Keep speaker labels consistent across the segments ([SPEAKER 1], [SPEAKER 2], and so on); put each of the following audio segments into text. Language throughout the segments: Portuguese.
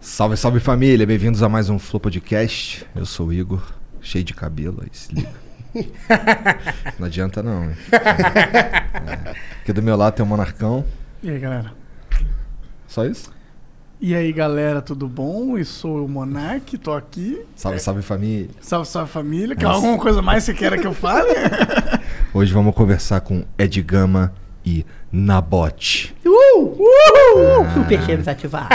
[SPEAKER 1] Salve, salve família, bem-vindos a mais um Flow Podcast. Eu sou o Igor, cheio de cabelo, aí se liga. não adianta não, hein? É. Aqui do meu lado tem o Monarcão,
[SPEAKER 2] E aí, galera?
[SPEAKER 1] só isso?
[SPEAKER 2] E aí, galera, tudo bom? Eu sou o Monark, tô aqui.
[SPEAKER 3] É.
[SPEAKER 1] Salve, salve família.
[SPEAKER 2] Salve, salve família. Quer alguma coisa mais você queira que eu fale?
[SPEAKER 1] Hoje vamos conversar com Ed Gama e Nabote.
[SPEAKER 3] Uhul! Uhul! Super gêmeos ativado.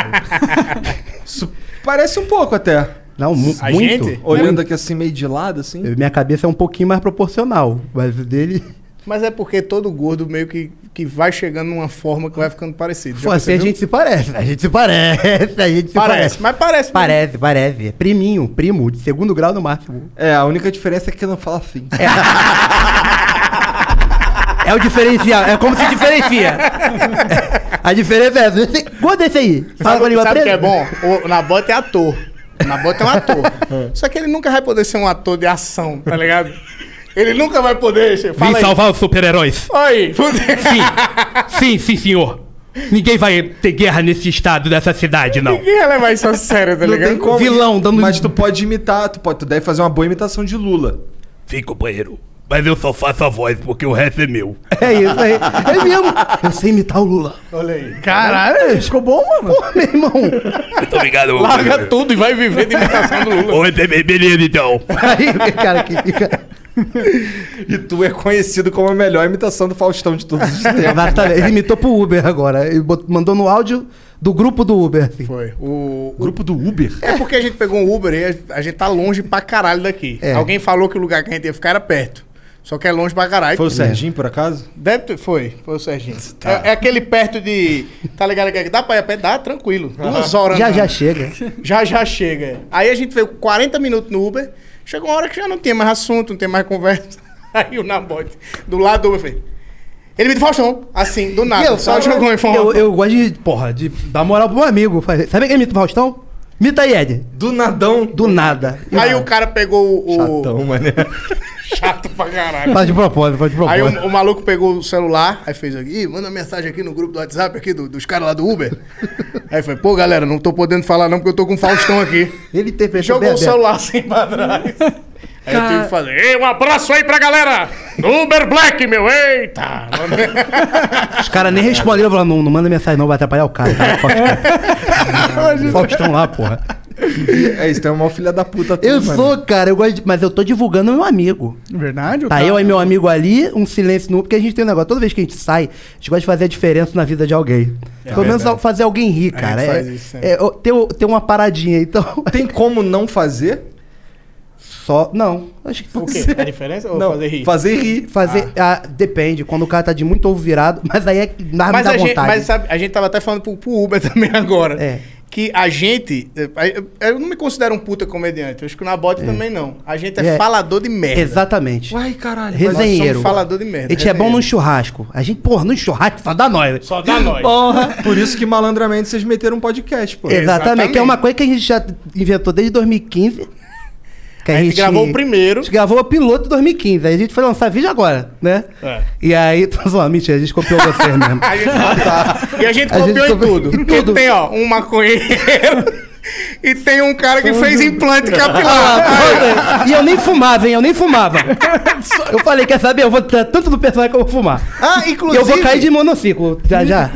[SPEAKER 1] Isso parece um pouco até,
[SPEAKER 3] Não, mu
[SPEAKER 4] A
[SPEAKER 3] muito.
[SPEAKER 4] gente?
[SPEAKER 1] olhando aqui assim meio de lado assim.
[SPEAKER 3] Minha cabeça é um pouquinho mais proporcional, mas o dele.
[SPEAKER 4] Mas é porque todo gordo meio que, que vai chegando numa forma que vai ficando parecido. Já
[SPEAKER 3] Pô, assim a
[SPEAKER 4] percebeu?
[SPEAKER 3] gente se parece, a gente se parece, a gente
[SPEAKER 4] parece,
[SPEAKER 3] se parece.
[SPEAKER 4] mas parece. mesmo.
[SPEAKER 3] Parece, parece. Priminho, primo, de segundo grau no máximo.
[SPEAKER 1] É, a única diferença é que não fala assim.
[SPEAKER 3] É o diferencial, é como se diferencia. A diferença é essa. Esse- Guarda esse aí. Fala com
[SPEAKER 4] Sabe,
[SPEAKER 3] a língua
[SPEAKER 4] sabe o que
[SPEAKER 3] presa.
[SPEAKER 4] é bom? O Nabota é ator. O Nabota é um ator. Só que ele nunca vai poder ser um ator de ação, tá ligado? Ele nunca vai poder. che- Fala aí.
[SPEAKER 5] os super-heróis.
[SPEAKER 4] Oi.
[SPEAKER 5] Sim. sim, sim, senhor. Ninguém vai ter guerra nesse estado, nessa cidade, não.
[SPEAKER 4] Ninguém vai levar isso a sério, tá
[SPEAKER 1] Não
[SPEAKER 4] ligado?
[SPEAKER 1] tem como.
[SPEAKER 3] Vilão dando-
[SPEAKER 1] Mas tu pode imitar, tu, pode, tu deve fazer uma boa imitação de Lula.
[SPEAKER 5] Sim, companheiro. Mas eu só faço a voz porque o resto é meu.
[SPEAKER 3] É isso aí. É mesmo. Eu sei imitar o Lula.
[SPEAKER 4] Olha aí.
[SPEAKER 2] Caralho, ficou bom, mano.
[SPEAKER 3] Pô, meu irmão.
[SPEAKER 5] Muito obrigado, meu
[SPEAKER 4] Larga tudo e vai viver de imitação do Lula.
[SPEAKER 5] Oi, bebê, beleza, então.
[SPEAKER 3] Aí o cara que fica.
[SPEAKER 1] E tu é conhecido como a melhor imitação do Faustão de todos os tempos.
[SPEAKER 3] Exatamente. Ele imitou pro Uber agora. Ele bot- mandou no áudio do grupo do Uber. assim.
[SPEAKER 4] Foi. O, o
[SPEAKER 1] Grupo do Uber?
[SPEAKER 4] É porque a gente pegou um Uber e a gente tá longe pra caralho daqui.
[SPEAKER 3] É.
[SPEAKER 4] Alguém falou que o lugar que a gente ia ficar era perto. Só que é longe pra caralho.
[SPEAKER 1] Foi o Serginho, por acaso?
[SPEAKER 4] Deve ter- foi, foi o Serginho. É, é aquele perto de. Tá ligado? Que dá pra ir a pé? Dá, tranquilo. Duas horas. né?
[SPEAKER 3] Já
[SPEAKER 4] andando.
[SPEAKER 3] já chega.
[SPEAKER 4] Já já chega. é. Aí a gente veio 40 minutos no Uber. Chegou uma hora que já não tinha mais assunto, não tinha mais conversa. Aí o Nabote, do lado do Uber, fez. Ele me deu Faustão, assim, do nada.
[SPEAKER 3] Eu-
[SPEAKER 4] só jogou em
[SPEAKER 3] eu,
[SPEAKER 4] forma.
[SPEAKER 3] eu gosto de, porra, de dar moral pro meu amigo. Fazer- Sabe quem imita o Faustão? Mita aí, Ed.
[SPEAKER 1] Do nadão.
[SPEAKER 3] Do nada.
[SPEAKER 4] Aí o cara pegou o.
[SPEAKER 1] Chatão, mané.
[SPEAKER 4] Chato pra caralho.
[SPEAKER 3] Faz de propósito, faz de
[SPEAKER 4] Aí
[SPEAKER 3] propósito.
[SPEAKER 4] o, o maluco pegou o celular, aí fez aqui, "Ih, manda mensagem aqui no grupo do WhatsApp aqui do- dos caras lá do Uber. aí foi, pô, galera, não tô podendo falar não porque eu tô com o Faustão aqui.
[SPEAKER 3] Ele interpretou
[SPEAKER 4] Jogou
[SPEAKER 3] bem
[SPEAKER 4] o
[SPEAKER 3] aberto.
[SPEAKER 4] celular assim pra trás. Aí eu tive que fazer, ei, um abraço aí pra galera do Uber Black, meu, eita.
[SPEAKER 3] Os caras nem responderam. Falaram, não, não manda mensagem não, vai atrapalhar o cara. cara Faustão. Faustão lá, porra.
[SPEAKER 1] É isso, tu é uma filha da puta. tu,
[SPEAKER 3] Eu
[SPEAKER 1] mano.
[SPEAKER 3] sou, cara, eu gosto de, mas eu tô divulgando meu amigo.
[SPEAKER 2] Verdade? o
[SPEAKER 3] Tá
[SPEAKER 2] cara-
[SPEAKER 3] eu e meu amigo ali, um silêncio no porque a gente tem um negócio. Toda vez que a gente sai, a gente gosta de fazer a diferença na vida de alguém. Pelo menos
[SPEAKER 4] É verdade.
[SPEAKER 3] fazer alguém rir, cara.
[SPEAKER 4] gente
[SPEAKER 3] É,
[SPEAKER 4] faz isso,
[SPEAKER 3] é, ó, ter, o- ter uma paradinha, então.
[SPEAKER 1] Tem como não fazer?
[SPEAKER 3] Só. Não, acho que
[SPEAKER 4] O quê? A diferença? Ou
[SPEAKER 1] não,
[SPEAKER 4] fazer rir?
[SPEAKER 1] Fazer rir.
[SPEAKER 3] Fazer. ah, depende, quando o cara tá de muito ovo virado, mas aí é que dá
[SPEAKER 4] Mas,
[SPEAKER 3] dá
[SPEAKER 4] a gente,
[SPEAKER 3] vontade.
[SPEAKER 4] mas sabe, a gente tava até falando pro, pro Uber também agora.
[SPEAKER 3] É.
[SPEAKER 4] Que a gente. eh, Eu eu não me considero um puta comediante. Eu acho que o Nabote também não. A gente é,
[SPEAKER 3] É.
[SPEAKER 4] falador de merda.
[SPEAKER 3] Exatamente.
[SPEAKER 1] Uai, caralho. mas-
[SPEAKER 4] Resenha.
[SPEAKER 3] Resenheiro.
[SPEAKER 4] falador de merda,
[SPEAKER 3] A gente é bom
[SPEAKER 4] resenheiro.
[SPEAKER 3] num churrasco. A gente, porra, num churrasco só dá nós.
[SPEAKER 4] Só dá nós.
[SPEAKER 1] Por isso que malandramente vocês meteram um podcast, pô.
[SPEAKER 3] Exatamente. Que é uma
[SPEAKER 4] exatamente.
[SPEAKER 3] coisa que a gente já inventou desde 2015. Que
[SPEAKER 4] A gente gravou o primeiro.
[SPEAKER 3] A gente gravou o piloto de 2015. Aí a gente foi lançar vídeo agora, né?
[SPEAKER 4] É.
[SPEAKER 3] E aí, tô zoando, mentira, a gente copiou vocês mesmo.
[SPEAKER 4] A gente- E a gente
[SPEAKER 3] A gente
[SPEAKER 4] copiou em
[SPEAKER 3] copiou
[SPEAKER 4] tudo.
[SPEAKER 3] em
[SPEAKER 4] Porque
[SPEAKER 3] tudo.
[SPEAKER 4] tem, ó, um maconheiro, E tem um cara que fez implante capilar.
[SPEAKER 6] E eu nem fumava, hein? Eu nem fumava. Eu falei, quer saber? Eu vou tra- tanto do personagem que eu vou fumar.
[SPEAKER 4] Ah,
[SPEAKER 6] E
[SPEAKER 4] inclusive.
[SPEAKER 6] eu vou cair de monociclo, já já.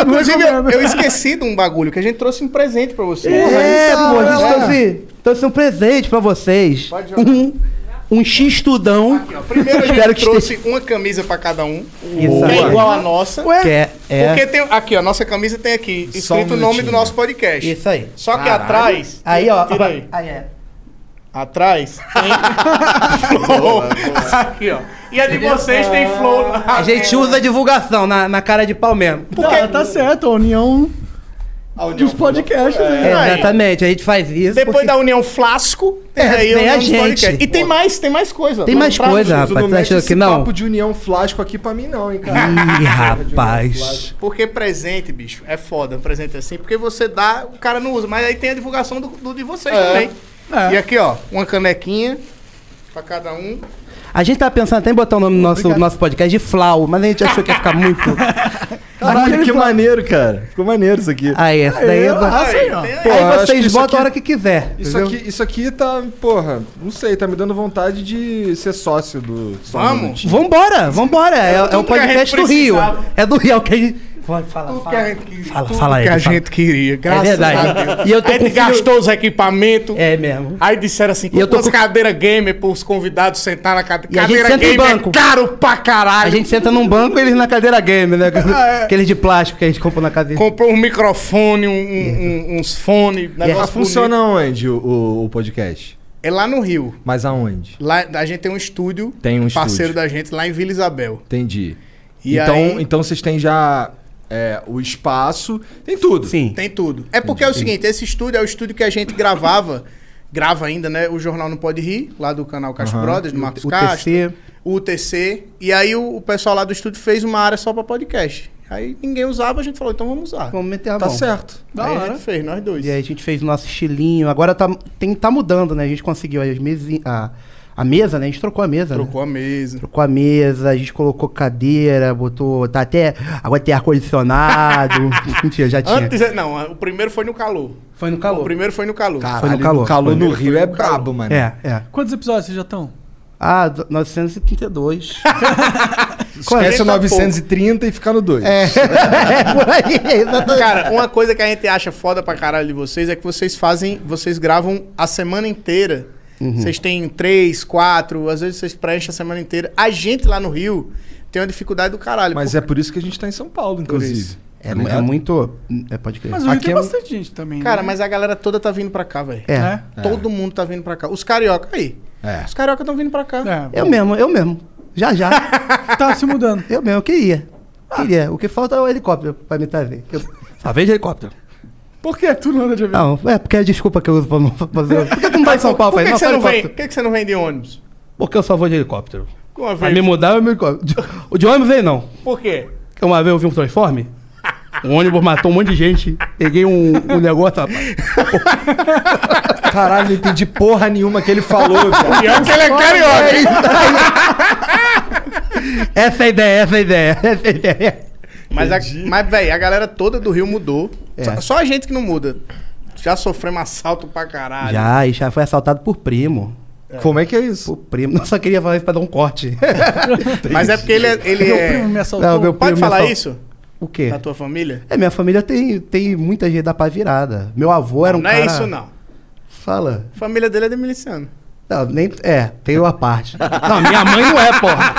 [SPEAKER 4] Inclusive,
[SPEAKER 6] né?
[SPEAKER 4] eu, eu esqueci de um bagulho que a gente trouxe um presente pra você.
[SPEAKER 6] É, pô, a gente
[SPEAKER 4] é.
[SPEAKER 6] trouxe, trouxe um presente pra vocês. Um, um X-Tudão.
[SPEAKER 4] Primeiro a gente
[SPEAKER 6] Espero que
[SPEAKER 4] trouxe uma camisa pra cada um.
[SPEAKER 6] Isso
[SPEAKER 4] que é
[SPEAKER 6] aí.
[SPEAKER 4] igual a nossa.
[SPEAKER 6] Que é,
[SPEAKER 4] Porque
[SPEAKER 6] é.
[SPEAKER 4] tem. Aqui, ó, nossa camisa tem aqui,
[SPEAKER 1] Só um
[SPEAKER 4] escrito o nome
[SPEAKER 1] minutinho.
[SPEAKER 4] do nosso podcast.
[SPEAKER 6] Isso aí.
[SPEAKER 4] Só que atrás.
[SPEAKER 6] Aí, ó.
[SPEAKER 4] Tira aí.
[SPEAKER 6] Aí é.
[SPEAKER 4] Atrás tem flow. aqui, ó. E a de vocês tem flow. lá.
[SPEAKER 6] A gente usa a divulgação na, na cara de pau mesmo.
[SPEAKER 2] Não, tá certo, a união
[SPEAKER 4] A União
[SPEAKER 2] dos podcasts aí.
[SPEAKER 6] É,
[SPEAKER 4] aí.
[SPEAKER 6] exatamente, a gente faz isso.
[SPEAKER 4] Depois um-
[SPEAKER 6] porque-
[SPEAKER 4] da União Flasco, tem
[SPEAKER 6] É,
[SPEAKER 4] aí
[SPEAKER 6] tem
[SPEAKER 4] União
[SPEAKER 6] a
[SPEAKER 4] dos
[SPEAKER 6] gente.
[SPEAKER 4] Podcasts. é. E tem mais, tem mais coisa.
[SPEAKER 6] Tem mais
[SPEAKER 4] Vamos pra-
[SPEAKER 6] coisa,
[SPEAKER 1] Tu não
[SPEAKER 6] rapaz. Tá
[SPEAKER 1] mete
[SPEAKER 6] achando
[SPEAKER 1] esse
[SPEAKER 6] que não? Hum.
[SPEAKER 1] papo de união flasco aqui pra mim não, hein, cara.
[SPEAKER 6] Ih,
[SPEAKER 1] Flasco.
[SPEAKER 6] rapaz.
[SPEAKER 4] Porque presente, bicho, é foda. Presente assim, porque você dá, o cara não usa. Mas aí tem a divulgação do, do de vocês
[SPEAKER 6] É.
[SPEAKER 4] também. E aqui, ó, uma canequinha pra cada um.
[SPEAKER 6] A gente tava pensando até em botar o nome do nosso, nosso podcast de Flau, mas a gente achou que ia ficar muito.
[SPEAKER 1] Caralho, que maneiro, cara. Ficou maneiro isso aqui.
[SPEAKER 6] Aí, essa daí é.
[SPEAKER 2] Ah,
[SPEAKER 4] Aí,
[SPEAKER 2] sei, ó.
[SPEAKER 4] tem-
[SPEAKER 1] Pô, eu
[SPEAKER 6] Aí
[SPEAKER 1] acho que
[SPEAKER 6] vocês
[SPEAKER 1] isso
[SPEAKER 6] botam
[SPEAKER 1] aqui-
[SPEAKER 6] a hora que quiser.
[SPEAKER 1] Isso aqui, isso aqui tá, porra, não sei, tá me dando vontade de ser sócio do Só um
[SPEAKER 4] Vamos?
[SPEAKER 1] Minutinho.
[SPEAKER 6] Vambora, vambora. É, é o
[SPEAKER 4] tudo que a gente
[SPEAKER 6] podcast do Rio.
[SPEAKER 4] precisava.
[SPEAKER 6] É do Rio, é o que a gente. Pode falar.
[SPEAKER 4] Tudo que a gente queria.
[SPEAKER 6] Fala,
[SPEAKER 4] tudo
[SPEAKER 6] fala aí,
[SPEAKER 4] que a
[SPEAKER 6] fala. É
[SPEAKER 4] gente queria. Graças a
[SPEAKER 6] verdade.
[SPEAKER 4] Deus.
[SPEAKER 6] E eu tô
[SPEAKER 4] a gente
[SPEAKER 6] com filho-
[SPEAKER 4] gastou os equipamentos.
[SPEAKER 6] É mesmo.
[SPEAKER 4] Aí disseram assim,
[SPEAKER 6] E eu tô
[SPEAKER 4] compra umas
[SPEAKER 6] com-
[SPEAKER 4] cadeiras gamer pros convidados sentar na cade...
[SPEAKER 6] E a gente
[SPEAKER 4] cadeira
[SPEAKER 6] senta em
[SPEAKER 4] gamer.
[SPEAKER 6] banco.
[SPEAKER 4] É caro pra caralho.
[SPEAKER 6] A gente senta num banco e eles na cadeira game, né? Aqueles de plástico que a gente compra na cadeira.
[SPEAKER 4] Comprou um microfone, um- um- um- uns fones,
[SPEAKER 1] Ah,
[SPEAKER 4] negócio
[SPEAKER 1] funciona
[SPEAKER 4] bonito.
[SPEAKER 1] onde o, o- o podcast?
[SPEAKER 4] É lá no Rio.
[SPEAKER 1] Mas aonde?
[SPEAKER 4] Lá, a gente tem um estúdio,
[SPEAKER 1] Tem um
[SPEAKER 4] parceiro
[SPEAKER 1] estúdio.
[SPEAKER 4] da gente, lá em Vila Isabel.
[SPEAKER 1] Entendi.
[SPEAKER 4] E
[SPEAKER 1] então,
[SPEAKER 4] aí-
[SPEAKER 1] então vocês têm já é, o espaço, tem tudo.
[SPEAKER 6] Sim.
[SPEAKER 4] Tem tudo. É porque é o seguinte, esse estúdio é o estúdio que a gente gravava, grava ainda, né? O Jornal Não Pode Rir, lá do canal Castro
[SPEAKER 1] Aham.
[SPEAKER 4] Brothers, do Marcos
[SPEAKER 6] O
[SPEAKER 4] Castro.
[SPEAKER 6] TC.
[SPEAKER 4] O UTC. E aí o, o pessoal lá do estúdio fez uma área só pra podcast. Aí ninguém usava, a gente falou, então vamos usar.
[SPEAKER 6] Vamos meter a
[SPEAKER 1] Tá
[SPEAKER 6] mão.
[SPEAKER 1] certo.
[SPEAKER 6] é,
[SPEAKER 2] Da
[SPEAKER 4] aí a
[SPEAKER 2] hora.
[SPEAKER 4] gente fez, nós dois.
[SPEAKER 6] E aí a gente fez o nosso estilinho. Agora tá, tem, tá mudando, né? A gente conseguiu aí as mesi- a, a mesa, né? A gente trocou a mesa, né?
[SPEAKER 4] Trocou a mesa.
[SPEAKER 6] Trocou a mesa, a gente colocou cadeira, botou. Tá até. Agora tem ar-condicionado. Mentira, já tinha.
[SPEAKER 4] Antes, é- não, o primeiro foi no calor.
[SPEAKER 6] Foi no
[SPEAKER 4] O primeiro foi no calor.
[SPEAKER 6] Foi no calor.
[SPEAKER 1] O calor no
[SPEAKER 4] Foi-
[SPEAKER 1] Rio
[SPEAKER 4] foi
[SPEAKER 1] é
[SPEAKER 4] no calor.
[SPEAKER 1] brabo, mano.
[SPEAKER 6] É, é.
[SPEAKER 2] Quantos episódios vocês já estão?
[SPEAKER 6] Ah, do- 932.
[SPEAKER 1] Esquece o
[SPEAKER 4] 40 e pouco.
[SPEAKER 1] 930 e fica no 2. É.
[SPEAKER 6] é, por aí, exatamente.
[SPEAKER 4] Cara, uma coisa que a gente acha foda pra caralho de vocês é que vocês fazem, vocês gravam a semana inteira. Vocês têm três, quatro, às vezes vocês preenchem a semana inteira. A gente lá no Rio tem uma dificuldade do caralho.
[SPEAKER 1] Mas é por isso que a gente tá em São Paulo, inclusive.
[SPEAKER 4] isso.
[SPEAKER 6] É,
[SPEAKER 1] Tá
[SPEAKER 6] mu- é
[SPEAKER 1] ligado?
[SPEAKER 6] muito. É, pode crer.
[SPEAKER 2] Mas o Rio
[SPEAKER 1] Aqui
[SPEAKER 2] tem
[SPEAKER 1] é um-
[SPEAKER 2] bastante gente também. né?
[SPEAKER 4] Cara, mas a galera toda tá vindo pra cá, velho.
[SPEAKER 6] É.
[SPEAKER 2] É.
[SPEAKER 4] Todo mundo tá vindo pra cá. Os carioca, aí.
[SPEAKER 1] É.
[SPEAKER 4] Os carioca estão vindo pra cá.
[SPEAKER 2] É,
[SPEAKER 6] Eu mesmo, eu mesmo. Já, já.
[SPEAKER 2] tá se mudando.
[SPEAKER 6] eu mesmo, eu queria. Queria. O que falta é o helicóptero pra me trazer. Eu... Só vejo helicóptero.
[SPEAKER 2] Por que tu não anda de avião?
[SPEAKER 6] Não, é porque é a desculpa que eu uso pra não fazer. Por que tu não vai em São Paulo?
[SPEAKER 4] Por
[SPEAKER 6] Falei,
[SPEAKER 4] que, que você
[SPEAKER 6] só
[SPEAKER 4] não vem? Por
[SPEAKER 6] helicóptero.
[SPEAKER 4] que, que você não vem de ônibus?
[SPEAKER 6] Porque eu só vou de helicóptero.
[SPEAKER 4] Uma
[SPEAKER 6] Pra
[SPEAKER 4] vez.
[SPEAKER 6] me mudar, eu me helicóptero. De- O de ônibus vem, não.
[SPEAKER 4] Por quê?
[SPEAKER 6] Porque uma vez eu vi um transforme. Um ônibus matou um monte de gente. Peguei um, um negócio. rapaz.
[SPEAKER 1] Caralho, não entendi porra nenhuma que ele falou, velho.
[SPEAKER 4] Pior que ele é carioca, hein?
[SPEAKER 6] Essa é a ideia, essa é a ideia, essa é a ideia.
[SPEAKER 4] Mas, a, mas velho, a galera toda do Rio mudou.
[SPEAKER 6] É.
[SPEAKER 4] Só, só a gente que não muda. Já sofremos assalto pra caralho.
[SPEAKER 6] Já, e já foi assaltado por primo.
[SPEAKER 1] Como é que é isso?
[SPEAKER 6] Por primo. Eu só queria falar isso pra dar um corte.
[SPEAKER 4] Mas é porque ele é. Ele
[SPEAKER 2] Meu
[SPEAKER 4] é-
[SPEAKER 2] primo me assaltou.
[SPEAKER 6] Não, meu-
[SPEAKER 4] Pode
[SPEAKER 6] me
[SPEAKER 4] falar
[SPEAKER 6] assaltou.
[SPEAKER 4] isso? Tá
[SPEAKER 6] o quê?
[SPEAKER 4] Da tua família?
[SPEAKER 6] É, minha família tem, tem muita gente da pá virada. Meu avô era um
[SPEAKER 4] não
[SPEAKER 6] cara...
[SPEAKER 4] é isso, não.
[SPEAKER 6] Fala.
[SPEAKER 4] A família dele é de miliciano.
[SPEAKER 6] Não, nem... É, tem uma parte. Não, minha mãe não é, porra.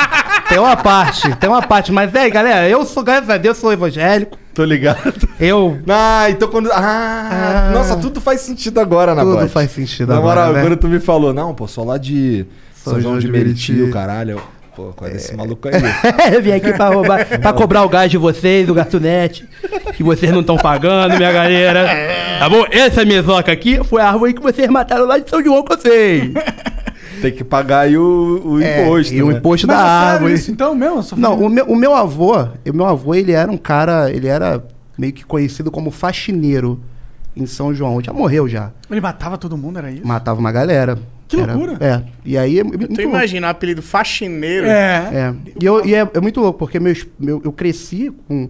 [SPEAKER 6] Tem uma parte, tem uma parte. Mas é, galera, eu sou, graças a Deus, sou evangélico.
[SPEAKER 1] Tô ligado.
[SPEAKER 6] Eu...
[SPEAKER 1] Ah, então quando. Ah,
[SPEAKER 6] Ah.
[SPEAKER 1] nossa, tudo faz sentido agora, na
[SPEAKER 6] Tudo
[SPEAKER 1] bote.
[SPEAKER 6] faz sentido
[SPEAKER 1] na
[SPEAKER 6] agora,
[SPEAKER 1] moral,
[SPEAKER 6] né?
[SPEAKER 1] quando tu me falou, não, pô, sou lá de São, João de Meriti, o caralho. eu- Pô, qual é esse maluco aí?
[SPEAKER 6] Eu vim aqui pra roubar, pra cobrar o gás de vocês, o garçonete, que vocês não estão pagando, minha galera. Tá bom? Essa mesoca aqui foi a árvore que vocês mataram lá de São João que eu sei.
[SPEAKER 1] Tem que pagar aí o, o imposto.
[SPEAKER 6] É, e o
[SPEAKER 1] né?
[SPEAKER 6] imposto
[SPEAKER 2] Mas
[SPEAKER 6] da
[SPEAKER 2] é sério
[SPEAKER 6] árvore.
[SPEAKER 2] isso então mesmo? Sua
[SPEAKER 6] Não,
[SPEAKER 2] família-
[SPEAKER 6] o meu, o meu avô, o meu avô, ele era um cara, ele era meio que conhecido como faxineiro em São João. Já morreu já.
[SPEAKER 2] Ele matava todo mundo, era isso?
[SPEAKER 6] Matava uma galera.
[SPEAKER 2] Que
[SPEAKER 6] Era-
[SPEAKER 2] loucura.
[SPEAKER 6] É. E aí é muito
[SPEAKER 4] Tu
[SPEAKER 6] louco.
[SPEAKER 4] imagina o apelido faxineiro.
[SPEAKER 2] É.
[SPEAKER 6] É. E, eu, e é, é muito louco, porque meus, meu, eu cresci com,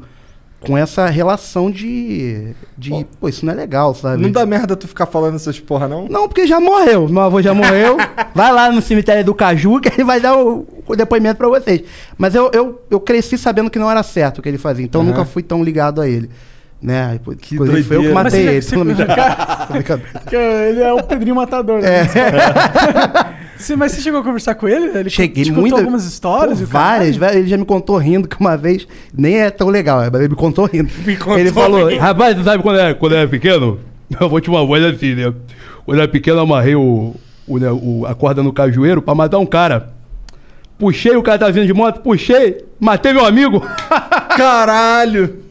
[SPEAKER 6] com essa relação de. de pô, isso não é legal, sabe?
[SPEAKER 1] Não dá merda tu ficar falando essas porra, não?
[SPEAKER 6] Não, porque já morreu. Meu avô já morreu. vai lá no cemitério do Caju que ele vai dar o, o depoimento pra vocês. Mas eu, eu, eu cresci sabendo que não era certo o que ele fazia, então eu nunca fui tão ligado a ele. Né? Que foi eu que
[SPEAKER 1] doideira. Mas
[SPEAKER 6] matei ele. pelo menos. Brincadeira.
[SPEAKER 2] Porque ele é o Pedrinho Matador. Né? Você- mas você chegou a conversar com ele? Ele
[SPEAKER 6] É. Cheguei
[SPEAKER 2] te contou
[SPEAKER 6] muito.
[SPEAKER 2] algumas histórias?
[SPEAKER 6] Pô,
[SPEAKER 2] e o caralho?
[SPEAKER 6] várias, velho. Ele já me contou rindo que uma vez nem é tão legal, mas ele me contou rindo. ele falou.
[SPEAKER 7] Rapaz, você sabe quando era, quando era pequeno? Eu vou te uma voz assim, né? Quando era pequeno, eu amarrei o, o, né, o- a corda no cajueiro pra matar um cara. Puxei, o cara tá vindo de moto, puxei, matei meu amigo.
[SPEAKER 1] Caralho!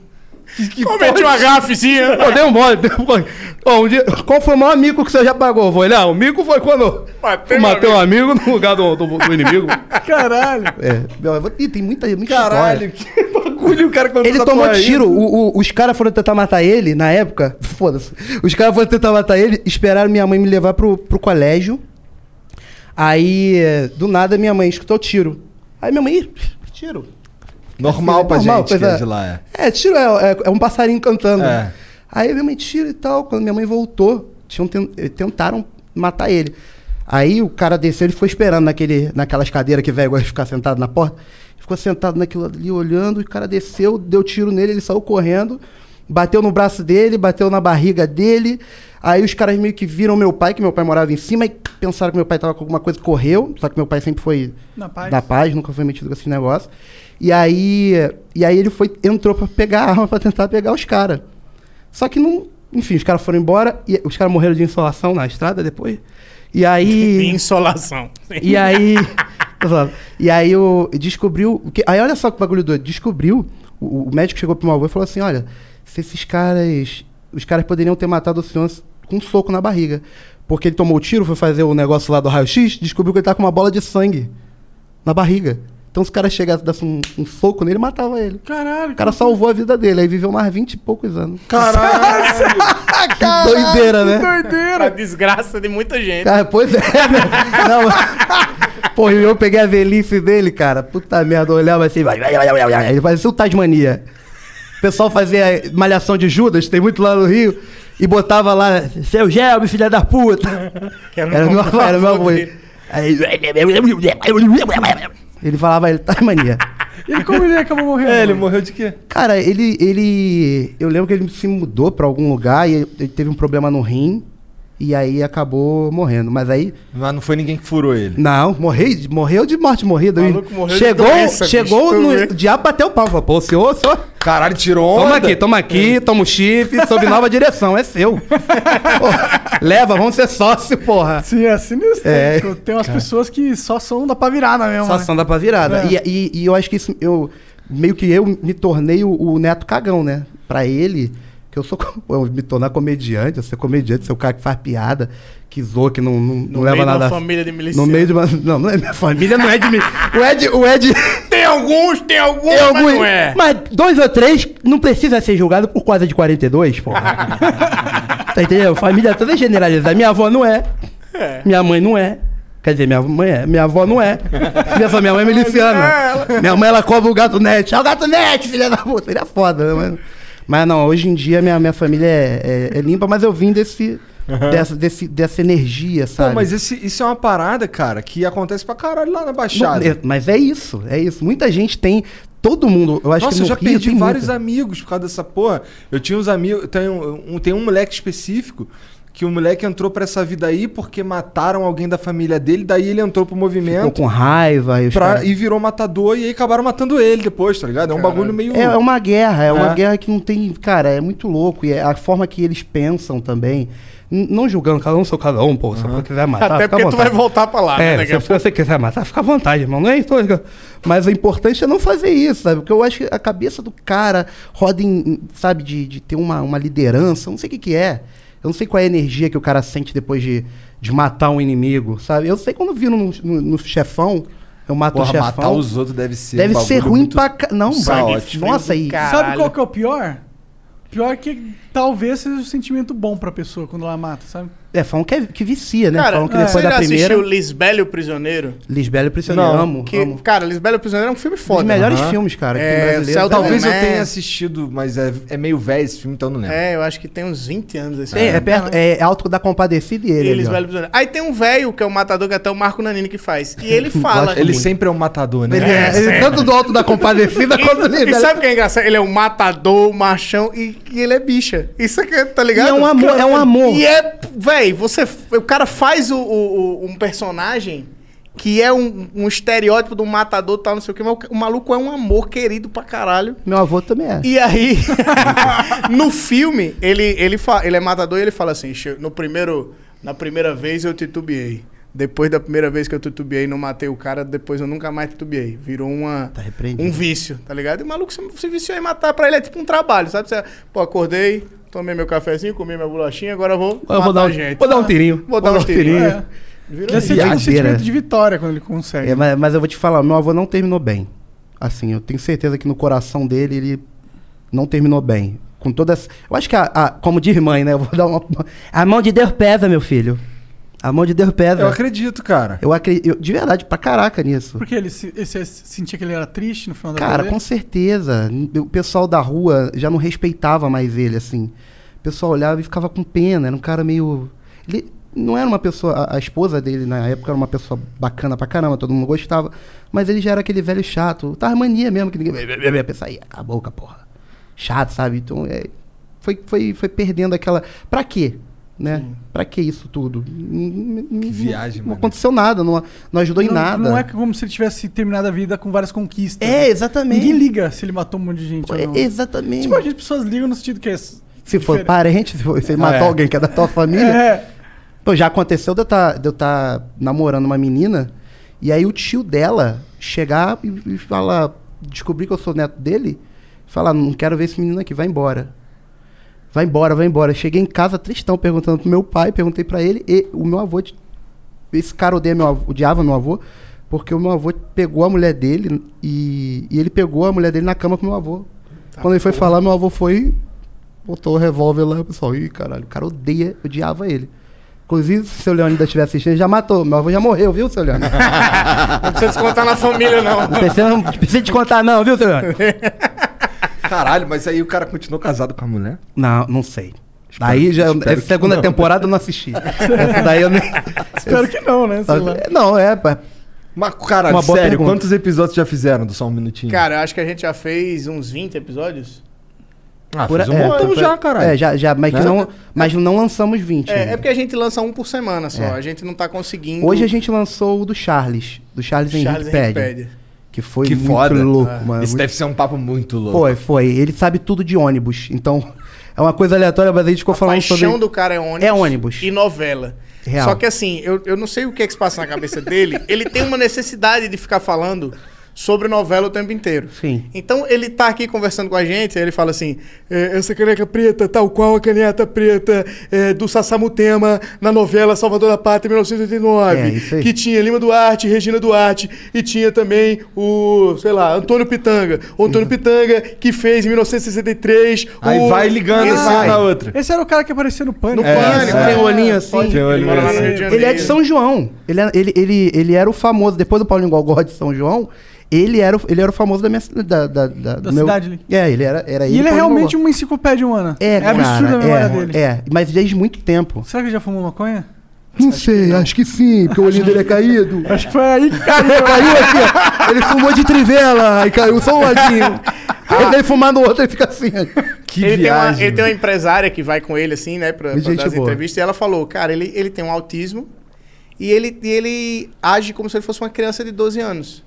[SPEAKER 4] Cometi é uma
[SPEAKER 6] Então,
[SPEAKER 4] gafezinha.
[SPEAKER 7] Eu dei um mole. dei um mole. Ó, um dia, qual foi o maior amigo que você já pagou? Vou olhar. O mico foi quando
[SPEAKER 4] Matei
[SPEAKER 7] eu matei um amigo no lugar do, do- do inimigo.
[SPEAKER 2] Caralho.
[SPEAKER 6] É, meu avô- Ih, tem muita, muita história.
[SPEAKER 1] Caralho, que bagulho o cara que
[SPEAKER 6] Ele tomou tiro, o- o- os caras foram tentar matar ele na época. Foda-se. Os caras foram tentar matar ele, esperaram minha mãe me levar pro, pro colégio. Aí, eh, do nada, minha mãe escutou tiro. Aí minha mãe, "Ih, tiro.
[SPEAKER 1] Normal pra
[SPEAKER 6] Normal,
[SPEAKER 1] gente que
[SPEAKER 6] coisa-
[SPEAKER 1] é de lá, é.
[SPEAKER 6] É, tiro é, é- é um passarinho cantando.
[SPEAKER 1] É.
[SPEAKER 6] Aí minha mãe tira e tal. Quando minha mãe voltou, tinham ten- eh, tentaram matar ele. Aí o cara desceu, ele ficou esperando naquele, naquelas cadeiras que velho gosta de ficar sentado na porta. Ficou sentado naquilo ali olhando, e o cara desceu, deu tiro nele, ele saiu correndo, bateu no braço dele, bateu na barriga dele. Aí os caras meio que viram meu pai, que meu pai morava em cima, e pensaram que meu pai tava com alguma coisa, correu. Só que meu pai sempre foi
[SPEAKER 2] Na paz.
[SPEAKER 6] da paz, nunca foi metido com esse negócio. E aí, e aí ele foi, entrou pra pegar a arma pra tentar pegar os caras. Só que não. Enfim, os caras foram embora e os caras morreram de insolação na estrada depois. E aí.
[SPEAKER 4] Insolação.
[SPEAKER 6] e aí. tô falando. e aí eu descobriu. o Que, aí olha só que bagulho doido. Descobriu. O, o médico chegou pro meu avô e falou assim: olha, se esses caras. Os caras poderiam ter matado o senhor com um soco na barriga. Porque ele tomou o tiro, foi fazer o negócio lá do raio-x, descobriu que ele tá com uma bola de sangue na barriga. Então, se o cara chegasse e desse um, um soco nele, matava ele.
[SPEAKER 2] Caralho.
[SPEAKER 6] O cara salvou a vida dele, aí viveu mais 20 e poucos anos.
[SPEAKER 1] Caralho!
[SPEAKER 6] Que doideira, né?
[SPEAKER 4] A desgraça de muita gente.
[SPEAKER 6] Cara, pois é, né? Não, mas- Pô, e eu peguei a velhice dele, cara. Puta merda, eu olhava assim, vai, vai, vai, vai, vai. Ele parecia o Tasmania. O pessoal fazia malhação de Judas, tem muito lá no Rio, e botava lá, seu Gelbe, filha da puta. Era
[SPEAKER 4] um
[SPEAKER 6] meu avô, era meu avô. Aí, ele falava, ele é Tasmania.
[SPEAKER 2] E como ele acabou morrendo?
[SPEAKER 1] É, ele morreu de quê?
[SPEAKER 6] Cara, ele, ele. Eu lembro que ele se mudou pra algum lugar e ele ele teve um problema no rim. E aí acabou morrendo. Mas aí.
[SPEAKER 1] Mas não foi ninguém que furou ele.
[SPEAKER 6] Não, morreu, de- morreu de morte morrida.
[SPEAKER 4] O maluco morreu de
[SPEAKER 6] chegou,
[SPEAKER 4] doença,
[SPEAKER 6] chegou
[SPEAKER 4] bicho,
[SPEAKER 6] no.
[SPEAKER 4] tu vê.
[SPEAKER 6] O diabo bateu o pau. Falou, pô, senhor, senhor.
[SPEAKER 1] Caralho, tirou onda.
[SPEAKER 6] Toma aqui, toma
[SPEAKER 4] É.
[SPEAKER 6] aqui, toma o chip, sob nova direção, é seu. Pô, leva, vamos ser sócio, porra.
[SPEAKER 2] Sim, é sinistro.
[SPEAKER 6] É.
[SPEAKER 2] né? Tem umas pessoas que só são da pra virada mesmo.
[SPEAKER 6] Só
[SPEAKER 2] né?
[SPEAKER 6] ação dá pra virada.
[SPEAKER 2] É.
[SPEAKER 6] E, e, e eu acho que isso, eu, meio que eu me tornei o, o neto cagão, né? Pra ele, que eu sou co- eu me tornar comediante, eu ser comediante, ser o cara que faz piada, que zoa, que não, não, não leva
[SPEAKER 4] meio de uma
[SPEAKER 6] nada. a-
[SPEAKER 4] família de
[SPEAKER 6] no
[SPEAKER 4] milicianos.
[SPEAKER 6] meio de uma. Não, não é minha família, não é de mim. O Ed. O Ed
[SPEAKER 4] Tem alguns, tem alguns,
[SPEAKER 6] tem
[SPEAKER 4] mas
[SPEAKER 6] alguns-
[SPEAKER 4] não é.
[SPEAKER 6] mas dois ou três não precisa ser julgado por causa de 42, porra. tá entendendo? Família toda é generalizada. Minha avó não é. Minha mãe não é. Quer dizer, minha mãe é. Minha avó não é. Minha, avó- minha mãe é miliciana. minha mãe, ela cobra o gato net. É o gato net, filha da puta. Ele é foda, né? Mas, mas não, hoje em dia minha, minha família é, é- é limpa, mas eu vim desse, dessa, desse, dessa energia, sabe?
[SPEAKER 1] Pô, mas esse- isso é uma parada, cara, que acontece pra caralho lá na Baixada.
[SPEAKER 6] Não, é- mas é isso, é isso. Muita gente tem. Todo mundo, eu acho
[SPEAKER 1] Nossa,
[SPEAKER 6] que
[SPEAKER 1] eu
[SPEAKER 6] no
[SPEAKER 1] já
[SPEAKER 6] Rio
[SPEAKER 1] perdi
[SPEAKER 6] tem
[SPEAKER 1] vários
[SPEAKER 6] muita.
[SPEAKER 1] amigos por causa dessa porra. Eu tinha uns amigos. Tem um, um- tem um moleque específico que o moleque entrou pra essa vida aí porque mataram alguém da família dele, daí ele entrou pro
[SPEAKER 6] Ficou
[SPEAKER 1] movimento
[SPEAKER 6] com raiva. e os
[SPEAKER 1] pra-
[SPEAKER 6] caras-
[SPEAKER 1] e virou matador, e aí acabaram matando ele depois, tá ligado? É um bagulho meio.
[SPEAKER 6] É, é uma guerra, é uma
[SPEAKER 1] É.
[SPEAKER 6] guerra que não tem. Cara, é muito louco. E é a forma que eles pensam também. N- não julgando, cada um seu cada um, pô. Se você quiser matar,
[SPEAKER 4] Até
[SPEAKER 6] fica à
[SPEAKER 4] porque tu vai
[SPEAKER 6] vontade.
[SPEAKER 4] voltar pra lá, né?
[SPEAKER 6] tá É,
[SPEAKER 4] daqui
[SPEAKER 6] se
[SPEAKER 4] a pouco.
[SPEAKER 6] você quiser matar, fica à vontade, irmão. Não é isso. Mas o importante é não fazer isso, sabe? Porque eu acho que a cabeça do cara roda em, em, sabe, de, de ter uma, uma liderança, eu não sei o que, que é. Eu não sei qual é a energia que o cara sente depois de, de matar um inimigo, sabe? Eu sei quando viro no, no- no chefão, eu mato o
[SPEAKER 1] Porra,
[SPEAKER 6] chefão.
[SPEAKER 1] matar os outros deve ser. um
[SPEAKER 6] Deve ser
[SPEAKER 1] bagulho
[SPEAKER 6] ruim
[SPEAKER 1] muito-
[SPEAKER 6] pra ca... Não,
[SPEAKER 1] Sangue
[SPEAKER 6] mano.
[SPEAKER 1] frio
[SPEAKER 6] Nossa, aí.
[SPEAKER 4] cara.
[SPEAKER 2] Sabe
[SPEAKER 4] Caralho.
[SPEAKER 2] qual que é o pior? Pior que talvez seja um sentimento bom pra pessoa quando ela mata, sabe?
[SPEAKER 6] É, falam que, é- que vicia, né?
[SPEAKER 4] Cara,
[SPEAKER 6] falam que depois
[SPEAKER 4] você
[SPEAKER 6] da
[SPEAKER 4] já
[SPEAKER 6] primeira.
[SPEAKER 4] assistiu Lisbelo e o Prisioneiro?
[SPEAKER 6] Lisbela e o Prisioneiro.
[SPEAKER 1] Não,
[SPEAKER 6] amo,
[SPEAKER 4] Que,
[SPEAKER 6] amo.
[SPEAKER 4] cara, Lisbelo e o Prisioneiro é um filme
[SPEAKER 6] Os
[SPEAKER 4] foda.
[SPEAKER 6] melhores
[SPEAKER 1] Aham.
[SPEAKER 6] filmes, cara, que
[SPEAKER 4] É,
[SPEAKER 6] tem brasileiro.
[SPEAKER 4] Celta
[SPEAKER 6] Talvez-
[SPEAKER 1] Talvez eu
[SPEAKER 4] É.
[SPEAKER 1] tenha assistido, mas é, é meio velho esse filme, então eu não lembro.
[SPEAKER 4] É, eu acho que tem uns 20 anos esse
[SPEAKER 6] É, é, perto, é alto da Compadecida e ele.
[SPEAKER 4] Eles
[SPEAKER 6] ali, ó.
[SPEAKER 4] velho prisioneiro. Aí tem um velho que é o matador que até o Marco Nanini que faz. E ele fala.
[SPEAKER 6] Gosto
[SPEAKER 1] Ele
[SPEAKER 6] muito.
[SPEAKER 1] sempre é um matador, né?
[SPEAKER 6] Ele é, ele é tanto do alto da Compadecida quanto do
[SPEAKER 4] E, e
[SPEAKER 6] Lisbela.
[SPEAKER 4] sabe o que é engraçado? Ele é um matador, machão e, e ele é bicha. Isso aqui, tá ligado?
[SPEAKER 6] E é um amor, é um amor.
[SPEAKER 4] E é, véi, você. O cara faz o, o- o- um personagem que é um, um estereótipo do matador e tal, não sei o que, mas o, o maluco é um amor querido pra caralho.
[SPEAKER 6] Meu avô também é.
[SPEAKER 4] E aí, no filme, ele, ele, fa- ele é matador e ele fala assim: "Che- no primeiro, na primeira vez eu titubeei. Depois da primeira vez que eu titubeei, não matei o cara, depois eu nunca mais titubeei. Virou uma,
[SPEAKER 6] Tá repreendido.
[SPEAKER 4] um vício, tá ligado? E o maluco se, se viciou em matar pra ele, é tipo um trabalho, sabe? Você, pô, acordei, tomei meu cafezinho, comi minha bolachinha, agora eu vou.
[SPEAKER 7] Eu vou dar, um,
[SPEAKER 4] gente.
[SPEAKER 7] vou dar um tirinho.
[SPEAKER 4] Vou dar uns tirinhos.
[SPEAKER 2] É. Deve ser tipo um
[SPEAKER 6] viadeira.
[SPEAKER 2] sentimento de vitória quando ele consegue.
[SPEAKER 6] É, mas, mas eu vou te falar, meu avô não terminou bem. Assim, eu tenho certeza que no coração dele ele não terminou bem. Com toda essa. Eu acho que a. a- como diz mãe, né? Eu vou dar uma. A mão de Deus pesa, meu filho. A mão de Deus pesa.
[SPEAKER 1] Eu acredito, cara.
[SPEAKER 6] Eu acredito. de verdade, pra caraca nisso.
[SPEAKER 2] Porque ele, se, ele se- sentia que ele era triste no final da
[SPEAKER 6] Cara,
[SPEAKER 2] vida
[SPEAKER 6] com
[SPEAKER 2] dele?
[SPEAKER 6] certeza. O pessoal da rua já não respeitava mais ele, assim. O pessoal olhava e ficava com pena. Era um cara meio. Ele não era uma pessoa. A, a esposa dele na época era uma pessoa bacana pra caramba, todo mundo gostava. Mas ele já era aquele velho chato. Tava mania mesmo, que ninguém. Pensa aí, cala a boca, porra. Chato, sabe? Então, é, foi, foi, foi perdendo aquela. Pra quê? Né? Pra que isso tudo? N- n- n-
[SPEAKER 1] viagem,
[SPEAKER 6] Não,
[SPEAKER 1] mano.
[SPEAKER 6] aconteceu nada, não, não ajudou em
[SPEAKER 2] não,
[SPEAKER 6] nada.
[SPEAKER 2] Não é como se ele tivesse terminado a vida com várias conquistas.
[SPEAKER 6] É,
[SPEAKER 2] né?
[SPEAKER 6] exatamente.
[SPEAKER 2] Ninguém liga se ele matou um monte de gente.
[SPEAKER 6] Pô,
[SPEAKER 2] ou
[SPEAKER 6] é-
[SPEAKER 2] não.
[SPEAKER 6] Exatamente.
[SPEAKER 2] Tipo, as pessoas ligam no sentido que é.
[SPEAKER 6] Se for
[SPEAKER 2] Diferente.
[SPEAKER 6] parente, se for- se matou
[SPEAKER 1] é.
[SPEAKER 6] alguém que é da tua família.
[SPEAKER 2] É.
[SPEAKER 6] Pô, já aconteceu de eu estar namorando uma menina e aí o tio dela chegar e, e falar, descobrir que eu sou neto dele, falar, não quero ver esse menino aqui, vai embora. Vai embora, vai embora. Cheguei em casa tristão, perguntando pro meu pai, perguntei pra ele, e o meu avô. de- Esse cara odeia meu avô, odiava meu avô, porque o meu avô pegou a mulher dele e, e ele pegou a mulher dele na cama com meu avô. Quando ele foi falar, meu avô foi botou o revólver lá, o pessoal, ih, caralho, o cara odeia, odiava ele. Inclusive, se o seu Leônidas estiver assistindo, ele já matou. Meu avô já morreu, viu, seu Leônidas?
[SPEAKER 4] Não precisa descontar na família, não.
[SPEAKER 6] Não precisa, não precisa te contar, não, viu, seu Leônidas?
[SPEAKER 1] Caralho, mas aí o cara continuou casado com a mulher?
[SPEAKER 6] Não, não sei. Daí já.
[SPEAKER 1] espero
[SPEAKER 6] Essa
[SPEAKER 1] que
[SPEAKER 6] segunda
[SPEAKER 1] não.
[SPEAKER 6] temporada eu não assisti. Essa daí eu nem.
[SPEAKER 2] Espero que não, né? Sei lá.
[SPEAKER 6] Não, é. pá.
[SPEAKER 1] Mas, caralho,
[SPEAKER 6] Uma boa
[SPEAKER 1] sério,
[SPEAKER 6] pergunta.
[SPEAKER 1] quantos episódios já fizeram do Só Um Minutinho?
[SPEAKER 4] Cara, eu acho que a gente já fez uns 20 episódios.
[SPEAKER 1] ah,
[SPEAKER 6] Por-
[SPEAKER 1] fez um
[SPEAKER 6] é,
[SPEAKER 1] montão
[SPEAKER 6] foi-
[SPEAKER 1] já, caralho.
[SPEAKER 6] É, já, já, mas,
[SPEAKER 1] Né?
[SPEAKER 6] não, mas não lançamos 20.
[SPEAKER 4] É,
[SPEAKER 6] ainda.
[SPEAKER 4] é porque a gente lança um por semana só.
[SPEAKER 6] É.
[SPEAKER 4] A gente não tá conseguindo.
[SPEAKER 6] Hoje a gente lançou o do Charles, do Charles Henrique
[SPEAKER 4] Charles
[SPEAKER 6] Pede.
[SPEAKER 4] Henrique
[SPEAKER 6] Que foi
[SPEAKER 1] Que
[SPEAKER 6] muito
[SPEAKER 1] foda.
[SPEAKER 6] louco,
[SPEAKER 1] Ah,
[SPEAKER 6] mano.
[SPEAKER 1] Isso
[SPEAKER 6] muito
[SPEAKER 1] deve ser um papo muito louco.
[SPEAKER 6] Foi, foi. Ele sabe tudo de ônibus. Então, é uma coisa aleatória, mas a gente ficou
[SPEAKER 4] A
[SPEAKER 6] falando
[SPEAKER 4] paixão
[SPEAKER 6] sobre.
[SPEAKER 4] do cara é ônibus.
[SPEAKER 6] É ônibus.
[SPEAKER 4] E novela.
[SPEAKER 6] Real.
[SPEAKER 4] Só que assim, eu, eu não sei o que é que se passa na cabeça dele. Ele tem uma necessidade de ficar falando sobre novela o tempo inteiro.
[SPEAKER 6] Sim.
[SPEAKER 4] Então ele tá aqui conversando com a gente, aí ele fala assim: "É, essa caneca preta, tal qual a caneta preta é, do Sassamutema na novela Salvador da Pátria, 1989.
[SPEAKER 6] É, isso aí.
[SPEAKER 4] Que tinha Lima Duarte, Regina Duarte e tinha também o, sei lá, Antônio Pitanga. O Antônio
[SPEAKER 6] Uhum.
[SPEAKER 4] Pitanga que fez em 1963.
[SPEAKER 1] Aí
[SPEAKER 4] o-
[SPEAKER 1] vai ligando
[SPEAKER 4] Esse-
[SPEAKER 1] assim uma na outra.
[SPEAKER 2] Esse era o cara que aparecia no pânico.
[SPEAKER 6] No pânico,
[SPEAKER 2] né?
[SPEAKER 1] é.
[SPEAKER 6] tem um olhinho assim.
[SPEAKER 4] Pode-
[SPEAKER 1] Tem um
[SPEAKER 4] ele
[SPEAKER 1] olhinho
[SPEAKER 4] mora lá no
[SPEAKER 1] assim.
[SPEAKER 4] Rio de Janeiro.
[SPEAKER 6] Ele é de São João. Ele, é- ele, ele, ele era o famoso, depois do Paulinho Gogó de São João, ele era, o- ele era o famoso da minha ci- da, da, da, do
[SPEAKER 2] cidade ali.
[SPEAKER 6] É, ele era, era
[SPEAKER 2] E ele é
[SPEAKER 6] Paulinho
[SPEAKER 2] realmente
[SPEAKER 6] Gogó.
[SPEAKER 2] uma enciclopédia humana.
[SPEAKER 6] É, cara,
[SPEAKER 2] absurda a memória
[SPEAKER 6] é,
[SPEAKER 2] dele.
[SPEAKER 6] É, mas desde muito tempo.
[SPEAKER 2] Será que ele já fumou maconha?
[SPEAKER 6] Não sei, acho que sim, porque o olhinho dele é caído.
[SPEAKER 2] Acho que foi aí que
[SPEAKER 6] caiu aqui, ó. Ele fumou de trivela, aí caiu só um ladinho. Aí vem fumar no outro, ele fica assim.
[SPEAKER 1] Que
[SPEAKER 4] ele, tem uma,
[SPEAKER 1] viagem.
[SPEAKER 4] ele tem uma empresária que vai com ele, assim, né, pra, pra
[SPEAKER 6] é Gente
[SPEAKER 4] dar as
[SPEAKER 6] boa.
[SPEAKER 4] entrevistas. E ela falou, cara, ele, ele tem um autismo e ele, e ele age como se ele fosse uma criança de 12 anos.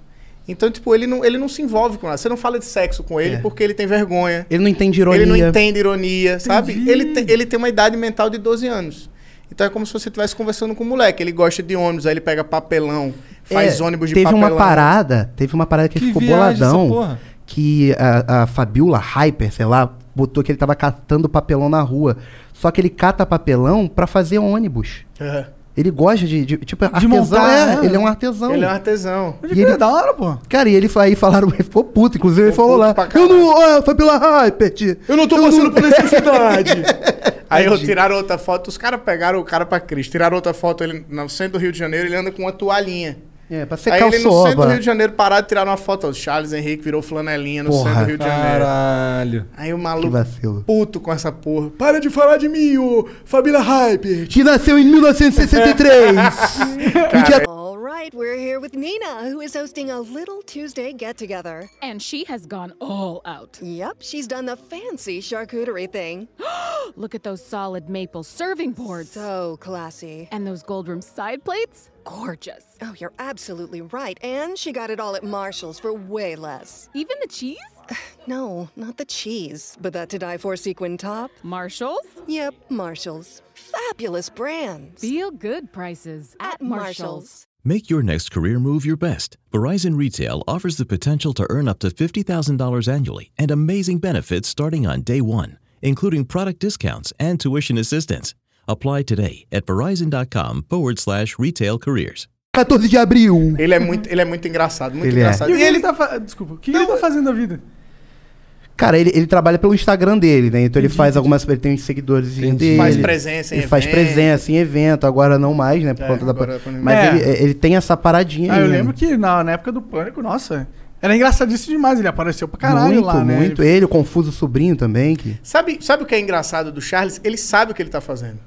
[SPEAKER 4] Então, tipo, ele não, ele não se envolve com nada. Você não fala de sexo com ele
[SPEAKER 6] É.
[SPEAKER 4] porque ele tem vergonha.
[SPEAKER 6] Ele não entende ironia.
[SPEAKER 4] Ele não entende ironia, sabe? Ele, te- ele tem uma idade mental de 12 anos. Então é como se você estivesse conversando com um moleque. Ele gosta de ônibus, aí ele pega papelão, faz
[SPEAKER 6] É,
[SPEAKER 4] ônibus de
[SPEAKER 6] teve
[SPEAKER 4] papelão.
[SPEAKER 6] uma parada, teve uma parada que,
[SPEAKER 1] Que
[SPEAKER 6] ele ficou
[SPEAKER 1] viagem essa
[SPEAKER 6] boladão.
[SPEAKER 1] porra.
[SPEAKER 6] Que a, a Fabiola Hyper, sei lá, botou que ele tava catando papelão na rua. Só que ele cata papelão pra fazer ônibus.
[SPEAKER 4] É.
[SPEAKER 6] Ele gosta de. de- tipo, artesão.
[SPEAKER 2] montar,
[SPEAKER 6] é,
[SPEAKER 2] né?
[SPEAKER 6] ele é um artesão.
[SPEAKER 4] Ele é um artesão.
[SPEAKER 2] Mas
[SPEAKER 6] E ele- tá
[SPEAKER 2] ele... da hora, pô.
[SPEAKER 6] Cara, e ele fa- aí falaram, ele ficou puto, inclusive ele
[SPEAKER 4] Ficou
[SPEAKER 6] falou lá.
[SPEAKER 4] puto pra
[SPEAKER 6] Eu não. ah, foi pela hype, perdi.
[SPEAKER 4] Eu não tô passando por necessidade. Aí eu tiraram outra foto, os caras pegaram o cara pra Cristo. Tiraram outra foto, ele no centro do Rio de Janeiro, ele anda com uma toalhinha.
[SPEAKER 6] É, pra
[SPEAKER 4] Aí
[SPEAKER 6] secar o
[SPEAKER 4] ele no centro do Rio
[SPEAKER 6] soba.
[SPEAKER 4] de Janeiro parado, tiraram uma foto. O Charles Henrique virou flanelinha no
[SPEAKER 6] Porra,
[SPEAKER 4] centro do Rio de Janeiro.
[SPEAKER 1] Caralho.
[SPEAKER 4] Aí o
[SPEAKER 6] Que
[SPEAKER 4] maluco
[SPEAKER 6] vacilo.
[SPEAKER 4] puto com essa porra. Para de falar de mim, ô Fabília Hyper.
[SPEAKER 6] Que nasceu em 1963.
[SPEAKER 8] All right, we're here with Nina, who is hosting a little Tuesday get together.
[SPEAKER 9] And she has gone all out.
[SPEAKER 8] Yep, she's done the fancy charcuterie thing.
[SPEAKER 9] Look at those solid maple serving boards.
[SPEAKER 8] So classy.
[SPEAKER 9] and those gold room side plates? Gorgeous.
[SPEAKER 8] Oh, you're absolutely right. And she got it all at Marshall's for way less.
[SPEAKER 9] Even the cheese?
[SPEAKER 8] No, not the cheese, but that to die for sequin top.
[SPEAKER 9] Marshall's?
[SPEAKER 8] Yep, Marshall's. Fabulous brands.
[SPEAKER 9] Feel good prices at, Marshall's.
[SPEAKER 10] Make your next career move your best. Verizon Retail offers the potential to earn up to $50,000 annually and amazing benefits starting on day one, including product discounts and tuition assistance. Apply today at verizon.com forward slash retail careers.
[SPEAKER 6] 14 de abril.
[SPEAKER 4] Ele é muito, ele é muito engraçado, muito
[SPEAKER 6] Ele é.
[SPEAKER 4] engraçado.
[SPEAKER 2] E o que ele tá fa... Desculpa, o que ele tá fazendo da vida?
[SPEAKER 6] Cara, ele, ele trabalha pelo Instagram dele, né? Então ele faz algumas. Ele tem uns seguidores dele.
[SPEAKER 4] Faz presença em
[SPEAKER 6] Ele faz
[SPEAKER 4] evento.
[SPEAKER 6] presença em evento, agora não mais, né? Por
[SPEAKER 4] É,
[SPEAKER 6] conta da.
[SPEAKER 4] agora
[SPEAKER 6] pan-
[SPEAKER 4] é pandemia.
[SPEAKER 6] Mas
[SPEAKER 2] É.
[SPEAKER 6] ele, ele tem essa paradinha
[SPEAKER 2] Ah,
[SPEAKER 6] aí.
[SPEAKER 2] eu
[SPEAKER 6] né?
[SPEAKER 2] lembro que na, na época do Pânico, nossa, era engraçadíssimo demais. Ele apareceu pra caralho
[SPEAKER 6] muito,
[SPEAKER 2] lá, né?
[SPEAKER 6] Muito, ele, o Confuso Sobrinho também. Que...
[SPEAKER 4] Sabe, sabe o que é engraçado do Charles? Ele sabe o que ele tá fazendo.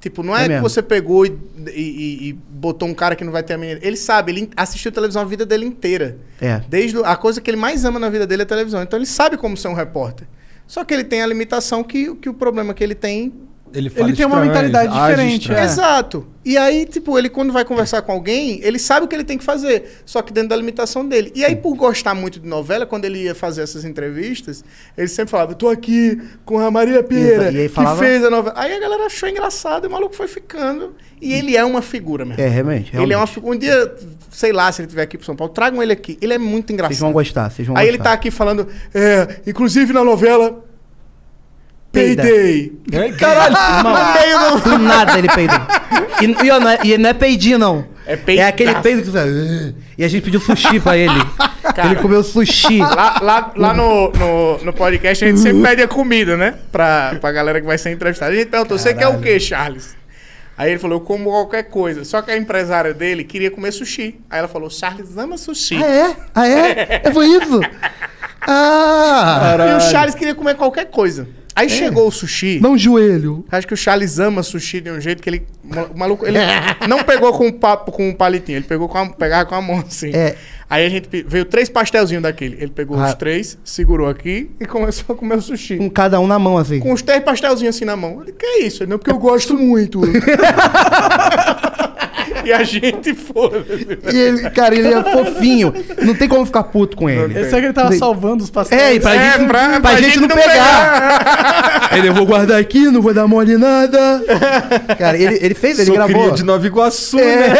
[SPEAKER 4] Tipo, não é,
[SPEAKER 6] É
[SPEAKER 4] que
[SPEAKER 6] mesmo.
[SPEAKER 4] você pegou e, e- e- e botou um cara que não vai ter a menina. Ele sabe, ele assistiu televisão a vida dele inteira.
[SPEAKER 6] É.
[SPEAKER 4] Desde o- a coisa que ele mais ama na vida dele é a televisão. Então ele sabe como ser um repórter. Só que ele tem a limitação que, que o problema que ele tem.
[SPEAKER 1] Ele, fala
[SPEAKER 2] Ele tem uma
[SPEAKER 1] estranho, Ah,
[SPEAKER 2] mentalidade
[SPEAKER 1] age
[SPEAKER 2] diferente,
[SPEAKER 1] estranho.
[SPEAKER 2] é.
[SPEAKER 4] Exato. E aí, tipo, ele quando vai conversar com alguém, ele sabe o que ele tem que fazer. Só que dentro da limitação dele. E aí, por gostar muito de novela, quando ele ia fazer essas entrevistas, ele sempre falava: "Eu tô aqui com a Maria Pera,
[SPEAKER 6] Exa- e aí
[SPEAKER 4] que
[SPEAKER 6] falava-
[SPEAKER 4] fez a novela. Aí a galera achou engraçado, e o maluco foi ficando. E ele é uma figura mesmo.
[SPEAKER 6] É, realmente.
[SPEAKER 4] Ele é uma
[SPEAKER 6] realmente.
[SPEAKER 4] figura. Um dia, sei lá, se ele estiver aqui pro São Paulo, tragam ele aqui. Ele é muito engraçado.
[SPEAKER 6] Vocês vão gostar, vocês vão
[SPEAKER 4] Aí ele
[SPEAKER 6] gostar.
[SPEAKER 4] tá aqui falando, é, inclusive na novela.
[SPEAKER 6] Peida.
[SPEAKER 4] Payday.
[SPEAKER 1] Caralho.
[SPEAKER 6] No meio do... nada ele peidou. E, e, ó, não é, e não é peidinho, não.
[SPEAKER 4] É peidaço.
[SPEAKER 6] aquele peido que você... E a gente pediu sushi pra ele. ele comeu sushi.
[SPEAKER 4] Lá, lá, lá no, no, no podcast a gente sempre pede a comida, né? Pra, pra galera que vai ser entrevistada. A gente perguntou: você quer o quê, Charles? Aí ele falou: eu como qualquer coisa. Só que a empresária dele queria comer sushi. Aí ela falou: Charles ama sushi.
[SPEAKER 6] Ah, é? Ah, é? É, foi isso? Ah!
[SPEAKER 4] E o Charles queria comer qualquer coisa. Aí chegou o sushi.
[SPEAKER 6] É. Não um joelho.
[SPEAKER 4] Acho que o Charles ama sushi de um jeito que ele. O maluco. Ele não pegou com um papo com um palitinho, ele pegou com a, pegava com a mão assim.
[SPEAKER 6] É.
[SPEAKER 4] Aí a gente pe- veio três pastelzinhos daquele. Ele pegou
[SPEAKER 6] Ah.
[SPEAKER 4] os três, segurou aqui e começou a comer o sushi.
[SPEAKER 6] Com cada um na mão, assim.
[SPEAKER 4] Com os três pastelzinhos assim na mão. Ele, que é isso? Ele, Não, porque eu gosto muito. e a gente foi.
[SPEAKER 6] E ele, cara, ele é fofinho. Não tem como ficar puto com ele.
[SPEAKER 2] Ele sabe que ele tava salvando os pastéis.
[SPEAKER 6] É, e pra,
[SPEAKER 4] É,
[SPEAKER 6] gente,
[SPEAKER 4] pra-
[SPEAKER 6] pra,
[SPEAKER 4] pra
[SPEAKER 6] gente,
[SPEAKER 4] gente
[SPEAKER 6] não
[SPEAKER 4] não
[SPEAKER 6] pegar. ele, eu vou guardar aqui, não vou dar mole em nada. Cara, ele, ele fez, ele
[SPEAKER 1] Sou
[SPEAKER 6] gravou.
[SPEAKER 1] cria de Nova Iguaçu, né?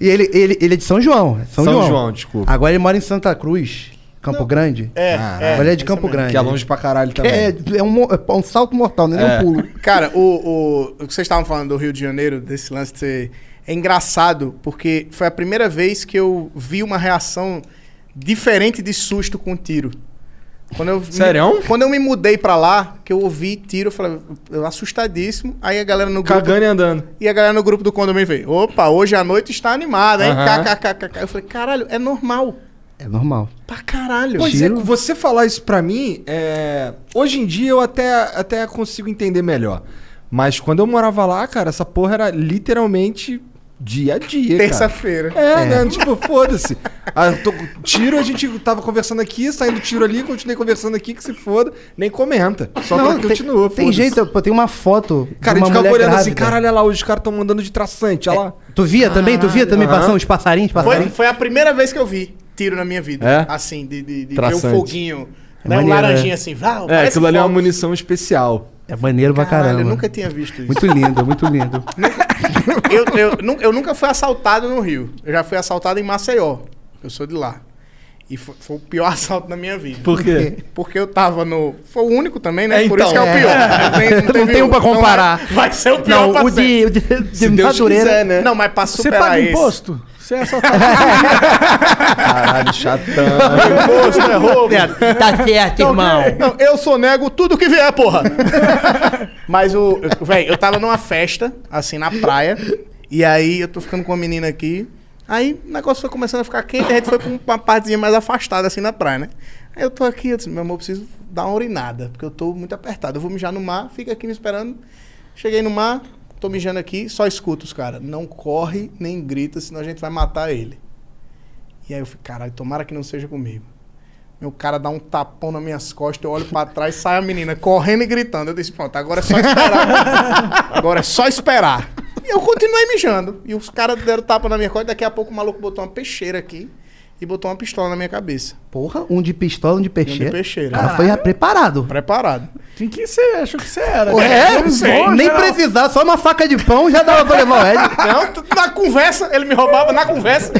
[SPEAKER 6] e ele, ele, ele é de São João. é São,
[SPEAKER 1] São
[SPEAKER 6] João.
[SPEAKER 1] João, desculpa.
[SPEAKER 6] Agora ele mora em Santa Cruz, Campo Grande.
[SPEAKER 4] É,
[SPEAKER 6] Agora ele é de
[SPEAKER 4] isso
[SPEAKER 6] Campo
[SPEAKER 4] mesmo.
[SPEAKER 6] Grande.
[SPEAKER 1] Que é longe pra caralho também.
[SPEAKER 6] É, é um, mo- é um salto mortal, né? Não é um
[SPEAKER 1] É.
[SPEAKER 6] pulo.
[SPEAKER 4] Cara, o, o, o que vocês estavam falando do Rio de Janeiro, desse lance de ser... É engraçado, porque foi a primeira vez que eu vi uma reação diferente de susto com tiro. Quando eu, me-
[SPEAKER 1] Sério?
[SPEAKER 4] quando eu me mudei pra lá, que eu ouvi tiro, eu falei, eu assustadíssimo. Aí a galera no grupo...
[SPEAKER 1] Cagando e andando.
[SPEAKER 4] E a galera no grupo do condomínio veio, opa, hoje a noite está animada, hein?
[SPEAKER 1] Aham.
[SPEAKER 4] KKKKK. Eu falei, caralho, é normal.
[SPEAKER 6] É normal.
[SPEAKER 4] Pra caralho.
[SPEAKER 1] Pois
[SPEAKER 6] Tiro.
[SPEAKER 1] é, você falar isso pra mim, é... hoje em dia eu até, até consigo entender melhor. Mas quando eu morava lá, cara, essa porra era literalmente dia a dia. cara.
[SPEAKER 4] Terça-feira.
[SPEAKER 1] É, né? Tipo, foda-se. Ah, eu tô com tiro, a gente tava conversando aqui, saindo tiro ali, continuei conversando aqui, que se foda, nem comenta. Só
[SPEAKER 6] Não,
[SPEAKER 1] que
[SPEAKER 6] tem,
[SPEAKER 1] continua,
[SPEAKER 6] tem
[SPEAKER 1] foda-se.
[SPEAKER 6] jeito, pô, tem uma foto
[SPEAKER 1] Cara,
[SPEAKER 6] de
[SPEAKER 1] a gente
[SPEAKER 6] uma
[SPEAKER 1] ficava
[SPEAKER 6] mulher
[SPEAKER 1] olhando
[SPEAKER 6] grávida.
[SPEAKER 1] assim, caralho, olha lá, os caras tão mandando de traçante, olha lá.
[SPEAKER 6] É, Tu via também? Tu via também
[SPEAKER 1] Aham.
[SPEAKER 6] passando os passarinhos?
[SPEAKER 4] Tá Foi,
[SPEAKER 6] passarinhos?
[SPEAKER 4] foi a primeira vez que eu vi tiro na minha vida.
[SPEAKER 1] É?
[SPEAKER 4] Assim, de, de, de ver o
[SPEAKER 1] Traçante.
[SPEAKER 4] foguinho. Né, um
[SPEAKER 6] maneiro,
[SPEAKER 4] laranjinho
[SPEAKER 6] né?
[SPEAKER 4] assim, vá,
[SPEAKER 1] É,
[SPEAKER 4] parece
[SPEAKER 1] aquilo ali é uma
[SPEAKER 4] fogo.
[SPEAKER 1] munição especial.
[SPEAKER 6] É maneiro pra
[SPEAKER 4] Caralho,
[SPEAKER 6] caramba.
[SPEAKER 4] eu nunca tinha visto isso.
[SPEAKER 6] Muito lindo, muito lindo.
[SPEAKER 4] eu, eu, nu- eu nunca fui assaltado no Rio. Eu já fui assaltado em Maceió. Eu sou de lá. E fo- foi, o pior assalto da minha vida.
[SPEAKER 11] Por quê?
[SPEAKER 4] Porque eu tava no. Foi o único também, né?
[SPEAKER 11] É,
[SPEAKER 4] Por
[SPEAKER 11] então,
[SPEAKER 4] isso que é,
[SPEAKER 11] é.
[SPEAKER 4] o pior. Não tem, não teve
[SPEAKER 6] tem um pra
[SPEAKER 4] outro. Então
[SPEAKER 6] comparar.
[SPEAKER 4] vai- vai ser o pior
[SPEAKER 6] Não,
[SPEAKER 4] pra
[SPEAKER 6] o
[SPEAKER 4] sempre.
[SPEAKER 6] de, o de, de
[SPEAKER 11] Se Deus
[SPEAKER 6] Madureira.
[SPEAKER 11] quiser, né?
[SPEAKER 4] Não, mas pra
[SPEAKER 2] Você
[SPEAKER 4] superar
[SPEAKER 2] paga
[SPEAKER 4] esse-
[SPEAKER 2] imposto? Você é assaltado.
[SPEAKER 1] Caralho, chatão.
[SPEAKER 4] é
[SPEAKER 6] Tá certo, irmão.
[SPEAKER 4] né? Não, eu sou nego tudo que vier, porra. Mas o. Véi, eu tava numa festa, assim, na praia. E aí eu tô ficando com uma menina aqui. Aí o negócio foi começando a ficar quente, a gente foi pra uma partezinha mais afastada, assim, na praia, né? Aí eu tô aqui, eu disse, meu amor, eu preciso dar uma urinada, porque eu tô muito apertado. Eu vou mijar no mar, fica aqui me esperando. Cheguei no mar, tô mijando aqui, só escuto os caras. Não corre nem grita, senão a gente vai matar ele. E aí eu falei, caralho, tomara que não seja comigo. Meu cara dá um tapão nas minhas costas, eu olho pra trás, sai a menina correndo e gritando. Eu disse, pronto, agora é só esperar. agora é só esperar. E eu continuei mijando. E os caras deram tapa na minha costa, daqui a pouco o maluco botou uma peixeira aqui e botou uma pistola na minha cabeça.
[SPEAKER 6] Porra, um de pistola, um de peixeira.
[SPEAKER 4] peixeira.
[SPEAKER 6] O cara foi preparado.
[SPEAKER 4] Preparado.
[SPEAKER 2] Quem que você achou que você era?
[SPEAKER 6] Ué,
[SPEAKER 4] É, eu não sei.
[SPEAKER 6] nem precisar, só uma faca de pão já dava pra levar o Ed.
[SPEAKER 4] Não, t- na conversa, ele me roubava na conversa.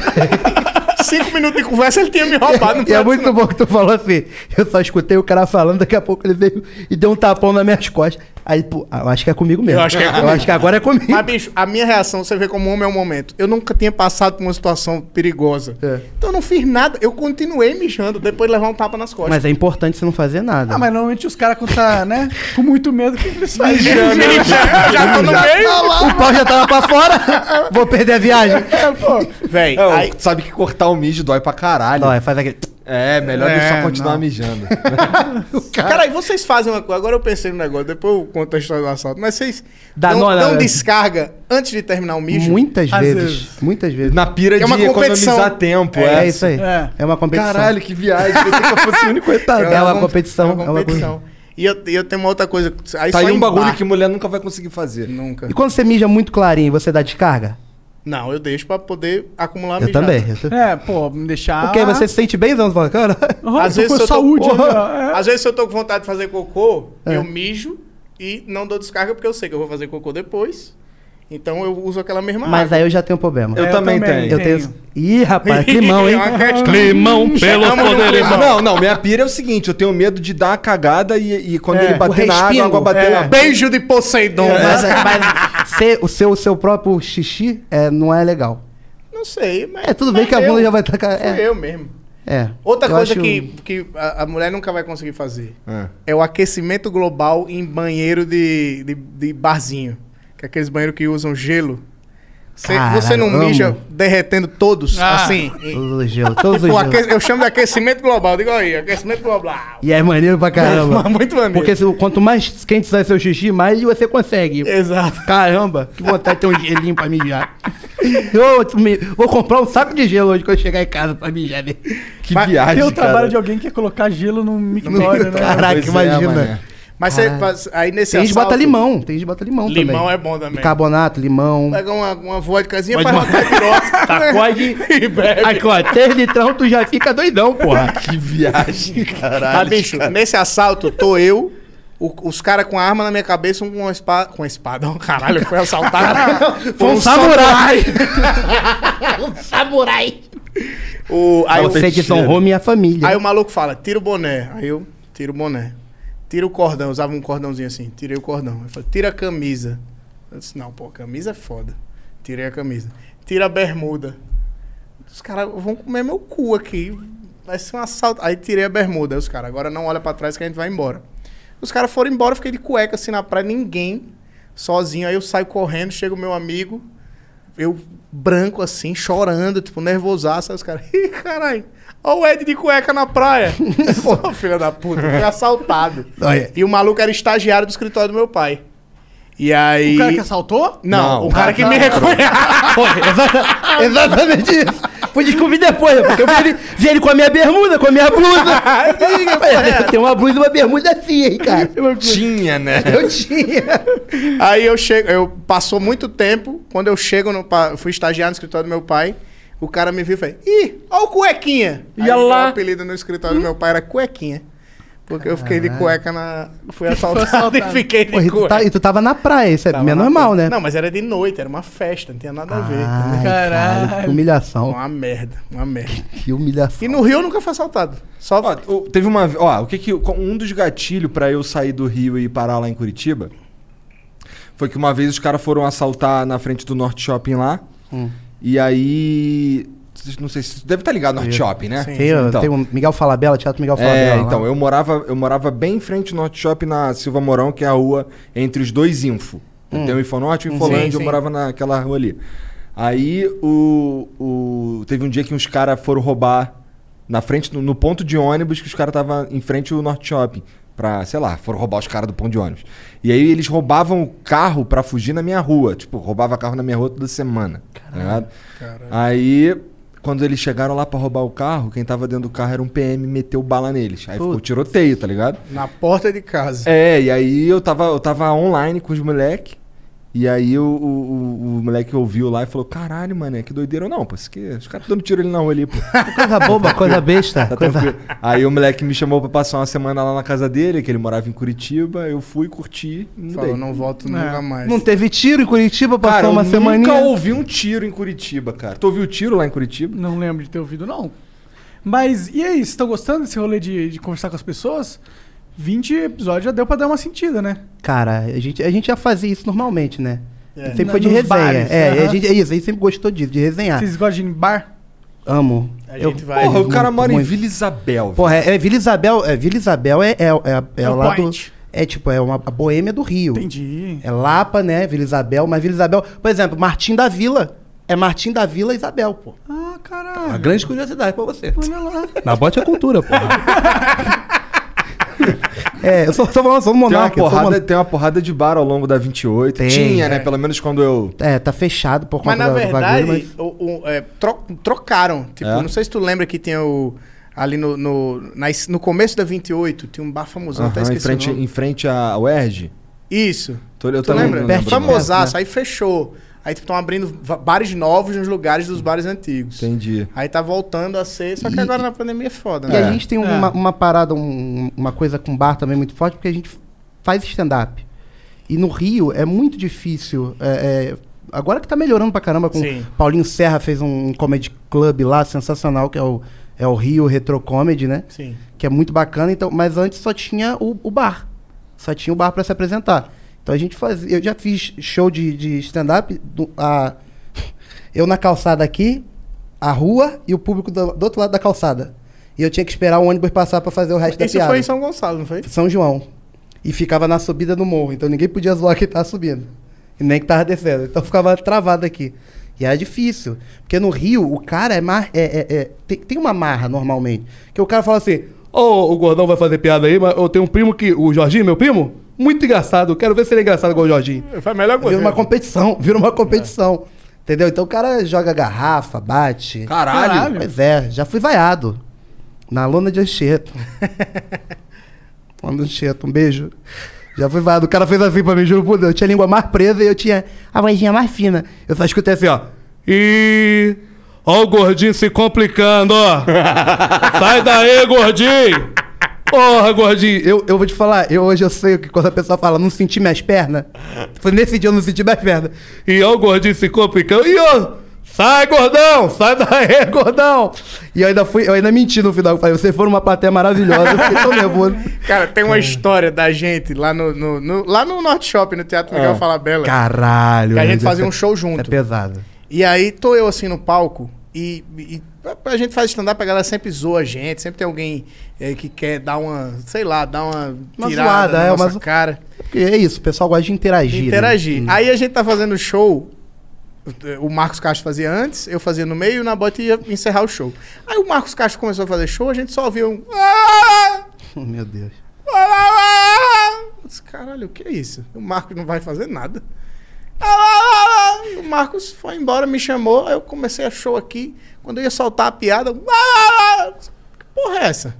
[SPEAKER 4] Cinco minutos de conversa, ele tinha me roubado. Não
[SPEAKER 6] E
[SPEAKER 4] foi
[SPEAKER 6] é
[SPEAKER 4] antes,
[SPEAKER 6] muito
[SPEAKER 4] não.
[SPEAKER 6] bom que tu falou assim. Eu só escutei o cara falando, daqui a pouco ele veio e deu um tapão nas minhas costas. Aí, pô, eu acho que é comigo mesmo.
[SPEAKER 4] Eu acho que é comigo.
[SPEAKER 6] Eu acho que agora é comigo.
[SPEAKER 4] Mas, bicho, a minha reação, você vê como homem é o momento. Eu nunca tinha passado por uma situação perigosa.
[SPEAKER 6] É.
[SPEAKER 4] Então eu não fiz nada. Eu continuei mijando, depois de levar um tapa nas costas.
[SPEAKER 6] Mas é importante você não fazer nada.
[SPEAKER 2] Ah, mas normalmente os caras, quando tá, né, com muito medo, o que que eles fazem?
[SPEAKER 4] Eu
[SPEAKER 1] né?
[SPEAKER 4] já, já tá tô no meio.
[SPEAKER 6] Ah, O pau já tava pra fora. Vou perder a viagem.
[SPEAKER 4] Véi,
[SPEAKER 1] Não,
[SPEAKER 4] aí,
[SPEAKER 1] Sabe que cortar o mijo dói pra caralho.
[SPEAKER 6] Não, é, faz aquele.
[SPEAKER 1] É, melhor
[SPEAKER 2] É,
[SPEAKER 1] ele só continuar
[SPEAKER 2] não.
[SPEAKER 1] mijando.
[SPEAKER 4] cara, aí vocês fazem uma coisa. Agora eu pensei no negócio, depois eu conto a história do assalto. Mas vocês
[SPEAKER 6] Dá
[SPEAKER 4] dão,
[SPEAKER 6] nó, né,
[SPEAKER 4] dão
[SPEAKER 6] velho?
[SPEAKER 4] descarga antes de terminar o mijo?
[SPEAKER 6] Muitas
[SPEAKER 2] Às
[SPEAKER 6] vezes,
[SPEAKER 2] vezes.
[SPEAKER 6] Muitas vezes.
[SPEAKER 1] Na pira
[SPEAKER 4] É
[SPEAKER 1] de
[SPEAKER 4] uma competição.
[SPEAKER 1] economizar tempo,
[SPEAKER 6] é,
[SPEAKER 1] é.
[SPEAKER 6] isso aí.
[SPEAKER 2] É.
[SPEAKER 6] É. uma competição.
[SPEAKER 1] Caralho, que viagem. Pensei que eu fosse o único
[SPEAKER 6] É
[SPEAKER 1] etado.
[SPEAKER 6] uma
[SPEAKER 4] com-
[SPEAKER 6] competição, é uma
[SPEAKER 4] E eu, e eu tenho uma outra coisa. Aí
[SPEAKER 1] Tá
[SPEAKER 4] só
[SPEAKER 1] aí um
[SPEAKER 4] em
[SPEAKER 1] bagulho
[SPEAKER 4] bar.
[SPEAKER 1] que mulher nunca vai conseguir fazer.
[SPEAKER 4] Nunca.
[SPEAKER 6] E quando você mija muito clarinho, você dá descarga?
[SPEAKER 4] Não, eu deixo pra poder acumular
[SPEAKER 6] eu
[SPEAKER 4] mijada.
[SPEAKER 6] também. Eu tô-
[SPEAKER 2] É, pô, me deixar...
[SPEAKER 6] Porque aí você se sente bem, Zão? Cara,
[SPEAKER 2] Oh,
[SPEAKER 4] Às
[SPEAKER 2] tô
[SPEAKER 4] vezes,
[SPEAKER 2] com
[SPEAKER 4] se eu tô,
[SPEAKER 2] saúde
[SPEAKER 4] porra,
[SPEAKER 2] ali, ó. É.
[SPEAKER 4] às vezes se eu tô com vontade de fazer cocô, eu mijo e não dou descarga porque eu sei que eu vou fazer cocô depois. Então eu uso aquela mesma
[SPEAKER 6] mas
[SPEAKER 4] água.
[SPEAKER 6] aí eu já tenho um problema.
[SPEAKER 1] Eu,
[SPEAKER 2] eu
[SPEAKER 1] também,
[SPEAKER 2] também.
[SPEAKER 1] tenho.
[SPEAKER 6] Eu tenho. Ih, rapaz, climão, hein?
[SPEAKER 4] É uma questão.
[SPEAKER 11] Climão pelos
[SPEAKER 4] Chegamos no
[SPEAKER 11] poderes.
[SPEAKER 4] climão.
[SPEAKER 1] Não, não, minha pira é o seguinte, eu tenho medo de dar a cagada e, e quando
[SPEAKER 2] É,
[SPEAKER 1] ele bater
[SPEAKER 6] o
[SPEAKER 1] na água, a água
[SPEAKER 6] respingo,
[SPEAKER 1] bater na boca.
[SPEAKER 4] Beijo de Poseidon. né?
[SPEAKER 6] Mas, mas ser- o, seu, o seu próprio xixi é, não é legal.
[SPEAKER 4] Não sei, mas.
[SPEAKER 6] É, tudo bem
[SPEAKER 4] mas
[SPEAKER 6] que a
[SPEAKER 4] eu-
[SPEAKER 6] bunda já vai tacar-
[SPEAKER 4] Fui
[SPEAKER 6] é.
[SPEAKER 4] eu mesmo.
[SPEAKER 6] É.
[SPEAKER 4] Outra
[SPEAKER 6] eu
[SPEAKER 4] coisa
[SPEAKER 6] acho-
[SPEAKER 4] que, que a, a mulher nunca vai conseguir fazer
[SPEAKER 1] É.
[SPEAKER 4] é o aquecimento global em banheiro de, de, de barzinho. Que é aqueles banheiros que usam gelo. Você,
[SPEAKER 6] Caralho,
[SPEAKER 4] você não
[SPEAKER 6] amo.
[SPEAKER 4] mija derretendo todos,
[SPEAKER 2] Ah.
[SPEAKER 4] assim.
[SPEAKER 6] Todos os gelos, todos os
[SPEAKER 4] Pô,
[SPEAKER 6] gelos.
[SPEAKER 4] aque- eu chamo de aquecimento global. Digo aí, aquecimento global.
[SPEAKER 6] E é maneiro pra caramba.
[SPEAKER 4] É Muito maneiro.
[SPEAKER 6] Porque se- quanto mais quente sai seu xixi, mais você consegue.
[SPEAKER 4] Exato.
[SPEAKER 6] Caramba, que vontade de ter um gelinho pra mijar. Eu tu me- vou comprar um saco de gelo hoje quando eu chegar em casa pra mijar. né?
[SPEAKER 1] Que
[SPEAKER 4] Mas
[SPEAKER 1] viagem,
[SPEAKER 2] Tem o
[SPEAKER 1] cara.
[SPEAKER 2] trabalho de alguém que é colocar gelo num mictório, né?
[SPEAKER 6] Caraca,
[SPEAKER 1] Pois é,
[SPEAKER 6] imagina.
[SPEAKER 1] mané.
[SPEAKER 4] Mas você, faz- aí nesse
[SPEAKER 6] tem gente que
[SPEAKER 4] assalto,
[SPEAKER 6] bota limão, tem gente que bota limão, também.
[SPEAKER 4] Limão é bom também.
[SPEAKER 6] Bicarbonato, limão.
[SPEAKER 4] Pega uma, uma vodkazinha, faz uma caipirosca.
[SPEAKER 6] Sacode.
[SPEAKER 4] e bebe.
[SPEAKER 6] Aí, ó, três litrão, tu já fica doidão, porra.
[SPEAKER 1] Que viagem,
[SPEAKER 6] Tá,
[SPEAKER 4] Mas,
[SPEAKER 1] caralho.
[SPEAKER 4] Tá, bicho, nesse assalto, tô eu, o- os caras com a arma na minha cabeça, um com uma espada. Com a espada, oh, caralho, foi assaltado.
[SPEAKER 6] Foi um samurai. um samurai.
[SPEAKER 4] o, aí,
[SPEAKER 6] Aí
[SPEAKER 4] o,
[SPEAKER 6] você de São Rome e a família.
[SPEAKER 4] aí o maluco fala: tira o boné. Aí eu tiro o boné. Tira o cordão, eu usava um cordãozinho assim, tirei o cordão. Ele falou, tira a camisa. Eu disse, não, pô, camisa é foda. Tirei a camisa. Tira a bermuda. Os caras vão comer meu cu aqui. Vai ser um assalto. Aí tirei a bermuda. Aí Os caras, agora não olha pra trás que a gente vai embora. Os caras foram embora, eu fiquei de cueca assim na praia, ninguém, sozinho. Aí eu saio correndo, chega o meu amigo, eu branco assim, chorando, tipo, nervosaço. Aí os caras, ih, caralho, olha o Ed de cueca na praia. Pô, filha da puta, fui assaltado.
[SPEAKER 6] Olha.
[SPEAKER 4] E o maluco era estagiário do escritório do meu pai. E aí.
[SPEAKER 2] O cara que assaltou?
[SPEAKER 4] Não,
[SPEAKER 1] Não.
[SPEAKER 4] o cara que me
[SPEAKER 6] Foi,
[SPEAKER 4] reconhece.
[SPEAKER 6] exata- exatamente isso. Fui descobrir depois, porque eu vi ele, vi ele com a minha bermuda, com a minha blusa. Tem uma blusa e uma bermuda assim, hein, cara.
[SPEAKER 1] Tinha, né?
[SPEAKER 6] Eu tinha.
[SPEAKER 4] Aí eu chego, eu passou muito tempo, quando eu chego no pa- eu fui estagiar no escritório do meu pai, o cara me viu e falou: "Ih, ó o cuequinha". E
[SPEAKER 2] olha lá.
[SPEAKER 4] o apelido no escritório do meu pai era cuequinha. Porque eu fiquei de cueca na. Fui assaltado,
[SPEAKER 2] assaltado.
[SPEAKER 4] e fiquei de
[SPEAKER 6] Pô, e, tu
[SPEAKER 4] cueca.
[SPEAKER 6] tá- e tu tava na praia, isso é
[SPEAKER 4] Tava
[SPEAKER 6] menos
[SPEAKER 4] na
[SPEAKER 6] mal,
[SPEAKER 4] praia.
[SPEAKER 6] né? Ah,
[SPEAKER 4] Não, mas era de noite, era uma festa, não tinha nada a ver.
[SPEAKER 6] Ai,
[SPEAKER 4] entendeu?
[SPEAKER 6] caralho.
[SPEAKER 2] Caralho.
[SPEAKER 6] que humilhação.
[SPEAKER 4] Uma merda, uma merda.
[SPEAKER 6] então. Que humilhação.
[SPEAKER 4] E no Rio eu nunca fui assaltado. Só.
[SPEAKER 1] Ó, o- teve uma. Ó, o que que. Um dos gatilhos pra eu sair do Rio e parar lá em Curitiba foi que uma vez os caras foram assaltar na frente do Norte Shopping lá. E aí. vocês- Não sei se. Deve estar ligado no Norte Shopping, né?
[SPEAKER 6] Tem, o-
[SPEAKER 1] Então.
[SPEAKER 6] tem um o Miguel Falabella, Teatro Miguel Falabella. né?
[SPEAKER 1] É,
[SPEAKER 6] lá.
[SPEAKER 1] então, eu morava, eu morava bem em frente ao Norte Shopping na Silva Mourão, que é a rua entre os dois Info. Tem o Infonorte e o Infolândia,
[SPEAKER 4] Hum. Sim,
[SPEAKER 1] eu
[SPEAKER 4] sim.
[SPEAKER 1] morava naquela rua ali. Aí o, o- teve um dia que uns caras foram roubar na frente, no, no ponto de ônibus, que os caras estavam em frente ao Norte Shopping. Pra, sei lá, foram roubar os caras do ponto de ônibus. E aí eles roubavam o carro pra fugir na minha rua. Tipo, roubava carro na minha rua toda semana. Tá ligado? Aí, quando eles chegaram lá pra roubar o carro, quem tava dentro do carro era um PM e meteu bala neles. Aí ficou tiroteio, tá ligado?
[SPEAKER 4] Na porta de casa.
[SPEAKER 1] É, e aí eu tava, eu tava online com os moleque. E aí o, o, o- o moleque ouviu lá e falou: caralho, mano, é que doideira. Eu, não, pô, isso aqui, os caras tão dando tiro ali na rua ali, pô.
[SPEAKER 6] Coisa boba, coisa besta.
[SPEAKER 1] Tá
[SPEAKER 6] coisa...
[SPEAKER 1] tranquilo. Aí o moleque me chamou pra passar uma semana lá na casa dele, que ele morava em Curitiba. Eu fui, curti e mudei.
[SPEAKER 4] Falou, não volto nunca mais.
[SPEAKER 6] É. Não teve tiro em Curitiba, passou
[SPEAKER 1] Cara, eu
[SPEAKER 6] uma
[SPEAKER 1] nunca
[SPEAKER 6] semaninha.
[SPEAKER 1] ouvi um tiro em Curitiba, cara. Tu ouviu tiro lá em Curitiba?
[SPEAKER 2] Não lembro de ter ouvido, não. Mas, e aí, vocês estão gostando desse rolê de, de conversar com as pessoas? 20 episódios já deu pra dar uma sentida, né?
[SPEAKER 6] Cara, a gente, a gente já fazia isso normalmente, né?
[SPEAKER 4] É.
[SPEAKER 6] Sempre
[SPEAKER 2] Na-
[SPEAKER 6] foi de
[SPEAKER 2] nos
[SPEAKER 6] resenha.
[SPEAKER 2] bares,
[SPEAKER 6] é,
[SPEAKER 2] aham.
[SPEAKER 6] a gente, é isso, a gente sempre gostou disso, de resenhar.
[SPEAKER 2] Vocês gostam de ir em bar?
[SPEAKER 6] Amo.
[SPEAKER 4] A
[SPEAKER 6] Eu-
[SPEAKER 4] gente vai.
[SPEAKER 1] Porra, o cara
[SPEAKER 6] muito,
[SPEAKER 1] mora em
[SPEAKER 6] muito.
[SPEAKER 1] Vila Isabel. velho.
[SPEAKER 6] Porra, é, é Vila Isabel, é, Vila Isabel é, é, é, é,
[SPEAKER 4] É o
[SPEAKER 6] o lado.
[SPEAKER 4] point.
[SPEAKER 6] É tipo, é uma a boêmia do Rio.
[SPEAKER 2] Entendi.
[SPEAKER 6] É Lapa, né? Vila Isabel, mas Vila Isabel, por exemplo, Martim da Vila. É Martim da Vila Isabel, pô.
[SPEAKER 2] Ah,
[SPEAKER 11] Uma
[SPEAKER 2] caralho.
[SPEAKER 11] grande curiosidade pra você.
[SPEAKER 2] Olha lá.
[SPEAKER 11] Na bote é cultura, porra.
[SPEAKER 6] É, eu sou, sou, sou, sou
[SPEAKER 1] Tem
[SPEAKER 6] um
[SPEAKER 1] uma,
[SPEAKER 6] monarca. eu sou um
[SPEAKER 1] porrada,
[SPEAKER 6] mon-
[SPEAKER 1] tem uma porrada de bar ao longo da 28.
[SPEAKER 6] Tem,
[SPEAKER 1] Tinha, né?
[SPEAKER 4] é.
[SPEAKER 1] Pelo menos quando eu.
[SPEAKER 6] É, tá fechado por conta
[SPEAKER 4] Mas na
[SPEAKER 6] do bagulho,
[SPEAKER 4] verdade,
[SPEAKER 6] mas-
[SPEAKER 4] o- o- é, tro- trocaram. Tipo,
[SPEAKER 1] É?
[SPEAKER 4] não sei se tu lembra que tinha o. Ali no, no, na es- no começo da 28, tinha um bar famosão, até
[SPEAKER 1] Aham, em,
[SPEAKER 4] esqueci
[SPEAKER 1] frente,
[SPEAKER 4] o nome.
[SPEAKER 1] em frente à UERJ.
[SPEAKER 4] Isso.
[SPEAKER 1] Tô- eu
[SPEAKER 4] Tu
[SPEAKER 1] também
[SPEAKER 4] lembra?
[SPEAKER 1] não
[SPEAKER 6] Perto
[SPEAKER 1] lembro.
[SPEAKER 6] de
[SPEAKER 1] não.
[SPEAKER 6] Mozart.
[SPEAKER 4] Famosaço, aí fechou. Aí estão abrindo va- bares novos nos lugares dos bares antigos.
[SPEAKER 1] Entendi.
[SPEAKER 4] Aí tá voltando a ser, só que agora na pandemia é foda,
[SPEAKER 6] E
[SPEAKER 4] né?
[SPEAKER 1] É.
[SPEAKER 6] a gente tem uma, uma parada, um- uma coisa com bar também muito forte, porque a gente faz stand-up. E no Rio é muito difícil. é, é, agora que tá melhorando pra caramba com.
[SPEAKER 4] Sim.
[SPEAKER 6] Paulinho Serra fez um comedy club lá sensacional, que é o, é o Rio Retro Comedy, né?
[SPEAKER 4] Sim.
[SPEAKER 6] Que é muito bacana. Então, mas antes só tinha o, o bar. Só tinha o bar pra se apresentar. Então a gente fazia. Eu já fiz show de, de stand-up. do- a- Eu na calçada aqui, a rua e o público do, do outro lado da calçada. E eu tinha que esperar o ônibus passar pra fazer o resto da
[SPEAKER 4] Isso
[SPEAKER 6] piada.
[SPEAKER 4] foi em São Gonçalo, não foi?
[SPEAKER 6] São João. E ficava na subida do morro. Então ninguém podia zoar quem tava subindo. E nem que tava descendo. Então ficava travado aqui. E era difícil. Porque no Rio, o cara é. Mar... é, é- é- Tem, tem uma marra normalmente. Que o cara fala assim.
[SPEAKER 7] Ô, o gordão vai fazer piada aí, mas eu tenho um primo que. O Jorginho, meu primo? Muito engraçado. Quero ver se ele é engraçado igual o Jorginho.
[SPEAKER 4] Foi melhor
[SPEAKER 6] Vira uma competição. Vira uma competição. Entendeu? Então o cara joga garrafa, bate.
[SPEAKER 1] Caralho.
[SPEAKER 6] Pois é, já fui vaiado. Na lona de Anchieta. lona de Anchieta, um beijo. Já fui vaiado. O cara fez assim pra mim, juro por Deus. Eu tinha a língua mais presa e eu tinha a vozinha mais fina. Eu só escutei assim, ó.
[SPEAKER 7] E. Ó o gordinho se complicando, ó. Sai daí, gordinho! Porra, gordinho!
[SPEAKER 6] Eu, eu vou te falar, eu hoje eu sei que quando a pessoa fala, não senti minhas pernas. Foi nesse dia eu não senti minhas pernas.
[SPEAKER 7] E ó o gordinho se complicando. E ó. Sai, gordão! Sai daí, gordão!
[SPEAKER 6] E eu ainda fui, eu ainda menti no final. Eu falei, vocês foram uma plateia maravilhosa, eu fiquei tão nervoso.
[SPEAKER 4] Cara, tem uma história da gente lá no, no- no- lá no Norte Shopping, no Teatro Miguel Falabella.
[SPEAKER 6] Ah. Caralho,
[SPEAKER 4] Que a gente
[SPEAKER 6] Ed,
[SPEAKER 4] fazia
[SPEAKER 6] isso é-
[SPEAKER 4] um show
[SPEAKER 6] isso É
[SPEAKER 4] junto.
[SPEAKER 6] pesado.
[SPEAKER 4] E aí tô eu assim no palco e, e a gente faz stand-up, a galera sempre zoa a gente, sempre tem alguém eh, que quer dar uma, sei lá, dar uma,
[SPEAKER 6] Uma
[SPEAKER 4] tirada
[SPEAKER 6] zoada,
[SPEAKER 4] na
[SPEAKER 6] é,
[SPEAKER 4] nossa
[SPEAKER 6] uma zo-
[SPEAKER 4] cara.
[SPEAKER 6] Porque é isso, o pessoal gosta de interagir. né?
[SPEAKER 4] Interagir. Aí a gente tá fazendo show. O Marcos Castro fazia antes, eu fazia no meio e o Nabote ia encerrar o show. Aí o Marcos Castro começou a fazer show, a gente só ouvia um. "Ah!"
[SPEAKER 6] Oh, meu Deus.
[SPEAKER 4] Eu disse, Caralho, o que é isso? O Marcos não vai fazer nada. O Marcos foi embora, me chamou, aí eu comecei a show aqui. Quando eu ia soltar a piada, eu- que porra é essa?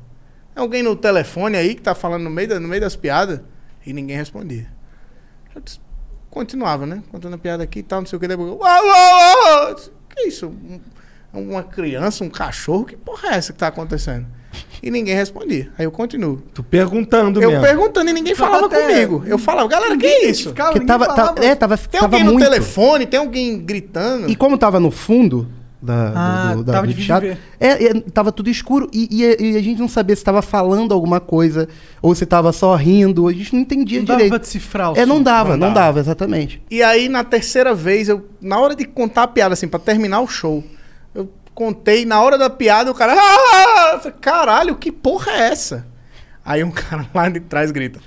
[SPEAKER 4] É alguém no telefone aí que tá falando no meio, da- no meio das piadas? E ninguém respondia. Eu disse, continuava, né? Contando a piada aqui e tal, não sei o que. Depois, eu, "Ah, ah, ah!" Eu disse, que isso? Um- Uma criança, um cachorro? Que porra é essa que tá acontecendo? e ninguém respondia. Aí eu continuo.
[SPEAKER 12] Tu perguntando
[SPEAKER 4] eu
[SPEAKER 12] mesmo.
[SPEAKER 4] perguntando e ninguém falava
[SPEAKER 2] até-
[SPEAKER 4] comigo. Eu falava, galera, que é isso?
[SPEAKER 2] Identificava,
[SPEAKER 6] Porque
[SPEAKER 2] ninguém
[SPEAKER 6] tava,
[SPEAKER 2] falava.
[SPEAKER 6] tava, é, tava,
[SPEAKER 4] Tem
[SPEAKER 6] tava
[SPEAKER 4] alguém no
[SPEAKER 6] muito.
[SPEAKER 4] telefone, tem alguém gritando.
[SPEAKER 6] E como tava no fundo da,
[SPEAKER 2] Ah,
[SPEAKER 6] do, do, da-
[SPEAKER 2] tava
[SPEAKER 6] do
[SPEAKER 2] difícil
[SPEAKER 6] teatro,
[SPEAKER 2] de ver.
[SPEAKER 6] é, é, tava tudo escuro e, e- e a gente não sabia se tava falando alguma coisa ou se tava só rindo. A gente não entendia
[SPEAKER 2] Não dava pra
[SPEAKER 6] direito.
[SPEAKER 2] decifrar o
[SPEAKER 6] É, não
[SPEAKER 2] som.
[SPEAKER 6] dava, não dava, exatamente.
[SPEAKER 4] E aí, na terceira vez, eu, na hora de contar a piada, assim, pra terminar o show, eu contei, na hora da piada, o cara. "Ah!" Eu falei, caralho, que porra é essa? Aí um cara lá de trás grita.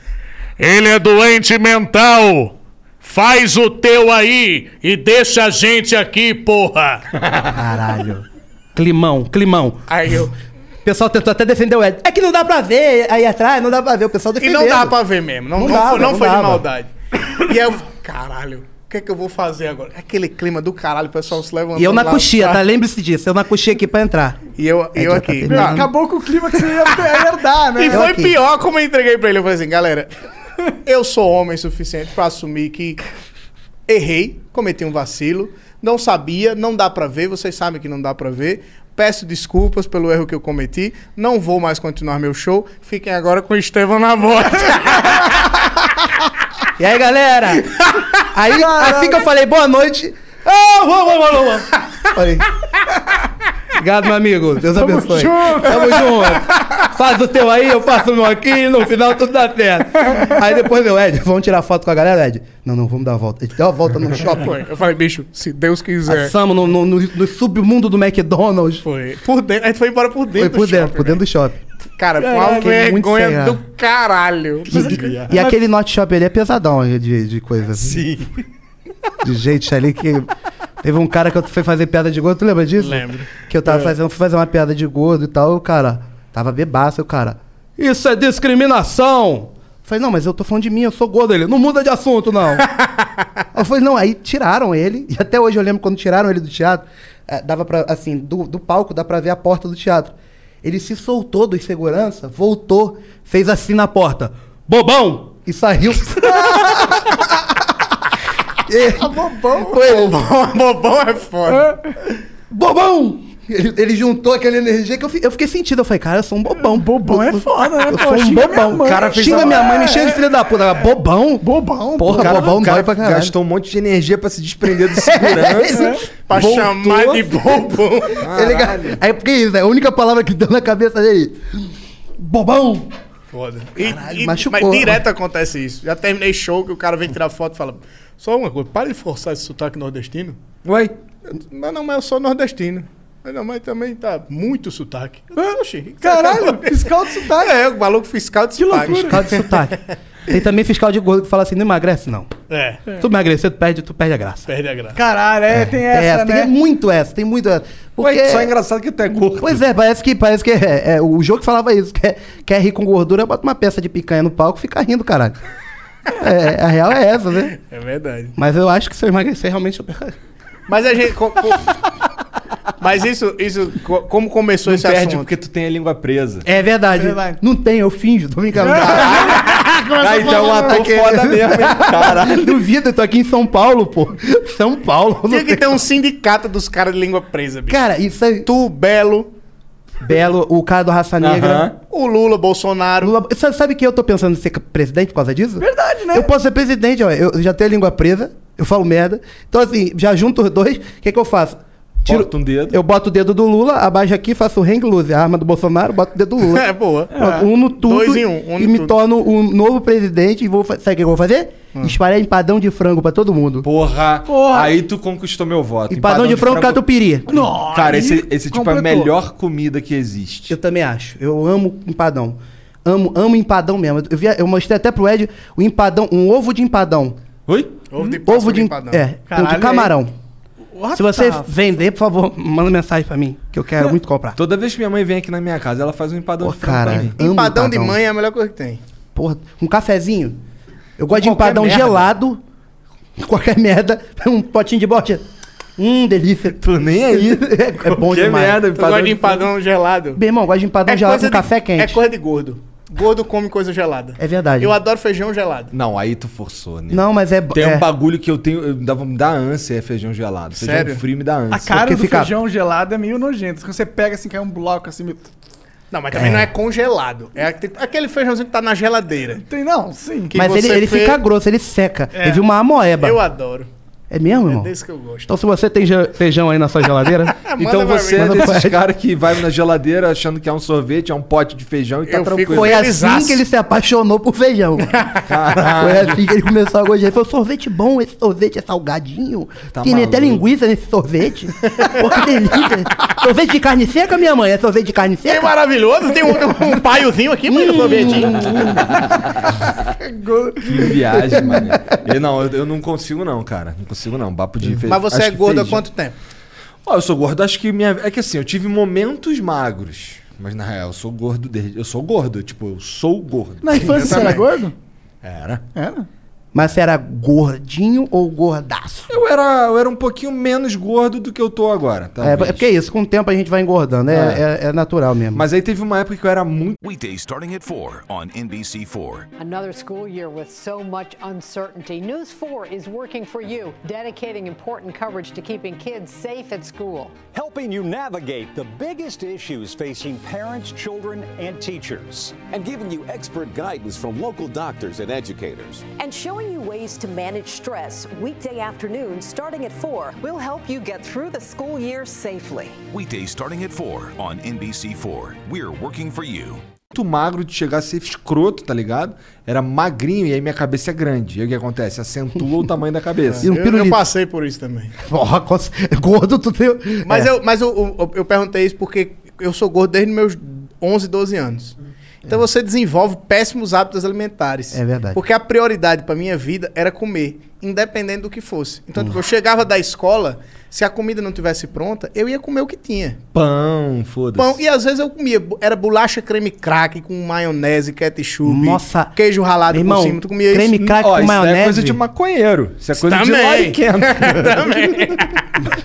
[SPEAKER 13] Ele é doente mental. Faz o teu aí e deixa a gente aqui, porra.
[SPEAKER 6] Caralho.
[SPEAKER 7] Climão, climão.
[SPEAKER 4] Aí eu.
[SPEAKER 6] O pessoal tentou até defender o Ed. É que não dá pra ver aí atrás, não dá pra ver. O
[SPEAKER 4] E
[SPEAKER 6] pessoal defendeu.
[SPEAKER 4] não dá pra ver mesmo. Não,
[SPEAKER 6] Não
[SPEAKER 4] não
[SPEAKER 6] dava,
[SPEAKER 4] foi, não
[SPEAKER 6] não
[SPEAKER 4] foi de
[SPEAKER 6] dava.
[SPEAKER 4] maldade. E aí eu falei, caralho, o que é que eu vou fazer agora? Aquele clima do caralho, o pessoal se levantando.
[SPEAKER 6] E eu na
[SPEAKER 4] lá
[SPEAKER 6] coxia, tá?
[SPEAKER 4] atrás.
[SPEAKER 6] Lembre-se disso. Eu na coxia aqui pra entrar.
[SPEAKER 4] E eu, e eu
[SPEAKER 6] já tá
[SPEAKER 4] aqui.
[SPEAKER 6] terminando.
[SPEAKER 4] Ah,
[SPEAKER 2] Acabou com o clima que você ia ia herdar, né?
[SPEAKER 4] E foi
[SPEAKER 6] aqui.
[SPEAKER 4] pior como eu entreguei pra ele. Eu falei assim, galera, eu sou homem suficiente pra assumir que errei, cometi um vacilo, não sabia, não dá pra ver, vocês sabem que não dá pra ver. Peço desculpas pelo erro que eu cometi, não vou mais continuar meu show. Fiquem agora com o Estevão na volta.
[SPEAKER 6] E aí, galera? Aí, assim que eu falei boa noite. Ah, vou, vou, vou, vou. Falei.
[SPEAKER 7] Obrigado, meu amigo. Deus abençoe.
[SPEAKER 2] junto.
[SPEAKER 7] Tamo junto. Faz o teu aí, eu faço o meu aqui, no final tudo dá certo.
[SPEAKER 6] Aí depois, meu Ed, vamos tirar foto com a galera, Ed? Não, não, vamos dar a volta. Ele deu a volta no shopping.
[SPEAKER 4] Eu falei, bicho, se Deus quiser.
[SPEAKER 6] Passamos no, no- no- no submundo do McDonald's.
[SPEAKER 4] É. Foi. Por dentro, a gente foi embora por
[SPEAKER 6] Foi
[SPEAKER 4] dentro.
[SPEAKER 6] por
[SPEAKER 4] do
[SPEAKER 6] dentro,
[SPEAKER 4] shopping, né?
[SPEAKER 6] por dentro do
[SPEAKER 4] velho.
[SPEAKER 6] shopping.
[SPEAKER 4] Cara, foi uma
[SPEAKER 6] fiquei muito sem
[SPEAKER 4] vergonha
[SPEAKER 6] graça.
[SPEAKER 4] do caralho.
[SPEAKER 6] E, e- e aquele Norte Shopping ali é pesadão de, de coisa. assim. Sim. De gente ali que. Teve um cara que eu fui fazer piada de gordo, tu lembra disso?
[SPEAKER 4] Lembro.
[SPEAKER 6] Que eu tava fazendo, fui fazer uma piada de gordo e tal, e o cara. Tava bebaço, e o cara.
[SPEAKER 7] Isso é discriminação.
[SPEAKER 6] Falei, não, mas eu tô falando de mim, eu sou gordo.
[SPEAKER 7] Pô, dele, não muda de assunto, não.
[SPEAKER 6] Eu falei, não, aí tiraram ele, e até hoje eu lembro quando tiraram ele do teatro, eh, dava pra, assim, do, do palco dá pra ver a porta do teatro. Ele se soltou do segurança, voltou, fez assim na porta
[SPEAKER 7] Bobão.
[SPEAKER 6] e saiu.
[SPEAKER 4] Bobão. Bobão, bobão é foda.
[SPEAKER 6] bobão! Ele, ele juntou aquela energia que eu, fi- eu fiquei sentido. Eu falei, cara, eu sou um bobão.
[SPEAKER 2] Bobão é foda, né,
[SPEAKER 6] Eu
[SPEAKER 2] pô?
[SPEAKER 6] sou um
[SPEAKER 2] Xinga minha
[SPEAKER 6] bobão.
[SPEAKER 2] mãe.
[SPEAKER 6] O cara fez xinga minha mãe, me xinga de filho da puta. Bobão?
[SPEAKER 2] Bobão,
[SPEAKER 6] Porra,
[SPEAKER 2] pô.
[SPEAKER 6] cara,
[SPEAKER 1] o
[SPEAKER 6] bobão dói
[SPEAKER 1] cara
[SPEAKER 6] pra caralho.
[SPEAKER 1] gastou um monte de energia pra se desprender do segurança.
[SPEAKER 4] Pra
[SPEAKER 1] voltou.
[SPEAKER 4] chamar de bobão.
[SPEAKER 6] Ele ga- Aí porque isso, é a única palavra que deu na cabeça dele. Bobão!
[SPEAKER 4] Foda. E, e-
[SPEAKER 6] machucou.
[SPEAKER 4] Mas direto acontece isso. Já terminei show que o cara vem tirar foto e fala: Só uma coisa, para de forçar esse sotaque nordestino.
[SPEAKER 1] Ué,
[SPEAKER 4] Eu, Mas não, mas eu sou nordestino. Mas não, mas também tá muito sotaque. Eu, Oxi,
[SPEAKER 2] Caralho, fiscal de
[SPEAKER 4] sotaque.
[SPEAKER 6] tá-
[SPEAKER 2] sotaque.
[SPEAKER 4] É, o maluco fiscal de sotaque.
[SPEAKER 6] Fiscal de sotaque. Tem também fiscal de gordo que fala assim, não emagrece não.
[SPEAKER 4] É,
[SPEAKER 6] Tu emagrecer, tu perde, tu perde a graça.
[SPEAKER 4] perde a graça.
[SPEAKER 2] Caralho, é, tem
[SPEAKER 6] É,
[SPEAKER 2] essa,
[SPEAKER 6] tem
[SPEAKER 2] né?
[SPEAKER 6] muito essa, tem muito essa.
[SPEAKER 1] ué,
[SPEAKER 6] Porque...
[SPEAKER 1] só é engraçado que tu é gordo.
[SPEAKER 6] Pois é, parece que, parece que é, é, o jogo que falava isso. Quer, quer rir com gordura, bota uma peça de picanha no palco e fica rindo, caralho. É, a real é essa, né?
[SPEAKER 4] É verdade.
[SPEAKER 6] Mas eu acho que se eu emagrecer, realmente eu perco.
[SPEAKER 4] Mas a gente. co- co- mas isso, isso, co- como começou esse é
[SPEAKER 6] um
[SPEAKER 1] Perde
[SPEAKER 4] assunto?
[SPEAKER 1] porque tu tem a língua presa.
[SPEAKER 6] É verdade.
[SPEAKER 2] Verdade.
[SPEAKER 6] Não tem, eu finjo, tô brincando.
[SPEAKER 1] Ah, então um ator
[SPEAKER 6] Aquele-
[SPEAKER 1] foda mesmo, hein? Caralho.
[SPEAKER 6] Duvido, eu tô aqui em São Paulo, pô. São Paulo. não
[SPEAKER 4] Tinha que
[SPEAKER 6] tem-
[SPEAKER 4] ter um sindicato dos caras de língua presa, bicho.
[SPEAKER 6] Cara, isso aí.
[SPEAKER 4] Tu, Belo,
[SPEAKER 6] Belo, o cara do Raça Negra.
[SPEAKER 4] o Lula, Bolsonaro.
[SPEAKER 6] Lula- Sa- Sabe que eu tô pensando em ser presidente por causa disso?
[SPEAKER 2] Verdade, né?
[SPEAKER 6] Eu posso ser presidente, ó. Eu já tenho a língua presa, eu falo merda. Então, assim, já junto os dois, o que, que eu faço?
[SPEAKER 1] Bota um dedo.
[SPEAKER 6] Eu boto o dedo do Lula, abaixo aqui, faço o hang loose, a arma do Bolsonaro, boto o dedo do Lula.
[SPEAKER 4] É, boa.
[SPEAKER 6] Pronto, uno tudo.
[SPEAKER 4] Dois em um, uno
[SPEAKER 6] e me
[SPEAKER 4] tudo.
[SPEAKER 6] torno um novo presidente. E vou, fa- sabe o que eu vou fazer? Espalhar empadão de frango pra todo mundo.
[SPEAKER 1] Porra.
[SPEAKER 2] Porra.
[SPEAKER 1] Aí tu conquistou meu voto.
[SPEAKER 6] empadão, de, frango, catupiry.
[SPEAKER 2] Nossa,
[SPEAKER 1] Cara,
[SPEAKER 2] aí
[SPEAKER 1] esse, esse tipo é a
[SPEAKER 2] completou.
[SPEAKER 1] melhor comida que existe.
[SPEAKER 6] Eu também acho. Eu amo empadão. Amo, amo empadão mesmo. Eu, vi, eu mostrei até pro Ed o empadão, um ovo de empadão.
[SPEAKER 1] Oi?
[SPEAKER 4] Ovo de,
[SPEAKER 6] ovo de empadão.
[SPEAKER 4] empadão.
[SPEAKER 6] É, tem o de
[SPEAKER 2] Caralho,
[SPEAKER 6] camarão.
[SPEAKER 2] What
[SPEAKER 6] Se você
[SPEAKER 2] the-
[SPEAKER 6] vender, por favor, manda mensagem pra mim, que eu quero muito comprar.
[SPEAKER 1] Toda vez que minha mãe vem aqui na minha casa, ela faz um empadão
[SPEAKER 6] Pô,
[SPEAKER 1] de frango pra
[SPEAKER 6] caralho.
[SPEAKER 1] mim.
[SPEAKER 6] Amo
[SPEAKER 4] Empadão de mãe é a melhor coisa que tem.
[SPEAKER 6] Porra, um cafezinho. Eu gosto de
[SPEAKER 1] qualquer
[SPEAKER 6] empadão
[SPEAKER 1] merda.
[SPEAKER 6] gelado. Qualquer merda. Um potinho de bote. Hum, delícia.
[SPEAKER 1] Tô nem aí.
[SPEAKER 6] É, é bom
[SPEAKER 1] Que
[SPEAKER 6] demais.
[SPEAKER 1] merda,
[SPEAKER 4] Eu gosto de
[SPEAKER 1] frango.
[SPEAKER 4] empadão gelado.
[SPEAKER 6] Meu irmão, eu gosto de empadão gelado com
[SPEAKER 4] de-
[SPEAKER 6] café quente.
[SPEAKER 4] É coisa de gordo. Gordo come coisa gelada.
[SPEAKER 6] É verdade.
[SPEAKER 4] Eu adoro feijão gelado.
[SPEAKER 1] Não, aí tu forçou, né?
[SPEAKER 6] Não, mas é...
[SPEAKER 1] Tem
[SPEAKER 6] é,
[SPEAKER 1] um bagulho que eu tenho. eu- dá- Me dá ânsia, é feijão gelado. Feijão
[SPEAKER 4] Sério?
[SPEAKER 1] frio me dá
[SPEAKER 2] A
[SPEAKER 1] ânsia.
[SPEAKER 2] cara
[SPEAKER 6] Porque
[SPEAKER 2] do
[SPEAKER 6] fica-
[SPEAKER 2] feijão gelado é meio nojento. Quando você pega assim, cai um bloco assim. meio-
[SPEAKER 4] Não, mas também não é congelado. É aquele- aquele feijãozinho que tá na geladeira.
[SPEAKER 2] Tem não, sim.
[SPEAKER 4] Que
[SPEAKER 6] Mas ele,
[SPEAKER 4] você
[SPEAKER 6] ele
[SPEAKER 4] fez-
[SPEAKER 6] fica grosso, ele seca.
[SPEAKER 4] É.
[SPEAKER 6] Eu vi uma amoeba.
[SPEAKER 4] Eu adoro.
[SPEAKER 6] É mesmo, irmão?
[SPEAKER 4] Desse que eu gosto.
[SPEAKER 11] Então se você tem ja- feijão aí na sua geladeira,
[SPEAKER 1] Então
[SPEAKER 4] pra
[SPEAKER 1] você
[SPEAKER 4] mim.
[SPEAKER 1] é
[SPEAKER 11] Manda pra
[SPEAKER 1] desses
[SPEAKER 11] ele.
[SPEAKER 1] caras que vai na geladeira achando que é um sorvete, é um pote de feijão e tá
[SPEAKER 4] Eu fico-
[SPEAKER 1] tranquilo.
[SPEAKER 6] Foi assim
[SPEAKER 4] Felizaço.
[SPEAKER 6] que ele se apaixonou por feijão. Foi assim que ele começou a gostar. Ele falou, sorvete bom, esse sorvete é salgadinho.
[SPEAKER 1] Tá
[SPEAKER 6] Tem até
[SPEAKER 1] maluco.
[SPEAKER 6] linguiça nesse sorvete. Pô, que delícia. sorvete de carne seca, minha mãe? É sorvete de carne
[SPEAKER 4] É
[SPEAKER 6] seca?
[SPEAKER 4] maravilhoso, tem um, um paiozinho aqui, mas
[SPEAKER 6] Hum.
[SPEAKER 4] eu
[SPEAKER 1] Que viagem, mano. Eu não, eu, eu não consigo não, cara. Não consigo não. Papo de feijão.
[SPEAKER 4] Mas você é gordo há quanto tempo?
[SPEAKER 1] Ó, eu sou gordo, acho que minha. É que assim, eu tive momentos magros. Mas na real, eu sou gordo desde. Eu sou gordo, tipo, eu sou gordo.
[SPEAKER 2] Na infância você era gordo?
[SPEAKER 1] Era.
[SPEAKER 2] Era.
[SPEAKER 6] Mas você era gordinho ou gordaço?
[SPEAKER 1] Eu era, eu era um pouquinho menos gordo do que eu tô agora, tá?
[SPEAKER 6] É, é porque é isso, com o tempo a gente vai engordando, é, é- é natural mesmo.
[SPEAKER 1] Ah. Mas aí teve uma época que eu era muito.
[SPEAKER 12] Weekdays starting at 4 on NBC4.
[SPEAKER 14] Another school year with so much uncertainty. News 4 is working for you, dedicating important coverage to keeping kids safe at school.
[SPEAKER 15] helping you navigate the biggest issues facing parents, children, and teachers.
[SPEAKER 16] and giving you expert guidance from local doctors and educators.
[SPEAKER 17] and showing you ways to manage stress weekday afternoons starting at 4. We'll help you get through the school year safely.
[SPEAKER 12] Weekdays starting at 4 on NBC4. We're working for you.
[SPEAKER 1] muito magro de chegar a ser escroto, tá ligado? Era magrinho e aí minha cabeça é grande. E aí o que acontece? Acentua o tamanho da cabeça.
[SPEAKER 6] E um
[SPEAKER 4] Eu- eu,
[SPEAKER 6] pirulito.
[SPEAKER 4] passei por isso também.
[SPEAKER 6] Porra, cons- gordo tu tem...
[SPEAKER 4] Mas,
[SPEAKER 6] é.
[SPEAKER 4] eu, mas eu, eu, eu perguntei isso porque eu sou gordo desde meus 11, 12 anos. Então você desenvolve péssimos hábitos alimentares.
[SPEAKER 6] É verdade.
[SPEAKER 4] Porque a prioridade pra minha vida era comer, independente do que fosse. Então, tipo, eu chegava da escola, se a comida não tivesse pronta, eu ia comer o que tinha.
[SPEAKER 1] Pão, foda-se.
[SPEAKER 4] Pão, e às vezes eu comia, bu- era bolacha creme crack com maionese, ketchup,
[SPEAKER 6] Nossa.
[SPEAKER 4] queijo ralado
[SPEAKER 6] Irmão,
[SPEAKER 4] por cima. Tu comia
[SPEAKER 6] creme crack
[SPEAKER 1] Ó,
[SPEAKER 6] com
[SPEAKER 1] isso daí
[SPEAKER 6] maionese.
[SPEAKER 1] é coisa de maconheiro. Isso é coisa de
[SPEAKER 4] Também.
[SPEAKER 1] lariquento.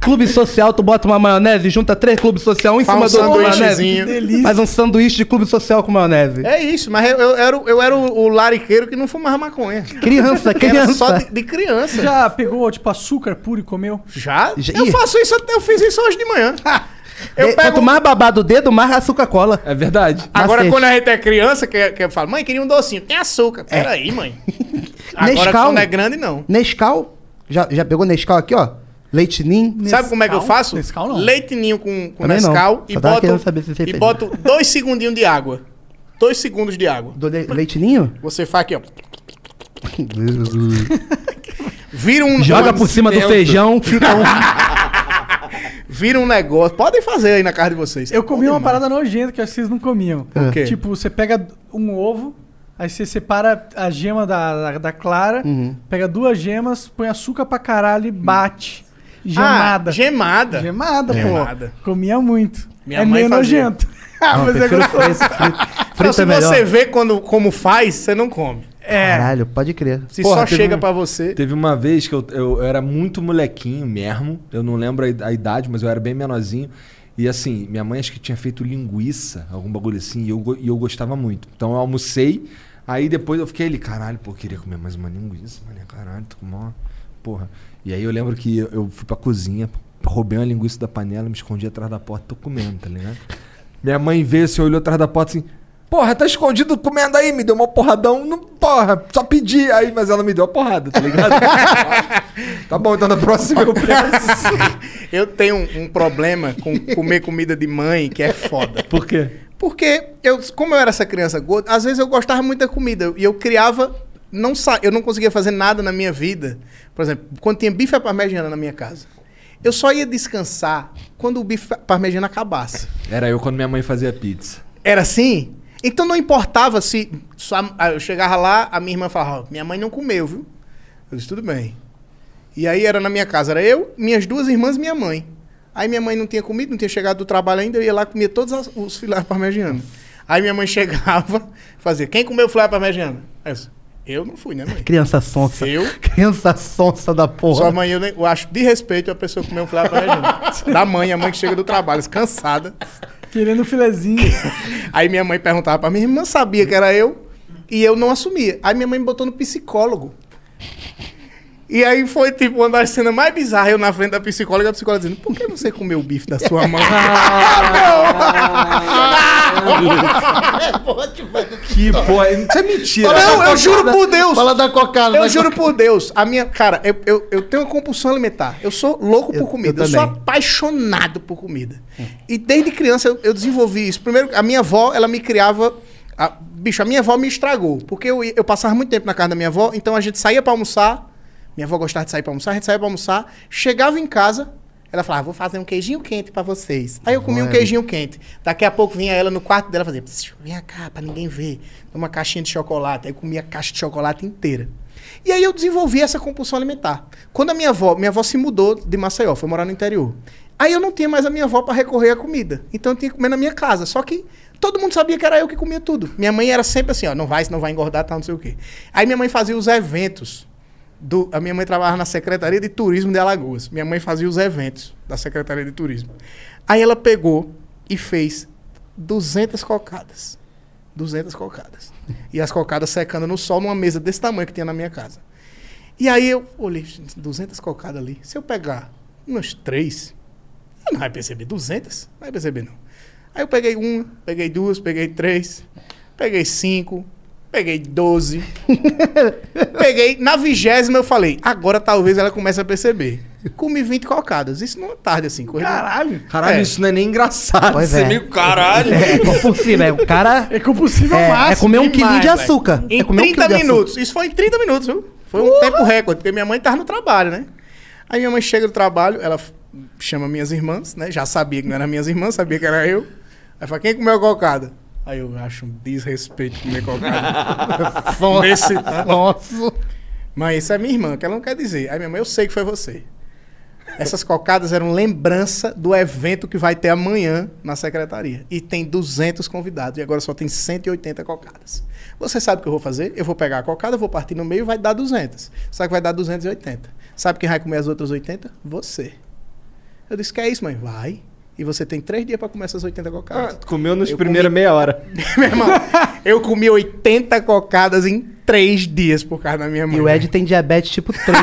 [SPEAKER 11] clube social, tu bota uma maionese, junta três clubes social, um em
[SPEAKER 4] Faz
[SPEAKER 11] cima
[SPEAKER 4] um
[SPEAKER 11] do outro com
[SPEAKER 4] sanduíchezinho.
[SPEAKER 11] maionese. Faz um sanduíche de clube social com maionese.
[SPEAKER 4] É isso, mas eu, eu era, o- eu era o, o lariqueiro que não fumava maconha.
[SPEAKER 6] Criança,
[SPEAKER 4] Era É só
[SPEAKER 6] criança.
[SPEAKER 4] de, de criança. Já?
[SPEAKER 2] Já pegou, tipo, açúcar puro e comeu?
[SPEAKER 6] Já-
[SPEAKER 4] Eu
[SPEAKER 6] Ih.
[SPEAKER 4] faço isso, até- eu fiz isso hoje de manhã. Eu
[SPEAKER 6] É,
[SPEAKER 4] pego...
[SPEAKER 6] Quanto mais babado o dedo, mais açúcar cola.
[SPEAKER 1] É verdade.
[SPEAKER 4] Agora,
[SPEAKER 6] macete. É.
[SPEAKER 4] quando a gente é criança, que, que eu falo, mãe, queria um docinho. Tem açúcar. Peraí, mãe. Agora,
[SPEAKER 6] Nescau.
[SPEAKER 4] quando é grande, não.
[SPEAKER 6] Nescau, já, já pegou Nescau aqui, ó? Leite Ninho.
[SPEAKER 4] Sabe como é que eu
[SPEAKER 2] Nescau?
[SPEAKER 4] faço?
[SPEAKER 2] Nescau não.
[SPEAKER 4] Leite ninho com, com
[SPEAKER 6] Também não.
[SPEAKER 4] Nescau e
[SPEAKER 6] Só tava
[SPEAKER 4] boto,
[SPEAKER 6] querendo saber se você
[SPEAKER 4] e
[SPEAKER 6] fez.
[SPEAKER 4] boto dois segundinhos de água. Dois segundos de água.
[SPEAKER 6] Do le- Leite Ninho?
[SPEAKER 4] Você faz aqui, ó. Vira um,
[SPEAKER 11] Joga
[SPEAKER 4] um-
[SPEAKER 11] por cima do
[SPEAKER 1] Dentro.
[SPEAKER 11] feijão, fica um.
[SPEAKER 4] vira um negócio. Podem fazer aí na casa de vocês.
[SPEAKER 2] Eu comi uma parada nojenta que eu acho que vocês não comiam.
[SPEAKER 4] É. O quê?
[SPEAKER 2] Tipo, você pega um ovo, aí você separa a gema da, da, da clara,
[SPEAKER 4] Uhum.
[SPEAKER 2] pega duas gemas, põe açúcar pra caralho e bate. Gemada.
[SPEAKER 4] Hum. Ah, gemada.
[SPEAKER 2] Gemada,
[SPEAKER 4] Gemada.
[SPEAKER 2] pô. Comia muito.
[SPEAKER 4] Minha
[SPEAKER 2] é
[SPEAKER 4] mãe
[SPEAKER 2] meio
[SPEAKER 4] fazia.
[SPEAKER 2] nojento. Ah, mas é
[SPEAKER 6] Prefiro
[SPEAKER 2] gostoso.
[SPEAKER 6] frito, frito.
[SPEAKER 4] Então,
[SPEAKER 6] Frito
[SPEAKER 4] se
[SPEAKER 6] é melhor.
[SPEAKER 4] você vê quando, como faz, você não come.
[SPEAKER 6] Caralho, pode crer.
[SPEAKER 4] Se
[SPEAKER 1] Porra,
[SPEAKER 4] só
[SPEAKER 1] teve
[SPEAKER 4] chega
[SPEAKER 1] um-
[SPEAKER 4] pra você.
[SPEAKER 1] Teve uma vez que eu, eu era muito molequinho mesmo. Eu não lembro a id- a idade, mas eu era bem menorzinho. E assim, minha mãe acho que tinha feito linguiça, algum bagulho assim, e eu, go- e eu gostava muito. Então eu almocei, aí depois eu fiquei ali, caralho, pô, eu queria comer mais uma linguiça, mano, caralho, tô com mó. Porra. E aí eu lembro que eu- eu fui pra cozinha, roubei uma linguiça da panela, me escondi atrás da porta, tô comendo, tá ligado? Minha mãe veio assim, olhou atrás da porta assim. Porra, tá escondido comendo aí, me deu uma porradão. Não, porra, só pedi. Aí, mas ela me deu a porrada, tá ligado? tá bom, então na próxima eu peço.
[SPEAKER 4] Eu tenho um, um problema com comer comida de mãe que é foda.
[SPEAKER 1] Por quê?
[SPEAKER 4] Porque eu, como eu era essa criança gorda, às vezes eu gostava muito da comida e eu criava não sa eu não conseguia fazer nada na minha vida. Por exemplo, quando tinha bife à parmegiana na minha casa, eu só ia descansar quando o bife à parmegiana acabasse.
[SPEAKER 1] Era eu quando minha mãe fazia pizza.
[SPEAKER 4] Era assim? Então não importava se. sua- ah, eu chegava lá, a minha irmã falava: "Ó, Minha mãe não comeu, viu? Eu disse: Tudo bem. E aí era na minha casa, era eu, minhas duas irmãs e minha mãe. Aí minha mãe não tinha comido, não tinha chegado do trabalho ainda, eu ia lá comia todos as- os filés parmegianos. Aí minha mãe chegava, fazia: Quem comeu o filé parmegiana? Aí Eu, disse, eu não fui, né, mãe?
[SPEAKER 6] Criança sonsa.
[SPEAKER 4] Eu?
[SPEAKER 6] Criança sonsa da porra.
[SPEAKER 4] Sua mãe, eu, nem- eu acho de respeito a pessoa comer um filé parmegiana. da mãe, a mãe que chega do trabalho, cansada.
[SPEAKER 2] Querendo um filezinho.
[SPEAKER 4] Aí minha mãe perguntava pra minha irmã, sabia que era eu, e eu não assumia. Aí minha mãe me botou no psicólogo. E aí foi, tipo, uma das cenas mais bizarras, eu na frente da psicóloga, a psicóloga dizendo, por que você comeu o bife da sua mãe?
[SPEAKER 1] Que porra, isso é mentira.
[SPEAKER 4] Não, eu juro por Deus.
[SPEAKER 6] Fala da cocada. né?
[SPEAKER 4] Eu juro por Deus. A minha, cara, eu, eu, eu tenho uma compulsão alimentar. Eu sou louco por comida. Eu, sou
[SPEAKER 6] também.
[SPEAKER 4] apaixonado por comida. E desde criança eu, eu desenvolvi isso. Primeiro, a minha avó, ela me criava. a- bicho, a minha avó me estragou. Porque eu, ia- eu passava muito tempo na casa da minha avó, então a gente saía pra almoçar. Minha avó gostava de sair pra almoçar, a gente saía pra almoçar. Chegava em casa, ela falava, vou fazer um queijinho quente pra vocês. Aí eu comia um
[SPEAKER 6] Olha.
[SPEAKER 4] queijinho quente. Daqui a pouco vinha ela no quarto dela e fazia, "Psiu, vem cá, pra ninguém ver. Uma caixinha de chocolate. Aí eu comia a caixa de chocolate inteira. E aí eu desenvolvi essa compulsão alimentar. Quando a minha avó, minha avó se mudou de Maceió, foi morar no interior. Aí eu não tinha mais a minha avó para recorrer à comida. Então eu tinha que comer na minha casa. Só que todo mundo sabia que era eu que comia tudo. Minha mãe era sempre assim, ó, não vai, não vai engordar, tal, não sei o quê. Aí minha mãe fazia os eventos do- a minha mãe trabalhava na Secretaria de Turismo de Alagoas. Minha mãe fazia os eventos da Secretaria de Turismo. Aí ela pegou e fez 200 cocadas. 200 cocadas. E as cocadas secando no sol numa mesa desse tamanho que tinha na minha casa. E aí eu olhei, gente, 200 cocadas ali. Se eu pegar umas três, eu não vai perceber 200, não vai perceber não. Aí eu peguei uma, peguei duas, peguei três, peguei cinco, peguei 12. Peguei, na vigésima eu falei, agora talvez ela comece a perceber. Comi 20 cocadas. Isso não é tarde assim. Coisa
[SPEAKER 1] Caralho. Caralho, isso não é nem engraçado.
[SPEAKER 4] Pois
[SPEAKER 1] Você
[SPEAKER 4] é.
[SPEAKER 1] meio-
[SPEAKER 4] Caralho.
[SPEAKER 1] É,
[SPEAKER 6] compulsivo, é o cara.
[SPEAKER 2] É compulsivo
[SPEAKER 6] é,
[SPEAKER 4] ao máximo.
[SPEAKER 6] É comer um quilinho
[SPEAKER 4] Demais,
[SPEAKER 6] de
[SPEAKER 4] velho.
[SPEAKER 6] açúcar.
[SPEAKER 4] Em
[SPEAKER 6] é comer
[SPEAKER 4] 30
[SPEAKER 6] um quilinho
[SPEAKER 4] minutos. Isso foi em 30 minutos, viu? Foi um tempo recorde, porque minha mãe tava no trabalho, né? Aí minha mãe chega do trabalho, ela f- chama minhas irmãs, né? Já sabia que não eram minhas irmãs, sabia que era eu. Aí fala, quem comeu a cocada? Aí eu acho um desrespeito comer cocada. Nesse...
[SPEAKER 6] Nossa.
[SPEAKER 4] Mas isso é minha irmã, que ela não quer dizer. Aí minha mãe, eu sei que foi você. Essas cocadas eram lembrança do evento que vai ter amanhã na secretaria. E tem 200 convidados e agora só tem 180 cocadas. Você sabe o que eu vou fazer? Eu vou pegar a cocada, vou partir no meio e vai dar 200. Sabe que vai dar 280. Sabe quem vai comer as outras 80? Você. Eu disse que é isso, mãe. Vai. E você tem três dias para comer essas 80 cocadas.
[SPEAKER 1] Comeu nos primeiros meia hora.
[SPEAKER 4] Eu comi 80 cocadas em três dias por causa da minha mãe.
[SPEAKER 6] E o Ed tem diabetes tipo 3.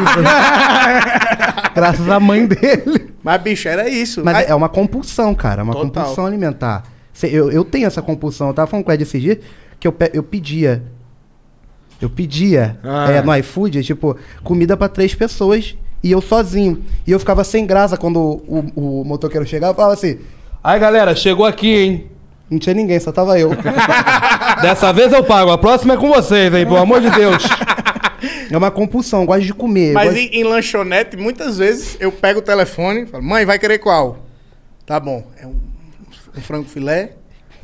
[SPEAKER 6] graças à mãe dele.
[SPEAKER 4] Mas, bicho, era isso.
[SPEAKER 6] Mas
[SPEAKER 4] Aí-
[SPEAKER 6] é uma compulsão, cara. é Uma
[SPEAKER 4] Total.
[SPEAKER 6] compulsão alimentar. Cê- Eu, eu tenho essa compulsão. Eu tava falando com o Ed esses dias que eu, pe- eu pedia. Eu pedia
[SPEAKER 1] Ah.
[SPEAKER 6] é, no iFood, tipo, comida pra três pessoas e eu sozinho. E eu ficava sem graça quando o, o, o motoqueiro chegava e falava assim:
[SPEAKER 11] Aí, galera, chegou aqui, hein?
[SPEAKER 6] Não tinha ninguém, só tava eu.
[SPEAKER 11] Dessa vez eu pago, a próxima é com vocês, hein? Pelo amor de Deus.
[SPEAKER 6] É uma compulsão, eu gosto de comer. eu
[SPEAKER 4] Mas
[SPEAKER 6] gosto-
[SPEAKER 4] em, em lanchonete, muitas vezes eu pego o telefone e falo, mãe, vai querer qual? Tá bom, é um, um frango filé,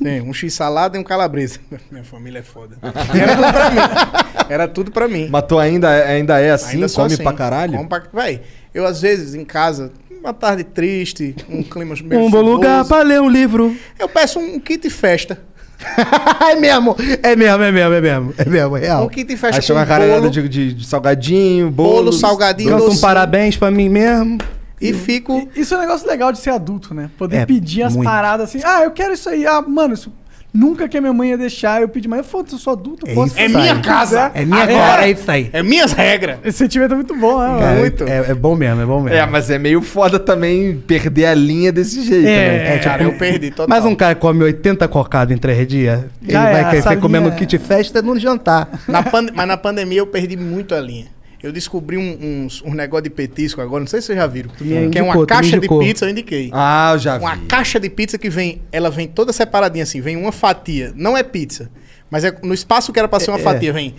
[SPEAKER 4] tem um x salada e um calabresa. Minha família é foda. Era tudo pra mim. Era tudo pra mim.
[SPEAKER 1] Mas tu ainda, ainda é assim?
[SPEAKER 4] Ainda sou
[SPEAKER 1] come
[SPEAKER 4] assim.
[SPEAKER 1] pra caralho?
[SPEAKER 4] Como pra- Véi, eu às vezes em casa, uma tarde triste, um clima meio
[SPEAKER 11] Um bom lugar
[SPEAKER 4] chuvoso,
[SPEAKER 11] pra ler um livro.
[SPEAKER 4] Eu peço um kit festa.
[SPEAKER 6] é mesmo, é mesmo, é mesmo, é mesmo. É mesmo, é real.
[SPEAKER 4] Um kit festa
[SPEAKER 1] Aí chega uma
[SPEAKER 4] com bolo,
[SPEAKER 1] caralhada de, de- de salgadinho, bolo.
[SPEAKER 4] bolo, salgadinho,
[SPEAKER 6] Canta um
[SPEAKER 4] docinho.
[SPEAKER 6] parabéns pra mim mesmo.
[SPEAKER 4] E fico...
[SPEAKER 2] Isso é um negócio legal de ser adulto, né? Poder
[SPEAKER 6] É,
[SPEAKER 2] pedir as
[SPEAKER 6] muito.
[SPEAKER 2] paradas assim. Ah, eu quero isso aí. Ah, mano, isso nunca que a minha mãe ia deixar. Eu pedi, mas eu foda-se, eu sou adulto, eu posso fazer
[SPEAKER 4] É
[SPEAKER 2] o que
[SPEAKER 4] minha
[SPEAKER 2] eu
[SPEAKER 4] casa.
[SPEAKER 2] quiser.
[SPEAKER 6] É minha
[SPEAKER 4] Agora.
[SPEAKER 6] hora, é isso aí.
[SPEAKER 4] É minhas regras.
[SPEAKER 2] Esse sentimento é muito bom, né?
[SPEAKER 6] Cara,
[SPEAKER 2] mano?
[SPEAKER 4] Muito.
[SPEAKER 6] É, é bom mesmo, é bom mesmo.
[SPEAKER 1] É, mas é meio foda também perder a linha desse jeito, né?
[SPEAKER 6] É, tipo,
[SPEAKER 4] Cara, eu perdi total.
[SPEAKER 6] Mas um cara que come 80 cocadas em 3 dias, ele
[SPEAKER 2] Já é,
[SPEAKER 6] vai
[SPEAKER 2] essa
[SPEAKER 6] crescer
[SPEAKER 2] linha
[SPEAKER 6] comendo
[SPEAKER 2] é-
[SPEAKER 6] kit festa no jantar.
[SPEAKER 4] Na pan- mas na pandemia eu perdi muito a linha. Eu descobri um, uns- um negócio de petisco agora, não sei se vocês já viram.
[SPEAKER 6] me
[SPEAKER 4] que é
[SPEAKER 6] indicou, tu
[SPEAKER 4] uma
[SPEAKER 6] me
[SPEAKER 4] caixa de
[SPEAKER 6] indicou.
[SPEAKER 4] pizza, eu indiquei.
[SPEAKER 1] Ah, eu já vi.
[SPEAKER 4] uma caixa de pizza que vem, ela vem toda separadinha assim, vem uma fatia. Não é pizza, mas é no espaço que era pra ser uma
[SPEAKER 6] É.
[SPEAKER 4] fatia, vem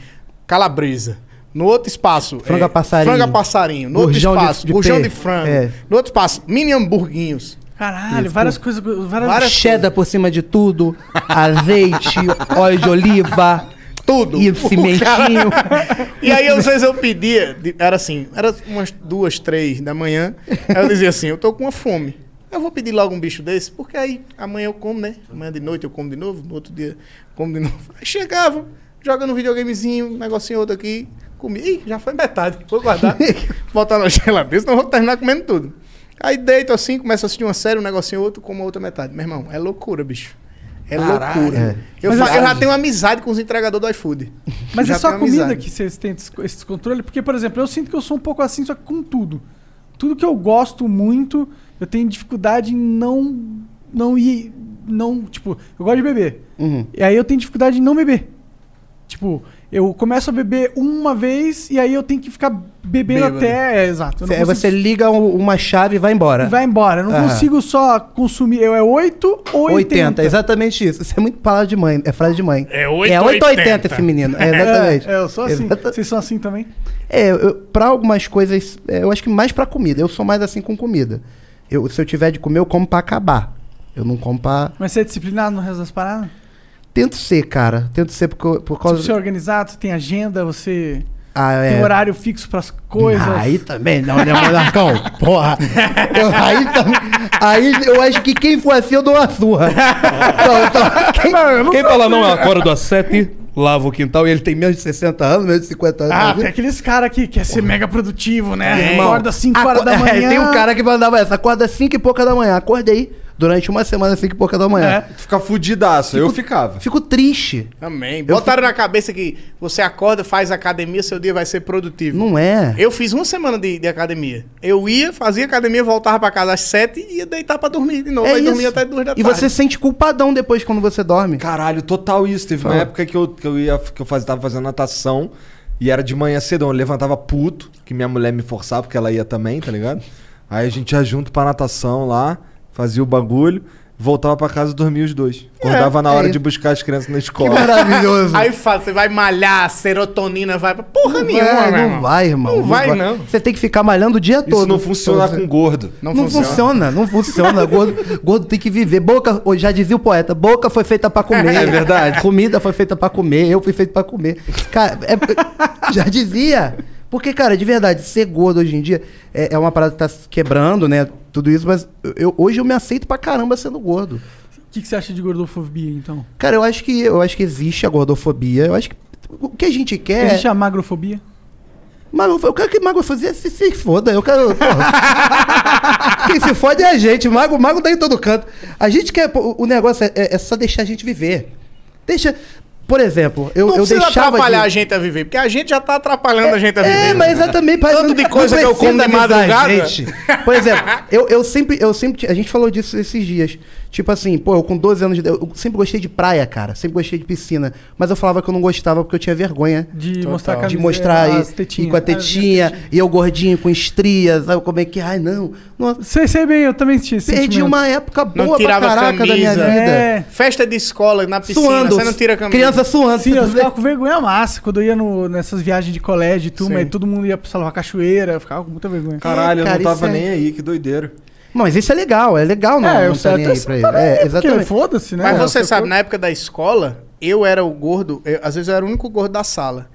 [SPEAKER 4] calabresa. No outro espaço, é,
[SPEAKER 6] Frango a passarinho.
[SPEAKER 4] Franga passarinho. No
[SPEAKER 6] Gorjão de-
[SPEAKER 4] outro espaço,
[SPEAKER 6] de
[SPEAKER 4] bujão
[SPEAKER 6] pé.
[SPEAKER 4] de frango.
[SPEAKER 6] É.
[SPEAKER 4] No outro espaço, mini hamburguinhos.
[SPEAKER 2] Caralho, várias coisas. Várias...
[SPEAKER 4] Várias
[SPEAKER 6] Cheddar por cima de tudo, azeite, óleo de oliva.
[SPEAKER 4] Tudo.
[SPEAKER 6] E cimentinho.
[SPEAKER 4] E aí, às vezes, eu pedia, de- era assim, era umas duas, três da manhã. Aí eu dizia assim, eu tô com uma fome. Eu vou pedir logo um bicho desse, porque aí amanhã eu como, né? Amanhã de noite eu como de novo, no outro dia eu como de novo. Aí chegava, jogando um videogamezinho, um negocinho outro aqui, comi. Ih, já foi metade. Vou guardar, botar na geladeira, senão eu vou terminar comendo tudo. Aí deito assim, começo a assistir uma série, um negocinho outro, como a outra metade. Meu irmão, é loucura, bicho. É
[SPEAKER 2] Caralho.
[SPEAKER 4] loucura.
[SPEAKER 2] É.
[SPEAKER 4] Eu,
[SPEAKER 2] Mas
[SPEAKER 4] fa-
[SPEAKER 2] assim-
[SPEAKER 4] eu já tenho amizade com os entregadores do iFood.
[SPEAKER 2] Mas
[SPEAKER 4] Já
[SPEAKER 2] é só a
[SPEAKER 4] tenho
[SPEAKER 2] comida
[SPEAKER 4] amizade.
[SPEAKER 2] que vocês têm esse esse controle? Porque, por exemplo, eu sinto que eu sou um pouco assim, só que com tudo. Tudo que eu gosto muito, eu tenho dificuldade em não. Não ir. Não. Tipo, eu gosto de beber.
[SPEAKER 6] Uhum.
[SPEAKER 2] E aí eu tenho dificuldade em não beber. Tipo, eu começo a beber uma vez e aí eu tenho que ficar bebendo
[SPEAKER 6] Bêbado.
[SPEAKER 2] até. É, exato. eu não
[SPEAKER 6] Cê-
[SPEAKER 2] consigo-
[SPEAKER 6] Você liga um- uma chave e vai embora.
[SPEAKER 2] e vai embora. Eu não
[SPEAKER 6] Aham.
[SPEAKER 2] consigo só consumir. Eu é 8 ou 80.
[SPEAKER 6] 80, exatamente isso. Isso é muito palavra de mãe, é frase de mãe.
[SPEAKER 2] É
[SPEAKER 6] 8 ou 80 esse menino, é, exatamente.
[SPEAKER 2] É, eu sou assim.
[SPEAKER 6] Exata-
[SPEAKER 2] Vocês são assim também?
[SPEAKER 6] É, eu, pra algumas coisas, é, eu acho que mais pra comida. Eu sou mais assim com comida. Eu, se eu tiver de comer, eu como pra acabar. Eu não como pra.
[SPEAKER 2] Mas você é disciplinado no resto das paradas?
[SPEAKER 6] Tento ser, cara. Tento ser porque, por causa.
[SPEAKER 2] Você é organizado, você tem agenda, você
[SPEAKER 6] Ah,
[SPEAKER 2] tem
[SPEAKER 6] é. Ah,
[SPEAKER 2] horário fixo pras coisas.
[SPEAKER 6] Aí também, não, né, Monarcão? Porra. Eu- aí, também- aí eu acho que quem for assim, eu dou uma surra. Então, então, quem,
[SPEAKER 11] Quem fala
[SPEAKER 2] assim.
[SPEAKER 11] não, eu acordo às 7, lavo o quintal e ele tem menos de 60 anos, menos de 50 anos.
[SPEAKER 2] Ah, tem aqueles caras que quer ser mega produtivo, né?
[SPEAKER 6] tá, É, irmão.
[SPEAKER 2] Acorda 5
[SPEAKER 6] Aco-
[SPEAKER 2] horas da
[SPEAKER 6] é,
[SPEAKER 2] manhã.
[SPEAKER 6] tem um cara que mandava essa, acorda 5 e pouca da manhã. Acordei durante uma semana, 5 e pouca da manhã.
[SPEAKER 1] Fica fudidaço, eu
[SPEAKER 2] É.
[SPEAKER 1] ficava.
[SPEAKER 6] Fico triste.
[SPEAKER 4] Amém. Botaram na cabeça que você acorda, faz academia, seu dia vai ser produtivo.
[SPEAKER 6] Não é.
[SPEAKER 4] Eu fiz uma semana de, de academia. Eu ia, fazia academia, voltava pra casa às sete e ia deitar pra dormir de novo.
[SPEAKER 6] É
[SPEAKER 4] aí dormia
[SPEAKER 6] isso.
[SPEAKER 4] até duas da
[SPEAKER 6] E
[SPEAKER 4] tarde.
[SPEAKER 6] você sente culpadão depois quando você dorme.
[SPEAKER 1] Caralho, total isso. Teve uma
[SPEAKER 6] Fala.
[SPEAKER 1] época que eu, que eu ia que eu faz, tava fazendo natação e era de manhã cedo. Eu levantava puto, que minha mulher me forçava, porque ela ia também, tá ligado? Aí a gente ia junto pra natação lá, fazia o bagulho, voltava pra casa e dormia os dois. Acordava na
[SPEAKER 4] é
[SPEAKER 1] hora
[SPEAKER 4] isso.
[SPEAKER 1] de buscar as crianças na escola.
[SPEAKER 6] é
[SPEAKER 4] Aí fala, você vai malhar, serotonina vai pra porra
[SPEAKER 6] Não
[SPEAKER 4] nenhuma,
[SPEAKER 6] vai,
[SPEAKER 4] meu
[SPEAKER 6] não
[SPEAKER 4] irmão.
[SPEAKER 6] vai, irmão.
[SPEAKER 4] Não vai, não.
[SPEAKER 6] Você tem que ficar malhando o dia todo.
[SPEAKER 1] não funciona com gordo.
[SPEAKER 6] Não,
[SPEAKER 1] Não
[SPEAKER 6] funciona. não funciona. gordo, gordo tem que viver. Boca, ou já dizia o poeta, boca foi feita pra comer.
[SPEAKER 1] É verdade.
[SPEAKER 6] Comida foi feita pra comer, eu fui feito pra comer. Cara, é- já dizia. Porque, cara, de verdade, ser gordo hoje em dia é, é uma parada que tá se quebrando, né? Tudo isso, mas eu, hoje eu me aceito pra caramba sendo gordo.
[SPEAKER 2] O que, que você acha de gordofobia, então?
[SPEAKER 6] Cara, eu acho que eu acho que existe a gordofobia. Eu acho que o que a gente quer.
[SPEAKER 2] Existe a magrofobia?
[SPEAKER 6] Magro, eu quero que mago fazia se, se foda. Eu quero. porra. Quem se fode é a gente. Mago, mago tá em todo canto. A gente quer. pô, O negócio é, é- é só deixar a gente viver. Deixa. Por exemplo, eu,
[SPEAKER 4] Não
[SPEAKER 6] eu
[SPEAKER 4] precisa
[SPEAKER 6] deixava.
[SPEAKER 4] atrapalhar
[SPEAKER 6] de-
[SPEAKER 4] a gente a viver, porque a gente já tá atrapalhando a gente a viver.
[SPEAKER 6] É, mas exatamente. parece
[SPEAKER 4] Tanto de
[SPEAKER 6] não
[SPEAKER 4] coisa que eu como de
[SPEAKER 6] precisa avisar a
[SPEAKER 4] madrugada.
[SPEAKER 6] gente. Por exemplo, eu, eu sempre, eu sempre. A gente falou disso esses dias. Tipo assim, pô, eu com 12 anos de idade, eu sempre gostei de praia, cara. Sempre gostei de piscina. Mas eu falava que eu não gostava porque eu tinha vergonha
[SPEAKER 2] De mostrar a
[SPEAKER 6] de
[SPEAKER 2] camiseta,
[SPEAKER 6] mostrar
[SPEAKER 2] as
[SPEAKER 6] e-
[SPEAKER 2] tetinhas.
[SPEAKER 6] e com a
[SPEAKER 2] As minhas
[SPEAKER 6] tetinha, e eu gordinho com estrias, sabe como é que, ai não. Nossa,
[SPEAKER 2] É, Sei, sei bem, eu também tinha esse
[SPEAKER 6] perdi
[SPEAKER 2] sentimento.
[SPEAKER 6] uma época
[SPEAKER 4] Não
[SPEAKER 6] boa pra
[SPEAKER 4] tirava as
[SPEAKER 6] caraca da minha
[SPEAKER 4] camisas.
[SPEAKER 6] vida.
[SPEAKER 4] É. Festa de escola na piscina,
[SPEAKER 6] Suando,
[SPEAKER 4] você não tira a camisa.
[SPEAKER 6] criança suando.
[SPEAKER 2] Sim, eu ficava com vergonha massa. Quando eu ia no- nessas viagens de colégio e turma,
[SPEAKER 1] Sim.
[SPEAKER 2] e todo mundo ia pra salvar cachoeira, eu ficava com muita vergonha.
[SPEAKER 1] Caralho, eu
[SPEAKER 6] cara,
[SPEAKER 1] não tava
[SPEAKER 6] isso é-
[SPEAKER 1] nem aí, que doideira.
[SPEAKER 6] Mas isso é legal, é legal não,
[SPEAKER 2] É, eu
[SPEAKER 6] não
[SPEAKER 2] sei,
[SPEAKER 6] tá nem
[SPEAKER 2] até
[SPEAKER 6] aí
[SPEAKER 2] se
[SPEAKER 6] pra ele.
[SPEAKER 2] parar aí,
[SPEAKER 6] É,
[SPEAKER 2] porque
[SPEAKER 6] exatamente.
[SPEAKER 2] foda-se, né?
[SPEAKER 4] Mas
[SPEAKER 2] É,
[SPEAKER 4] você
[SPEAKER 2] seu
[SPEAKER 4] sabe,
[SPEAKER 2] corpo-
[SPEAKER 4] na época da escola, eu era o gordo, eu- às vezes eu era o único gordo da sala.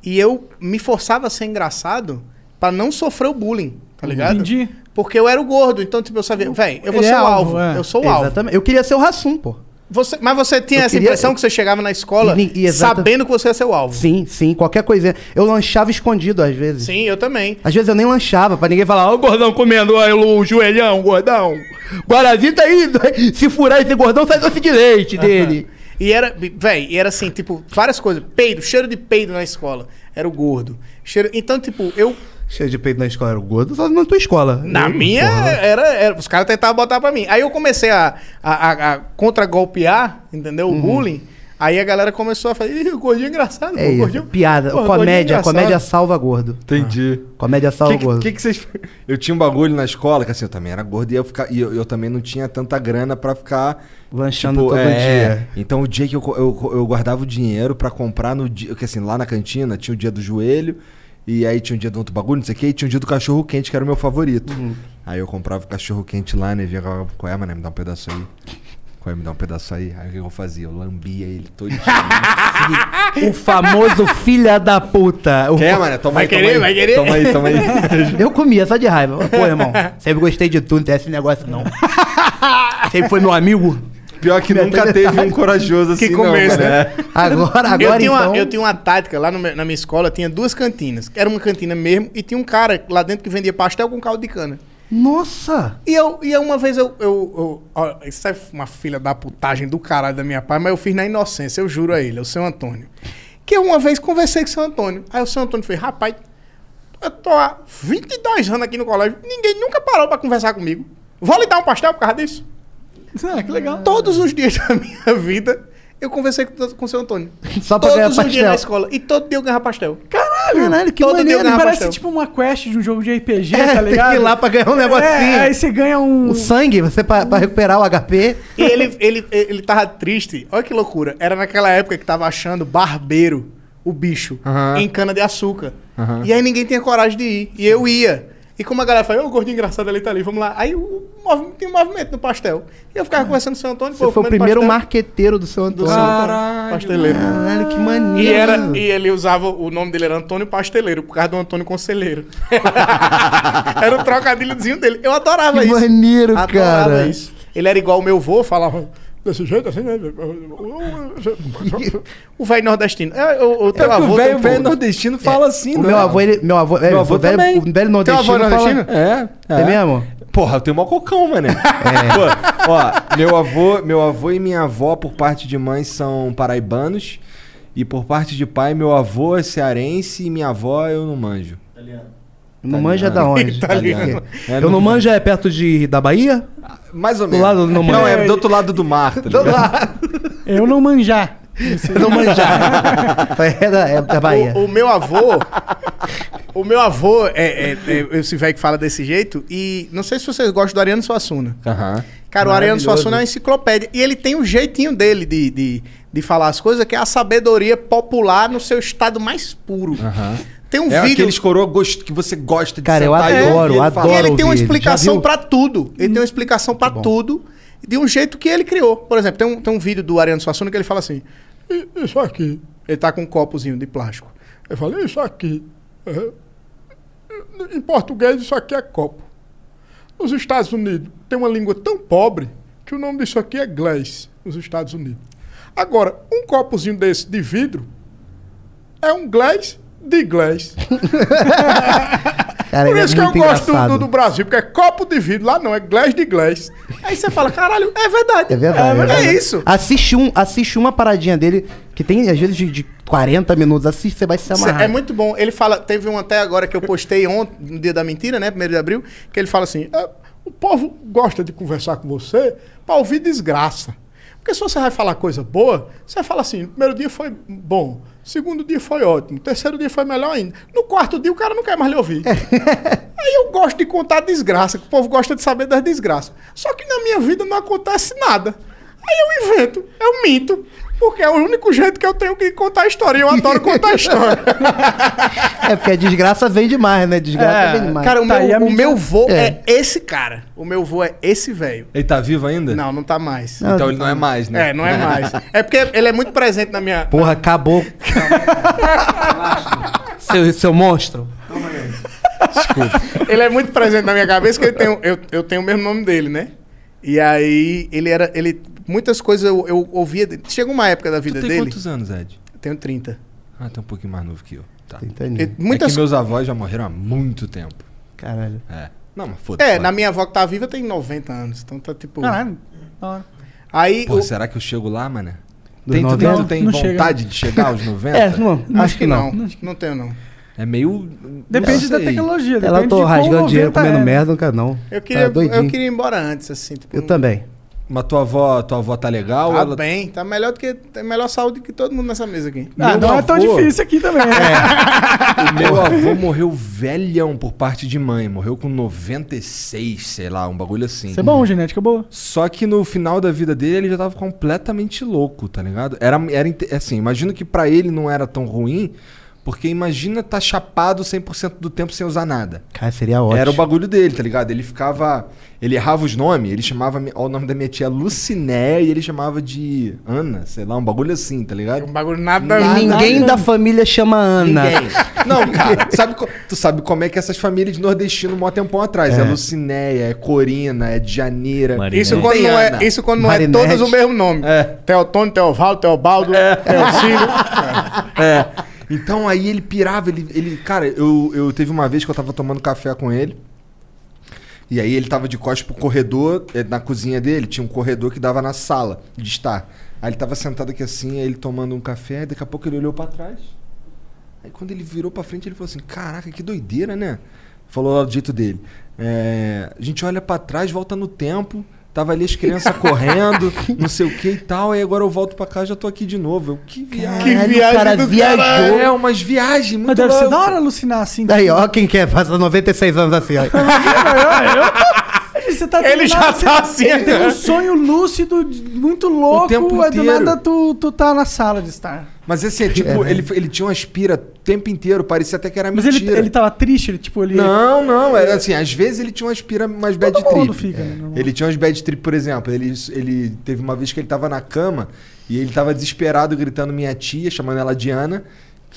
[SPEAKER 4] E eu me forçava a ser engraçado pra não sofrer o bullying, tá
[SPEAKER 2] Uhum.
[SPEAKER 4] ligado?
[SPEAKER 2] Entendi.
[SPEAKER 4] Porque eu era o gordo, então tipo, eu sabia, velho, eu vou
[SPEAKER 6] Ele
[SPEAKER 4] ser
[SPEAKER 6] é
[SPEAKER 4] o alvo,
[SPEAKER 6] alvo, é.
[SPEAKER 4] eu sou o alvo.
[SPEAKER 6] Exatamente. Eu queria ser o Rassum, pô.
[SPEAKER 4] Você- mas você tinha
[SPEAKER 6] Eu
[SPEAKER 4] essa
[SPEAKER 6] queria-
[SPEAKER 4] impressão que você chegava na escola
[SPEAKER 6] E- e exata-
[SPEAKER 4] sabendo que você ia ser o alvo.
[SPEAKER 6] Sim, sim, qualquer coisinha. Eu lanchava escondido às vezes.
[SPEAKER 4] Sim, eu também.
[SPEAKER 6] Às vezes eu nem lanchava, pra ninguém falar, ó, o
[SPEAKER 11] Gordão comendo ó, o joelhão, gordão. Guaravita aí, se furar esse gordão, sai doce de leite dele.
[SPEAKER 4] E era, véi, e era assim, tipo, várias coisas. Peido, cheiro de peido na escola. Era o gordo. Cheiro... Então, tipo, eu.
[SPEAKER 6] Cheio de peito na escola, era o gordo, só na tua escola.
[SPEAKER 4] Na
[SPEAKER 6] Eu,
[SPEAKER 4] minha,
[SPEAKER 6] porra.
[SPEAKER 4] era, era- Os caras tentavam botar pra mim. Aí eu comecei a, a, a, a contra-golpear, entendeu? O
[SPEAKER 6] Uhum.
[SPEAKER 4] bullying. Aí a galera começou a falar, Ih, o gordinho é engraçado. pô,
[SPEAKER 6] É
[SPEAKER 4] o
[SPEAKER 6] isso,
[SPEAKER 4] gordinho-
[SPEAKER 6] piada,
[SPEAKER 4] pô, o gordinho é
[SPEAKER 6] comédia,
[SPEAKER 4] engraçado."
[SPEAKER 6] comédia salva gordo. Ah.
[SPEAKER 1] Entendi.
[SPEAKER 6] Comédia salva
[SPEAKER 1] que,
[SPEAKER 6] Tá gordo.
[SPEAKER 1] que que vocês... Eu tinha um bagulho na escola, que assim, eu também era gordo e eu, fica- e eu, eu também não tinha tanta grana pra ficar...
[SPEAKER 6] Lanchando
[SPEAKER 1] Tipo,
[SPEAKER 6] todo dia.
[SPEAKER 1] Então o dia que eu, co- eu, co- eu guardava o dinheiro pra comprar no dia... Que assim, lá na cantina tinha o dia do joelho, e aí tinha o dia do outro bagulho, não sei o quê, e tinha o dia do cachorro quente, que era o meu favorito.
[SPEAKER 6] Uhum.
[SPEAKER 1] Aí eu comprava o cachorro quente lá, né, vinha com qual é, mano, me dá um pedaço aí. Qual é, me dá um pedaço aí. Aí o que eu fazia? Eu lambia ele todo
[SPEAKER 6] O famoso filha da puta. O
[SPEAKER 1] é. Quer,
[SPEAKER 6] fa-
[SPEAKER 1] mano? Toma Vai aí, toma querer, aí. vai querer? Toma aí, toma aí.
[SPEAKER 6] Eu comia só de raiva. Pô, irmão, sempre gostei de tudo, não tem esse negócio não. Sempre foi meu amigo.
[SPEAKER 1] Pior
[SPEAKER 6] é
[SPEAKER 1] que nunca teve um corajoso assim,
[SPEAKER 4] Que
[SPEAKER 1] não,
[SPEAKER 4] começo,
[SPEAKER 1] mano,
[SPEAKER 4] né?
[SPEAKER 1] é.
[SPEAKER 6] Agora, agora
[SPEAKER 4] eu tinha
[SPEAKER 6] então...
[SPEAKER 4] Uma, eu tinha uma tática lá no meu- na minha escola, tinha duas cantinas. Era uma cantina mesmo e tinha um cara lá dentro que vendia pastel com caldo de cana.
[SPEAKER 6] Nossa!
[SPEAKER 4] E, eu, e uma vez eu. eu, eu- ó, isso é uma filha da putagem do caralho da minha pai, mas eu fiz na inocência, eu juro a ele, é o seu Antônio. Que eu uma vez conversei com o seu Antônio. Aí o seu Antônio fez: rapaz, eu tô há 22 anos aqui no colégio, ninguém nunca parou pra conversar comigo. Vou lhe dar um pastel por causa disso?
[SPEAKER 2] Ah, que legal.
[SPEAKER 4] Todos os dias da minha vida, eu conversei com, com o seu Antônio.
[SPEAKER 6] Só pra
[SPEAKER 4] Todos
[SPEAKER 6] ganhar
[SPEAKER 4] os
[SPEAKER 6] pastel.
[SPEAKER 4] dias na escola. E todo dia eu ganhava pastel.
[SPEAKER 2] Caralho,
[SPEAKER 4] Caralho, que
[SPEAKER 2] Todo
[SPEAKER 4] maneiro.
[SPEAKER 2] dia ganhava Parece
[SPEAKER 4] pastel.
[SPEAKER 2] tipo uma quest de um jogo de RPG,
[SPEAKER 6] É,
[SPEAKER 2] tá
[SPEAKER 6] tem
[SPEAKER 2] ligado?
[SPEAKER 6] que ir lá pra ganhar um
[SPEAKER 2] É,
[SPEAKER 6] negocinho.
[SPEAKER 2] aí você ganha um.
[SPEAKER 6] O sangue, você pra, pra recuperar o HP.
[SPEAKER 4] E ele, ele, ele tava triste. Olha que loucura. Era naquela época que tava achando barbeiro, o bicho,
[SPEAKER 1] Aham.
[SPEAKER 4] em cana-de-açúcar.
[SPEAKER 1] Aham.
[SPEAKER 4] E aí ninguém tinha coragem de ir. E eu ia. E como a galera falou, ô, o gordinho engraçado ali tá ali, vamos lá. Aí o mov- tinha um movimento no pastel. E eu ficava conversando com o seu Antônio.
[SPEAKER 6] Ah. Você foi o primeiro marqueteiro do seu
[SPEAKER 4] do
[SPEAKER 6] Antônio.
[SPEAKER 4] Santo Antônio, pasteleiro.
[SPEAKER 6] Caralho, que maneiro.
[SPEAKER 4] E, era, e ele usava, o nome dele era Antônio Pasteleiro, por causa do Antônio Conselheiro. era o trocadilhozinho dele. Eu adorava
[SPEAKER 6] Que
[SPEAKER 4] isso.
[SPEAKER 6] maneiro,
[SPEAKER 4] adorava
[SPEAKER 6] cara.
[SPEAKER 4] isso. Ele era igual o meu vô, falava desse jeito assim, né? O velho nordestino. É, O, o teu
[SPEAKER 6] que o
[SPEAKER 4] avô
[SPEAKER 6] velho-
[SPEAKER 4] tem um
[SPEAKER 6] velho
[SPEAKER 4] pouco.
[SPEAKER 6] nordestino
[SPEAKER 1] fala assim,
[SPEAKER 6] O meu avô, ele. Meu avô, é,
[SPEAKER 1] Meu avô
[SPEAKER 6] o velho,
[SPEAKER 1] também.
[SPEAKER 6] O velho
[SPEAKER 1] Teu
[SPEAKER 6] nordestino.
[SPEAKER 1] avô é nordestino?
[SPEAKER 6] Fala... É. É mesmo?
[SPEAKER 1] Porra, eu tenho mó cocão, mano.
[SPEAKER 11] É.
[SPEAKER 1] Pô, ó, meu avô, meu avô e minha avó, por parte de mãe, são paraibanos. E por parte de pai, meu avô é cearense e minha avó eu não manjo.
[SPEAKER 4] Tá
[SPEAKER 6] Não manja da onde?
[SPEAKER 1] Italiano.
[SPEAKER 11] Eu não manjo é perto de, da Bahia?
[SPEAKER 1] Mais ou
[SPEAKER 11] Do
[SPEAKER 1] menos.
[SPEAKER 11] lado do- não
[SPEAKER 1] não,
[SPEAKER 11] manjo.
[SPEAKER 1] é do outro lado do mar. Tá ligado?
[SPEAKER 2] Eu não manjar.
[SPEAKER 6] Não manjar. é, da, é da Bahia.
[SPEAKER 4] O, o meu avô. o meu avô é, é, é esse velho que fala desse jeito. E não sei se vocês gostam do Ariano Suassuna. Cara, o Ariano Suassuna é uma enciclopédia. E ele tem um jeitinho dele de, de, de falar as coisas, que é a sabedoria popular no seu estado mais puro. Tem um
[SPEAKER 1] é
[SPEAKER 4] vídeo.
[SPEAKER 1] aqueles coroa gost- que você gosta de
[SPEAKER 6] Cara, eu
[SPEAKER 1] sentar e ouvir
[SPEAKER 6] adoro,
[SPEAKER 1] ele
[SPEAKER 6] adoro
[SPEAKER 1] falar.
[SPEAKER 4] E ele tem uma
[SPEAKER 6] ouvir ele. Já
[SPEAKER 4] explicação
[SPEAKER 6] viu? Hum. Tá
[SPEAKER 4] pra tudo. Ele tem uma explicação pra tudo de um jeito que ele criou. Por exemplo, tem um, tem um vídeo do Ariano Suassuna que ele fala assim: "I- Isso aqui. Ele tá com um copozinho de plástico. Eu falo: Isso aqui. é- Em português, isso aqui é copo. Nos Estados Unidos, tem uma língua tão pobre que o nome disso aqui é glass. Nos Estados Unidos. Agora, um copozinho desse de vidro é um glass de glass.
[SPEAKER 6] Cara,
[SPEAKER 4] Por
[SPEAKER 6] ele
[SPEAKER 4] isso
[SPEAKER 6] é
[SPEAKER 4] que eu
[SPEAKER 6] muito
[SPEAKER 4] gosto do-
[SPEAKER 6] engraçado.
[SPEAKER 4] do, do Brasil, porque é copo de vidro, lá não, é glass de glass. Aí você fala, caralho, é verdade.
[SPEAKER 6] É verdade.
[SPEAKER 4] É,
[SPEAKER 6] verdade.
[SPEAKER 4] isso.
[SPEAKER 6] Assiste, um, assiste uma paradinha dele, que tem às vezes de, de 40 minutos. Assiste, você vai se
[SPEAKER 4] Cê-
[SPEAKER 6] amarrar.
[SPEAKER 4] É muito bom. Ele fala, teve um até agora que eu postei ontem, no dia da mentira, né? Primeiro de abril, que ele fala assim: "É, o povo gosta de conversar com você pra ouvir desgraça. Porque se você vai falar coisa boa, você fala assim: primeiro dia foi bom, segundo dia foi ótimo, terceiro dia foi melhor ainda. No quarto dia o cara não quer mais lhe ouvir. Aí eu gosto de contar desgraça, que o povo gosta de saber das desgraças. Só que na minha vida não acontece nada. Aí eu invento, eu minto, porque é o único jeito que eu tenho que contar a história. e Eu adoro contar a história.
[SPEAKER 6] É porque a desgraça vem demais, né? Desgraça vem demais.
[SPEAKER 4] É, Cara, um o
[SPEAKER 6] Tá, e a
[SPEAKER 4] meu, o
[SPEAKER 6] mídia-
[SPEAKER 4] meu vô é.
[SPEAKER 6] É.
[SPEAKER 4] esse cara. O meu vô é esse velho.
[SPEAKER 1] Ele tá vivo ainda?
[SPEAKER 4] Não, não tá mais.
[SPEAKER 1] Então ele não é mais, né?
[SPEAKER 4] É, não é mais. É porque ele é muito presente na minha.
[SPEAKER 11] Porra, acabou. seu, seu monstro.
[SPEAKER 4] Ele é muito presente na minha cabeça, que ele tem, o- eu, eu tenho o mesmo nome dele, né? E aí, ele era. Ele, muitas coisas eu, eu ouvia. dele. Chega uma época da
[SPEAKER 1] Tu
[SPEAKER 4] vida
[SPEAKER 1] tem
[SPEAKER 4] dele.
[SPEAKER 1] quantos anos, Ed?
[SPEAKER 4] Eu Tenho 30.
[SPEAKER 1] Ah, tá um pouquinho mais novo que eu. Tá.
[SPEAKER 6] Entendi.
[SPEAKER 4] E muitas-
[SPEAKER 1] É que meus avós já morreram há muito tempo.
[SPEAKER 6] Caralho.
[SPEAKER 1] É. Não, mas foda-se.
[SPEAKER 4] É,
[SPEAKER 1] foda-se.
[SPEAKER 4] na minha avó que tá viva tem 90 anos. Então tá tipo.
[SPEAKER 2] Caralho. da hora.
[SPEAKER 4] Aí.
[SPEAKER 1] Pô,
[SPEAKER 4] o-
[SPEAKER 6] é.
[SPEAKER 1] será que eu chego lá, mané?
[SPEAKER 6] Dos
[SPEAKER 1] Tem, tu, tem,
[SPEAKER 6] 90?
[SPEAKER 1] tu tem
[SPEAKER 6] Não chega.
[SPEAKER 1] vontade de chegar aos 90?
[SPEAKER 6] É, não, acho que não.
[SPEAKER 4] Não, não tenho, não.
[SPEAKER 1] É meio.
[SPEAKER 2] Depende
[SPEAKER 1] não
[SPEAKER 2] da
[SPEAKER 1] sei.
[SPEAKER 2] tecnologia,
[SPEAKER 6] Até lá
[SPEAKER 2] depende
[SPEAKER 6] eu
[SPEAKER 2] de
[SPEAKER 6] tô
[SPEAKER 2] quão
[SPEAKER 6] tá rasgando dinheiro,
[SPEAKER 2] 90
[SPEAKER 6] comendo
[SPEAKER 2] é.
[SPEAKER 6] merda, nunca não.
[SPEAKER 4] Eu queria,
[SPEAKER 6] Tá doidinho.
[SPEAKER 4] eu queria ir embora antes, assim. Tipo,
[SPEAKER 6] Eu também.
[SPEAKER 1] Mas tua avó, tua avó tá legal?
[SPEAKER 4] Tá
[SPEAKER 1] ela...
[SPEAKER 4] bem, tá melhor do que. Tem melhor saúde que todo mundo nessa mesa aqui.
[SPEAKER 2] Ah,
[SPEAKER 1] Meu
[SPEAKER 2] não é tão
[SPEAKER 1] avô-
[SPEAKER 2] difícil aqui também.
[SPEAKER 1] O meu avô morreu velhão por parte de mãe. Morreu com 96, sei lá, um bagulho assim.
[SPEAKER 2] Isso é bom, genética boa.
[SPEAKER 1] Só que no final da vida dele, ele já tava completamente louco, tá ligado? Era, era inte- assim, imagino que pra ele não era tão ruim, porque imagina tá chapado 100% do tempo sem usar nada.
[SPEAKER 6] Cara, seria ótimo.
[SPEAKER 1] Era o bagulho dele, tá ligado? Ele ficava. Ele errava os nomes, ele chamava. Ó, o nome da minha tia Luciné e ele chamava de Ana, sei lá, um bagulho assim, tá ligado?
[SPEAKER 4] Um bagulho nada.
[SPEAKER 6] E ninguém da família chama Ana.
[SPEAKER 1] Ninguém. Não, cara, sabe, co- tu sabe como é que essas famílias de nordestino mó tempão atrás. É,
[SPEAKER 6] É.
[SPEAKER 1] Lucinéia, é Corina, é Janeira.
[SPEAKER 4] Isso quando, não é, isso quando não é todos o mesmo nome. Teotônio, Teovaldo, Teobaldo, Teocino.
[SPEAKER 1] É. Então aí ele pirava, ele. ele cara, eu, eu teve uma vez que eu tava tomando café com ele. E aí ele tava de costas pro corredor, eh, na cozinha dele tinha um corredor que dava na sala de estar. Aí ele tava sentado aqui assim, aí ele tomando um café, aí daqui a pouco ele olhou pra trás. Aí quando ele virou pra frente, ele falou assim: Caraca, que doideira, né? Falou lá do jeito dele. É, a gente olha pra trás, volta no tempo. Tava ali as crianças correndo, não sei o que e tal. Aí agora eu volto pra cá já tô aqui de novo. Eu, que viagem.
[SPEAKER 6] Que viagem do caralho.
[SPEAKER 1] É, umas viagens muito
[SPEAKER 6] Mas deve ser
[SPEAKER 1] loucas.
[SPEAKER 6] da hora
[SPEAKER 2] alucinar assim.
[SPEAKER 6] Daí, ó, quem quer, passa 96 anos assim, ó.
[SPEAKER 2] Você tá
[SPEAKER 6] Ele
[SPEAKER 2] do
[SPEAKER 6] já
[SPEAKER 2] você-
[SPEAKER 6] tá assim,
[SPEAKER 2] Ele tem
[SPEAKER 6] né?
[SPEAKER 2] um sonho lúcido de- muito louco.
[SPEAKER 1] tempo
[SPEAKER 2] aí do
[SPEAKER 1] inteiro.
[SPEAKER 2] nada tu, tu tá na sala de estar.
[SPEAKER 1] Mas assim, é tipo,
[SPEAKER 2] É.
[SPEAKER 1] ele, ele tinha uma aspira o tempo inteiro, parecia até que era
[SPEAKER 2] Mas
[SPEAKER 1] mentira.
[SPEAKER 2] ele, ele tava triste, ele tipo, ele.
[SPEAKER 1] Não, não, era assim, às vezes ele tinha umas pira mais bad
[SPEAKER 2] Todo
[SPEAKER 1] trip.
[SPEAKER 2] mundo fica, né, normal.
[SPEAKER 1] Ele tinha umas bad trip, por exemplo, ele, ele teve uma vez que ele tava na cama e ele tava desesperado gritando minha tia, chamando ela de Ana,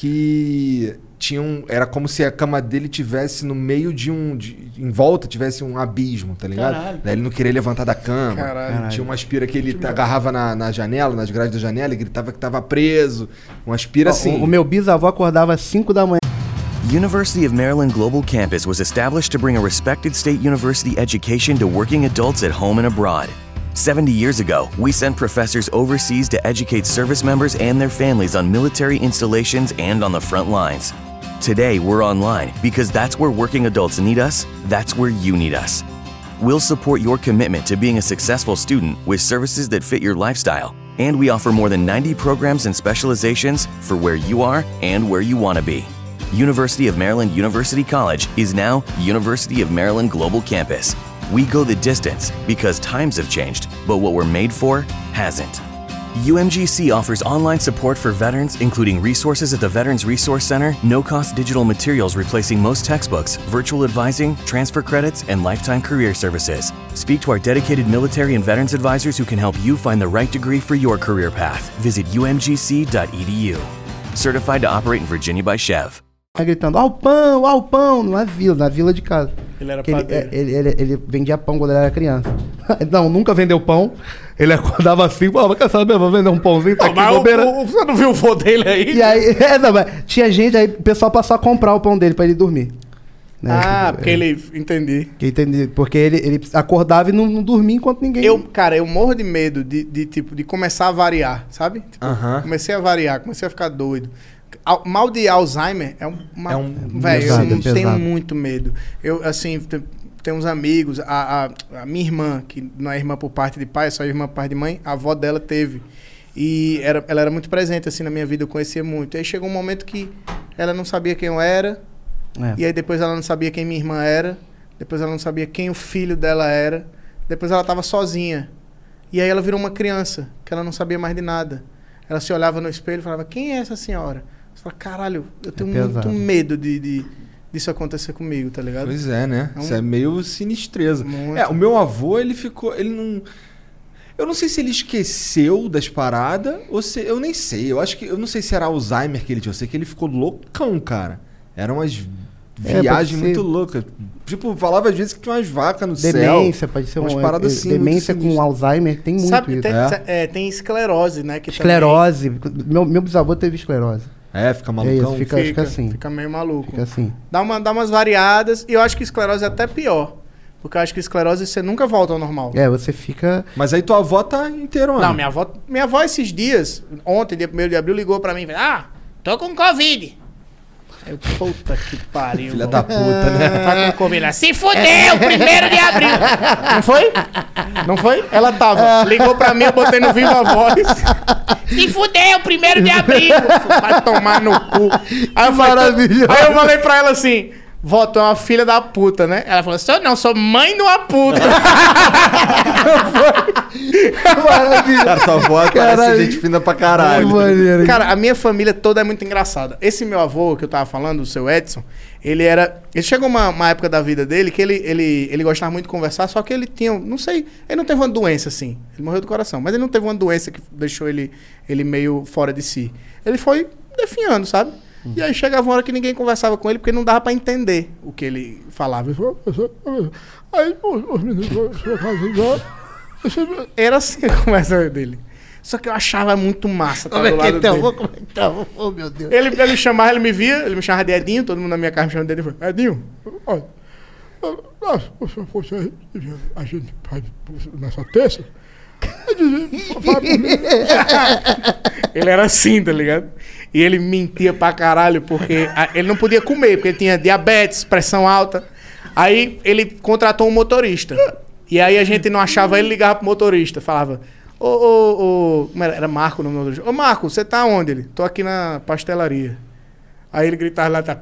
[SPEAKER 1] que tinha um, era como se a cama dele tivesse no meio de um de- em volta tivesse um abismo, tá ligado?
[SPEAKER 13] Caralho.
[SPEAKER 1] Daí ele não queria levantar da cama.
[SPEAKER 13] Caralho.
[SPEAKER 1] Tinha uma aspira que ele agarrava na, na janela, nas grades da janela e gritava que tava preso. Uma aspira
[SPEAKER 6] Ó,
[SPEAKER 1] assim.
[SPEAKER 6] o, o meu bisavô acordava às 5 da manhã.
[SPEAKER 18] University of Maryland Global Campus was established to bring a respected state university education to working adults at home and abroad. 70 years ago, we sent professors overseas to educate service members and their families on military installations and on the front lines. Today, we're online because that's where working adults need us, that's where you need us. We'll support your commitment to being a successful student with services that fit your lifestyle, and we offer more than 90 programs and specializations for where you are and where you want to be. University of Maryland University College is now University of Maryland Global Campus. We go the distance because times have changed, but what we're made for hasn't. UMGC offers online support for veterans, including resources at the Veterans Resource Center, no cost digital materials replacing most textbooks, virtual advising, transfer credits, and lifetime career services. Speak to our dedicated military and veterans advisors who can help you find the right degree for your career path. Visit umgc.edu. Certified to operate in Virginia by Chev.
[SPEAKER 6] Aí Tá gritando, ó o pão, ó o pão, na vila, na vila de casa.
[SPEAKER 4] Ele era
[SPEAKER 6] Que ele, é,
[SPEAKER 4] padeiro.
[SPEAKER 6] ele, ele, ele vendia pão quando ele era criança. Não, nunca vendeu pão.
[SPEAKER 11] Ele acordava assim, pô, quer saber, vou vender um pãozinho, tá aqui, bobeira.
[SPEAKER 13] você não viu o vô dele aí?
[SPEAKER 6] E aí, é, não, mas tinha gente, aí o pessoal passou a comprar o pão dele pra ele dormir. Né?
[SPEAKER 4] Ah, porque ele. Entendi.
[SPEAKER 6] Que entendi, porque ele, ele acordava e não, não dormia enquanto ninguém.
[SPEAKER 4] Eu, cara, eu morro de medo de, de, tipo, de começar a variar, sabe? Tipo,
[SPEAKER 6] Aham.
[SPEAKER 4] Comecei a variar, comecei a ficar doido. Al- Mal de Alzheimer é um- uma.
[SPEAKER 1] É um-
[SPEAKER 4] Velho, eu
[SPEAKER 1] pesado,
[SPEAKER 4] não
[SPEAKER 1] é pesado.
[SPEAKER 4] tenho muito medo. Eu, assim, te- tenho uns amigos, a, a- a minha irmã, que não é irmã por parte de pai, é só irmã por parte de mãe, a avó dela teve. E era, ela era muito presente, assim, na minha vida, eu conhecia muito. Aí chegou um momento que ela não sabia quem eu era,
[SPEAKER 6] É.
[SPEAKER 4] e aí depois ela não sabia quem minha irmã era. Depois ela não sabia quem o filho dela era. Depois ela estava sozinha. E aí ela virou uma criança, que ela não sabia mais de nada. Ela se olhava no espelho e falava, quem é essa senhora? Você fala, caralho,
[SPEAKER 6] É
[SPEAKER 4] eu tenho muito
[SPEAKER 1] pesado.
[SPEAKER 4] medo de, de- disso acontecer comigo, tá ligado?
[SPEAKER 1] Pois é, né?
[SPEAKER 4] É um-
[SPEAKER 1] Isso é meio sinistreza. É, o meu avô, ele ficou. Ele não. Eu não sei se ele esqueceu das paradas, ou se. Eu nem sei. Eu acho que. Eu não sei se era Alzheimer que ele tinha. Eu sei que ele ficou loucão, cara. Eram umas
[SPEAKER 6] É, pode
[SPEAKER 1] viagens
[SPEAKER 6] ser.
[SPEAKER 1] muito loucas. Tipo, falava às vezes que tinha umas vacas no céu.
[SPEAKER 6] demência, pode ser
[SPEAKER 1] umas
[SPEAKER 6] uma
[SPEAKER 1] paradas assim. muito
[SPEAKER 6] Demência com Alzheimer, tem muito
[SPEAKER 4] Sabe,
[SPEAKER 6] isso.
[SPEAKER 4] tem, é, tem esclerose, né? Que
[SPEAKER 6] Esclerose. Meu, meu bisavô teve esclerose.
[SPEAKER 1] É, fica
[SPEAKER 4] malucão?
[SPEAKER 6] fica,
[SPEAKER 4] Fica,
[SPEAKER 6] fica, assim.
[SPEAKER 4] fica meio maluco.
[SPEAKER 6] Fica assim.
[SPEAKER 4] Dá, uma, dá umas variadas. E eu acho que esclerose é até pior. Porque eu acho que esclerose você nunca volta ao normal.
[SPEAKER 6] É, você fica.
[SPEAKER 1] Mas aí tua avó tá inteira,
[SPEAKER 4] Não, minha avó, minha avó esses dias, ontem, dia 1 de abril, ligou pra mim e falou: Ah, tô com Covid. Eu, puta que pariu.
[SPEAKER 1] Filha da puta, né?
[SPEAKER 4] Tá com Covid. Ela, Se fudeu, 1 de abril. Não foi? Não foi? Ela tava. Ligou pra mim, eu botei no viva voz. Se fudeu, 1 de abril. Vai tomar no cu. Aí eu, falei, aí eu falei pra ela assim. Vó, tu é uma filha da puta, né? Ela falou, sou não, sou mãe de uma puta.
[SPEAKER 6] Maravilha.
[SPEAKER 1] Cara, tua avó
[SPEAKER 4] Caralho.
[SPEAKER 1] parece gente fina pra caralho.
[SPEAKER 4] Cara, a minha família toda é muito engraçada. Esse meu avô que eu tava falando, o seu Edson, ele era. Ele chegou uma, uma época da vida dele que ele, ele, ele gostava muito de conversar, só que ele tinha. um- Não sei, ele não teve uma doença assim. Ele morreu do coração, mas ele não teve uma doença que deixou ele, ele meio fora de si. Ele foi definhando, sabe? E aí chegava uma hora que ninguém conversava com ele porque não dava pra entender o que ele falava. Ele falou, Aí, os meninos Era assim a conversa dele. Só que eu achava muito massa tá
[SPEAKER 6] Como é
[SPEAKER 4] do
[SPEAKER 6] que
[SPEAKER 4] lado
[SPEAKER 6] então?
[SPEAKER 4] dele.
[SPEAKER 6] Vou- Como é que então? Oh, meu Deus.
[SPEAKER 4] Ele, ele me chamava, ele me via, ele me chamava de Edinho, todo mundo na minha casa me chamava de Edinho. Edinho, ó,
[SPEAKER 19] Ah, se você fosse aí, a gente faz nessa terça. Eu dizia,
[SPEAKER 4] ele era assim, tá ligado? E ele mentia pra caralho, porque a- ele não podia comer, porque ele tinha diabetes, pressão alta. Aí ele contratou um motorista. E aí a gente não achava ele, ligava pro motorista, falava. Ô, ô, ô. como era? Era Marco o nome do motorista. Ô, Marco, você tá onde? Ele? Tô aqui na pastelaria. Aí ele gritava lá atrás: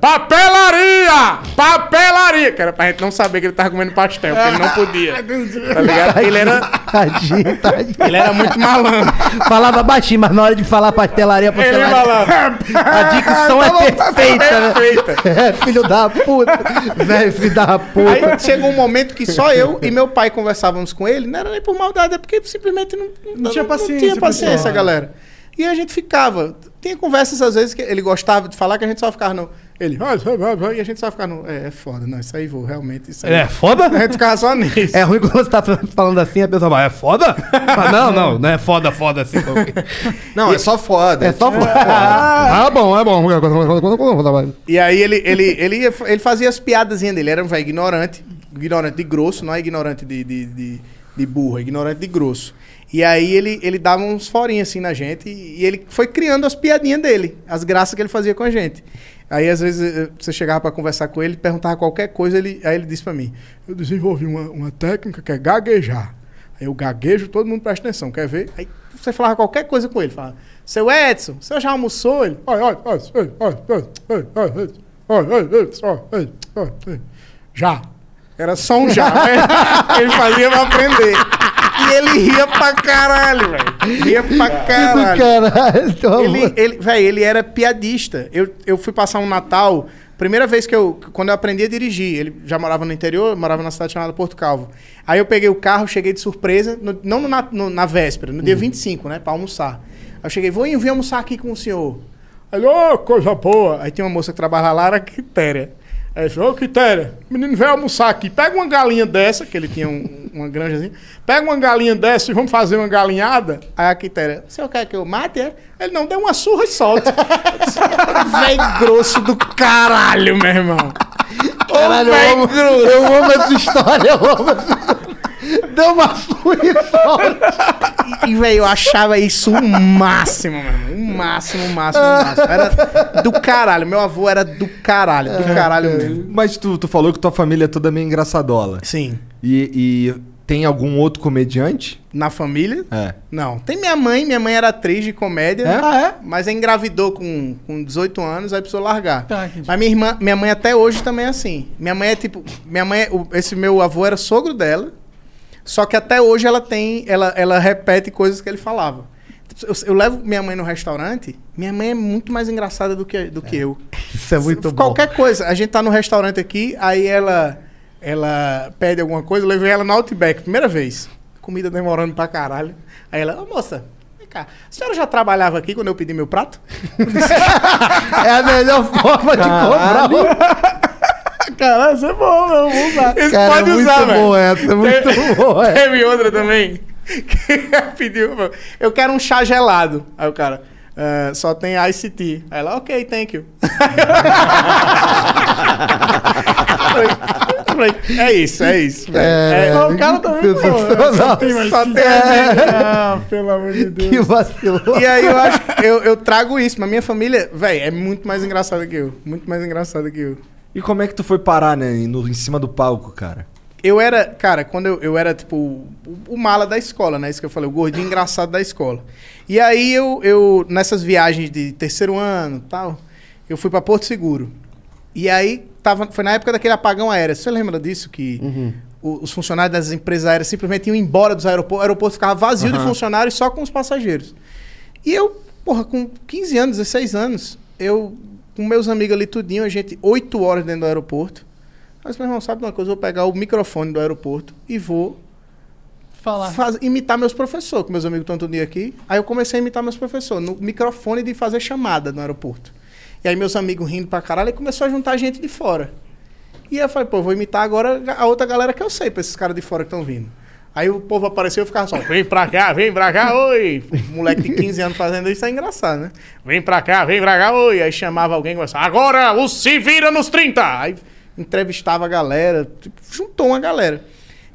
[SPEAKER 4] Papelaria! Papelaria! Que era pra gente não saber que ele tava comendo pastel, porque ele não podia. Tá ligado? Ele era.
[SPEAKER 6] Tadinho, tadinho.
[SPEAKER 4] Ele era muito malandro.
[SPEAKER 6] Falava baixinho, mas na hora de falar pastelaria,
[SPEAKER 4] Ele
[SPEAKER 6] pastelaria.
[SPEAKER 4] falava.
[SPEAKER 6] A dicção é perfeita, né?
[SPEAKER 4] Perfeita.
[SPEAKER 6] É, filho da puta. Velho, filho da puta.
[SPEAKER 4] Aí chegou um momento que só eu e meu pai conversávamos com ele, não era nem por maldade, é porque simplesmente não, não
[SPEAKER 2] tinha
[SPEAKER 4] Não
[SPEAKER 2] paciência,
[SPEAKER 4] tinha paciência,
[SPEAKER 2] pessoal.
[SPEAKER 4] galera. E a gente ficava. Tinha conversas às vezes que ele gostava de falar que a gente só ficava no. Ele, "Ah, vai, vai, vai", e a gente só ficava no. É, é foda, não, isso aí vou, realmente. Isso aí.
[SPEAKER 7] É foda?
[SPEAKER 4] A gente ficava só nisso.
[SPEAKER 6] É ruim quando você tá falando assim, a pessoa vai, é foda?
[SPEAKER 7] Ah, não, não, não é foda, foda assim.
[SPEAKER 1] Não, é tipo- só foda.
[SPEAKER 6] É só foda.
[SPEAKER 1] Ah, bom, é bom.
[SPEAKER 4] E aí ele, ele, ele, ia- ele fazia as piadazinhas dele. Ele era um velho ignorante, ignorante de grosso, não é ignorante de, de, de, de burro, é ignorante de grosso. E aí ele, ele dava uns forinhos assim na gente e, e ele foi criando as piadinhas dele, as graças que ele fazia com a gente. Aí às vezes eh, você chegava pra conversar com ele, perguntava qualquer coisa, ele, aí ele disse pra mim: Eu desenvolvi uma, uma técnica que é gaguejar. Aí eu gaguejo, todo mundo presta atenção, quer ver? Aí você falava qualquer coisa com ele, falava: Seu Edson, você já almoçou? Ele,
[SPEAKER 19] Ai, ai, ai, ai, ai, ai, ai, ai, ai, ai, ai, ai, ai, ai, ai, ai.
[SPEAKER 4] Já. Era só um já. né? ele fazia pra aprender. E ele ria pra caralho, velho. Ria pra caralho.
[SPEAKER 6] Tipo,
[SPEAKER 4] Ele, ele, véi, ele era piadista. Eu, eu fui passar um Natal. Primeira vez que eu. Quando eu aprendi a dirigir, ele já morava no interior, morava na cidade chamada Porto Calvo. Aí eu peguei o carro, cheguei de surpresa, no- não no na, no- na véspera, no dia 25, né? Pra almoçar. Aí eu cheguei, vou eu vim almoçar aqui com o senhor. Aí, ô, coisa boa. Aí tem uma moça que trabalha lá, era Quitéria. Aí ele falou, ô Quitéria, o menino veio almoçar aqui, pega uma galinha dessa, que ele tinha um- uma granjazinha, pega uma galinha dessa e vamos fazer uma galinhada. Aí a Quitéria, o senhor quer que eu mate? é?" Ele não, deu uma surra e solta. Velho grosso do caralho, meu irmão.
[SPEAKER 6] Caralho, eu amo, eu amo essa história, eu amo essa história. Deu uma fúria forte.
[SPEAKER 4] E, velho, eu achava isso o máximo, meu irmão. O máximo, o máximo, o máximo. Era do caralho. Meu avô era do caralho, do caralho mesmo.
[SPEAKER 1] Mas tu, tu falou que tua família é toda meio engraçadola.
[SPEAKER 4] Sim.
[SPEAKER 1] E, e tem algum outro comediante?
[SPEAKER 4] Na família?
[SPEAKER 1] É.
[SPEAKER 4] Não. Tem minha mãe, minha mãe era atriz de comédia.
[SPEAKER 1] É? Ah, é?
[SPEAKER 4] Mas aí engravidou com, com 18 anos, aí precisou largar.
[SPEAKER 1] Tá,
[SPEAKER 4] mas minha irmã, minha mãe até hoje também é assim. Minha mãe é tipo. Minha mãe, é- o- esse meu avô era sogro dela. Só que até hoje ela tem. Ela, ela repete coisas que ele falava. Eu, eu levo minha mãe no restaurante, minha mãe é muito mais engraçada do que, do que eu.
[SPEAKER 6] Isso é muito bom.
[SPEAKER 4] Qualquer coisa. A gente tá no restaurante aqui, aí ela ela pede alguma coisa, eu levei ela no Outback, primeira vez. Comida demorando pra caralho. Aí ela, ô moça, vem cá. A senhora já trabalhava aqui quando eu pedi meu prato?
[SPEAKER 6] É a melhor forma de cobrar.
[SPEAKER 4] Caralho, isso é bom, meu. Vamos usar. Isso
[SPEAKER 6] Cara,
[SPEAKER 4] pode
[SPEAKER 6] é muito
[SPEAKER 4] usar, velho.
[SPEAKER 6] bom essa, é muito
[SPEAKER 4] Teve-
[SPEAKER 6] bom é. essa.
[SPEAKER 4] Teve outra também. Que ela pediu, falou, eu quero um chá gelado. Aí o cara, "Ah, só tem Ice Tea. Aí ela, ok, thank you. Eu falei, é isso, é isso. velho.
[SPEAKER 6] É,
[SPEAKER 4] É, o cara também pô, é só tem mais só tem Ice Tea.
[SPEAKER 6] Ah,
[SPEAKER 4] pelo amor de Deus.
[SPEAKER 6] Que vacilo.
[SPEAKER 4] E aí eu acho que eu, eu trago isso, mas minha família, velho, é muito mais engraçada que eu. Muito mais engraçada que eu.
[SPEAKER 1] E como é que tu foi parar, né? no- em cima do palco, cara?
[SPEAKER 4] Eu era, cara, quando eu, eu era, tipo, o, o mala da escola, né? Isso que eu falei, o gordinho engraçado da escola. E aí eu, eu nessas viagens de terceiro ano tal, eu fui pra Porto Seguro. E aí tava, foi na época daquele apagão aéreo. Você lembra disso? Que o- os funcionários das empresas aéreas simplesmente iam embora dos aeroportos, o aeroporto ficava vazio de
[SPEAKER 5] Aham.
[SPEAKER 4] funcionários só com os passageiros. E eu, porra, com 15 anos, 16 anos, eu, com meus amigos ali tudinho, a gente, 8 horas dentro do aeroporto. Mas, meu irmão, sabe de uma coisa? Eu vou pegar o microfone do aeroporto e vou
[SPEAKER 2] Falar.
[SPEAKER 4] faz- imitar meus professores, que meus amigos estão todo dia aqui. Aí eu comecei a imitar meus professores no microfone de fazer chamada no aeroporto. E aí meus amigos rindo pra caralho, aí começou a juntar gente de fora. E aí eu falei, pô, vou imitar agora a outra galera que eu sei, pra esses caras de fora que estão vindo. Aí o povo apareceu e eu ficava só, vem pra cá, vem pra cá, oi. Moleque de 15 anos fazendo isso é engraçado, né? Vem pra cá, vem pra cá, oi. Aí chamava alguém e começava, agora o se vira nos 30. Aí entrevistava a galera, tipo, juntou uma galera.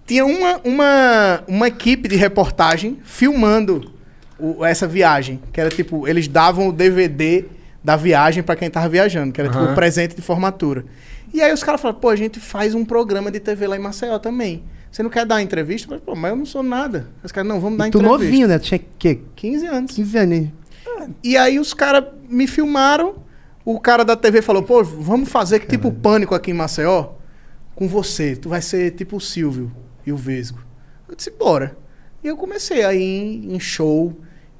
[SPEAKER 4] Tinha uma, uma, uma equipe de reportagem filmando o- essa viagem, que era tipo, eles davam o DVD da viagem pra quem tava viajando, que era tipo
[SPEAKER 5] Aham.
[SPEAKER 4] o presente de formatura. E aí os caras falaram, pô, a gente faz um programa de TV lá em Maceió também. Você não quer dar entrevista? Eu falei, pô, mas eu não sou nada. Os caras, não, vamos dar
[SPEAKER 6] E tu
[SPEAKER 4] entrevista.
[SPEAKER 6] novinho, né? Tu tinha que
[SPEAKER 4] 15 anos.
[SPEAKER 6] 15 anos.
[SPEAKER 4] E aí os caras me filmaram. O cara da TV falou, pô, vamos fazer que tipo pânico aqui em Maceió com você. Tu vai ser tipo o Silvio e o Vesgo. Eu disse, bora. E eu comecei aí em, em show.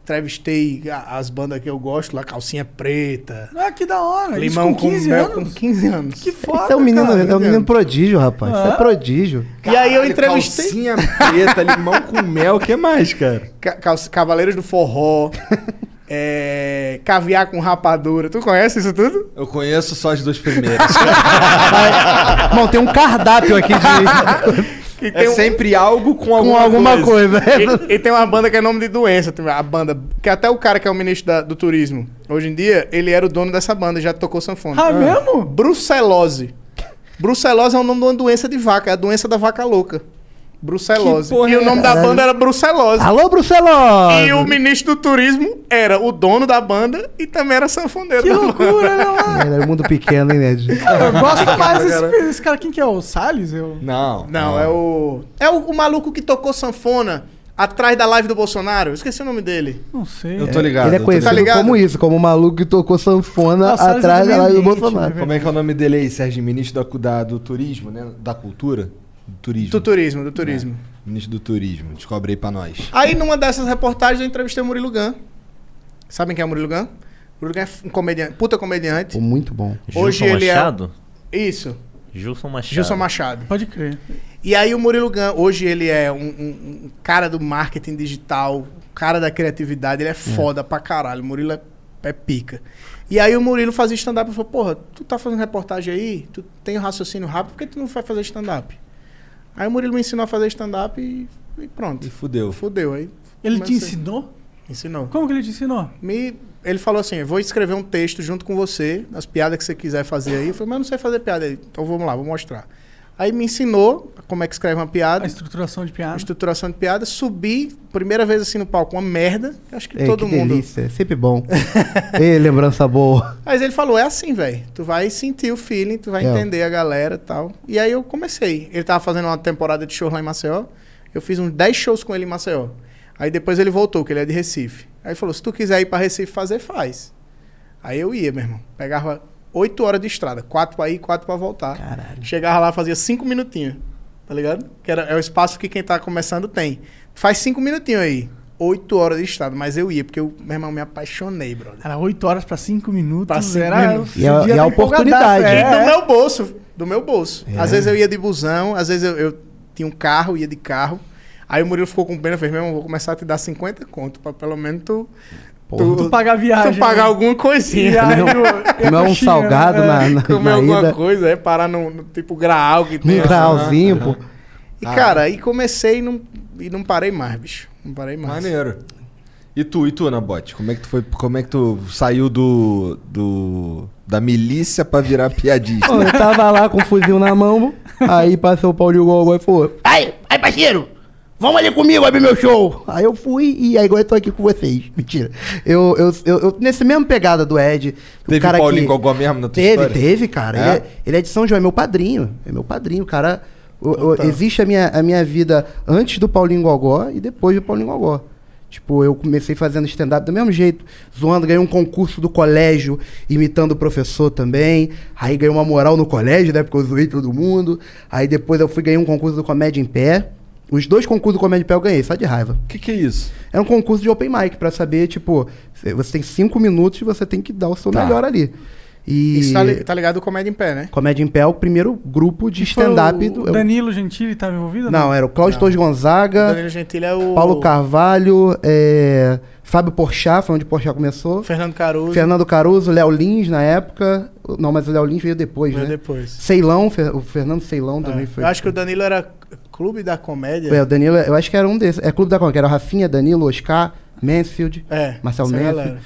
[SPEAKER 4] Entrevistei a- as bandas que eu gosto lá, Calcinha Preta.
[SPEAKER 2] Ah, que da hora. isso
[SPEAKER 4] Limão com, mel
[SPEAKER 2] anos?
[SPEAKER 4] com 15 anos.
[SPEAKER 2] Que foda,
[SPEAKER 6] Esse é um menino,
[SPEAKER 4] cara,
[SPEAKER 6] é um menino
[SPEAKER 4] entendeu?
[SPEAKER 6] prodígio, rapaz. Isso
[SPEAKER 4] Ah.
[SPEAKER 6] é prodígio.
[SPEAKER 4] E aí eu entrevistei.
[SPEAKER 1] Calcinha preta, limão com mel, o que mais, cara?
[SPEAKER 4] Cavaleiros do Forró. é, caviar com rapadura. Tu conhece isso tudo?
[SPEAKER 1] Eu conheço só as duas primeiras.
[SPEAKER 6] Bom, tem um cardápio aqui
[SPEAKER 4] de.
[SPEAKER 1] é sempre algo com alguma,
[SPEAKER 4] E, e tem uma banda que é nome de doença, tem a banda. Que até o cara que é o ministro da- do turismo, hoje em dia, ele era o dono dessa banda, já tocou sanfona.
[SPEAKER 2] Ah, mesmo?
[SPEAKER 4] Brucelose. Brucelose é o nome de uma doença de vaca, é a doença da vaca louca. Brucelose.
[SPEAKER 6] Que porra
[SPEAKER 4] E o
[SPEAKER 6] é
[SPEAKER 4] nome da
[SPEAKER 6] caralho?
[SPEAKER 4] banda era Brucelose.
[SPEAKER 6] Alô, Brucelose!
[SPEAKER 4] E o ministro do turismo era o dono da banda e também era sanfoneiro. Que loucura, né?
[SPEAKER 6] Era um mundo pequeno, hein, Ned?
[SPEAKER 2] Eu gosto mais desse esse cara. Quem que é? O Salles? Eu...
[SPEAKER 1] Não.
[SPEAKER 4] Não, é o. É o, o maluco que tocou sanfona atrás da live do Bolsonaro. Eu Esqueci o nome dele.
[SPEAKER 2] Não sei.
[SPEAKER 1] Eu tô ligado.
[SPEAKER 6] Ele é
[SPEAKER 1] eu tô
[SPEAKER 6] conhecido
[SPEAKER 1] ligado.
[SPEAKER 6] como isso, como o maluco que tocou sanfona
[SPEAKER 2] Nossa, olha,
[SPEAKER 6] atrás
[SPEAKER 2] isso é
[SPEAKER 6] da
[SPEAKER 2] do
[SPEAKER 6] live do
[SPEAKER 2] meio ambiente,
[SPEAKER 6] Bolsonaro.
[SPEAKER 1] Como é que é o nome dele aí, Sérgio? Ministro da, cu- da- do Turismo, né? Da Cultura? Do Turismo.
[SPEAKER 4] Do turismo, do turismo.
[SPEAKER 1] É, Ministro do Turismo. Descobre aí pra nós.
[SPEAKER 4] Aí numa dessas reportagens eu entrevistei o Murilo Gun. Sabem quem é o Murilo Gun? O Murilo Gun é um comediante, puta comediante.
[SPEAKER 6] Pô, muito bom.
[SPEAKER 4] Hoje
[SPEAKER 3] Gilson
[SPEAKER 4] ele
[SPEAKER 3] Machado?
[SPEAKER 4] é. Isso.
[SPEAKER 3] Gilson Machado.
[SPEAKER 4] Gilson Machado.
[SPEAKER 2] Pode crer.
[SPEAKER 4] E aí o Murilo Gun, hoje ele é um, um- um cara do marketing digital, um cara da criatividade, ele é foda pra caralho. O Murilo é, é pica. E aí o Murilo fazia stand-up e falou, porra, tu tá fazendo reportagem aí, tu tem um raciocínio rápido, por que tu não vai fazer stand-up? Aí o Murilo me ensinou a fazer stand-up e, e pronto. E
[SPEAKER 1] fudeu.
[SPEAKER 4] Fudeu. Aí
[SPEAKER 2] Ele te
[SPEAKER 4] comecei.
[SPEAKER 2] ensinou?
[SPEAKER 4] Ensinou.
[SPEAKER 2] Como que ele te ensinou?
[SPEAKER 4] Me, ele falou assim: eu vou escrever um texto junto com você, as piadas que você quiser fazer aí. Eu falei, mas eu não sei fazer piada aí. Então vamos lá, vou mostrar. Aí me ensinou como é que escreve uma piada. A
[SPEAKER 2] estruturação de piada.
[SPEAKER 4] estruturação de piada. Subi, primeira vez assim no palco, uma merda. Eu Acho que
[SPEAKER 6] É,
[SPEAKER 4] todo
[SPEAKER 6] que
[SPEAKER 4] mundo.
[SPEAKER 6] delícia, é sempre bom. Ei, lembrança boa.
[SPEAKER 4] Mas ele falou, é assim, velho. Tu vai sentir o feeling, tu vai
[SPEAKER 6] É.
[SPEAKER 4] entender a galera e tal. E aí eu comecei. Ele tava fazendo uma temporada de shows lá em Maceió. Eu fiz uns 10 shows com ele em Maceió. Aí depois ele voltou, que ele é de Recife. Aí ele falou, se tu quiser ir pra Recife fazer, faz. Aí eu ia, meu irmão. Pegava 8 horas de estrada. 4 pra ir, 4 pra voltar. Chegava lá, fazia 5 minutinhos. Tá ligado? Que era, é o espaço que quem tá começando tem. Faz 5 minutinhos aí. 8 horas de estrada. Mas eu ia, porque eu, meu irmão, me apaixonei, brother.
[SPEAKER 2] Era 8 horas pra 5 minutos.
[SPEAKER 4] Pra cinco
[SPEAKER 2] era
[SPEAKER 4] minutos.
[SPEAKER 6] E a-
[SPEAKER 2] Podia
[SPEAKER 6] e a
[SPEAKER 2] tá
[SPEAKER 6] oportunidade.
[SPEAKER 2] empolgadaço,
[SPEAKER 4] E do
[SPEAKER 2] é.
[SPEAKER 4] meu bolso. Do meu bolso.
[SPEAKER 6] É.
[SPEAKER 4] Às vezes eu ia de busão, às vezes eu, eu tinha um carro, ia de carro. Aí o Murilo ficou com pena, fez, meu irmão, vou começar a te dar 50 conto, pra pelo menos tu...
[SPEAKER 2] É. Tu pagar a viagem,
[SPEAKER 4] Tu pagar
[SPEAKER 2] né?
[SPEAKER 4] alguma coisinha.
[SPEAKER 2] E aí né? eu-
[SPEAKER 6] Comer um salgado na, na,
[SPEAKER 4] Comer
[SPEAKER 6] na
[SPEAKER 4] alguma
[SPEAKER 6] ida.
[SPEAKER 4] coisa, é parar no, no tipo graal que tem.
[SPEAKER 6] Num Um grauzinho, pô.
[SPEAKER 4] E
[SPEAKER 1] Ah.
[SPEAKER 4] cara, aí comecei e não, e não parei mais, bicho. Não parei mais.
[SPEAKER 1] Maneiro. E tu, e tu, Nabote? Como é que tu foi. Como é que tu saiu do. do da milícia pra virar piadista?
[SPEAKER 6] Pô, eu tava lá com o fuzil na mão, aí passou o pau de gol e falou:
[SPEAKER 11] Aí, aí, parceiro! Vamos ali comigo abrir meu show!
[SPEAKER 6] Aí eu fui e agora eu tô aqui com vocês. Mentira. Eu, eu, eu, eu- nesse mesmo pegada do Ed.
[SPEAKER 1] Teve
[SPEAKER 6] o cara
[SPEAKER 1] Paulinho
[SPEAKER 6] que...
[SPEAKER 1] Gogó mesmo na tua
[SPEAKER 6] Teve,
[SPEAKER 1] história?
[SPEAKER 6] teve, cara.
[SPEAKER 1] É?
[SPEAKER 6] Ele, é, ele é de São João, é meu padrinho. É meu padrinho, o cara. o-
[SPEAKER 4] Então
[SPEAKER 6] o-
[SPEAKER 4] tá.
[SPEAKER 6] Existe a minha, a minha vida antes do Paulinho Gogó e depois do Paulinho Gogó. Tipo, eu comecei fazendo stand-up do mesmo jeito, zoando, ganhei um concurso do colégio, imitando o professor também. Aí ganhei uma moral no colégio, né? Porque eu zoei todo mundo. Aí depois eu fui ganhar um concurso do Comédia em Pé. Os dois concursos do Comédia em Pé eu ganhei, só de raiva.
[SPEAKER 1] O que, que é isso?
[SPEAKER 6] Era um concurso de open mic pra saber, tipo, cê- você tem cinco minutos e você tem que dar o seu
[SPEAKER 4] Tá.
[SPEAKER 6] melhor ali. E
[SPEAKER 4] Isso tá, li- tá ligado o Comédia em Pé, né?
[SPEAKER 6] Comédia em Pé é o primeiro grupo de
[SPEAKER 2] Foi
[SPEAKER 6] stand-up
[SPEAKER 2] o
[SPEAKER 6] do.
[SPEAKER 2] Danilo né? Gentili tá tava envolvido?
[SPEAKER 6] Não, é era o Cláudio Torres
[SPEAKER 4] O
[SPEAKER 6] Gonzaga,
[SPEAKER 4] Danilo Gentili é o...
[SPEAKER 6] Paulo Carvalho, é, Fábio Porchat, foi onde Porchat começou.
[SPEAKER 4] Fernando Caruso.
[SPEAKER 6] Fernando Caruso, Léo Lins na época. Não, mas o Léo Lins veio depois,
[SPEAKER 4] Veio
[SPEAKER 6] né?
[SPEAKER 4] depois. É.
[SPEAKER 6] Ceilão, Fer- o Fernando Ceilão também foi. tipo-
[SPEAKER 4] Eu acho que o Danilo era Clube da Comédia.
[SPEAKER 6] É, o Danilo, eu acho que era um desses. É Clube da Comédia, que era o Rafinha, Danilo, Oscar, Mansfield,
[SPEAKER 4] É,
[SPEAKER 6] Marcel
[SPEAKER 4] essa
[SPEAKER 6] Mansfield,
[SPEAKER 4] galera.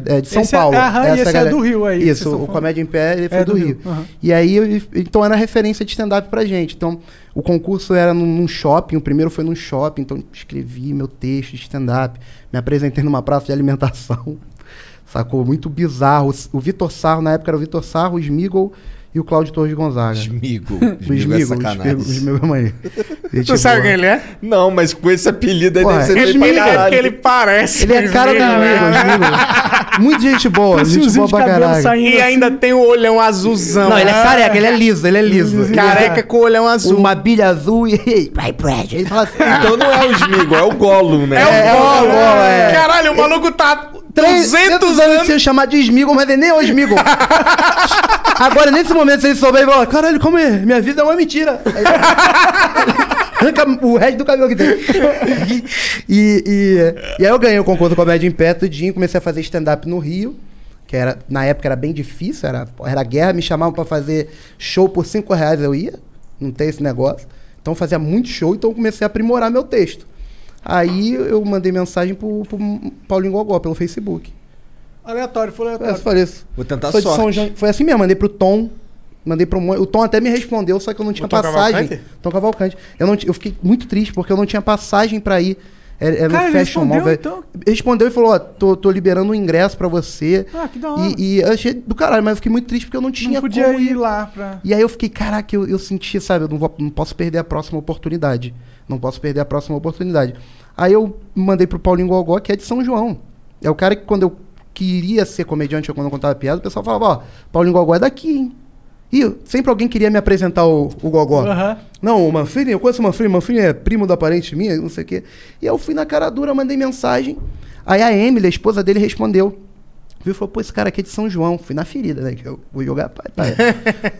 [SPEAKER 6] que é, é de São
[SPEAKER 2] Esse é-
[SPEAKER 6] Paulo.
[SPEAKER 2] aham, e
[SPEAKER 6] Essa
[SPEAKER 2] esse é
[SPEAKER 6] galera-
[SPEAKER 2] do Rio aí, que vocês
[SPEAKER 6] Isso,
[SPEAKER 2] estão
[SPEAKER 6] o
[SPEAKER 2] falando.
[SPEAKER 6] Comédia em Pé ele foi
[SPEAKER 2] É,
[SPEAKER 6] do,
[SPEAKER 2] do
[SPEAKER 6] Rio.
[SPEAKER 2] Rio, aham.
[SPEAKER 6] E aí, eu- então era referência de stand-up pra gente. Então, o concurso era num, num shopping, o primeiro foi num shopping, então escrevi meu texto de stand-up, me apresentei numa praça de alimentação. Sacou? Muito bizarro. O Vitor Sarro, na época era o Vitor Sarro, o Smigol e o Cláudio Torres Gonzaga.
[SPEAKER 5] Smigol.
[SPEAKER 6] O
[SPEAKER 5] Smigol é
[SPEAKER 6] Smigol,
[SPEAKER 5] sacanagem.
[SPEAKER 6] o Smigol é maneiro.
[SPEAKER 5] Tu sabe quem ele
[SPEAKER 4] é?
[SPEAKER 5] Não, mas com esse apelido aí
[SPEAKER 6] Porra,
[SPEAKER 5] deve ser
[SPEAKER 6] é
[SPEAKER 5] bem pra
[SPEAKER 6] Smigol, é
[SPEAKER 5] caralho.
[SPEAKER 6] porque ele
[SPEAKER 4] parece. né?
[SPEAKER 6] Ele é cara do amigo, amigo. Muito gente boa, gente boa pra caralho.
[SPEAKER 4] E ainda tem o olhão azulzão.
[SPEAKER 6] Não, ele é
[SPEAKER 4] Ah.
[SPEAKER 6] careca, ele é liso, ele é liso. É.
[SPEAKER 4] Careca com o olhão azul.
[SPEAKER 6] Uma bilha azul e. Vai, Brad. Ele fala assim.
[SPEAKER 5] Então não é o Smigol, é o Gollum, né?
[SPEAKER 6] É o Gollum, é.
[SPEAKER 4] né? Caralho, o maluco tá
[SPEAKER 6] 300 anos sendo chamado de Smigol, mas ele nem é o Smigol. Agora, nesse momento, se ele souber, ele fala: caralho, como é? Minha vida é uma mentira. Aí- Arranca o resto do cabelo que tem. E, e, e aí eu ganhei o concurso Comédia em Pé, tudinho, comecei a fazer stand-up no Rio, que era, na época era bem difícil, era, era guerra, me chamavam pra fazer show por 5 reais, eu ia, não tem esse negócio. Então eu fazia muito show, então eu comecei a aprimorar meu texto. Aí eu mandei mensagem pro, pro Paulinho Gogó, pelo Facebook.
[SPEAKER 2] Aleatório, foi
[SPEAKER 6] É,
[SPEAKER 2] aleatório.
[SPEAKER 6] eu falei isso.
[SPEAKER 5] Vou tentar
[SPEAKER 6] Sou de
[SPEAKER 5] sorte.
[SPEAKER 6] São João- Foi assim mesmo, mandei pro Tom. Mandei pro Mon... O Tom até me respondeu, só que eu não tinha
[SPEAKER 4] Tom
[SPEAKER 6] passagem.
[SPEAKER 4] Cavalcante?
[SPEAKER 6] Tom Cavalcante. Eu, não ti- eu fiquei muito triste porque eu não tinha passagem pra ir. Era, era
[SPEAKER 2] Cara,
[SPEAKER 6] um
[SPEAKER 2] ele
[SPEAKER 6] fashion mall.
[SPEAKER 2] respondeu,
[SPEAKER 6] velho.
[SPEAKER 2] então?
[SPEAKER 6] Respondeu e falou: Ó, tô, tô liberando um ingresso pra você.
[SPEAKER 2] Ah, que da hora.
[SPEAKER 6] E, e eu achei do caralho, mas eu fiquei muito triste porque eu não tinha
[SPEAKER 2] Não podia
[SPEAKER 6] como
[SPEAKER 2] ir lá pra...
[SPEAKER 6] e aí eu fiquei, caraca, eu, eu senti, sabe, eu não, vou- não posso perder a próxima oportunidade. Não posso perder a próxima oportunidade. Aí eu mandei pro Paulinho Gogó, que é de São João. É o cara que quando eu queria ser comediante ou quando eu contava piada, o pessoal falava, ó, Paulinho Gogó é daqui, hein? E sempre alguém queria me apresentar o, o Gogó.
[SPEAKER 2] Aham.
[SPEAKER 6] Não, o Manfrini, eu conheço o Manfrini, o Manfrini é primo da parente minha, não sei o quê. E eu fui na cara dura, mandei mensagem. Aí a Emily, a esposa dele, respondeu. Viu? Falou, pô, esse cara aqui é de São João. Fui na ferida, né? Que eu vou jogar pra... tá,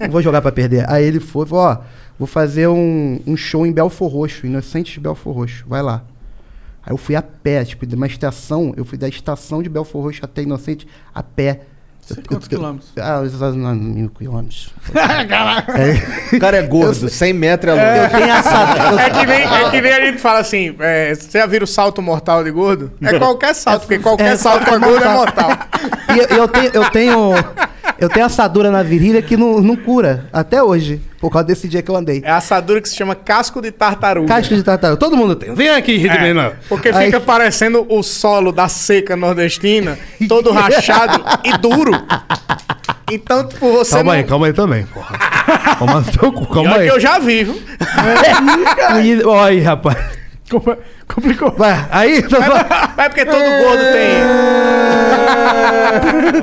[SPEAKER 6] não vou jogar pra perder. Aí ele foi, falou, ó, vou fazer um, um show em Belfor Roxo, Inocentes de Belfor Roxo, vai lá. Aí eu fui a pé, tipo, de uma estação, eu fui da estação de Belfor Roxo até Inocente a pé. Eu-
[SPEAKER 2] quantos
[SPEAKER 6] eu-
[SPEAKER 2] quilômetros?
[SPEAKER 6] Ah, eu- eu- não, mil quilômetros.
[SPEAKER 5] O cara é gordo, 100 metros é longe.
[SPEAKER 4] É que nem, é que nem a gente fala assim, é, você já viu o salto mortal de gordo? É qualquer salto, porque qualquer
[SPEAKER 6] é,
[SPEAKER 4] salto pra gordo é mortal.
[SPEAKER 6] E eu, eu tenho, eu tenho. Eu tenho assadura na virilha que não, não cura, até hoje, por causa desse dia que eu andei.
[SPEAKER 4] É a assadura que se chama casco de tartaruga.
[SPEAKER 6] Casco de tartaruga, todo mundo tem. Vem aqui,
[SPEAKER 4] É,
[SPEAKER 6] Ridley,
[SPEAKER 4] porque
[SPEAKER 6] Aí-
[SPEAKER 4] fica parecendo o solo da seca nordestina, todo rachado e duro. Então, tipo, você
[SPEAKER 7] calma
[SPEAKER 4] não...
[SPEAKER 7] aí, calma aí também, porra. Calma,
[SPEAKER 4] E
[SPEAKER 7] calma
[SPEAKER 4] olha
[SPEAKER 7] aí.
[SPEAKER 4] que eu já vi, viu?
[SPEAKER 7] Aí, ó, aí, rapaz.
[SPEAKER 2] Complicou.
[SPEAKER 6] Vai, aí.
[SPEAKER 4] Mas É porque todo gordo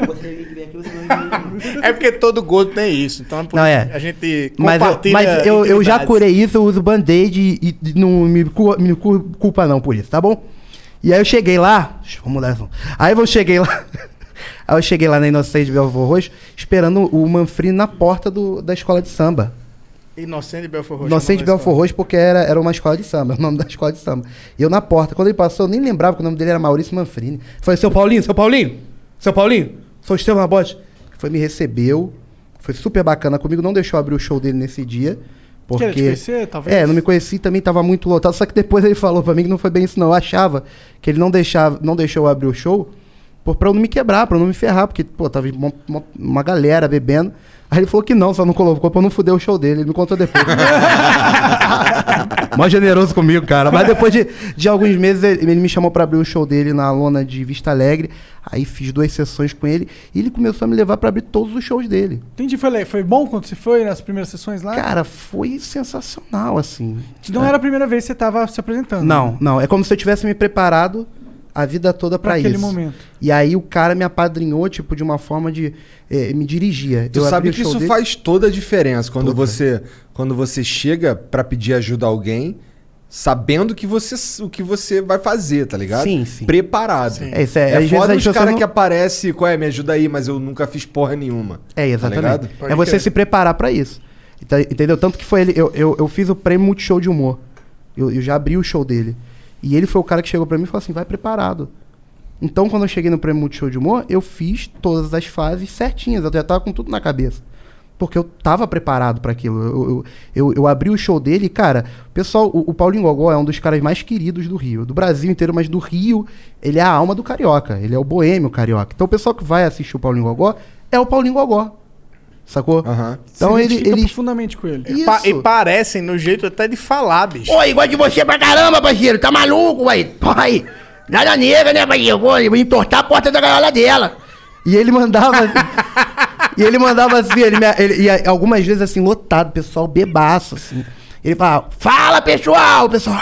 [SPEAKER 4] tem. É porque todo gordo tem isso. Então é por
[SPEAKER 6] Não,
[SPEAKER 4] isso
[SPEAKER 6] é.
[SPEAKER 4] que a gente
[SPEAKER 6] Mas, eu,
[SPEAKER 4] compartilha.
[SPEAKER 6] mas eu, eu já
[SPEAKER 4] intimidades.
[SPEAKER 6] curei isso, eu uso band-aid e, e não me, cu- me cu- culpa não por isso, tá bom? E aí eu cheguei lá. Deixa eu mudar de som. Aí eu cheguei lá. aí eu cheguei lá na Inocente Belvor Roxo, esperando o Manfredi na porta do- da escola de samba.
[SPEAKER 4] Inocente de Belfort Roxo.
[SPEAKER 6] Inocente
[SPEAKER 4] não é
[SPEAKER 6] Belfor Roxo, porque era, era uma escola de samba, o nome da escola de samba. E eu na porta, quando ele passou, eu nem lembrava que o nome dele era Maurício Manfrini. Falei, seu Paulinho, seu Paulinho, seu Paulinho, sou Estevam Abote. Foi, me recebeu, foi super bacana comigo, não deixou eu abrir o show dele nesse dia. Porque...
[SPEAKER 2] Queria te conhecer, talvez?
[SPEAKER 6] É, não me conheci, também tava muito lotado. Só que depois ele falou pra mim que não foi bem isso, não. Eu achava que ele não, deixava, não deixou eu abrir o show por, pra eu não me quebrar, pra eu não me ferrar, porque, pô, tava uma, uma- uma galera bebendo. Aí ele falou que não, só não colocou pra eu não fuder o show dele. Ele me contou depois. Mó generoso comigo, cara. Mas depois de, de alguns meses, ele, ele me chamou pra abrir o show dele na lona de Vista Alegre. Aí fiz duas sessões com ele e ele começou a me levar pra abrir todos os shows dele.
[SPEAKER 2] Entendi, foi, le- foi bom quando você foi nas primeiras sessões lá?
[SPEAKER 6] Cara, foi sensacional, assim.
[SPEAKER 2] Não
[SPEAKER 6] É.
[SPEAKER 2] era a primeira vez que você tava se apresentando.
[SPEAKER 6] Não,
[SPEAKER 2] né?
[SPEAKER 6] não. É como se eu tivesse me preparado a vida toda pra
[SPEAKER 2] Pra
[SPEAKER 6] isso.
[SPEAKER 2] aquele momento.
[SPEAKER 6] E aí o cara me apadrinhou, tipo, de uma forma de. eh, me dirigia.
[SPEAKER 5] Tu
[SPEAKER 6] Eu abri
[SPEAKER 5] sabe
[SPEAKER 6] o
[SPEAKER 5] que
[SPEAKER 6] show
[SPEAKER 5] isso
[SPEAKER 6] dele-
[SPEAKER 5] faz toda a diferença quando você quando você chega pra pedir ajuda a alguém sabendo que você o que você vai fazer, tá ligado?
[SPEAKER 6] Sim, sim.
[SPEAKER 5] Preparado.
[SPEAKER 6] É, isso é- às vezes
[SPEAKER 5] foda
[SPEAKER 6] as
[SPEAKER 5] os
[SPEAKER 6] pessoas
[SPEAKER 5] caras
[SPEAKER 6] não-
[SPEAKER 5] que aparece, qual é, me ajuda aí, mas eu nunca fiz porra nenhuma. Tá
[SPEAKER 6] É, exatamente.
[SPEAKER 5] ligado? Pode
[SPEAKER 6] é você
[SPEAKER 5] crer.
[SPEAKER 6] se preparar pra isso. Então, Entendeu? Tanto que foi ele. Eu, eu, eu fiz o prêmio Multishow de Humor. Eu, eu já abri o show dele. E ele foi o cara que chegou pra mim e falou assim: vai preparado. Então, quando eu cheguei no prêmio Multishow de Humor, eu fiz todas as fases certinhas. Eu já tava com tudo na cabeça. Porque eu tava preparado para aquilo. Eu, eu, eu, eu abri o show dele e, cara, o pessoal, o, o Paulinho Gogó é um dos caras mais queridos do Rio, do Brasil inteiro, mas do Rio, ele é a alma do carioca. Ele é o boêmio carioca. Então o pessoal que vai assistir o Paulinho Gogó é o Paulinho Gogó. Sacou? Então ele,
[SPEAKER 2] identifica
[SPEAKER 6] ele
[SPEAKER 2] profundamente com ele.
[SPEAKER 6] Isso.
[SPEAKER 4] Pa- e parecem no jeito até de falar, bicho.
[SPEAKER 6] Ô, igual de você pra caramba, parceiro. Tá maluco, ué? Porra aí. Nada nega, né, parceiro? Vou entortar a porta da gaiola dela. E ele mandava. assim. e ele mandava assim, ele, me- ele- e aí, algumas vezes assim, lotado, pessoal bebaço, assim. Ele falava, fala pessoal, pessoal.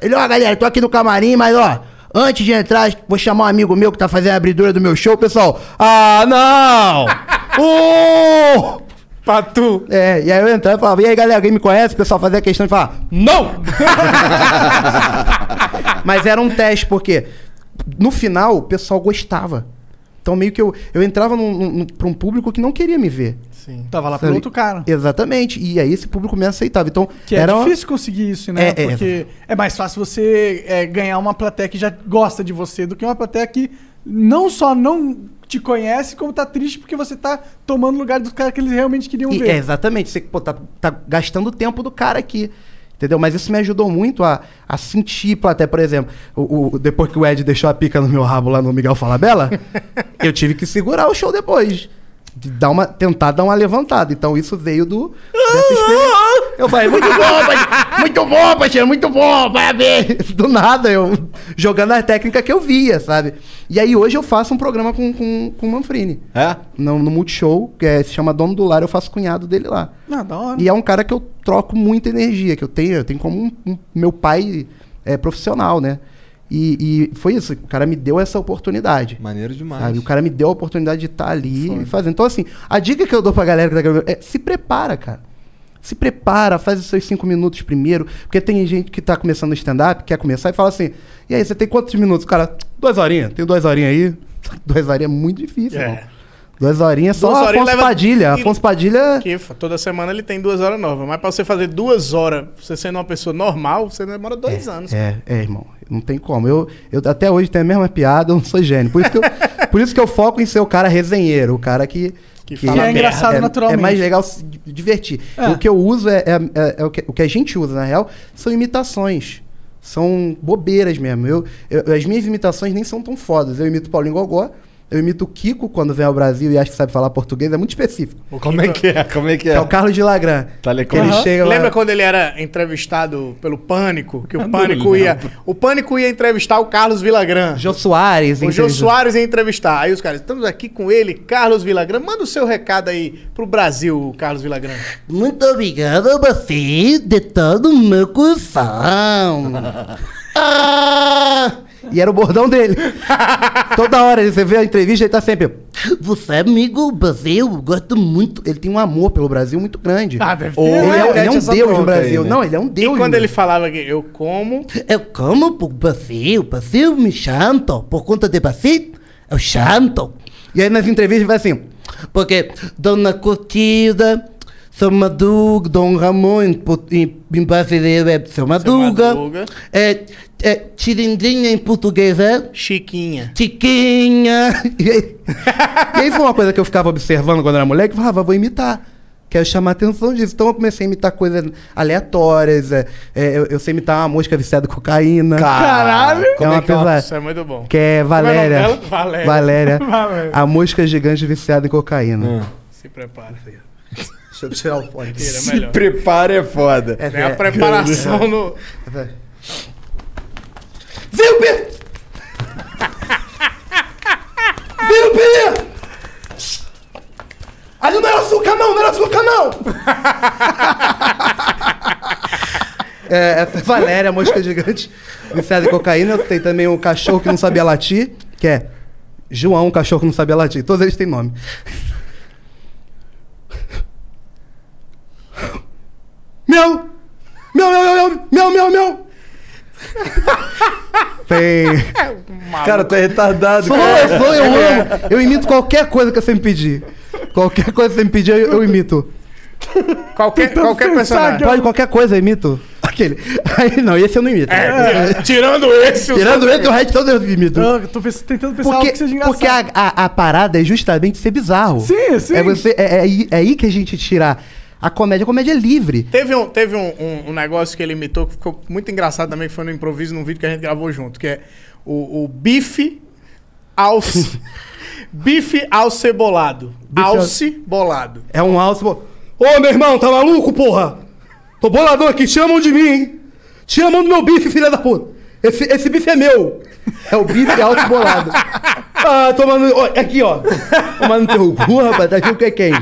[SPEAKER 6] Ele, ó, galera, tô aqui no camarim, mas ó, antes de entrar, vou chamar um amigo meu que tá fazendo a abridura do meu show, pessoal. Ah, não! Uh! Patu! É, e aí eu entrava e falava, e aí galera, quem me conhece? O pessoal fazia questão de falar, não! Mas era um teste, porque no final o pessoal gostava. Então meio que eu, eu entrava num, num- num- pra um público que não queria me ver.
[SPEAKER 2] Sim. Tava lá pro
[SPEAKER 6] Sabe?
[SPEAKER 2] Ah, outro cara.
[SPEAKER 6] Exatamente. E aí esse público me aceitava. Então
[SPEAKER 2] Que
[SPEAKER 6] era
[SPEAKER 2] é
[SPEAKER 6] uma-
[SPEAKER 2] difícil conseguir isso, né?
[SPEAKER 6] É, é.
[SPEAKER 2] Porque é. mais fácil você é, ganhar uma plateia que já gosta de você do que uma plateia que não só não te conhece, como tá triste porque você tá tomando o lugar dos caras que eles realmente queriam
[SPEAKER 6] E-
[SPEAKER 2] ver.
[SPEAKER 6] é, exatamente. Você pô, tá, tá gastando o tempo do cara aqui. Entendeu? Mas isso me ajudou muito a, a sentir plateia. Por exemplo, o, o- depois que o Ed deixou a pica no meu rabo lá no Miguel Falabella, eu tive que segurar o show depois. De dar uma, tentar dar uma levantada. Então isso veio do. dessa experiência. Eu falei, "É muito bom, parceiro, muito bom, parceiro, muito bom, parabéns. Do nada, eu jogando a técnica que eu via, sabe? E aí hoje eu faço um programa com, com, com o Manfrini.
[SPEAKER 5] É?
[SPEAKER 6] No, no Multishow, que é- se chama Dono do Lar, eu faço cunhado dele lá.
[SPEAKER 2] Ah, da hora.
[SPEAKER 6] E é um cara que eu troco muita energia, que eu tenho, eu tenho como um, um- meu pai é profissional, né? E, e foi isso, o cara me deu essa oportunidade.
[SPEAKER 5] Maneiro demais.
[SPEAKER 6] Sabe? O cara me deu a oportunidade de estar ali e fazendo. Então, assim, a dica que eu dou pra galera que tá gravando é se prepara, cara. Se prepara, faz os seus cinco minutos primeiro. Porque tem gente que tá começando stand-up, quer começar e fala assim: e aí, você tem quantos minutos? O cara, duas horinhas, tem duas horinhas aí. Duas horinhas é muito difícil,
[SPEAKER 4] É.
[SPEAKER 6] irmão. Duas horinhas só
[SPEAKER 4] Duas
[SPEAKER 6] Afonso
[SPEAKER 4] horinhas leva-
[SPEAKER 6] Padilha.
[SPEAKER 4] e-
[SPEAKER 6] Afonso Padilha.
[SPEAKER 4] Que fa- toda semana ele tem duas horas novas. Mas pra você fazer duas horas, você sendo uma pessoa normal, você demora dois anos.
[SPEAKER 6] É, é, irmão. Não tem como. Eu, eu até hoje tenho a mesma piada, eu não sou gênio. Por isso que eu, por isso que eu foco em ser o cara resenheiro, o cara que.
[SPEAKER 4] Que fala Que é merda. engraçado naturalmente.
[SPEAKER 6] É mais legal se di- divertir.
[SPEAKER 4] É.
[SPEAKER 6] O que eu uso é, é- é- é o, que, o que a gente usa, na real, são imitações. São bobeiras mesmo. Eu, eu- as minhas imitações nem são tão fodas. Eu imito Paulinho Gogó, eu imito o Kiko quando vem ao Brasil e acho que sabe falar português. É muito específico.
[SPEAKER 5] Como é que é? Como é que
[SPEAKER 6] É,
[SPEAKER 5] é?
[SPEAKER 6] o Carlos de Lagran.
[SPEAKER 5] Tá
[SPEAKER 6] Que ele chega lá-
[SPEAKER 4] Lembra quando ele era entrevistado pelo Pânico? Que
[SPEAKER 6] Eu
[SPEAKER 4] o
[SPEAKER 6] não
[SPEAKER 4] Pânico
[SPEAKER 6] lembro.
[SPEAKER 4] ia. O Pânico ia entrevistar o Carlos Vilagran.
[SPEAKER 6] Jô Soares,
[SPEAKER 4] O Jô
[SPEAKER 6] entrevista.
[SPEAKER 4] Soares ia entrevistar. Aí os caras, estamos aqui com ele, Carlos Vilagran. Manda o seu recado aí pro Brasil, Carlos Vilagran.
[SPEAKER 3] Muito obrigado a você de todo o meu coração. Ah,
[SPEAKER 6] E era o bordão dele. Toda hora você vê a entrevista, ele tá sempre. Você é amigo do Brasil, gosto muito. Ele tem um amor pelo Brasil muito grande. Ah, deve
[SPEAKER 4] ter.
[SPEAKER 6] Ele é, ele é
[SPEAKER 4] Repete
[SPEAKER 6] um
[SPEAKER 4] essa
[SPEAKER 6] deus
[SPEAKER 4] bronca
[SPEAKER 6] no Brasil.
[SPEAKER 4] aí, né?
[SPEAKER 6] Não, ele é um deus.
[SPEAKER 4] E quando
[SPEAKER 6] no-
[SPEAKER 4] ele falava que eu como.
[SPEAKER 3] eu como por Brasil, Brasil me chanto. Por conta de Brasil, eu chanto.
[SPEAKER 6] E aí nas entrevistas vai assim,
[SPEAKER 3] porque Dona Curtida, São Madruga, Dom Ramon, em, po- em, em brasileiro é São Madruga.
[SPEAKER 4] Madruga.
[SPEAKER 3] É, é Tirindinha em português é?
[SPEAKER 4] Chiquinha.
[SPEAKER 6] Chiquinha. E aí, e aí foi uma coisa que eu ficava observando quando era moleque, eu falava, "Ah, vou imitar. Quero chamar a atenção disso. Então eu comecei a imitar coisas aleatórias. é, é, eu, eu sei imitar uma mosca viciada em cocaína.
[SPEAKER 4] Caralho!
[SPEAKER 6] É
[SPEAKER 4] Como
[SPEAKER 6] uma
[SPEAKER 4] é que é?
[SPEAKER 6] pesada-
[SPEAKER 4] Isso é muito bom.
[SPEAKER 6] Que é
[SPEAKER 4] Como é o nome
[SPEAKER 6] Valéria.
[SPEAKER 4] dela? Valéria.
[SPEAKER 6] Valéria.
[SPEAKER 4] Valéria.
[SPEAKER 6] A mosca gigante viciada em cocaína.
[SPEAKER 4] Se prepara.
[SPEAKER 6] Deixa eu tirar o fone.
[SPEAKER 4] Se
[SPEAKER 5] Se prepara é foda.
[SPEAKER 4] É, a preparação no.
[SPEAKER 3] Viu, Pedro?
[SPEAKER 6] Viu, Pedro? Ali não era açúcar não, não era açúcar não! É, essa é Valéria, a mosca gigante viciada em cocaína. Tem também o cachorro que não sabia latir, que é João, o cachorro que não sabia latir. Todos eles têm nome. Meu! Meu, meu, meu, meu, meu, meu, meu! Tem.
[SPEAKER 5] Cara, tu é retardado.
[SPEAKER 6] Sou,
[SPEAKER 5] cara.
[SPEAKER 6] eu sou, eu amo. Eu imito qualquer coisa que você me pedir. Qualquer coisa que você me pedir, eu, eu imito. Então,
[SPEAKER 4] Qualquer, qualquer personagem.
[SPEAKER 6] Pode, qualquer coisa, eu imito. aquele. Aí, não, esse eu não imito.
[SPEAKER 13] É, tirando esse, o
[SPEAKER 6] Tirando
[SPEAKER 13] seu-
[SPEAKER 6] esse, o resto todo eu imito.
[SPEAKER 2] Ah, Eu tô pens- tentando pensar algo
[SPEAKER 6] Porque,
[SPEAKER 2] que seja engraçado.
[SPEAKER 6] porque a, a, a parada é justamente ser bizarro.
[SPEAKER 2] Sim, sim.
[SPEAKER 6] É, você, é, é aí- é aí que a gente tira a comédia. A comédia é livre.
[SPEAKER 4] Teve, um, teve um, um- um negócio que ele imitou que ficou muito engraçado também, que foi no improviso num vídeo que a gente gravou junto, que é o, o bife alce. bife alcebolado.
[SPEAKER 3] al-
[SPEAKER 4] Alce bolado.
[SPEAKER 6] É um alce. Ô,
[SPEAKER 3] meu irmão, tá maluco, porra? Tô boladão aqui, chamam de mim, hein? Chamam do meu bife, filha da puta. Esse, esse bife é meu.
[SPEAKER 6] É o bife alto bolado.
[SPEAKER 3] ah, tomando. Ó, aqui, ó.
[SPEAKER 6] Tomando teu cu, rapaz. Tá aqui o que é quem?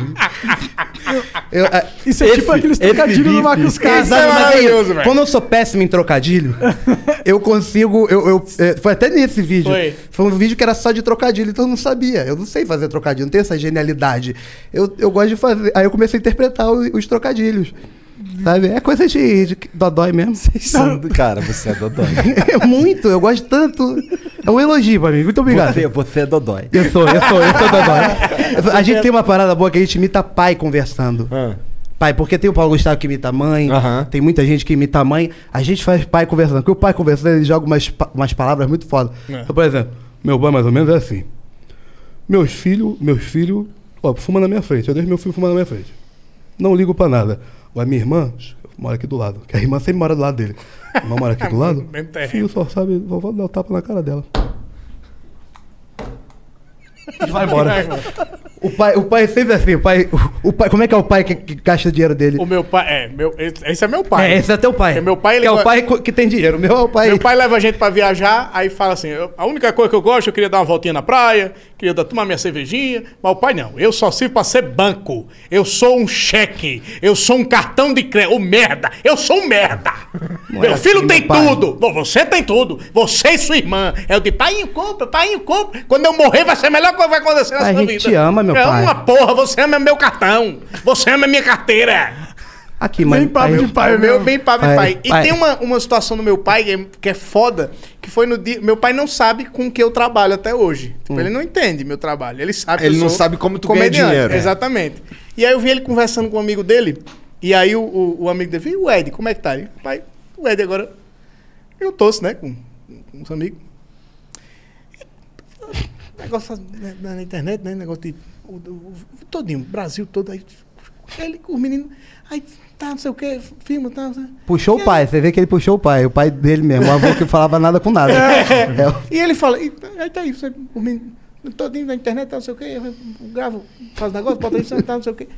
[SPEAKER 6] Eu, ah,
[SPEAKER 2] Isso é tipo aqueles
[SPEAKER 6] esse
[SPEAKER 2] trocadilhos do
[SPEAKER 6] bife.
[SPEAKER 2] Marcos Castro. Isso
[SPEAKER 6] Exato,
[SPEAKER 2] é
[SPEAKER 6] mas aí,
[SPEAKER 2] maravilhoso, velho.
[SPEAKER 6] Quando eu sou péssimo em trocadilho, eu consigo. Eu, eu- é, foi até nesse vídeo.
[SPEAKER 4] Foi.
[SPEAKER 6] um vídeo que era só de trocadilho, então eu não sabia. Eu não sei fazer trocadilho, não tenho essa genialidade. Eu, eu gosto de fazer. Aí eu comecei a interpretar os, os trocadilhos. Sabe? É coisa de, de dodói mesmo.
[SPEAKER 1] Cara, você é dodói.
[SPEAKER 6] É muito, eu gosto tanto. É um elogio pra mim. Muito obrigado.
[SPEAKER 1] Você, você é dodói.
[SPEAKER 6] Eu sou, eu sou, eu sou dodói. A gente tem uma parada boa que a gente imita pai conversando.
[SPEAKER 1] Ah.
[SPEAKER 6] Pai, porque tem o Paulo Gustavo que imita mãe, tem muita gente que imita mãe. A gente faz pai conversando. Porque o pai conversando, ele joga umas, pa- umas palavras muito foda.
[SPEAKER 7] Então, por exemplo, meu pai mais ou menos é assim. Meus filhos, meus filhos, ó, fuma na minha frente. Eu deixo meu filho fumar na minha frente. Não ligo pra nada. Agora, minha irmã mora aqui do lado. Que a irmã sempre mora do lado dele. A irmã mora aqui do lado.
[SPEAKER 13] Mesmo
[SPEAKER 7] o
[SPEAKER 13] terreno.
[SPEAKER 7] filho só sabe, só vou dar o tapa na cara dela.
[SPEAKER 6] E vai embora. o, pai, o pai sempre assim, o pai, o, o pai. Como é que é o pai que, que gasta o dinheiro dele?
[SPEAKER 4] O meu pai. É, meu, esse, esse é meu pai.
[SPEAKER 6] É, esse é teu pai.
[SPEAKER 4] É meu pai, ele
[SPEAKER 6] que é o
[SPEAKER 4] go-
[SPEAKER 6] pai co- que tem dinheiro. O meu é o pai.
[SPEAKER 4] Meu pai leva a gente pra viajar, aí fala assim: "Eu- a única coisa que eu gosto, eu queria dar uma voltinha na praia, queria dar- tomar minha cervejinha, mas o pai não, eu só sirvo pra ser banco. Eu sou um cheque, eu sou um cartão de crédito. Ô merda, eu sou um merda.
[SPEAKER 13] Não
[SPEAKER 4] meu
[SPEAKER 13] é
[SPEAKER 4] filho
[SPEAKER 13] assim,
[SPEAKER 4] tem
[SPEAKER 13] meu pai.
[SPEAKER 4] tudo, Bom, você tem tudo, você e sua irmã. Eu digo: pai, compra, pai, compra. Quando eu morrer, vai ser a melhor coisa que vai acontecer na
[SPEAKER 6] Pai,
[SPEAKER 4] sua
[SPEAKER 6] a
[SPEAKER 4] vida.
[SPEAKER 6] gente ama, meu
[SPEAKER 4] eu
[SPEAKER 6] pai.
[SPEAKER 4] uma porra, você ama meu cartão, você ama minha carteira.
[SPEAKER 6] Aqui, mano. aí-
[SPEAKER 4] É o meu bem papo de
[SPEAKER 6] Aí,
[SPEAKER 4] pai. E tem uma, uma situação do meu pai que é, que é foda, que foi no dia. Meu pai não sabe com que eu trabalho até hoje. Tipo,
[SPEAKER 1] Hum.
[SPEAKER 4] ele não entende meu trabalho. Ele sabe
[SPEAKER 1] Ele
[SPEAKER 4] eu
[SPEAKER 1] não
[SPEAKER 4] sou
[SPEAKER 1] sabe como tu ganha
[SPEAKER 4] comediante.
[SPEAKER 1] dinheiro. É.
[SPEAKER 4] Exatamente. E aí eu vi ele conversando com um amigo dele, e aí o, o, o amigo dele, e o Ed, como é que tá? Ele, pai, o Ed agora juntou-se, né, com, com os amigos. Negócio na, na- na internet, né? Negócio de. O, o- o- todinho, Brasil todo aí. Ele com os meninos. Aí tá, não sei o quê, filma, tá. Não sei.
[SPEAKER 6] Puxou o pai, você vê que ele puxou o pai, o pai dele mesmo, o avô que falava nada com nada.
[SPEAKER 4] É.
[SPEAKER 6] É,
[SPEAKER 4] E ele fala, e, aí tá aí, você, o menino, todinho na internet, tá, não sei o quê, eu gravo, faz negócio, bota isso, tá, não sei o quê.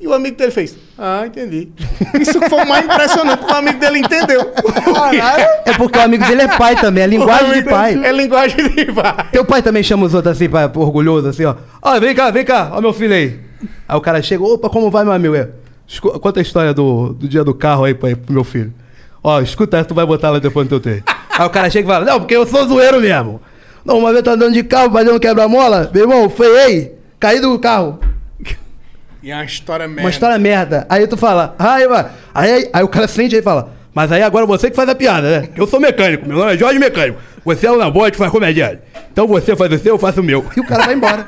[SPEAKER 4] E o amigo dele fez, ah, entendi. Isso que foi o mais impressionante, o amigo dele entendeu.
[SPEAKER 6] é porque o amigo dele é pai também, é linguagem de pai.
[SPEAKER 4] É linguagem de pai.
[SPEAKER 6] Teu pai também chama os outros assim, pai, orgulhoso, assim, ó. Ó, vem cá, vem cá, ó meu filho aí.
[SPEAKER 7] Aí o cara chega, opa, como vai, meu amigo? É, escu- Conta a história do, do dia do carro aí pra- pro meu filho. Ó, escuta essa, tu vai botar lá depois no teu texto.
[SPEAKER 3] Aí o cara chega e fala, não, porque eu sou zoeiro mesmo. Não, uma vez eu tô andando de carro, fazendo um quebra-mola, meu irmão, freiei, caí do carro.
[SPEAKER 4] E é uma história merda.
[SPEAKER 3] Uma história merda. Aí tu fala, ai, mano. Aí, aí, aí o cara sente aí e fala, mas aí agora você que faz a piada, né? Eu sou mecânico, meu nome é Jorge Mecânico. Você é o Nabote, faz comediante. Então você faz o seu, eu faço o meu.
[SPEAKER 6] E o cara vai embora.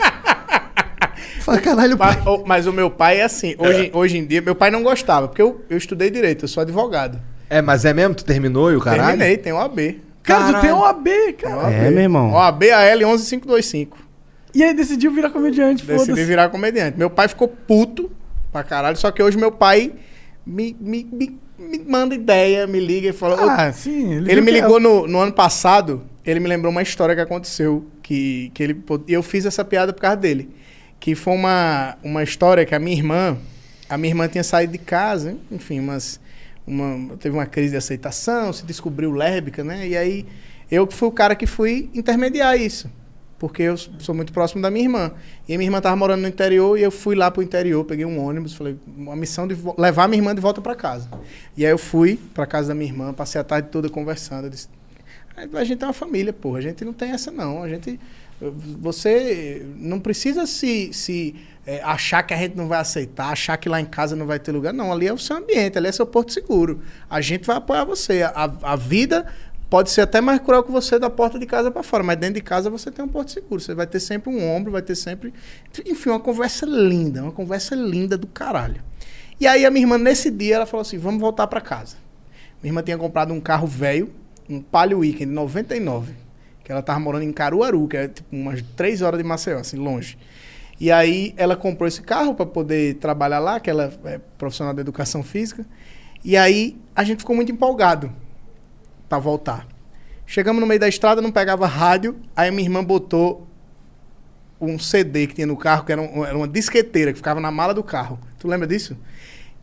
[SPEAKER 6] Fala, caralho,
[SPEAKER 4] pai. Mas, o meu pai é assim, hoje, hoje em dia, meu pai não gostava, porque eu, eu estudei direito, eu sou advogado.
[SPEAKER 1] É, mas é mesmo? Tu terminou e o caralho?
[SPEAKER 4] Terminei, tem OAB.
[SPEAKER 2] Cara, tu tem
[SPEAKER 4] Caralho.
[SPEAKER 2] um AB, cara.
[SPEAKER 1] É, meu irmão.
[SPEAKER 4] OAB AL 11525.
[SPEAKER 2] E aí decidiu virar comediante,
[SPEAKER 4] Decidi
[SPEAKER 2] foda-se.
[SPEAKER 4] virar comediante. Meu pai ficou puto pra caralho, só que hoje meu pai me, me, me, me manda ideia, me liga e fala. "Ô,
[SPEAKER 2] Ah, sim.
[SPEAKER 4] é ele,
[SPEAKER 2] viu
[SPEAKER 4] me
[SPEAKER 2] que-
[SPEAKER 4] ligou no, no ano passado, ele me lembrou uma história que aconteceu, que, que ele, pô- eu fiz essa piada por causa dele. Que foi uma, uma história que a minha irmã, a minha irmã tinha saído de casa, enfim, umas, uma, teve uma crise de aceitação, se descobriu lérbica, né? E aí eu que fui o cara que fui intermediar isso. Porque eu s- sou muito próximo da minha irmã. E a minha irmã tava morando no interior e eu fui lá pro interior, peguei um ônibus, falei, uma missão de vo- levar a minha irmã de volta para casa. E aí eu fui pra casa da minha irmã, passei a tarde toda conversando. Eu disse, a gente é uma família, porra. A gente não tem essa, não. A gente. Você não precisa se, se eh, achar que a gente não vai aceitar, achar que lá em casa não vai ter lugar. Não, ali é o seu ambiente, ali é seu porto seguro. A gente vai apoiar você. A, a vida pode ser até mais cruel que você da porta de casa para fora, mas dentro de casa você tem um porto seguro. Você vai ter sempre um ombro, vai ter sempre. Enfim, uma conversa linda, uma conversa linda do caralho. E aí a minha irmã, nesse dia, ela falou assim: vamos voltar para casa. Minha irmã tinha comprado um carro velho, um Palio Weekend 99, que ela tava morando em Caruaru, que era tipo umas três horas de Maceió, assim, longe. E aí ela comprou esse carro para poder trabalhar lá, que ela é profissional de educação física. E aí a gente ficou muito empolgado para voltar. Chegamos no meio da estrada, não pegava rádio, aí minha irmã botou um CD que tinha no carro, que era, um- era uma disqueteira que ficava na mala do carro. Tu lembra disso?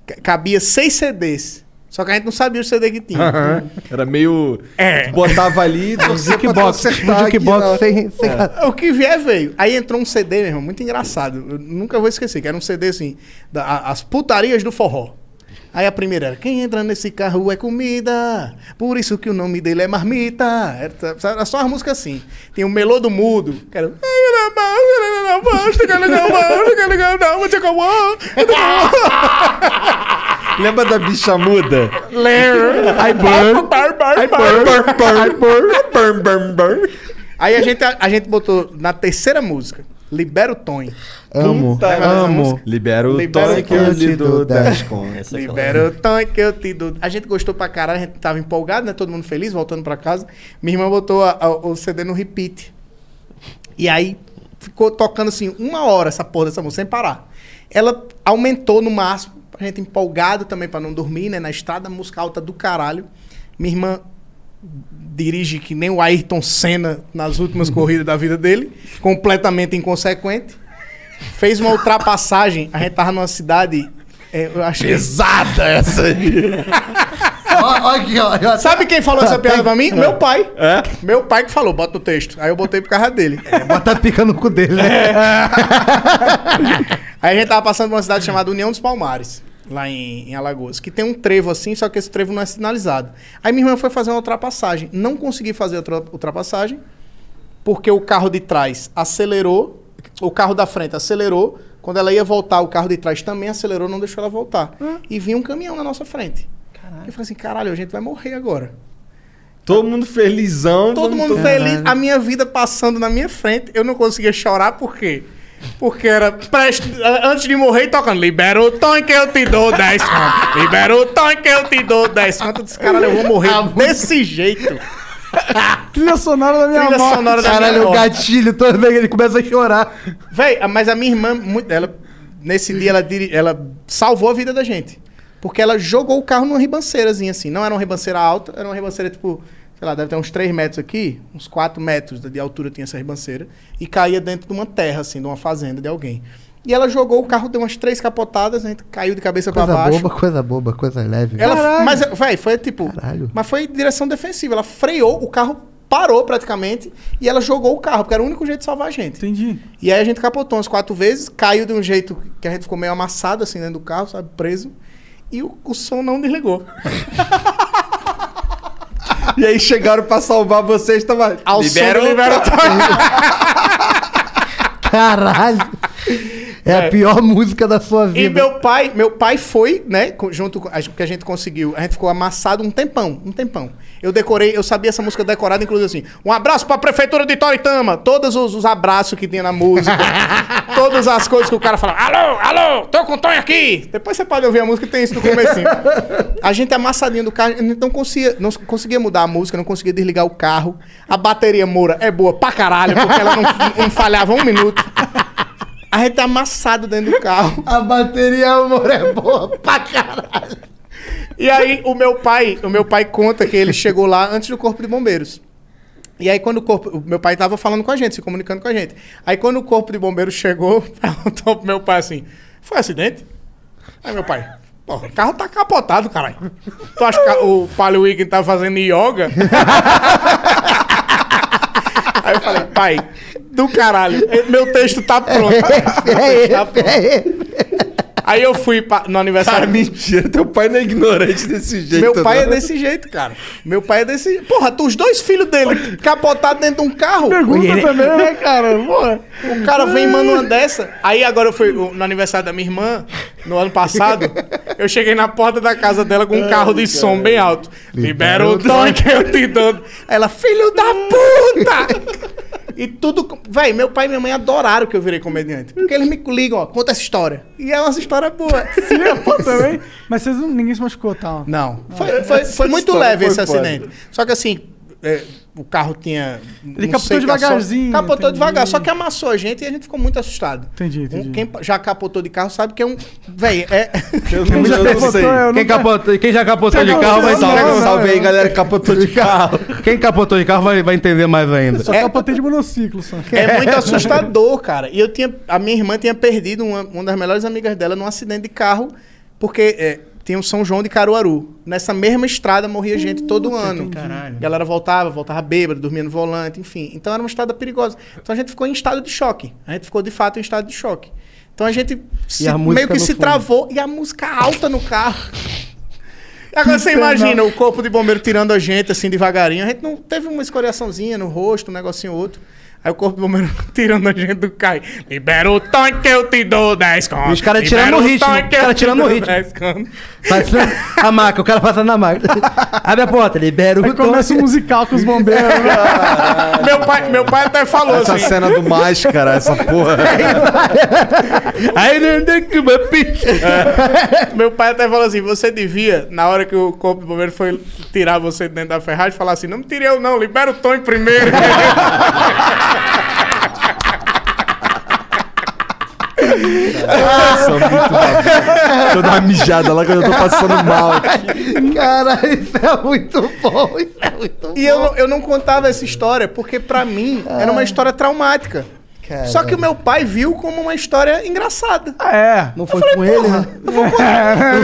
[SPEAKER 4] Ca- Cabia seis CDs. Só que a gente não sabia o CD que tinha.
[SPEAKER 5] Aham. Era meio.
[SPEAKER 4] É.
[SPEAKER 5] Botava ali,
[SPEAKER 6] um
[SPEAKER 5] torcia pra consertar aqui na- É.
[SPEAKER 4] O que vier veio. Aí entrou um CD, meu irmão, muito engraçado. Eu nunca vou esquecer, que era um CD assim, da- a- As Putarias do Forró. Aí a primeira era, quem entra nesse carro é comida, por isso que o nome dele é marmita. Era, era só uma música assim. Tem o Melô do Mudo, que era...
[SPEAKER 5] Lembra da bicha muda?
[SPEAKER 4] I burn. I burn. Burn, burn, burn. Aí a gente, a gente botou na terceira música, Libera o Tony.
[SPEAKER 5] Amo,
[SPEAKER 4] Puta, lembra dessa música?
[SPEAKER 5] amo. Libera o
[SPEAKER 4] Libera
[SPEAKER 5] toque
[SPEAKER 4] o
[SPEAKER 5] que eu
[SPEAKER 4] toque.
[SPEAKER 5] lhe dou das
[SPEAKER 4] Essa é Libera o Tony que eu te dou. A gente gostou pra caralho, a gente tava empolgado, né? Todo mundo feliz, voltando pra casa. Minha irmã botou a- a- o CD no repeat. E aí ficou tocando assim, uma hora essa porra dessa música, sem parar. Ela aumentou no máximo, a gente empolgado também pra não dormir, né? Na estrada, música alta do caralho. Minha irmã dirige que nem o Ayrton Senna nas últimas corridas da vida dele, completamente inconsequente. Fez uma ultrapassagem, a gente tava numa cidade. é, eu achei...
[SPEAKER 5] Pesada essa aí.
[SPEAKER 4] Sabe quem falou essa piada pra mim? Meu pai.
[SPEAKER 5] É?
[SPEAKER 4] Meu pai que falou, bota no texto. Aí eu botei por causa dele.
[SPEAKER 6] Bota a pica no cu dele, né?
[SPEAKER 4] Aí a gente tava passando por uma cidade chamada União dos Palmares, lá em, em Alagoas, que tem um trevo assim, só que esse trevo não é sinalizado. Aí minha irmã foi fazer uma ultrapassagem. Não consegui fazer a ultra- ultrapassagem, porque o carro de trás acelerou, o carro da frente acelerou. Quando ela ia voltar, o carro de trás também acelerou, não deixou ela voltar. E vinha um caminhão na nossa frente. Eu falei assim, caralho, a gente vai morrer agora.
[SPEAKER 5] Todo mundo felizão.
[SPEAKER 4] Todo mundo feliz, a minha vida passando na minha frente, eu não conseguia chorar, por quê? Porque era preste- antes de morrer tocando Libera o tom que eu te dou 10 conto Libera o tom que eu te dou 10 conto Eu disse, caralho, eu vou morrer desse jeito
[SPEAKER 2] Trilha sonora da minha
[SPEAKER 4] Trilha
[SPEAKER 2] morte.
[SPEAKER 4] sonora da minha
[SPEAKER 2] Caralho, o
[SPEAKER 4] morte.
[SPEAKER 2] gatilho, toda vez que ele começa a chorar.
[SPEAKER 4] Véi, a- mas a minha irmã, mu- ela, nesse dia, ela, diri- ela salvou a vida da gente. Porque ela jogou o carro numa ribanceirazinha, assim. Não era uma ribanceira alta, era uma ribanceira, tipo, sei lá, deve ter uns 3 metros aqui, uns 4 metros de altura tinha essa ribanceira. E caía dentro de uma terra, assim, de uma fazenda de alguém. E ela jogou o carro, deu umas três capotadas, a gente caiu de cabeça pra
[SPEAKER 6] Coisa
[SPEAKER 4] baixo.
[SPEAKER 6] boba, coisa boba, coisa leve.
[SPEAKER 4] Ela, mas, véi, foi tipo. Mas foi em direção defensiva. Ela freou, o carro parou praticamente e ela jogou o carro, porque era o único jeito de salvar a gente.
[SPEAKER 2] Entendi.
[SPEAKER 4] E aí a gente capotou umas quatro vezes, caiu de um jeito que a gente ficou meio amassado assim dentro do carro, sabe, preso. E o, o som não desligou.
[SPEAKER 5] E aí chegaram pra salvar vocês, tava.
[SPEAKER 4] Ao som do Libera o
[SPEAKER 6] Caralho. É, a pior música da sua vida.
[SPEAKER 4] E meu pai, meu pai foi, né, co- junto com a gente- porque a gente conseguiu, a gente ficou amassado um tempão, um tempão. Eu decorei, eu sabia essa música decorada, inclusive assim. Um abraço pra prefeitura de Toritama, todos os, os abraços que tinha na música, todas as coisas que o cara fala. Alô, alô, tô com o Tonho aqui. Depois você pode ouvir a música, tem isso no comecinho. A gente é amassadinho do carro, a gente não conseguia, não conseguia mudar a música, não conseguia desligar o carro. A bateria Moura é boa pra caralho, porque ela não- não falhava um minuto. A gente tá amassado dentro do carro.
[SPEAKER 6] A bateria, amor, é boa pra
[SPEAKER 4] caralho. E aí, o meu pai, o meu pai conta que ele chegou lá antes do corpo de bombeiros. E aí, quando o corpo. O meu pai tava falando com a gente, se comunicando com a gente. Aí, quando o corpo de bombeiros chegou, perguntou pro meu pai assim: Foi acidente? Aí, meu pai. Pô, o carro tá capotado, caralho. Tu acha que o Palio Weekend tá fazendo yoga? Aí eu falei, pai, do caralho, meu texto tá pronto. Tá
[SPEAKER 6] É ele, é
[SPEAKER 4] Aí eu fui pra- no aniversário.
[SPEAKER 5] mentira, teu pai não é ignorante desse jeito.
[SPEAKER 4] Meu pai
[SPEAKER 1] né?
[SPEAKER 5] não.
[SPEAKER 4] é desse jeito, cara. Meu pai é desse jeito. Porra, tu, os dois filhos dele capotados dentro de um carro.
[SPEAKER 2] Pergunta também, né, cara? Porra.
[SPEAKER 4] O cara vem e manda uma dessa. Aí agora eu fui o- no aniversário da minha irmã, no ano passado. Eu cheguei na porta da casa dela com um carro de som bem alto. Libera o dom que eu te dou. Ela, filho da puta! E tudo. com- Véi, meu pai e minha mãe adoraram que eu virei comediante. Porque eles me ligam, ó, conta essa história. E é uma história boa.
[SPEAKER 2] Sim, eu também. Mas vocês não, ninguém se machucou, tal.
[SPEAKER 4] Não. Foi, foi- foi muito
[SPEAKER 2] Essa
[SPEAKER 4] leve esse
[SPEAKER 2] história foi
[SPEAKER 4] acidente. Só que assim, é, o carro tinha.
[SPEAKER 2] Ele capotou devagarzinho,
[SPEAKER 4] Capotou
[SPEAKER 2] entendi.
[SPEAKER 4] devagar, só que amassou a gente e a gente ficou muito assustado.
[SPEAKER 2] Entendi, entendi.
[SPEAKER 4] Um- quem pa- já capotou de carro sabe que é um. Véi, é.
[SPEAKER 1] Quem já capotou, eu
[SPEAKER 11] Quem,
[SPEAKER 1] nunca-
[SPEAKER 11] capotou, quem já capotou de carro vai
[SPEAKER 1] Salve,
[SPEAKER 11] salvar.
[SPEAKER 1] salve aí, galera que capotou de carro.
[SPEAKER 11] Quem capotou de carro vai, vai entender mais ainda.
[SPEAKER 6] É.
[SPEAKER 2] Só capotei de monociclo, só.
[SPEAKER 4] É muito assustador, cara. E eu tinha. A minha irmã tinha perdido uma, uma das melhores amigas dela num acidente de carro, porque é, tinha um São João de Caruaru. Nessa mesma estrada morria gente todo ano. Caralho. Galera voltava, voltava bêbada, dormia no volante, enfim. Então era uma estrada perigosa. Então a gente ficou em estado de choque. A gente ficou de fato em estado de choque. Então a gente se-
[SPEAKER 11] a música
[SPEAKER 4] meio que
[SPEAKER 11] no
[SPEAKER 4] se
[SPEAKER 11] fundo.
[SPEAKER 4] travou e a música alta no carro. Agora
[SPEAKER 11] Que
[SPEAKER 4] você
[SPEAKER 11] infernal.
[SPEAKER 4] imagina o corpo de bombeiro tirando a gente assim devagarinho. A gente não teve uma escoriaçãozinha no rosto, um negocinho outro. Aí o corpo do bombeiro tirando a gente do cai. Libera o tanque que eu te dou 10 conto.
[SPEAKER 11] E os caras
[SPEAKER 4] Libera
[SPEAKER 11] tirando o ritmo,
[SPEAKER 4] tanque
[SPEAKER 11] os
[SPEAKER 4] que eu
[SPEAKER 11] caras
[SPEAKER 4] te
[SPEAKER 11] tirando o
[SPEAKER 4] dou
[SPEAKER 11] ritmo.
[SPEAKER 4] 10 conto.
[SPEAKER 6] Tá
[SPEAKER 11] Passando a maca, o cara passando na maca. Abre a porta, libera o
[SPEAKER 2] Aí começa o um musical com os bombeiros. né?
[SPEAKER 4] meu, pai, meu pai até falou
[SPEAKER 1] Essa
[SPEAKER 4] assim.
[SPEAKER 1] cena do Máscara, essa porra.
[SPEAKER 11] Aí não tem que
[SPEAKER 4] É. Meu pai até falou assim: você devia, na hora que o corpo do bombeiro foi tirar você de dentro da Ferrari, falar assim: não me tirei eu, não, libera o Tony primeiro.
[SPEAKER 1] Nossa, muito babado. Tô dando uma mijada lá quando eu tô passando mal.
[SPEAKER 6] Caralho, isso é muito bom. Isso é muito bom.
[SPEAKER 4] E eu, não- eu não contava essa história porque, pra mim, era
[SPEAKER 6] Ah.
[SPEAKER 4] uma história traumática.
[SPEAKER 6] Caramba.
[SPEAKER 4] Só que o meu pai viu como uma história engraçada.
[SPEAKER 2] é.
[SPEAKER 6] Não foi com ele, né?
[SPEAKER 4] Eu vou contar.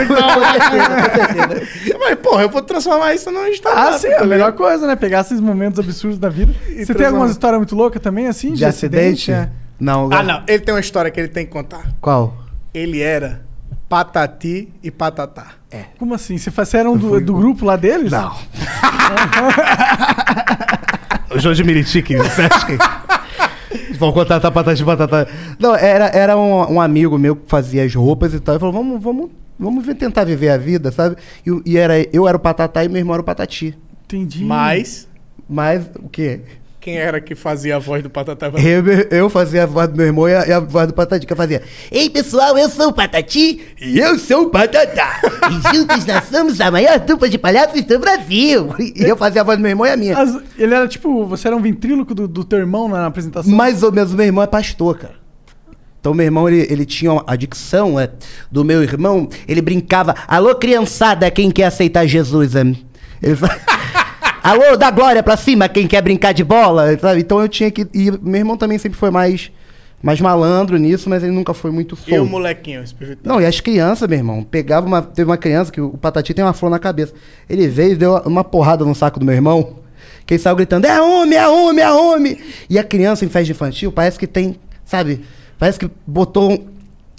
[SPEAKER 4] Eu falei, porra, eu vou transformar isso numa história.
[SPEAKER 2] Ah,
[SPEAKER 6] é
[SPEAKER 2] sim, a melhor coisa, né? Pegar esses momentos absurdos da vida. Você tem
[SPEAKER 4] transar.
[SPEAKER 2] algumas histórias muito loucas também, assim?
[SPEAKER 6] De acidente?
[SPEAKER 2] é?
[SPEAKER 6] Não,
[SPEAKER 4] Ah, não. Ele tem uma história que ele tem que contar.
[SPEAKER 6] Qual?
[SPEAKER 4] Ele era patati e patatá.
[SPEAKER 2] Como assim? Você, fa- você era um do, do grupo lá deles? Não.
[SPEAKER 11] O Jorge Miritique, o Sesc. Vão contratar patati patata.
[SPEAKER 6] Não, era, era um, um amigo meu que fazia as roupas e tal. Ele falou, vamos, vamos, vamos ver- tentar viver a vida, sabe? E, o- e era, eu era o Patatá e meu irmão era o Patati.
[SPEAKER 2] Entendi.
[SPEAKER 4] Mas
[SPEAKER 6] Mas o quê?
[SPEAKER 4] quem era que fazia a voz do patatá?
[SPEAKER 6] Eu, eu fazia a voz do meu irmão e a, e a voz do Patati, que eu fazia. Ei, pessoal, eu sou o Patati e eu sou o Patatá. E juntos nós somos a maior dupla de palhaços do Brasil. E eu fazia a voz do meu irmão e a minha.
[SPEAKER 2] As- ele era tipo, você era um ventríloco do, do teu irmão na apresentação?
[SPEAKER 6] Mais ou menos, meu irmão é pastor, cara. Então, meu irmão, ele, ele tinha uma- a dicção é, do meu irmão, ele brincava, alô, criançada, quem quer aceitar Jesus? é?" Ele fa- alô, dá glória pra cima, quem quer brincar de bola? sabe? Então, eu tinha que... E meu irmão também sempre foi mais, mais malandro nisso, mas ele nunca foi muito solto.
[SPEAKER 4] Eu, molequinho, espiritual.
[SPEAKER 6] Não, e as crianças, meu irmão, pegava uma. Teve uma criança que o Patati tem uma flor na cabeça. Ele veio e deu uma porrada no saco do meu irmão. Que ele saiu gritando: é homem, é homem, é homem! E a criança em festa infantil parece que tem, sabe? Parece que botou. um-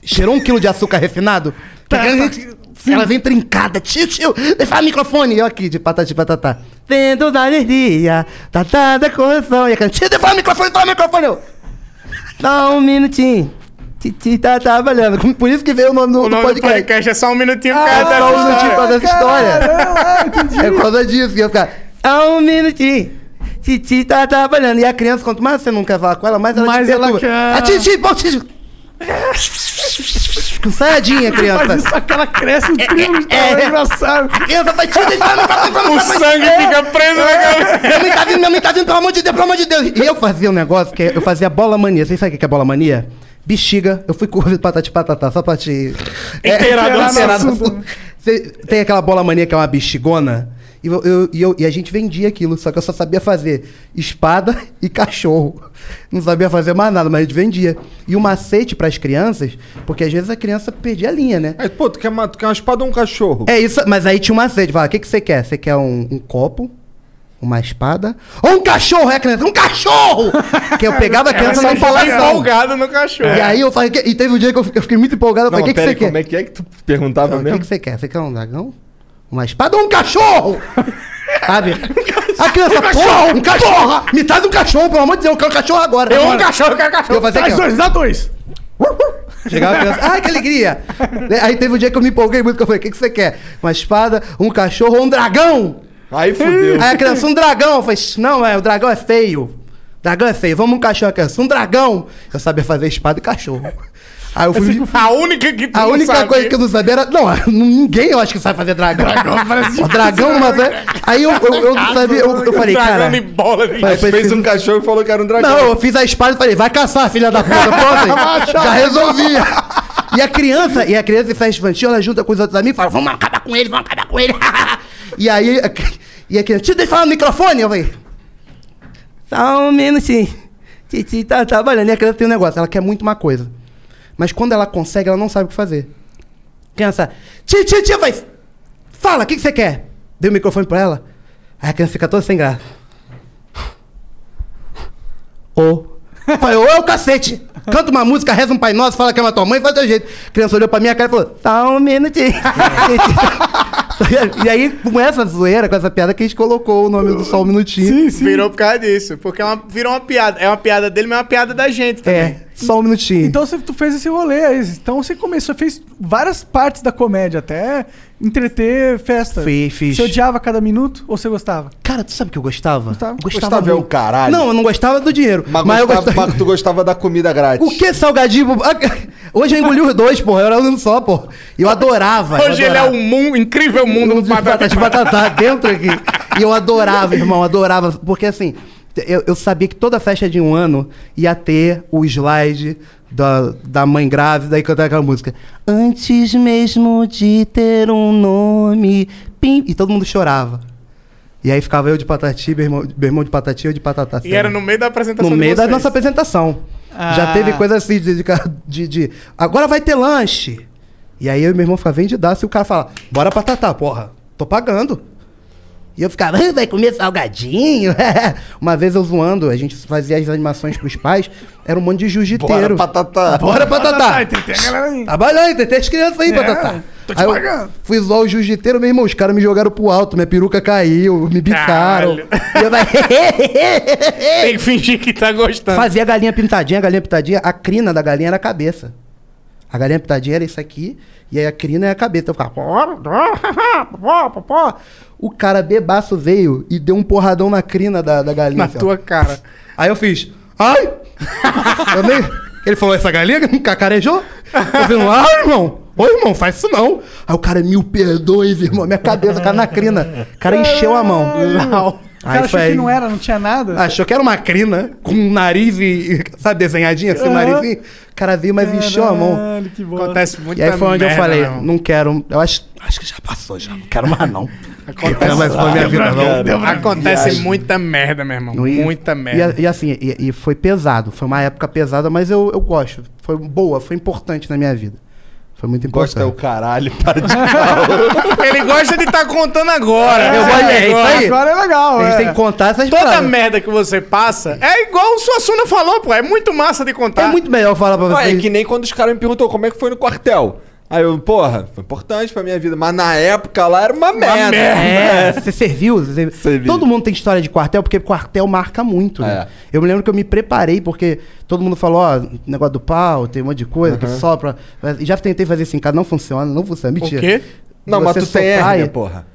[SPEAKER 6] cheirou um quilo de açúcar refinado.
[SPEAKER 11] Tá,
[SPEAKER 6] Porque
[SPEAKER 11] tá,
[SPEAKER 6] a gente- ela vem trincada, tio, tio, deixa o microfone. E eu aqui, de patati patatá. Tendo da alegria, tatá da correção. E a criança, tio, deixa o microfone, deixa o microfone. Eu, Só um minutinho. Titi tá trabalhando. Por isso que veio o nome do,
[SPEAKER 4] O
[SPEAKER 6] do
[SPEAKER 4] nome do
[SPEAKER 6] podcast.
[SPEAKER 4] podcast é só um minutinho por
[SPEAKER 6] Ah,
[SPEAKER 4] causa dessa
[SPEAKER 6] só um
[SPEAKER 4] história.
[SPEAKER 6] minutinho por causa dessa
[SPEAKER 2] Ah,
[SPEAKER 6] história. É por causa disso que eu ficar. Ah, um minutinho. Titi tá trabalhando. E a criança, quanto mais você não quer falar com ela, mais ela
[SPEAKER 11] Mais
[SPEAKER 6] te
[SPEAKER 11] ela
[SPEAKER 6] perturba.
[SPEAKER 11] quer.
[SPEAKER 6] A Titi, bom, Titi. Com saiadinha, criança.
[SPEAKER 11] Faz isso,
[SPEAKER 2] só que ela cresce o
[SPEAKER 11] triplo,
[SPEAKER 6] é, é engraçado. Criança vai te deixar no microfone. O sangue fica
[SPEAKER 4] preso na cabeça.
[SPEAKER 6] Minha mãe tá vindo, minha mãe tá vindo, pelo amor de Deus, pelo amor de Deus. E eu fazia um negócio que eu fazia bola mania. Vocês sabem o que é bola mania? Bexiga. Eu fui curva de patati patatá, só pra te...
[SPEAKER 11] Inteirar no
[SPEAKER 6] inteirar É, no
[SPEAKER 11] assunto.
[SPEAKER 6] assunto. Cê- Tem aquela bola mania que é uma bexigona. E, eu- eu- e eu- e a gente vendia aquilo, só que eu só sabia fazer espada e cachorro. Não sabia fazer mais nada, mas a gente vendia. E o macete pras crianças, porque às vezes a criança perdia a linha, né?
[SPEAKER 1] Aí, pô, tu quer, uma, tu quer uma espada ou um cachorro?
[SPEAKER 6] É isso, mas aí tinha um macete. Fala, o que, que você quer? Você quer um, um copo? Uma espada? Ou um cachorro, é a criança? Um cachorro! Que eu pegava a criança na
[SPEAKER 4] Ela só É. tá
[SPEAKER 6] empolgação.
[SPEAKER 4] empolgado no cachorro.
[SPEAKER 6] É. E aí eu falei, que- e teve um dia que eu fiquei, eu fiquei muito empolgado, eu falei, o que, que você quer?
[SPEAKER 1] como é que é que tu
[SPEAKER 4] tá
[SPEAKER 1] perguntava
[SPEAKER 6] Então, o que,
[SPEAKER 1] mesmo?
[SPEAKER 6] que você quer? Você quer um dragão? Uma espada ou um cachorro? Sabe?
[SPEAKER 4] Um
[SPEAKER 6] A criança, porra, um cachorro! Me traz um cachorro, pelo amor de Deus, eu quero um cachorro agora!
[SPEAKER 4] Eu amo
[SPEAKER 6] Agora.
[SPEAKER 4] cachorro, eu quero cachorro.
[SPEAKER 6] Eu fazia
[SPEAKER 4] Traz
[SPEAKER 6] aqui, ó.
[SPEAKER 4] dois, dá dois.
[SPEAKER 6] Chegava a criança, ai que alegria! Né? Aí teve um dia que eu me empolguei muito, que eu falei, o que, que você quer? Uma espada, um cachorro ou um dragão?
[SPEAKER 1] Aí fudeu.
[SPEAKER 6] Aí a criança, um dragão. Eu falei, não, é, o dragão é feio. Dragão é feio, vamos um cachorro aqui. Um dragão! Eu sabia fazer espada e cachorro. Aí eu fui.
[SPEAKER 4] A única que
[SPEAKER 6] A única coisa que eu não sabia era. Não, ninguém eu acho que sabe fazer dragão.
[SPEAKER 4] Dragão parece
[SPEAKER 6] O dragão, mas. é- Aí eu, eu, eu não sabia. Eu, eu falei,
[SPEAKER 5] Dragão
[SPEAKER 6] cara.
[SPEAKER 5] e bola,
[SPEAKER 6] falei,
[SPEAKER 5] Mas fez
[SPEAKER 6] preciso-
[SPEAKER 5] um cachorro e falou que era um dragão.
[SPEAKER 6] Não, eu fiz a espada e falei, vai caçar, filha da puta. Pronto, aí, já resolvi. E a criança, e a criança em festa infantil, ela junta com os outros amigos e fala, vamos acabar com ele, vamos acabar com ele. E aí, a cri- e a criança, te deixa falar no microfone? Eu falei, só um minutinho. Titi tá trabalhando. E a criança tem um negócio, ela quer muito uma coisa. Mas quando ela consegue, ela não sabe o que fazer. Criança, tia, tia, tia, vai. Fala, o que, que você quer? Dei o microfone pra ela. Aí a criança fica toda sem graça. Ou. Falei, ô, é o cacete! Canta uma música, reza um Pai Nosso, fala que é uma tua mãe, faz teu jeito. A criança olhou pra minha cara e falou, só um minutinho. e aí, com essa zoeira, com essa piada, que a gente colocou o nome do Só um Minutinho.
[SPEAKER 4] Virou por causa disso. Porque é uma- virou uma piada. É uma piada dele, mas é uma piada da gente também.
[SPEAKER 6] É, só um minutinho.
[SPEAKER 2] Então você tu fez esse rolê aí. Então você começou, fez várias partes da comédia, até entreter festa.
[SPEAKER 6] Fiz, fiz.
[SPEAKER 2] Você odiava cada minuto ou você gostava?
[SPEAKER 6] Cara, tu sabe o que eu gostava? Gostava.
[SPEAKER 5] Gostava é o caralho.
[SPEAKER 6] Não, eu não gostava do dinheiro. Mas,
[SPEAKER 5] Mas
[SPEAKER 6] eu
[SPEAKER 5] gostava-
[SPEAKER 6] gostava...
[SPEAKER 5] mas tu gostava da comida grátis.
[SPEAKER 6] O que salgadinho? Ah, Hoje eu engoli os dois, porra. Eu era um só, porra. Eu adorava.
[SPEAKER 4] Hoje ele é um mundo, incrível mundo do
[SPEAKER 6] batata de batata dentro aqui. E eu adorava, irmão, adorava. Porque assim, eu, eu sabia que toda festa de um ano ia ter o slide da, da mãe grávida e cantar aquela música. Antes mesmo de ter um nome. Pim, e todo mundo chorava. E aí ficava eu de patati, meu irmão, meu irmão de patati, eu de patatá.
[SPEAKER 4] E era no meio da apresentação
[SPEAKER 6] No
[SPEAKER 4] de
[SPEAKER 6] meio da
[SPEAKER 4] vocês.
[SPEAKER 6] nossa apresentação. Já
[SPEAKER 4] Ah.
[SPEAKER 6] teve coisa assim de, de, de- de- Agora vai ter lanche. E aí eu e meu irmão ficava vendidaço e o cara fala, bora pra Tatá, porra, tô pagando. E eu ficava, "Ah, vai comer salgadinho. Uma vez eu zoando, a gente fazia as animações pros pais, era um monte de
[SPEAKER 5] Bora
[SPEAKER 6] jiu-jiteiro.
[SPEAKER 5] pra Tatá. Bora
[SPEAKER 6] Bora pra
[SPEAKER 5] pra Tatá,
[SPEAKER 6] Tatá.
[SPEAKER 5] entretém a galera aí.
[SPEAKER 6] Trabalhar, entretém as crianças aí,
[SPEAKER 5] É,
[SPEAKER 6] pra Tatá.
[SPEAKER 5] tô te
[SPEAKER 6] Aí eu
[SPEAKER 5] pagando.
[SPEAKER 6] Fui zoar o jiu-jiteiro, meu irmão, os caras me jogaram pro alto, minha peruca caiu, me bicaram.
[SPEAKER 4] Caralho.
[SPEAKER 6] E eu vai...
[SPEAKER 4] Tem que fingir que tá gostando.
[SPEAKER 6] Fazia a galinha pintadinha, a galinha pintadinha, a crina da galinha era a cabeça. A galinha pintadinha era isso aqui, e aí a crina é a cabeça. Eu ficava. O cara bebaço veio e deu um porradão na crina da, da galinha.
[SPEAKER 4] Na
[SPEAKER 6] assim, ó.
[SPEAKER 4] tua cara.
[SPEAKER 6] Aí eu fiz. Ai! Eu nem- Ele falou, essa galinha que cacarejou? Eu falei, ah, irmão! Ô, irmão, faz isso não! Aí o cara, mil perdões, irmão, minha cabeça, cara na crina. O cara encheu a mão.
[SPEAKER 2] Caralho. O cara
[SPEAKER 6] Aí
[SPEAKER 2] achou
[SPEAKER 6] foi
[SPEAKER 2] que
[SPEAKER 6] aí. Ah,
[SPEAKER 2] não era, não tinha nada.
[SPEAKER 6] Achou que era uma crina com um nariz e, sabe, desenhadinho assim, o
[SPEAKER 2] Aham.
[SPEAKER 6] narizinho. O cara veio, mas encheu a mão.
[SPEAKER 2] Caralho, que bosta.
[SPEAKER 4] Acontece muito
[SPEAKER 6] E aí foi onde eu falei,
[SPEAKER 4] Não.
[SPEAKER 6] não quero, eu acho, né, acho que já passou já, não quero mais não. Não quero mais pra minha
[SPEAKER 4] Deu
[SPEAKER 6] vida
[SPEAKER 4] pra ver, deu
[SPEAKER 6] não.
[SPEAKER 4] pra ver. Acontece
[SPEAKER 6] Viagem.
[SPEAKER 4] muita merda, meu irmão.
[SPEAKER 6] E-
[SPEAKER 4] Muita
[SPEAKER 6] e-
[SPEAKER 4] merda.
[SPEAKER 6] E, assim, e, e foi pesado, foi uma época pesada, mas eu, eu gosto, foi boa, foi importante na minha vida. Foi muito importante.
[SPEAKER 5] Gosta é o caralho, para de
[SPEAKER 4] Ele gosta de estar contando agora.
[SPEAKER 6] Eu gosto- é, isso aí. Agora é
[SPEAKER 4] legal.
[SPEAKER 6] A gente tem que contar essas
[SPEAKER 4] Toda
[SPEAKER 6] paradas.
[SPEAKER 4] merda que você passa é igual o Suassuna falou, pô. É muito massa de contar.
[SPEAKER 6] É muito melhor falar pra
[SPEAKER 5] Ué,
[SPEAKER 6] vocês.
[SPEAKER 5] é que nem quando os caras me perguntou como é que foi no quartel. Aí eu, porra, foi importante pra minha vida. Mas na época lá era uma merda.
[SPEAKER 6] É, você serviu, você serviu. Todo mundo tem história de quartel, porque quartel marca muito, né?
[SPEAKER 5] É.
[SPEAKER 6] Eu me lembro que eu me preparei, porque todo mundo falou, ó, negócio do pau, tem um monte de coisa que
[SPEAKER 5] Aham.
[SPEAKER 6] sopra. Mas Já tentei fazer isso em casa, não funciona, não funciona, é mentira.
[SPEAKER 5] Não, mas
[SPEAKER 6] Você
[SPEAKER 5] tu tem
[SPEAKER 6] soprar
[SPEAKER 5] hérnia,
[SPEAKER 6] e-
[SPEAKER 5] porra.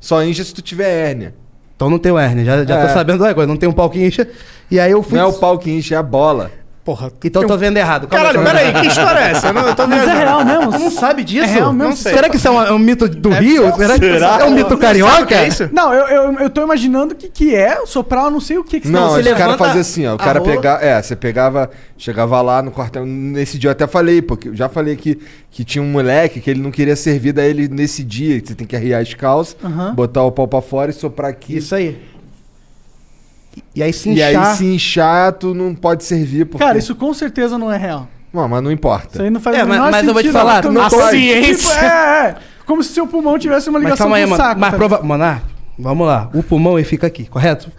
[SPEAKER 5] Só inja se tu tiver hérnia.
[SPEAKER 6] Então não tenho hérnia, já, já
[SPEAKER 5] É.
[SPEAKER 6] tô sabendo da coisa, não tem um pau que incha. E aí eu fui...
[SPEAKER 5] Não é o pau que enche, é a bola.
[SPEAKER 4] Porra.
[SPEAKER 6] Então eu tô vendo errado. calma
[SPEAKER 5] Caralho,
[SPEAKER 6] aí, calma aí.
[SPEAKER 5] peraí, que história é essa? Eu não- eu tô
[SPEAKER 6] Mas é
[SPEAKER 5] viajando.
[SPEAKER 6] real mesmo? Você não sabe disso?
[SPEAKER 2] É real mesmo?
[SPEAKER 6] Não sei. Será que isso é um, é um mito do Rio? Será, que
[SPEAKER 2] Será?
[SPEAKER 6] é um mito carioca?
[SPEAKER 2] Não, eu, eu, eu tô imaginando o que, que é, soprar, eu não sei o que que
[SPEAKER 5] Não,
[SPEAKER 2] você tá
[SPEAKER 5] os caras
[SPEAKER 2] levanta
[SPEAKER 5] faziam assim, ó. O
[SPEAKER 2] a
[SPEAKER 5] cara
[SPEAKER 2] rola-
[SPEAKER 5] pegava. É, você pegava. Chegava lá no quartel. Nesse dia eu até falei, porque eu já falei que, que tinha um moleque que ele não queria servir, daí ele nesse dia, que você tem que arriar as calças,
[SPEAKER 6] Aham.
[SPEAKER 5] botar o pau pra fora e soprar aqui.
[SPEAKER 6] Isso aí. E aí se
[SPEAKER 5] E aí
[SPEAKER 6] inchar-
[SPEAKER 5] se inchar, tu não pode servir. Porque...
[SPEAKER 2] Cara, isso com certeza não é real.
[SPEAKER 5] Não, mas não importa.
[SPEAKER 2] Isso aí não faz
[SPEAKER 6] É,
[SPEAKER 2] o
[SPEAKER 6] mas-
[SPEAKER 2] menor
[SPEAKER 6] mas eu vou te
[SPEAKER 2] sentido,
[SPEAKER 6] falar,
[SPEAKER 2] tu-
[SPEAKER 6] não Assim,
[SPEAKER 2] tu-
[SPEAKER 6] pode.
[SPEAKER 2] Tipo, é, é. Como se seu pulmão tivesse uma
[SPEAKER 6] Mas
[SPEAKER 2] ligação
[SPEAKER 6] calma aí,
[SPEAKER 2] com o
[SPEAKER 6] mano.
[SPEAKER 2] saco.
[SPEAKER 6] mas
[SPEAKER 2] tá
[SPEAKER 6] prova... Manar, vamos lá. O pulmão ele fica aqui, correto?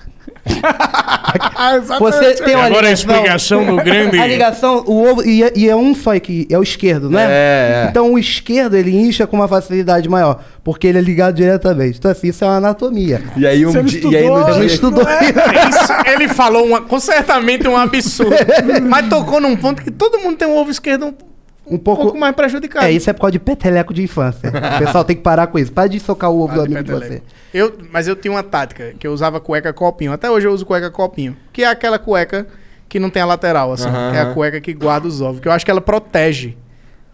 [SPEAKER 4] Exatamente.
[SPEAKER 6] Você tem uma
[SPEAKER 13] Agora a
[SPEAKER 6] ligação-
[SPEAKER 13] explicação do grande.
[SPEAKER 6] A ligação, o ovo, e, é- e é um só que é o esquerdo, né?
[SPEAKER 13] É, é.
[SPEAKER 6] Então o esquerdo ele incha com uma facilidade maior, porque ele é ligado diretamente. Então assim, isso é uma anatomia. cara.
[SPEAKER 5] E aí um
[SPEAKER 6] Você não
[SPEAKER 5] dia. e aí no
[SPEAKER 6] estudou,
[SPEAKER 5] dia-
[SPEAKER 6] não estudou.
[SPEAKER 4] É isso, ele falou uma, com certamente um absurdo. mas tocou num ponto que todo mundo tem um ovo esquerdo
[SPEAKER 6] um pouco,
[SPEAKER 4] pouco mais prejudicado.
[SPEAKER 6] É, isso é por causa de peteleco de infância. O pessoal tem que parar com isso. Para de socar o ovo do
[SPEAKER 4] Para de
[SPEAKER 6] amigo de você.
[SPEAKER 4] peteleco. Eu, mas eu tinha uma tática, que eu usava cueca copinho. Até hoje eu uso cueca copinho. Que é aquela cueca que não tem a lateral, assim.
[SPEAKER 6] Aham,
[SPEAKER 4] É a
[SPEAKER 6] aham.
[SPEAKER 4] cueca que guarda os ovos. Que eu acho que ela protege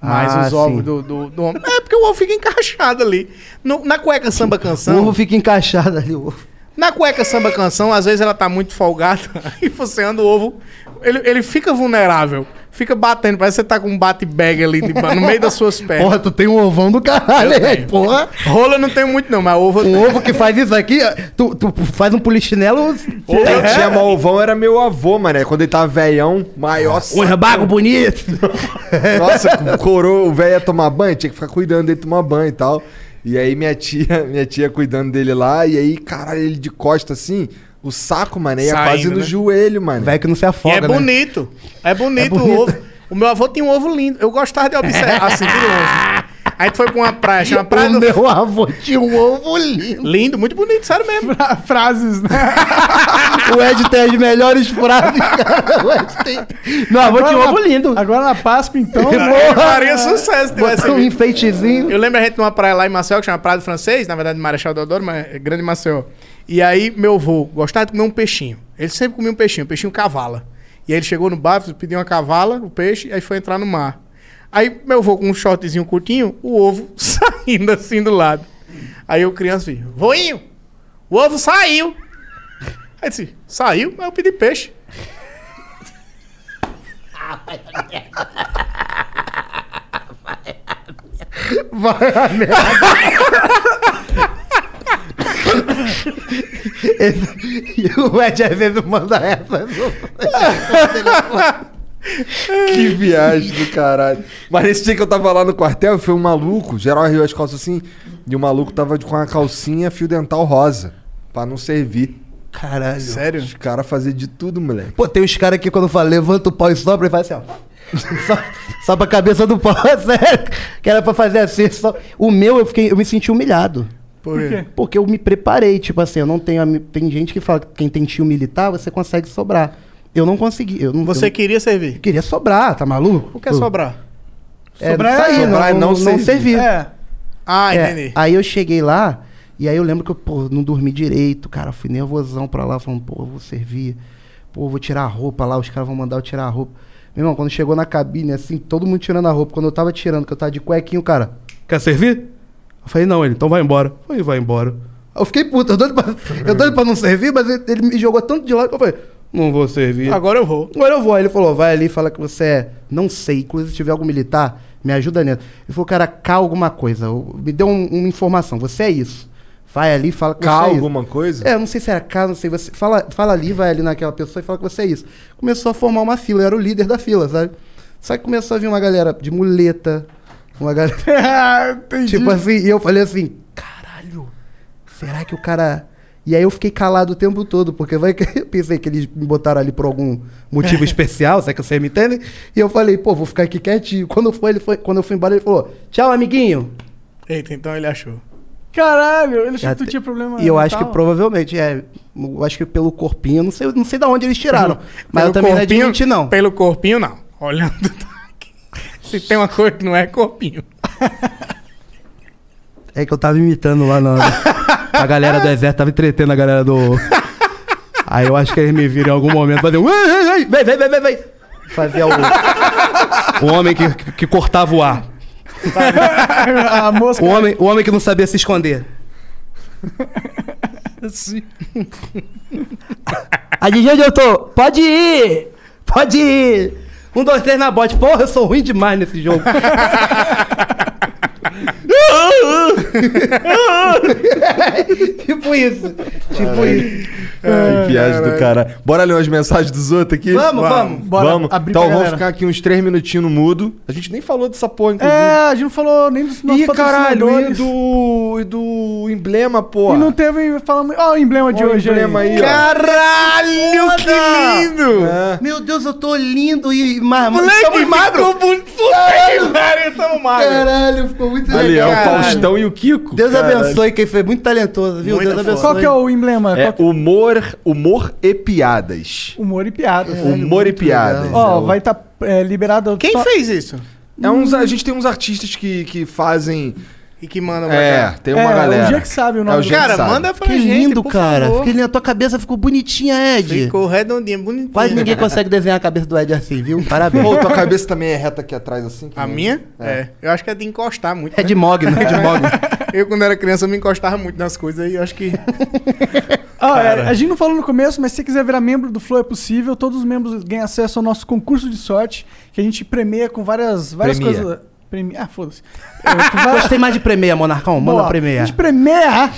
[SPEAKER 4] mais
[SPEAKER 6] Ah,
[SPEAKER 4] os ovos
[SPEAKER 6] sim.
[SPEAKER 4] do, do, do homem. É porque o ovo fica encaixado ali. No- na cueca samba
[SPEAKER 6] O
[SPEAKER 4] canção.
[SPEAKER 6] ovo fica encaixado ali, o ovo.
[SPEAKER 4] Na cueca samba canção, às vezes ela tá muito folgada e você anda o ovo, ele, ele fica vulnerável. Fica batendo, parece que você tá com um bate-bag ali de ba- no meio das suas pernas.
[SPEAKER 6] Porra, tu tem um ovão do caralho,
[SPEAKER 4] Eu
[SPEAKER 6] hein?
[SPEAKER 4] tenho.
[SPEAKER 6] porra.
[SPEAKER 4] Rola não tem muito não, mas ovo...
[SPEAKER 6] Um ovo que faz isso aqui, tu, tu faz um polichinelo...
[SPEAKER 5] Quem
[SPEAKER 6] É.
[SPEAKER 5] tinha malvão era meu avô, mané. Quando ele tava velhão, maior.
[SPEAKER 6] Um rebago bonito. É,
[SPEAKER 5] Nossa, corou, o velho ia tomar banho, tinha que ficar cuidando dele tomar banho e tal. E aí minha tia, minha tia cuidando dele lá, e aí, caralho, ele de costa assim, o saco, mano, ia
[SPEAKER 4] Saindo,
[SPEAKER 5] quase no
[SPEAKER 4] né?
[SPEAKER 5] joelho, mano.
[SPEAKER 6] Velho que não se
[SPEAKER 4] E
[SPEAKER 6] afoga, né?
[SPEAKER 4] é bonito. É bonito, o ovo. O meu avô tinha um ovo lindo. Eu gostava de observar assim de longe. A gente foi pra é uma praia, chama Praia do
[SPEAKER 6] Meu avô tinha um ovo lindo.
[SPEAKER 4] Lindo, muito bonito, sério mesmo.
[SPEAKER 2] frases, né?
[SPEAKER 6] o Ed tem as melhores frases, cara. O Ed tem... Meu avô tinha um ovo lindo. né?
[SPEAKER 2] Agora na PASP, então.
[SPEAKER 4] Porra, faria sucesso. tivesse
[SPEAKER 6] Botou um
[SPEAKER 4] vindo.
[SPEAKER 6] enfeitezinho.
[SPEAKER 4] Eu lembro a gente numa praia lá em Maceió, que chama Praia do Francês, na verdade Marechal Deodoro, mas é Grande Maceió. E aí meu avô gostava de comer um peixinho. Ele sempre comia um peixinho, um peixinho cavala. E aí ele chegou no bar, pediu uma cavala, o peixe, aí foi entrar no mar. Aí meu avô com um shortzinho curtinho, o ovo saindo assim do lado. Aí eu criança vi, voinho, o ovo saiu. Aí disse, saiu, mas eu pedi peixe.
[SPEAKER 6] Vai a merda. E o Ed às vezes manda essa. né?
[SPEAKER 5] Que viagem do caralho. Mas nesse dia que eu tava lá no quartel, foi um maluco, geral riu as calças assim, e o maluco tava de- com uma calcinha fio dental rosa, pra não servir.
[SPEAKER 6] Caralho.
[SPEAKER 4] Sério?
[SPEAKER 5] Os caras faziam de tudo, moleque.
[SPEAKER 6] Pô, tem uns caras que quando fala levanta o pau e sopra, ele faz assim, ó. Só, só pra cabeça do pau, é sério. Que era pra fazer assim. Só... O meu, eu, fiquei, eu me senti humilhado.
[SPEAKER 4] Por quê?
[SPEAKER 6] Porque eu me preparei, tipo assim, eu não tenho. ami- Tem gente que fala que quem tem tio militar, você consegue sobrar. Eu não consegui. Eu não,
[SPEAKER 4] Você
[SPEAKER 6] eu
[SPEAKER 4] queria servir?
[SPEAKER 6] queria sobrar, tá maluco?
[SPEAKER 4] O que é sobrar?
[SPEAKER 6] É,
[SPEAKER 4] Sobrar é
[SPEAKER 6] sair,
[SPEAKER 4] isso. Sobrar é
[SPEAKER 6] não, não,
[SPEAKER 4] não
[SPEAKER 6] não
[SPEAKER 4] servir.
[SPEAKER 6] servir.
[SPEAKER 4] É. Ah,
[SPEAKER 6] É,
[SPEAKER 4] entendi.
[SPEAKER 6] Aí eu cheguei lá, e aí eu lembro que eu, pô, não dormi direito, cara. Fui nervosão pra lá, falando, pô, eu vou servir. Pô, eu vou tirar a roupa lá, os caras vão mandar eu tirar a roupa. Meu irmão, quando chegou na cabine, assim, todo mundo tirando a roupa. Quando eu tava tirando, que eu tava de cuequinho, o cara.
[SPEAKER 3] Quer servir? Eu falei, não, ele, então vai embora. Foi, vai embora.
[SPEAKER 6] Eu fiquei puto, eu doido pra, eu doido pra não servir, mas ele, ele me jogou tanto de lado que eu falei,
[SPEAKER 3] Não vou servir.
[SPEAKER 4] Agora eu vou.
[SPEAKER 6] Agora eu vou. Aí ele falou, vai ali, fala que você é, não sei, inclusive se tiver algum militar, me ajuda nessa. Ele falou, cara, cá alguma coisa. Eu- Me deu um- uma informação, você é isso. Vai ali, fala que
[SPEAKER 5] Cá
[SPEAKER 6] você é isso.
[SPEAKER 5] alguma coisa?
[SPEAKER 6] É, eu não sei se era cá, não sei. Você fala, fala ali, vai ali naquela pessoa e fala que você é isso. Começou a formar uma fila, eu era o líder da fila, sabe? Só que começou a vir uma galera de muleta, uma
[SPEAKER 5] Ah,
[SPEAKER 6] galera. tipo assim, e eu falei assim, Será que o cara. E aí eu fiquei calado o tempo todo, porque vai que eu pensei que eles me botaram ali por algum motivo especial, será que vocês me entendem? E eu falei, pô, vou ficar aqui quietinho. Quando, foi, ele foi, quando eu fui embora, ele falou, tchau, amiguinho.
[SPEAKER 4] Eita, então ele achou.
[SPEAKER 2] Caralho, ele achou que tu
[SPEAKER 6] Até-
[SPEAKER 2] tinha problema.
[SPEAKER 6] E eu acho que
[SPEAKER 2] mental.
[SPEAKER 6] provavelmente, é. Eu acho que pelo corpinho, não sei, não sei de onde eles tiraram.
[SPEAKER 2] Uhum.
[SPEAKER 4] Uhum.
[SPEAKER 6] mas eu
[SPEAKER 4] Pelo
[SPEAKER 6] também
[SPEAKER 4] corpinho-
[SPEAKER 6] não admiti, não.
[SPEAKER 4] Pelo corpinho, não. Olhando daqui. Se tem uma coisa que não é corpinho.
[SPEAKER 3] É que eu tava imitando lá na. a galera do exército, tava entretendo a galera do. Aí eu acho que eles me viram em algum momento fazer. um, "Ei, ei, ei, Vem, vem, vem, vem, vem.
[SPEAKER 6] Fazia o.
[SPEAKER 3] O homem que, que- que cortava o ar.
[SPEAKER 2] a mosca. é-
[SPEAKER 3] O homem, o homem que não sabia se esconder.
[SPEAKER 4] Assim.
[SPEAKER 3] Aí, onde eu tô? Pode ir! Pode ir! Um, dois, três na bote. Porra, eu sou ruim demais nesse jogo.
[SPEAKER 6] tipo isso. Tipo isso.
[SPEAKER 5] Que viagem do caralho. Bora ler umas mensagens dos outros aqui?
[SPEAKER 6] Vamos, vamos. Bora
[SPEAKER 5] vamos.
[SPEAKER 6] abrir
[SPEAKER 5] então
[SPEAKER 6] pra
[SPEAKER 5] vamos
[SPEAKER 6] galera.
[SPEAKER 5] ficar aqui uns três minutinhos no mudo. A gente nem falou dessa porra, inclusive.
[SPEAKER 2] É, a gente não falou nem dos nossos
[SPEAKER 5] Ih, caralho, e
[SPEAKER 2] patrocinadores.
[SPEAKER 5] do, e do emblema, porra.
[SPEAKER 2] E
[SPEAKER 6] tá
[SPEAKER 2] não teve. Falamos. Ó, o emblema de
[SPEAKER 5] Ó o
[SPEAKER 2] hoje.
[SPEAKER 5] emblema aí, ó.
[SPEAKER 6] Caralho,
[SPEAKER 5] Ah,
[SPEAKER 4] que lindo!
[SPEAKER 5] é.
[SPEAKER 6] Meu Deus, eu tô lindo e magro.
[SPEAKER 4] Moleque,
[SPEAKER 6] Estamos
[SPEAKER 4] ficou
[SPEAKER 6] magro.
[SPEAKER 4] bonito.
[SPEAKER 6] Caralho.
[SPEAKER 4] Caralho, tamo magro.
[SPEAKER 6] Caralho, ficou muito
[SPEAKER 5] Ali, é
[SPEAKER 6] legal.
[SPEAKER 5] o
[SPEAKER 6] Caralho.
[SPEAKER 5] Faustão e o Kiko.
[SPEAKER 6] Deus
[SPEAKER 5] Caralho.
[SPEAKER 6] abençoe quem foi muito talentoso, viu?
[SPEAKER 5] Muita
[SPEAKER 6] Deus
[SPEAKER 5] força.
[SPEAKER 6] abençoe.
[SPEAKER 5] Qual que é
[SPEAKER 2] o emblema? é
[SPEAKER 5] É humor, humor e piadas.
[SPEAKER 2] Humor e piadas.
[SPEAKER 5] Humor e piadas.
[SPEAKER 2] Ó, vai estar tá, é, liberado.
[SPEAKER 4] Quem fez isso?
[SPEAKER 1] É uns, a gente tem uns artistas que, que fazem.
[SPEAKER 4] E que mandam
[SPEAKER 6] pra
[SPEAKER 1] É,
[SPEAKER 6] cá.
[SPEAKER 1] tem uma
[SPEAKER 6] É, o
[SPEAKER 1] galera.
[SPEAKER 6] Jean que sabe o nome
[SPEAKER 1] Jean que sabe.
[SPEAKER 6] Que lindo, cara. Fiquei lindo. A tua cabeça ficou bonitinha, Ed.
[SPEAKER 4] Ficou redondinha, bonitinha.
[SPEAKER 6] Quase ninguém consegue desenhar a cabeça do Ed assim, viu? Parabéns.
[SPEAKER 1] Pô, tua cabeça também é reta aqui atrás, assim? que
[SPEAKER 4] A
[SPEAKER 1] não-
[SPEAKER 4] minha? É. Eu acho que é de encostar muito.
[SPEAKER 6] É de mogno, é de mogno.
[SPEAKER 4] eu, quando era criança, eu me encostava muito nas coisas aí. Eu acho que.
[SPEAKER 2] Ah, é,
[SPEAKER 4] Cara.
[SPEAKER 2] a gente não falou no começo, mas se você quiser virar membro do Flow é possível. Todos os membros ganham acesso ao nosso concurso de sorte, que a gente premia com várias, várias
[SPEAKER 6] Premia.
[SPEAKER 2] coisas. Premi... Ah, foda-se.
[SPEAKER 6] Gostei mais de premeia, Monarcão. Manda
[SPEAKER 2] Boa. A
[SPEAKER 6] premeia.
[SPEAKER 2] gente premia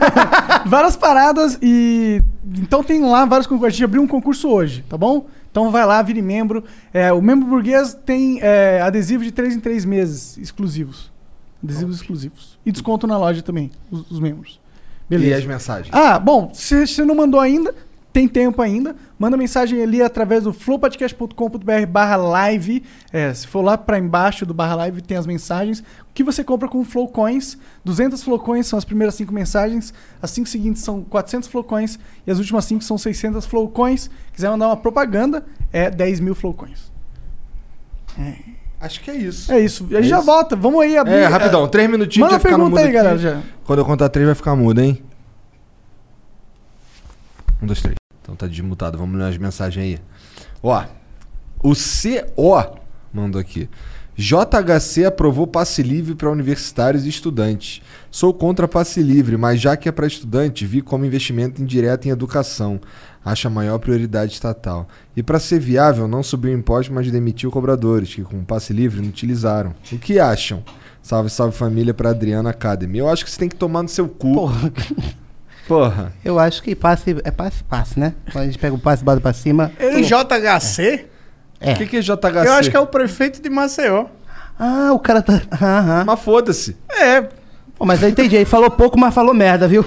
[SPEAKER 2] várias paradas e. Então tem lá vários concursos. A gente abriu um concurso hoje, tá bom? Então vai lá, vire membro. É, o membro burguês tem é, adesivo de 3 em 3 meses exclusivos. Adesivos exclusivos. E desconto na loja também, os, os membros. Beleza.
[SPEAKER 1] E as mensagens?
[SPEAKER 2] Ah, bom, se você não mandou ainda, tem tempo ainda. Manda mensagem ali através do flowpodcast.com.br barra live. É, se for lá para embaixo do barra live, tem as mensagens. O que você compra com flowcoins. 200 flowcoins são as primeiras cinco mensagens. As cinco seguintes são 400 flowcoins. E as últimas cinco são 600 flowcoins. Quiser mandar uma propaganda, é 10 mil flowcoins.
[SPEAKER 1] Acho que é isso.
[SPEAKER 2] É isso. A gente
[SPEAKER 1] É
[SPEAKER 2] já
[SPEAKER 1] isso.
[SPEAKER 2] volta. Vamos aí abrir.
[SPEAKER 1] É, rapidão, três minutinhos
[SPEAKER 2] Manda
[SPEAKER 1] já fica no
[SPEAKER 2] pergunta aí,
[SPEAKER 1] mudo
[SPEAKER 2] galera.
[SPEAKER 1] aqui.
[SPEAKER 2] Já.
[SPEAKER 1] Quando eu contar três vai ficar mudo, hein? Um, dois, três. Então tá desmutado. Vamos ler as mensagens aí. Ó, o CO mandou aqui. JHC aprovou passe livre para universitários e estudantes. Sou contra passe livre, mas já que é para estudante, vi como investimento indireto em educação. Acha a maior prioridade estatal. E para ser viável, não subiu o imposto, mas demitiu cobradores, que com o passe livre não utilizaram. O que acham? Salve, salve família para Adriana Academy. Eu acho que você tem que tomar no seu cu. Porra. Porra.
[SPEAKER 6] Eu acho que passe. É passe, passe, né? Quando a gente pega o passe e bota pra cima.
[SPEAKER 4] Ele JHC?
[SPEAKER 6] É.
[SPEAKER 1] O que, que é JHC?
[SPEAKER 4] Eu acho que é o prefeito de Maceió.
[SPEAKER 6] Ah, o cara tá. Aham.
[SPEAKER 1] Mas foda-se.
[SPEAKER 4] É.
[SPEAKER 6] Pô, mas eu entendi. Ele falou pouco, mas falou merda, viu?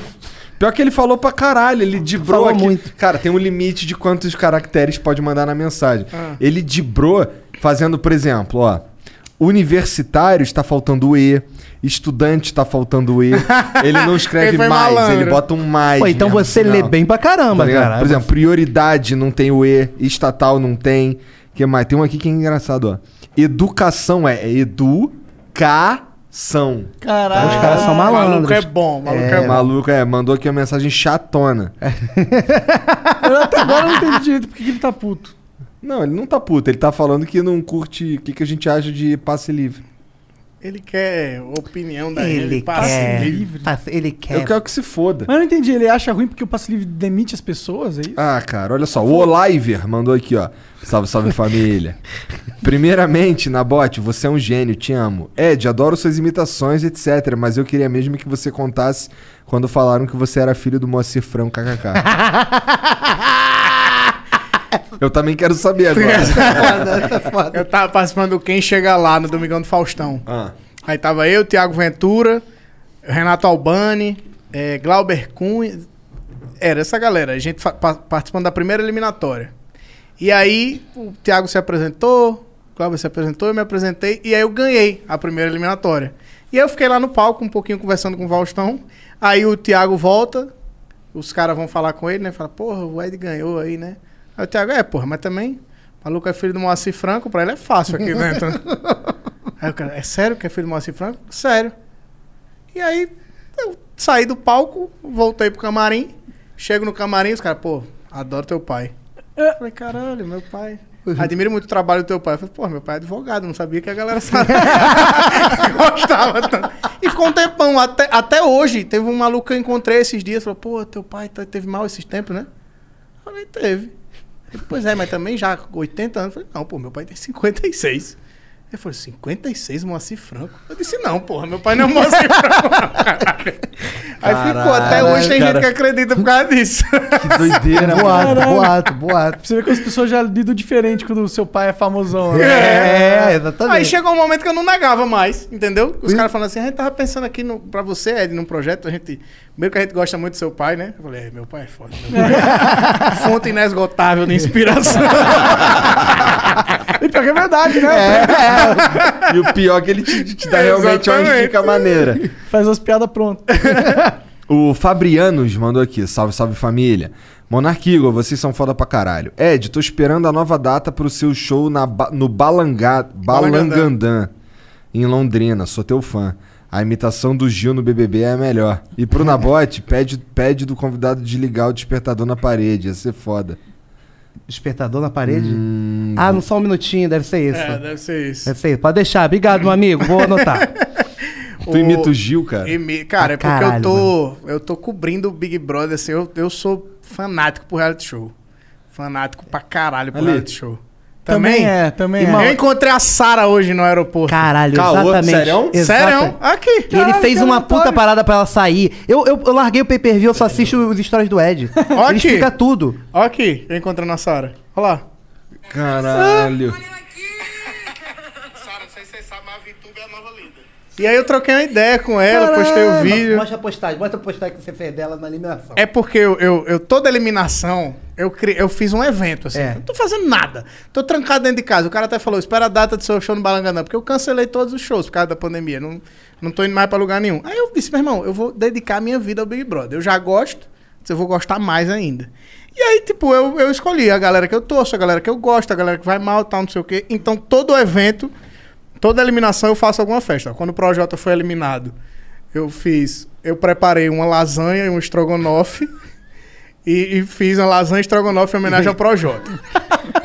[SPEAKER 1] Pior que ele falou pra caralho, ele dibrou
[SPEAKER 6] Falou
[SPEAKER 1] aqui.
[SPEAKER 6] muito.
[SPEAKER 1] Cara, tem um limite de quantos caracteres pode mandar na mensagem.
[SPEAKER 6] Ah.
[SPEAKER 1] Ele dibrou fazendo, por exemplo, ó. Universitário está faltando o E. Estudante está faltando o E. Ele não escreve
[SPEAKER 6] Ele foi
[SPEAKER 1] mais,
[SPEAKER 6] malandro.
[SPEAKER 1] ele bota um mais.
[SPEAKER 6] Pô, então
[SPEAKER 1] mesmo, assim,
[SPEAKER 6] você
[SPEAKER 1] não. Tá
[SPEAKER 6] lê bem pra caramba,
[SPEAKER 1] ligado?
[SPEAKER 6] cara.
[SPEAKER 1] Por exemplo, prioridade não tem o E, estatal não tem. que mais? Tem um aqui que é engraçado, ó. Educação é educação.
[SPEAKER 4] Caralho.
[SPEAKER 6] Os caras
[SPEAKER 1] Ah,
[SPEAKER 6] são malandros.
[SPEAKER 4] Maluco é bom, maluco é,
[SPEAKER 1] É,
[SPEAKER 4] bom.
[SPEAKER 1] maluco, é, mandou aqui uma mensagem chatona.
[SPEAKER 2] Eu até agora não entendi direito porque que ele tá puto.
[SPEAKER 1] Não, ele não tá puto, ele tá falando que não curte o que, que a gente acha de passe livre. É
[SPEAKER 4] Ele quer opinião da
[SPEAKER 6] Ele
[SPEAKER 4] gente. Passe
[SPEAKER 2] Assim,
[SPEAKER 6] quer.
[SPEAKER 4] livre.
[SPEAKER 6] Passe- Ah, ele quer.
[SPEAKER 1] Eu quero que se foda.
[SPEAKER 2] Mas eu não entendi, ele acha ruim porque o passe livre demite as pessoas, é isso?
[SPEAKER 1] Ah, cara, olha só. O Oliver mandou aqui, ó. Salve, salve família. Primeiramente, Nabote, você é um gênio, te amo. Ed, adoro suas imitações, etc. Mas eu queria mesmo que você contasse quando falaram que você era filho do Moacir Franco, kkk. eu também quero saber agora.
[SPEAKER 4] Eu tava participando do Quem Chega Lá no Domingão do Faustão.
[SPEAKER 1] Ah.
[SPEAKER 4] Aí tava eu, Thiago Ventura, Renato Albani, eh, Glauber Cunha. Era essa galera, a gente fa- pa- participando da primeira eliminatória. E aí o Thiago se apresentou, o Glauber se apresentou, eu me apresentei e aí eu ganhei a primeira eliminatória. E aí eu fiquei lá no palco um pouquinho conversando com o Faustão. Aí o Thiago volta, os caras vão falar com ele, né? Fala, porra, o Ed ganhou aí, né? Aí o Thiago, é, porra, mas também, maluco é filho do Moacir Franco, pra ele é fácil aqui, né? Então- Aí o cara, é sério que é filho do Moacir Franco? Sério. E aí, eu saí do palco, voltei pro camarim, chego no camarim, os caras, pô, adoro teu pai. Eu É, falei, caralho, meu pai. Admiro muito o trabalho do teu pai. Eu falei, pô, meu pai é advogado, não sabia que a galera sabe. Gostava tanto. E ficou um tempão, até, até hoje. Teve um maluco que eu encontrei esses dias, falou, pô, teu pai tá- teve mal esses tempos, né? Eu falei, teve. Ele, pois é, mas também já com 80 anos. Eu falei, não, pô, meu pai tem 56. Ele falou, 56, Moacir Franco? Eu disse, não, porra, meu pai não é Moacir Franco. não, caralho. Aí ficou, até
[SPEAKER 6] Caralho,
[SPEAKER 4] hoje tem
[SPEAKER 6] cara.
[SPEAKER 4] gente que acredita por causa disso. Que
[SPEAKER 1] doideira,
[SPEAKER 6] boato,
[SPEAKER 2] Caralho.
[SPEAKER 6] boato, boato.
[SPEAKER 2] Você vê que as pessoas já lidam diferente quando o seu pai é famosão, né?
[SPEAKER 6] É, exatamente.
[SPEAKER 4] Aí chegou um momento que eu não negava mais, entendeu? Os caras falando assim, a gente tava pensando aqui no, pra você, Ed, num projeto, a gente. Primeiro que a gente gosta muito do seu pai, né? Eu falei, é, meu pai é foda. meu pai é Fonte inesgotável de inspiração.
[SPEAKER 2] E pior que é verdade, né?
[SPEAKER 1] E o pior é que ele te, te dá realmente uma
[SPEAKER 2] Exatamente.
[SPEAKER 1] dica maneira.
[SPEAKER 2] Faz as piadas prontas.
[SPEAKER 1] O Fabrianos mandou aqui, salve, salve família. Monarquigo, vocês são foda pra caralho. Ed, tô esperando a nova data pro seu show na Ba- no Balangá, Balangandã.
[SPEAKER 5] em Londrina, sou teu fã. A imitação do Gil no BBB é a melhor. E pro Nabote, pede, pede do convidado de ligar o despertador na parede, ia ser foda.
[SPEAKER 6] Despertador na parede? Ah, não só um minutinho, deve ser isso.
[SPEAKER 4] É, deve ser isso.
[SPEAKER 6] Deve ser isso. Pode deixar. Obrigado, meu amigo. Vou anotar.
[SPEAKER 5] Tu imita o Gil, cara?
[SPEAKER 4] Imi- Cara,
[SPEAKER 6] Ah,
[SPEAKER 4] é porque eu
[SPEAKER 6] caralho,
[SPEAKER 4] tô. Eu tô cobrindo o Big Brother, assim, eu, eu sou fanático pro reality show. Fanático pra caralho pro
[SPEAKER 2] Ali.
[SPEAKER 4] reality show.
[SPEAKER 2] Também
[SPEAKER 4] Também,
[SPEAKER 2] é, também
[SPEAKER 4] Irmão,
[SPEAKER 2] é.
[SPEAKER 4] Eu encontrei a Sara hoje no aeroporto.
[SPEAKER 6] Caralho, exatamente.
[SPEAKER 4] Sério? Aqui.
[SPEAKER 6] E ele fez uma puta parada pra ela sair. Eu, eu, eu larguei o pay-per-view, eu só assisto os stories do Ed.
[SPEAKER 4] Ó
[SPEAKER 6] Ele
[SPEAKER 4] aqui.
[SPEAKER 6] explica tudo.
[SPEAKER 4] Ó aqui, eu encontrando a Sara. Olha lá.
[SPEAKER 5] Caralho.
[SPEAKER 4] E aí eu troquei uma ideia com ela, postei o vídeo.
[SPEAKER 6] Mostra a postagem, mostra a postagem que você fez dela na eliminação.
[SPEAKER 4] É porque eu, eu, eu- toda eliminação, eu, cri- eu fiz um evento, assim. Não tô fazendo nada. Tô trancado dentro de casa. O cara até falou, espera a data do seu show no Balanganã, porque eu cancelei todos os shows por causa da pandemia. Não, não tô indo mais pra lugar nenhum. Aí eu disse, meu irmão, eu vou dedicar minha vida ao Big Brother. Eu já gosto, mas eu vou gostar mais ainda. E aí, tipo, eu, eu escolhi a galera que eu torço, a galera que eu gosto, a galera que vai mal, tal, não sei o quê. Então, todo evento, toda eliminação eu faço alguma festa. Quando o Projota foi eliminado, eu fiz... Eu preparei uma lasanha e um estrogonofe e, e fiz uma lasanha estrogonofe em homenagem ao Projota.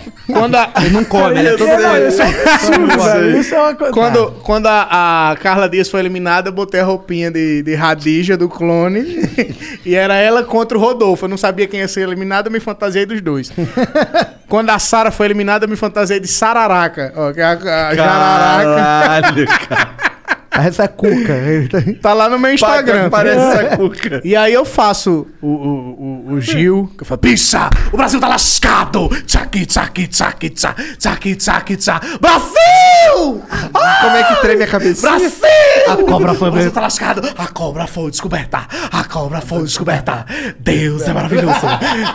[SPEAKER 4] Quando a... Ele não
[SPEAKER 2] come, ele é todo doido. Isso é absurdo, velho. Isso é uma coisa-
[SPEAKER 4] Quando, quando a, a Carla Dias foi eliminada, eu botei a roupinha de, de Radija, do clone. e era ela contra o Rodolfo. Eu não sabia quem ia ser eliminado, eu me fantasiei dos dois. quando a Sara foi eliminada, eu me fantasiei de Sararaca. Ó, que é a, a jararaca.
[SPEAKER 5] Caralho, cara.
[SPEAKER 6] Essa é cuca.
[SPEAKER 4] Tá lá no meu Instagram.
[SPEAKER 5] Parece essa cuca.
[SPEAKER 4] E aí eu faço o, o, o, o Gil, que eu falo, pizza! O Brasil tá lascado! Tsaki, tsaki, tsaki, tsa, tsaki, tsaki, tsa. Brasil!
[SPEAKER 5] Como é que treme a cabeça?
[SPEAKER 4] Brasil!
[SPEAKER 5] A cobra foi
[SPEAKER 4] O Brasil tá lascado! A cobra foi descoberta! A cobra foi
[SPEAKER 2] Tá.
[SPEAKER 4] descoberta! Deus é maravilhoso!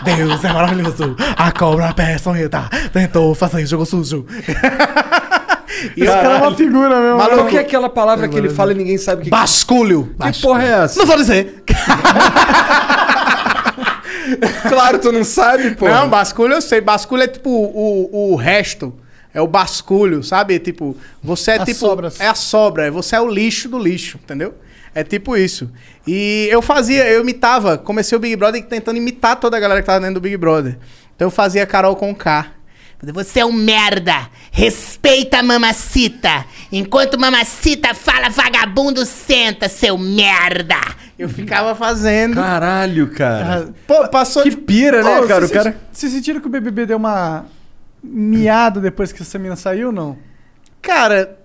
[SPEAKER 4] Deus é maravilhoso! A cobra peçonheta tentou fazer jogo sujo! E
[SPEAKER 5] Esse cara é uma
[SPEAKER 4] figura mesmo.
[SPEAKER 5] Maluco, o que é aquela palavra que ele fala e ninguém sabe o que
[SPEAKER 4] Basculho!
[SPEAKER 5] Que porra é essa?
[SPEAKER 4] Não vou dizer!
[SPEAKER 5] Claro, tu não sabe,
[SPEAKER 2] tipo,
[SPEAKER 5] pô.
[SPEAKER 4] Não, basculho eu sei. Basculho é tipo o, o resto. É o basculho, sabe? Tipo, você é
[SPEAKER 2] As
[SPEAKER 4] tipo.
[SPEAKER 2] sobras.
[SPEAKER 4] É a sobra, é você é o lixo do lixo, entendeu? É tipo isso. E eu fazia, eu imitava, comecei o Big Brother tentando imitar toda a galera que tava dentro do Big Brother. Então eu fazia Carol com K. Você é um merda! Respeita a mamacita! Enquanto mamacita fala, vagabundo senta, seu merda! Eu ficava fazendo.
[SPEAKER 5] Caralho, cara.
[SPEAKER 4] Pô, passou
[SPEAKER 5] Que pira, né,
[SPEAKER 2] Ô,
[SPEAKER 5] cara? O
[SPEAKER 2] vocês
[SPEAKER 5] cara.
[SPEAKER 2] Vocês sentiram que o BBB deu uma miada depois que essa mina saiu, não?
[SPEAKER 4] Cara,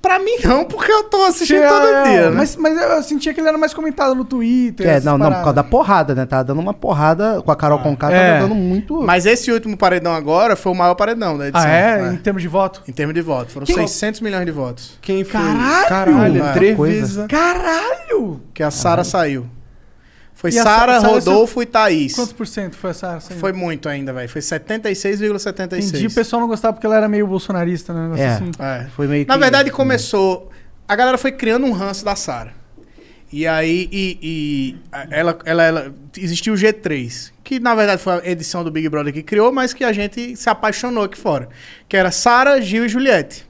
[SPEAKER 4] pra mim não, porque eu tô assistindo
[SPEAKER 2] Sim,
[SPEAKER 4] todo
[SPEAKER 2] é,
[SPEAKER 4] dia, né?
[SPEAKER 2] Mas, mas eu sentia que ele era mais comentado no Twitter.
[SPEAKER 6] É,
[SPEAKER 2] essas
[SPEAKER 6] não, não, por
[SPEAKER 2] paradas.
[SPEAKER 6] causa da porrada, né? Tava dando uma porrada com a Carol Conká, tava
[SPEAKER 2] é.
[SPEAKER 6] dando muito.
[SPEAKER 4] Mas esse último paredão agora foi o maior paredão da edição. né?
[SPEAKER 2] Ah, é? Em termos de voto?
[SPEAKER 4] Em termos de voto. Foram
[SPEAKER 2] Quem-
[SPEAKER 4] 600 milhões de votos.
[SPEAKER 5] Quem foi?
[SPEAKER 2] Caralho!
[SPEAKER 4] Caralho,
[SPEAKER 5] é
[SPEAKER 4] três
[SPEAKER 5] coisa.
[SPEAKER 4] vezes.
[SPEAKER 2] Caralho!
[SPEAKER 4] Que a Sara saiu. Foi
[SPEAKER 2] Ah. E a
[SPEAKER 4] Sara,
[SPEAKER 2] Sara saiu
[SPEAKER 4] Rodolfo
[SPEAKER 2] assim-
[SPEAKER 4] e Thaís.
[SPEAKER 2] Quantos por cento foi essa? essa
[SPEAKER 4] Foi muito ainda, velho. Foi 76,76.
[SPEAKER 2] Entendi, o pessoal não gostava porque ela era meio bolsonarista, né? Um negócio
[SPEAKER 4] É.
[SPEAKER 2] assim.
[SPEAKER 4] É.
[SPEAKER 6] Foi meio
[SPEAKER 4] Na verdade, começou. A galera foi criando um ranço da Sara. E aí, e, e a- ela, ela, ela- existiu o G3, que na verdade foi a edição do Big Brother que criou, mas que a gente se apaixonou aqui fora. Que era Sara, Gil e Juliette.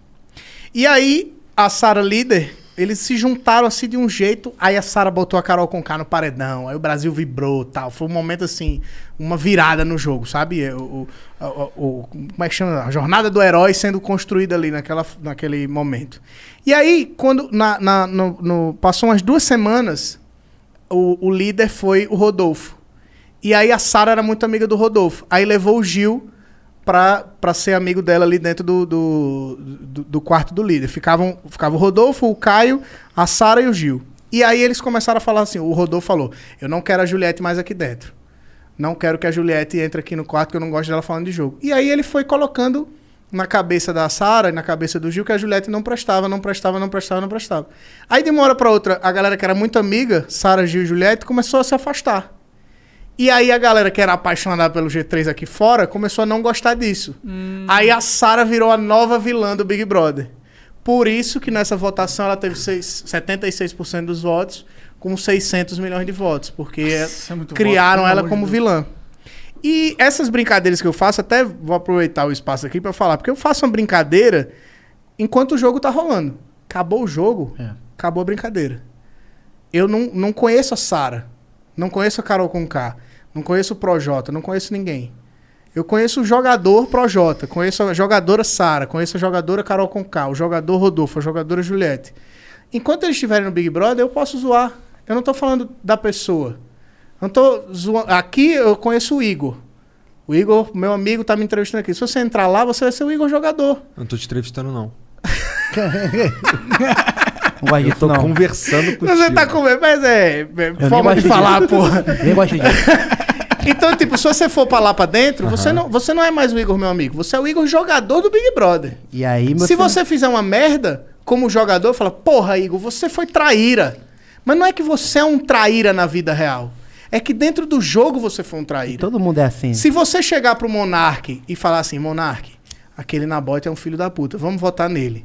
[SPEAKER 4] E aí, a Sara líder, eles se juntaram assim de um jeito. Aí a Sara botou a Carol Conká no paredão. Aí o Brasil vibrou tal. Foi um momento assim, uma virada no jogo, sabe? É, O, o- o- o- como é que chama? A jornada do herói sendo construída ali naquela, naquele momento. E aí, quando na, na- no- no- passou umas duas semanas, o, o líder foi o Rodolfo. E aí a Sara era muito amiga do Rodolfo. Aí levou o Gil pra, pra ser amigo dela ali dentro do, do, do- do quarto do líder. Ficavam, ficava o Rodolfo, o Caio, a Sara e o Gil. E aí eles começaram a falar assim: o Rodolfo falou, eu não quero a Juliette mais aqui dentro. Não quero que a Juliette entre aqui no quarto, que eu não gosto dela falando de jogo. E aí ele foi colocando na cabeça da Sara e na cabeça do Gil que a Juliette não prestava, não prestava, não prestava, não prestava. Aí de uma hora pra outra, a galera que era muito amiga, Sara, Gil e Juliette, começou a se afastar. E aí a galera que era apaixonada pelo G3 aqui fora começou a não gostar disso.
[SPEAKER 2] Hum.
[SPEAKER 4] Aí a Sara virou a nova vilã do Big Brother. Por isso que nessa votação ela teve seis- 76% dos votos com 600 milhões de votos, porque
[SPEAKER 2] Nossa, é muito
[SPEAKER 4] criaram
[SPEAKER 2] voto, pelo
[SPEAKER 4] ela
[SPEAKER 2] amor de
[SPEAKER 4] como
[SPEAKER 2] Deus.
[SPEAKER 4] vilã. E essas brincadeiras que eu faço, até vou aproveitar o espaço aqui pra falar, porque eu faço uma brincadeira enquanto o jogo tá rolando. Acabou o jogo,
[SPEAKER 2] É.
[SPEAKER 4] acabou a brincadeira. Eu não, não conheço a Sara, não conheço a Carol Conká, não conheço o Projota, não conheço ninguém. Eu conheço o jogador Projota, conheço a jogadora Sara, conheço a jogadora Carol Conká, o jogador Rodolfo, a jogadora Juliette. Enquanto eles estiverem no Big Brother, eu posso zoar. Eu não tô falando da pessoa. Eu não tô zoando. Aqui eu conheço o Igor. O Igor, meu amigo, tá me entrevistando aqui. Se você entrar lá, você vai ser o Igor jogador.
[SPEAKER 5] Eu não tô te entrevistando, não.
[SPEAKER 4] Uai,
[SPEAKER 5] eu tô
[SPEAKER 4] não.
[SPEAKER 5] conversando contigo.
[SPEAKER 4] Você
[SPEAKER 1] né?
[SPEAKER 4] tá com medo, mas é, é
[SPEAKER 5] nem
[SPEAKER 4] forma de
[SPEAKER 5] gosto
[SPEAKER 4] falar,
[SPEAKER 5] disso.
[SPEAKER 4] porra.
[SPEAKER 5] Nem gosto
[SPEAKER 4] Então, tipo, se você for pra lá pra dentro, você, não, você não é mais o Igor, meu amigo. Você é o Igor jogador do Big Brother.
[SPEAKER 6] E aí,
[SPEAKER 4] Se você fizer uma merda, como jogador, fala, porra, Igor, você foi traíra. Mas não é que você é um traíra na vida real. É que dentro do jogo você foi um traíra.
[SPEAKER 6] Todo mundo é assim.
[SPEAKER 4] Se você chegar pro Monark e falar assim, Monark, aquele Nabote é um filho da puta, vamos votar nele.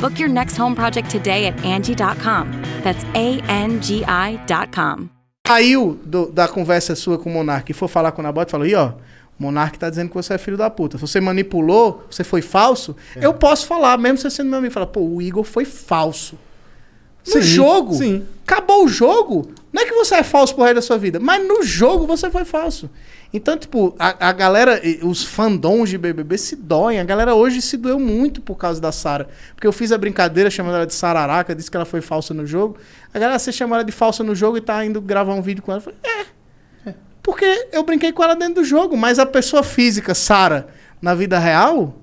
[SPEAKER 20] Book your next home project today at Angie.com. That's A-N-G-I dot com.
[SPEAKER 4] saiu do- da conversa sua com o Monark e for falar com o Nabote, falou, aí ó, o Monark tá dizendo que você é filho da puta. Se você manipulou, você foi falso, eu posso falar, mesmo você sendo meu amigo, falar, pô, o Igor foi falso. No
[SPEAKER 5] Sim,
[SPEAKER 4] jogo,
[SPEAKER 5] sim.
[SPEAKER 4] acabou o jogo, não é que você é falso pro resto da sua vida, mas no jogo você foi falso. Então, tipo, a, a galera, e- os fandoms de BBB se doem. A galera hoje se doeu muito por causa da Sara. Porque eu fiz a brincadeira chamando ela de Sararaca, disse que ela foi falsa no jogo. A galera, você chamou ela de falsa no jogo e tá indo gravar um vídeo com ela. Eu falei, é. Porque eu brinquei com ela dentro do jogo, mas a pessoa física, Sara, na vida real,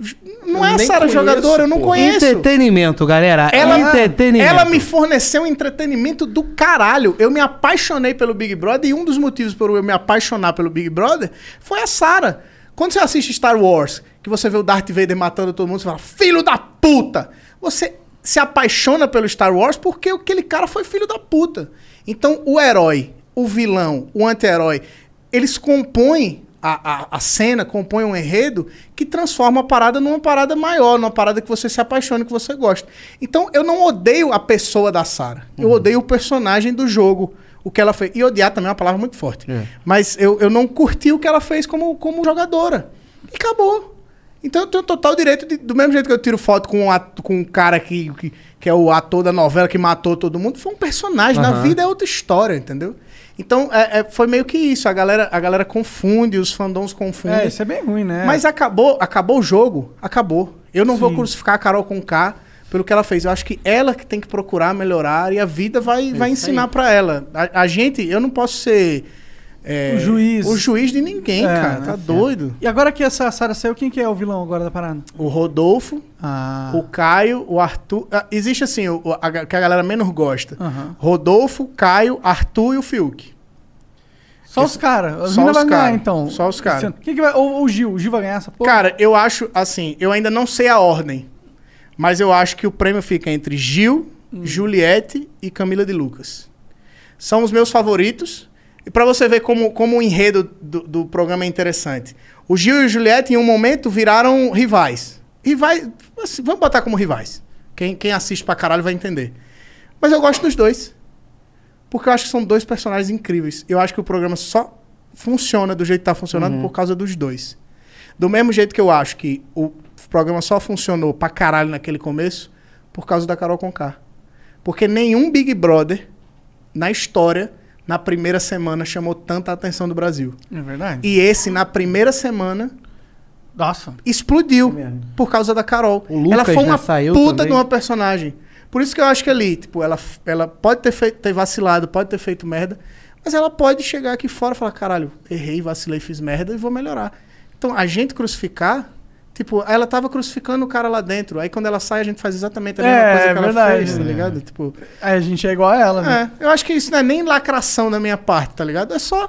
[SPEAKER 4] j- não é a
[SPEAKER 6] nem
[SPEAKER 4] Sara
[SPEAKER 6] conheço,
[SPEAKER 4] jogadora, eu não
[SPEAKER 6] pô.
[SPEAKER 4] conheço.
[SPEAKER 21] Entretenimento, galera.
[SPEAKER 6] é
[SPEAKER 4] Ela,
[SPEAKER 21] Entretenimento.
[SPEAKER 4] ela me forneceu entretenimento do caralho. Eu me apaixonei pelo Big Brother e um dos motivos por eu me apaixonar pelo Big Brother foi a Sarah. Quando você assiste Star Wars, que você vê o Darth Vader matando todo mundo, você fala, filho da puta! Você se apaixona pelo Star Wars porque aquele cara foi filho da puta. Então, o herói, o vilão, o anti-herói, eles compõem a, a, a cena, compõem um enredo que transforma a parada numa parada maior, numa parada que você se apaixone, que você gosta. Então, eu não odeio a pessoa da Sarah. Eu odeio o personagem do jogo. O que ela fez. E odiar também é uma palavra muito forte. Mas eu, eu não curti o que ela fez como, como jogadora. E acabou. Então eu tenho total direito de, do mesmo jeito que eu tiro foto com um, ato- com um cara que, que, que é o ator da novela que matou todo mundo, foi um personagem. Na
[SPEAKER 5] Aham.
[SPEAKER 4] vida é outra história, entendeu? Então é- é- foi meio que isso. A galera, a galera confunde, os fandoms confundem.
[SPEAKER 2] É, isso é bem ruim, né?
[SPEAKER 4] Mas acabou, acabou o jogo, acabou. Eu não vou
[SPEAKER 2] Sim.
[SPEAKER 4] crucificar a Carol com K pelo que ela fez. Eu acho que ela que tem que procurar melhorar e a vida vai, vai
[SPEAKER 2] É isso
[SPEAKER 4] ensinar
[SPEAKER 2] aí.
[SPEAKER 4] pra ela. A, a gente, eu não posso ser é,
[SPEAKER 2] O juiz.
[SPEAKER 4] o juiz de ninguém,
[SPEAKER 2] É,
[SPEAKER 4] cara.
[SPEAKER 2] né,
[SPEAKER 4] Tá
[SPEAKER 2] filho?
[SPEAKER 4] doido.
[SPEAKER 2] E agora que essa Sara saiu, quem que é o vilão agora da parada?
[SPEAKER 4] O Rodolfo,
[SPEAKER 2] Ah.
[SPEAKER 4] o Caio, o Arthur. Ah, Existe assim, o, o- a, ga- que a galera menos gosta.
[SPEAKER 2] Aham.
[SPEAKER 4] Rodolfo, Caio, Arthur e o Fiuk.
[SPEAKER 2] Só os caras.
[SPEAKER 4] Só
[SPEAKER 2] Só
[SPEAKER 4] os
[SPEAKER 2] vai ganhar,
[SPEAKER 4] cara.
[SPEAKER 2] então.
[SPEAKER 4] Só os cara.
[SPEAKER 2] Esse ano. Quem que vai... Ou, ou o Gil. O Gil vai ganhar essa porra?
[SPEAKER 4] Cara, eu acho assim, eu ainda não sei a ordem, mas eu acho que o prêmio fica entre Gil, Juliette e Camila de Lucas. São os meus favoritos. E pra você ver como, como o enredo do, do programa é interessante. O Gil e o Juliette, em um momento, viraram rivais. Rivais. assim, vamos botar como rivais. Quem, quem assiste pra caralho vai entender. Mas eu gosto dos dois. Porque eu acho que são dois personagens incríveis. Eu acho que o programa só funciona do jeito que tá funcionando por causa dos dois. Do mesmo jeito que eu acho que o programa só funcionou pra caralho naquele começo por causa da Carol Conká. Porque nenhum Big Brother na história, na primeira semana, chamou tanta atenção do Brasil.
[SPEAKER 2] É verdade?
[SPEAKER 4] E esse, na primeira semana,
[SPEAKER 2] Nossa.
[SPEAKER 4] explodiu
[SPEAKER 2] É
[SPEAKER 4] por causa da Carol. ela foi
[SPEAKER 2] né,
[SPEAKER 4] uma
[SPEAKER 2] saiu
[SPEAKER 4] puta
[SPEAKER 2] também.
[SPEAKER 4] de uma personagem. Por isso que eu acho que ali, tipo, ela, ela pode ter, feito, ter vacilado, pode ter feito merda, mas ela pode chegar aqui fora e falar, caralho, errei, vacilei, fiz merda e vou melhorar. Então, a gente crucificar, tipo, ela tava crucificando o cara lá dentro. Aí quando ela sai, a gente faz exatamente a mesma
[SPEAKER 2] É,
[SPEAKER 4] coisa
[SPEAKER 2] é
[SPEAKER 4] que ela
[SPEAKER 2] verdade,
[SPEAKER 4] fez, tá
[SPEAKER 2] né?
[SPEAKER 4] ligado? Tipo,
[SPEAKER 2] Aí a gente é igual a ela, né?
[SPEAKER 4] é, eu acho que isso não é nem lacração da minha parte, tá ligado? É só.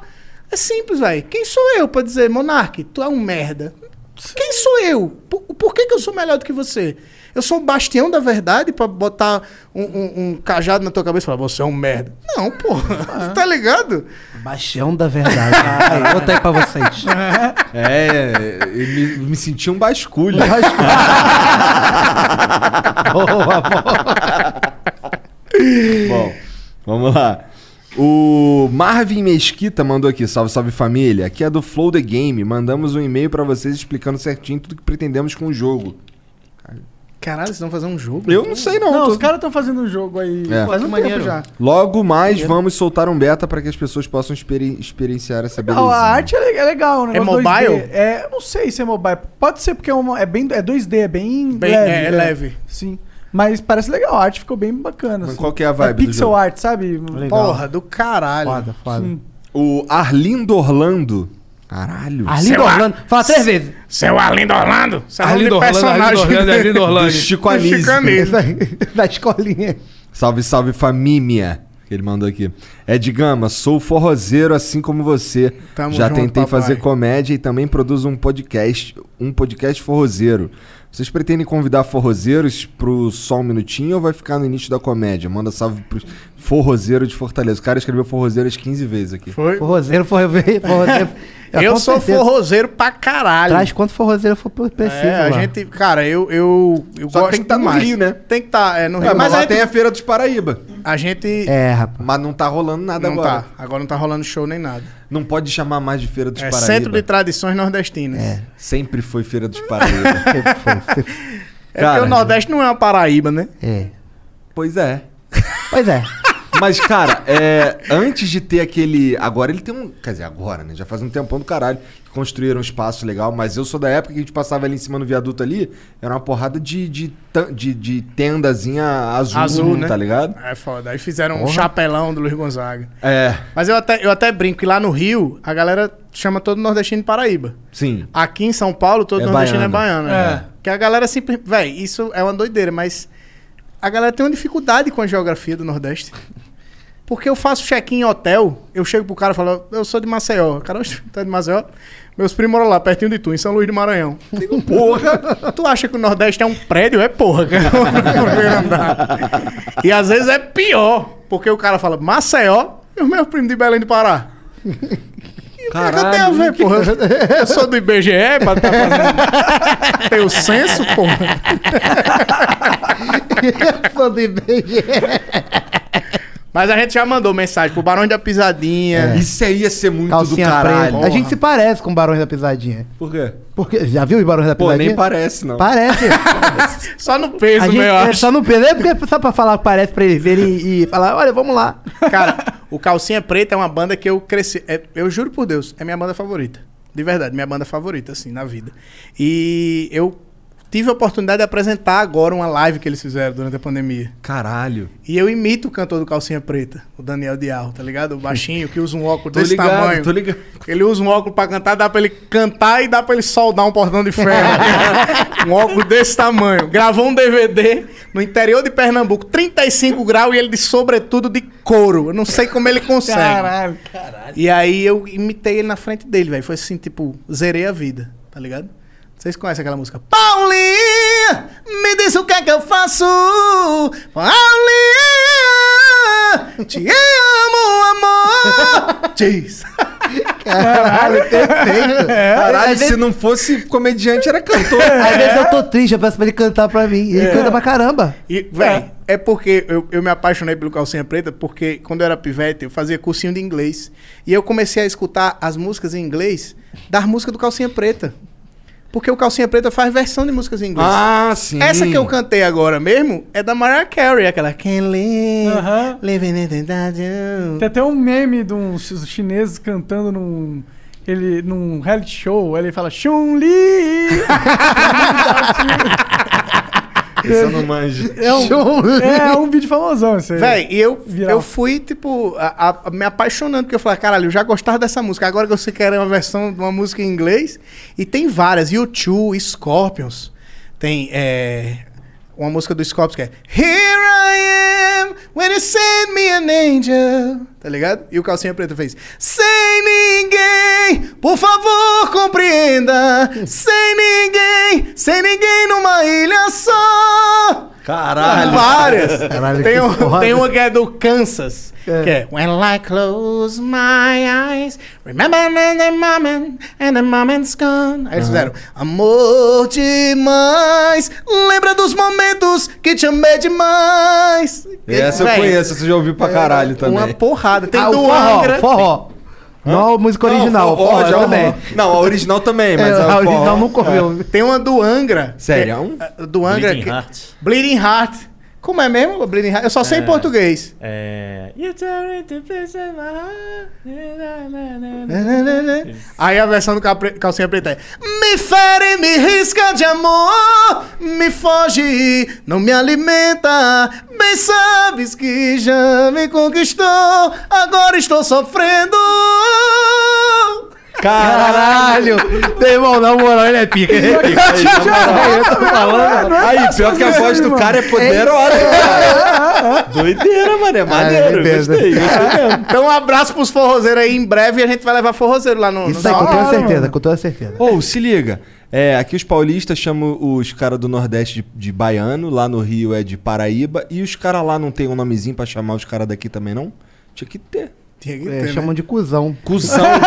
[SPEAKER 4] É simples, velho. Quem sou eu pra dizer, Monark, tu é um merda? Quem sou eu? Por, por que, que eu sou melhor do que você? Eu sou o bastião da verdade pra botar um, um- um cajado na tua cabeça e falar, você é um merda. Não, porra.
[SPEAKER 1] É.
[SPEAKER 4] tá ligado?
[SPEAKER 6] Bastião da verdade.
[SPEAKER 4] Ah,
[SPEAKER 6] Aí, outra aí pra vocês.
[SPEAKER 1] É, eu me, me senti um basculho. Bom, vamos lá. O Marvin Mesquita mandou aqui, salve, salve família. Aqui é do Flow the Game. Mandamos um e-mail pra vocês explicando certinho tudo que pretendemos com o jogo.
[SPEAKER 4] Caralho, vocês vão fazer um jogo?
[SPEAKER 1] Eu não sei, não.
[SPEAKER 2] Não,
[SPEAKER 1] tô-
[SPEAKER 2] os caras estão fazendo um jogo aí.
[SPEAKER 1] É.
[SPEAKER 2] Faz um tempo já.
[SPEAKER 1] Logo mais
[SPEAKER 2] Maneiro.
[SPEAKER 1] vamos soltar um beta pra que as pessoas possam experi- experienciar essa
[SPEAKER 2] Não,
[SPEAKER 1] beleza.
[SPEAKER 2] a arte é le- é legal, né?
[SPEAKER 4] É mobile?
[SPEAKER 2] É, eu não sei se é mobile. Pode ser porque é, uma, é, bem, é 2D, é bem,
[SPEAKER 4] Bem-
[SPEAKER 2] leve.
[SPEAKER 4] é, é leve.
[SPEAKER 2] Sim. Mas parece legal, a arte ficou bem bacana. assim.
[SPEAKER 1] Mas qual que é a vibe do
[SPEAKER 2] pixel
[SPEAKER 1] jogo?
[SPEAKER 2] art, sabe?
[SPEAKER 4] Porra, do caralho.
[SPEAKER 2] Foda, foda. Sim.
[SPEAKER 1] O Arlindo Orlando. Caralho.
[SPEAKER 4] Arlindo Seu Ar- Orlando.
[SPEAKER 1] Fala
[SPEAKER 4] três vezes. seu Arlindo Orlando? Seu nome de
[SPEAKER 1] Arlindo Orlando,
[SPEAKER 4] personagem.
[SPEAKER 1] Arlindo Orlando, Arlindo Orlando.
[SPEAKER 4] Do Chico Anísio.
[SPEAKER 6] da escolinha.
[SPEAKER 1] Salve, salve família. Que ele mandou aqui. É de Gama, sou forrozeiro assim como você.
[SPEAKER 4] Tamo
[SPEAKER 1] Já
[SPEAKER 4] junto,
[SPEAKER 1] tentei
[SPEAKER 4] papai.
[SPEAKER 1] fazer comédia e também produzo um podcast, um podcast forrozeiro. Vocês pretendem convidar forrozeiros pro Só Um Minutinho ou vai ficar no início da comédia? Manda salve pro forrozeiro de Fortaleza. O cara escreveu forrozeiros 15 vezes aqui.
[SPEAKER 4] Foi.
[SPEAKER 6] Forrozeiro, forrozeiro. forrozeiro. É,
[SPEAKER 4] Eu
[SPEAKER 6] com
[SPEAKER 4] sou
[SPEAKER 6] certeza.
[SPEAKER 4] forrozeiro pra caralho.
[SPEAKER 6] Traz quanto forrozeiro for preciso.
[SPEAKER 4] É, a
[SPEAKER 6] lá.
[SPEAKER 4] gente, cara, eu, eu, eu
[SPEAKER 6] Só que
[SPEAKER 4] gosto
[SPEAKER 6] tem que tá no
[SPEAKER 4] demais.
[SPEAKER 6] Rio, né?
[SPEAKER 4] Tem que estar, é, no Rio.
[SPEAKER 1] É, mas
[SPEAKER 4] a
[SPEAKER 1] lá
[SPEAKER 4] gente-
[SPEAKER 1] tem a Feira dos Paraíba.
[SPEAKER 4] A gente...
[SPEAKER 6] É, rapaz.
[SPEAKER 1] Mas não tá rolando nada
[SPEAKER 4] não
[SPEAKER 1] agora.
[SPEAKER 4] tá. Agora não tá rolando show nem nada.
[SPEAKER 1] Não pode chamar mais de Feira dos
[SPEAKER 4] É
[SPEAKER 1] Paraíba.
[SPEAKER 4] Centro de Tradições Nordestinas. É.
[SPEAKER 1] Sempre foi Feira dos Paraíba.
[SPEAKER 4] É porque o Nordeste não é uma Paraíba, né?
[SPEAKER 6] É.
[SPEAKER 1] Pois é.
[SPEAKER 6] Pois é.
[SPEAKER 1] Mas, cara, é, antes de ter aquele. Agora ele tem um. Quer dizer, agora, né? Já faz um tempão do caralho que construíram um espaço legal, mas eu sou da época que a gente passava ali em cima no viaduto ali, era uma porrada de, de, tan- de, de tendazinha azul,
[SPEAKER 4] Azul, né?
[SPEAKER 1] tá ligado?
[SPEAKER 4] É foda. Aí fizeram um
[SPEAKER 1] Porra.
[SPEAKER 4] chapelão do Luiz Gonzaga.
[SPEAKER 1] É.
[SPEAKER 4] Mas eu até, eu até brinco que lá no Rio, a galera chama todo nordestino de Paraíba.
[SPEAKER 1] Sim.
[SPEAKER 4] Aqui em São Paulo, todo
[SPEAKER 1] É
[SPEAKER 4] nordestino
[SPEAKER 1] baiano.
[SPEAKER 4] é baiano. É. Que a galera sempre. Véi, isso é uma doideira, mas a galera tem uma dificuldade com a geografia do Nordeste. Porque eu faço check-in em hotel, eu chego pro cara e falo, eu sou de Maceió. O cara, "Oxe, tá de Maceió? Meus primos moram lá, pertinho de tu, em São Luís do Maranhão. Eu Digo, porra, tu acha que o Nordeste é um prédio? É porra, cara. No primeiro andar. E às vezes é pior, porque o cara fala, Maceió e os meus primos de Belém do Pará. E o que é que eu tenho a ver, porra? Eu sou do IBGE, pra tá fazendo... Tem o censo, porra.
[SPEAKER 6] Fã do IBGE.
[SPEAKER 4] Mas a gente já mandou mensagem pro Barões da Pisadinha.
[SPEAKER 6] É.
[SPEAKER 1] Isso aí ia ser muito
[SPEAKER 6] Calcinha preta. A gente se parece com o Barões da Pisadinha.
[SPEAKER 1] Por quê?
[SPEAKER 6] Porque, já viu os Barões da
[SPEAKER 1] Pô,
[SPEAKER 6] Pisadinha?
[SPEAKER 1] nem parece, não.
[SPEAKER 6] Parece.
[SPEAKER 4] Só no
[SPEAKER 6] a
[SPEAKER 4] peso,
[SPEAKER 6] gente,
[SPEAKER 4] né? eu
[SPEAKER 6] é
[SPEAKER 4] acho.
[SPEAKER 6] só no peso. É porque só pra falar que parece pra eles verem e, e falar, olha, vamos lá.
[SPEAKER 4] Cara, o Calcinha Preta é uma banda que eu cresci. é- eu juro por Deus, é minha banda favorita. De verdade, minha banda favorita, assim, na vida. E eu tive a oportunidade de apresentar agora uma live que eles fizeram durante a pandemia.
[SPEAKER 1] Caralho.
[SPEAKER 4] E eu imito o cantor do Calcinha Preta, o Daniel Dial, tá ligado? O baixinho que usa um óculos
[SPEAKER 1] Tô
[SPEAKER 4] desse
[SPEAKER 1] ligado,
[SPEAKER 4] tamanho.
[SPEAKER 1] tô ligado.
[SPEAKER 4] Ele usa um óculos pra cantar, dá pra ele cantar e dá pra ele soldar um portão de ferro. um óculos desse tamanho. Gravou um DVD no interior de Pernambuco, 35 graus e ele de sobretudo de couro. Eu não sei como ele consegue.
[SPEAKER 2] Caralho,
[SPEAKER 4] caralho. E aí eu imitei ele na frente dele, velho. Foi assim, tipo, zerei a vida, tá ligado? Vocês conhecem aquela música? Paulinha, me diz o que é que eu faço. Paulinha, te amo, amor. Diz.
[SPEAKER 6] Caralho, perfeito.
[SPEAKER 1] Caralho,
[SPEAKER 6] Às
[SPEAKER 1] se
[SPEAKER 6] vezes-
[SPEAKER 1] não fosse comediante, era cantor.
[SPEAKER 6] Às vezes eu tô triste, eu peço pra ele cantar pra mim. Ele canta pra caramba.
[SPEAKER 4] E, véi, é, porque eu, eu me apaixonei pelo Calcinha Preta, porque quando eu era pivete, eu fazia cursinho de inglês. E eu comecei a escutar as músicas em inglês das músicas do Calcinha Preta. Porque o Calcinha Preta faz versão de músicas em inglês.
[SPEAKER 1] Ah, sim.
[SPEAKER 4] Essa que é eu cantei agora mesmo é da Mariah Carey, aquela Can't live, live in the dark.
[SPEAKER 2] Uhum. Tem até um meme de uns chineses cantando num. Ele, num reality show, aí ele fala Chun-Li!
[SPEAKER 1] Esse eu não manjo.
[SPEAKER 2] É um, é um vídeo famosão esse aí.
[SPEAKER 4] Véi, e eu,
[SPEAKER 2] Viral.
[SPEAKER 4] eu fui, tipo, a- a- a- me apaixonando, porque eu falei, caralho, eu já gostava dessa música. Agora que eu sei que era uma versão de uma música em inglês. E tem várias, U2, Scorpions, tem é, uma música do Scorpions que é Here I am when you send me an angel. Tá ligado? E o calcinha preta fez Sem ninguém, por favor compreenda. Sem ninguém, sem ninguém numa ilha só.
[SPEAKER 1] Caralho.
[SPEAKER 4] Várias.
[SPEAKER 1] Caralho,
[SPEAKER 4] tem,
[SPEAKER 1] que
[SPEAKER 4] um-
[SPEAKER 1] foda.
[SPEAKER 4] tem uma que é do Kansas.
[SPEAKER 1] É.
[SPEAKER 4] Que é When I close my eyes, remember the moment and the moment's gone. Aí
[SPEAKER 1] Aham.
[SPEAKER 4] eles fizeram Amor demais, lembra dos momentos que te amei demais.
[SPEAKER 1] Essa eu
[SPEAKER 4] Véi, é
[SPEAKER 1] conheço, você já ouviu
[SPEAKER 5] é
[SPEAKER 1] pra caralho também.
[SPEAKER 4] Uma porrada. Tem
[SPEAKER 1] Ah, o
[SPEAKER 4] do
[SPEAKER 1] forró,
[SPEAKER 4] Angra.
[SPEAKER 1] forró.
[SPEAKER 4] Não, música
[SPEAKER 1] original, Não, forró, forró já também. ouvi. Não, a original também, mas É, a a original forró- nunca ouviu.
[SPEAKER 4] Tem uma do Angra.
[SPEAKER 1] Sério,
[SPEAKER 4] que
[SPEAKER 1] é um?
[SPEAKER 4] a Do Angra.
[SPEAKER 22] Bleeding
[SPEAKER 4] que- é
[SPEAKER 22] Heart.
[SPEAKER 4] Bleeding Heart. Como é mesmo? Bleeding Heart. Eu só sei em
[SPEAKER 22] É.
[SPEAKER 4] português.
[SPEAKER 22] É.
[SPEAKER 4] Aí a versão do capre- calcinha preta é Me fere, me risca de amor Me foge, não me alimenta Bem sabes que já me conquistou Agora estou sofrendo
[SPEAKER 5] Caralho! Meu irmão, na moral, ele é pica. Ele é pica. Aí, na moral, eu tô falando.
[SPEAKER 1] Aí, pior que a voz do cara é poderosa.
[SPEAKER 5] é,
[SPEAKER 1] cara. Doideira, mano. É maneiro. eu gostei.
[SPEAKER 4] Então um abraço pros forrozeiros aí Em breve a gente vai levar forrozeiro lá no...
[SPEAKER 6] é
[SPEAKER 3] Isso aí, com toda certeza, com toda certeza.
[SPEAKER 1] Ou, se liga. É, aqui os paulistas chamam os caras do Nordeste de, de baiano, lá no Rio é de Paraíba, e os caras lá não tem um nomezinho pra chamar os caras daqui também, não? Tinha que ter.
[SPEAKER 4] Tinha que
[SPEAKER 3] É, chamam de cuzão.
[SPEAKER 1] Cuzão.
[SPEAKER 3] chamam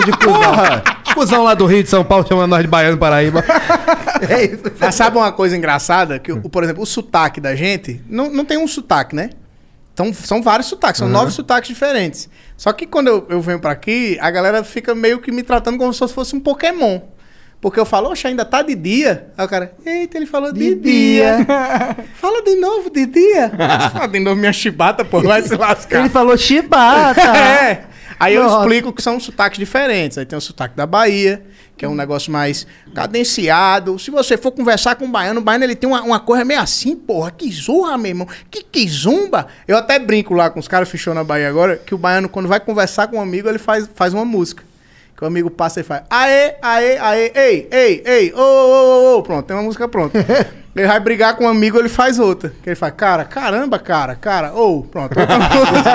[SPEAKER 3] de cuzão.
[SPEAKER 5] Porra! Cusão lá do Rio de São Paulo chamando nós de baiano Paraíba.
[SPEAKER 4] É Mas sabe uma coisa engraçada? Que, o- por exemplo, o sotaque da gente não, não tem um sotaque, né? Então, são vários sotaques, são
[SPEAKER 1] Aham.
[SPEAKER 4] nove sotaques diferentes. Só que quando eu, eu venho pra aqui, a galera fica meio que me tratando como se eu fosse um Pokémon. Porque eu falo, oxe, ainda tá de dia. Aí o cara, eita, ele falou de, dia. Fala de novo, de dia. Fala de novo minha chibata, pô, vai se lascar.
[SPEAKER 3] Ele falou chibata.
[SPEAKER 4] é. Aí eu
[SPEAKER 3] Nossa.
[SPEAKER 4] explico que são sotaques diferentes. Aí tem o sotaque da Bahia, que é um negócio mais cadenciado. Se você for conversar com o baiano, o baiano ele tem uma, uma coisa meio assim, porra, que zorra, meu irmão. Que que zumba. Eu até brinco lá com os caras fechou na Bahia agora, que o baiano, quando vai conversar com um amigo, ele faz, faz uma música. Que o amigo passa e faz, aê, aê, aê, ei, ei, ei, ô, ô, ô, ô, pronto, tem uma música pronta. Ele vai brigar com um amigo, ele faz outra. Que ele faz, cara, caramba, cara, cara, ou, pronto. outra música.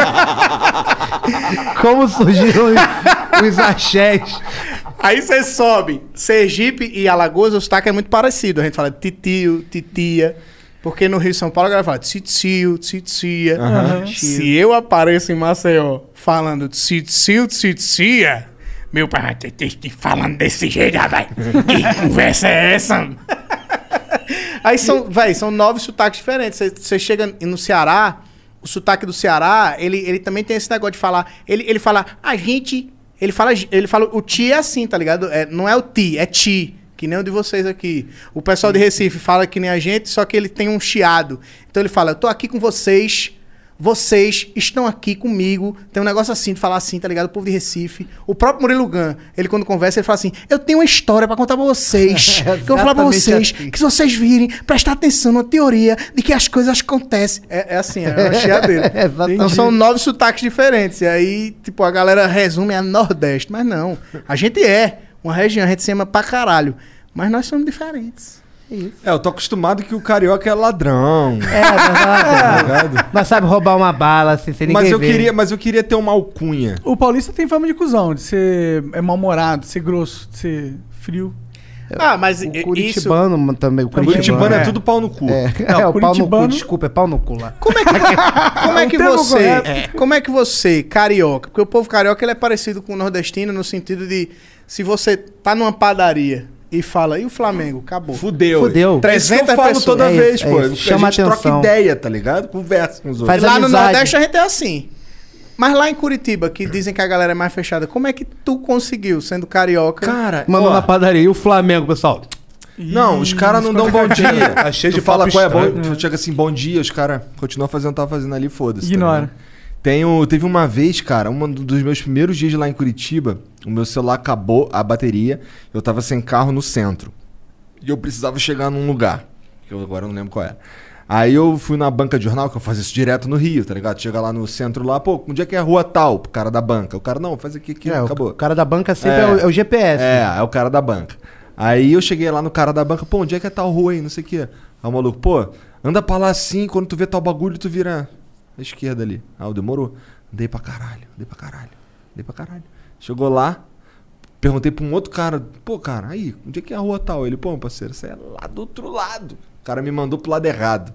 [SPEAKER 3] Como surgiram os, os axés.
[SPEAKER 4] Aí você sobe. Sergipe e Alagoas, o sotaque é muito parecido. A gente fala titio, titia. Porque no Rio de São Paulo a galera fala titio, titia.
[SPEAKER 23] Aham.
[SPEAKER 4] Se eu apareço em Maceió falando titio, titia, meu pai vai ter falando desse jeito, rapaz. Que conversa é essa? Aí são, véi, são nove sotaques diferentes. Você- Você chega no Ceará, o sotaque do Ceará, ele, ele também tem esse negócio de falar. Ele, ele fala, a gente. Ele fala, ele fala, o ti é assim, tá ligado? É, não é o ti, é ti. Que nem o de vocês aqui. O pessoal de Recife fala que nem a gente, só que ele tem um chiado. Então ele fala, eu tô aqui com vocês, vocês estão aqui comigo. Tem um negócio assim de falar assim, tá ligado? O povo de Recife. O próprio Murilo Gun, ele quando conversa, ele fala assim: Eu tenho uma história pra contar pra vocês. que eu vou falar pra
[SPEAKER 3] Exatamente
[SPEAKER 4] vocês.
[SPEAKER 3] assim.
[SPEAKER 4] Que se vocês virem, prestar atenção numa teoria de que as coisas acontecem. É, é assim, é uma chiadeira.
[SPEAKER 3] Exatamente.
[SPEAKER 4] então são nove sotaques diferentes. E aí, tipo, a galera resume a Nordeste. Mas não. A gente é uma região, a gente se ama pra caralho. Mas nós somos diferentes. É isso.
[SPEAKER 1] É, eu tô acostumado que o carioca é ladrão.
[SPEAKER 3] É, verdade. Mas sabe roubar uma bala assim, sem ninguém
[SPEAKER 1] Mas eu,
[SPEAKER 3] ver.
[SPEAKER 1] queria, mas eu queria ter uma alcunha.
[SPEAKER 2] O paulista tem fama de cuzão, de ser é mal-humorado, de ser grosso, de ser frio.
[SPEAKER 4] Ah, mas
[SPEAKER 2] o
[SPEAKER 3] Curitibano mano, também. O
[SPEAKER 2] Também.
[SPEAKER 3] curitibano,
[SPEAKER 2] Curitibano é
[SPEAKER 1] tudo pau no cu.
[SPEAKER 3] É,
[SPEAKER 2] Não,
[SPEAKER 3] é, o pau no cu,
[SPEAKER 2] curitibano-
[SPEAKER 3] desculpa, é pau no cu lá.
[SPEAKER 4] Como é que
[SPEAKER 3] termo
[SPEAKER 4] você,
[SPEAKER 3] correto.
[SPEAKER 4] é, como é que você, carioca, porque o povo carioca ele é parecido com o nordestino no sentido de se você tá numa padaria e fala, e o Flamengo? Acabou.
[SPEAKER 1] Fudeu.
[SPEAKER 3] Fudeu.
[SPEAKER 1] É isso que eu
[SPEAKER 4] 300
[SPEAKER 1] falo
[SPEAKER 4] pessoas.
[SPEAKER 1] toda
[SPEAKER 4] É
[SPEAKER 1] vez,
[SPEAKER 4] isso, é
[SPEAKER 1] pô.
[SPEAKER 4] isso.
[SPEAKER 1] A
[SPEAKER 4] Chama
[SPEAKER 1] gente troca
[SPEAKER 4] atenção.
[SPEAKER 1] ideia, tá ligado? Conversa com os outros.
[SPEAKER 4] lá no Nordeste a gente é assim. Mas lá em Curitiba, que dizem que a galera é mais fechada, como é que tu conseguiu, sendo carioca?
[SPEAKER 1] Cara,
[SPEAKER 5] Mandou na padaria. E o Flamengo, pessoal?
[SPEAKER 1] Não, os caras não dão bom dia.
[SPEAKER 5] Achei
[SPEAKER 1] tu
[SPEAKER 5] Tá de
[SPEAKER 1] fala
[SPEAKER 5] papo
[SPEAKER 1] qual é bom.
[SPEAKER 5] estranho.
[SPEAKER 1] Tu chega assim, bom dia, os caras continuam fazendo o que tava fazendo ali, foda-se. tá
[SPEAKER 2] Ignora.
[SPEAKER 1] ligado? Tem um- teve uma vez, cara, um dos meus primeiros dias lá em Curitiba, o meu celular acabou a bateria, eu tava sem carro no centro. E eu precisava chegar num lugar, que eu agora não lembro qual era. Aí eu fui na banca de jornal, que eu fazia isso direto no Rio, tá ligado? Chega lá no centro lá, pô, onde é que é a rua tal? Pro cara da banca. O cara, não, faz aqui, aqui,
[SPEAKER 3] É, o
[SPEAKER 1] acabou.
[SPEAKER 3] cara da banca sempre é, o, é o GPS.
[SPEAKER 1] É, é o cara da banca. Aí eu cheguei lá no cara da banca, pô, onde é que é tal rua aí? Não sei o quê. Aí o maluco, pô, anda pra lá assim, quando tu vê tal bagulho, tu vira à esquerda ali. Ah, eu demorou. Andei pra caralho, andei pra caralho, andei pra caralho. Chegou lá, perguntei pra um outro cara, pô, cara, aí, onde é que é a rua tal? Ele, pô, parceiro, você é lá do outro lado. O cara me mandou pro lado errado.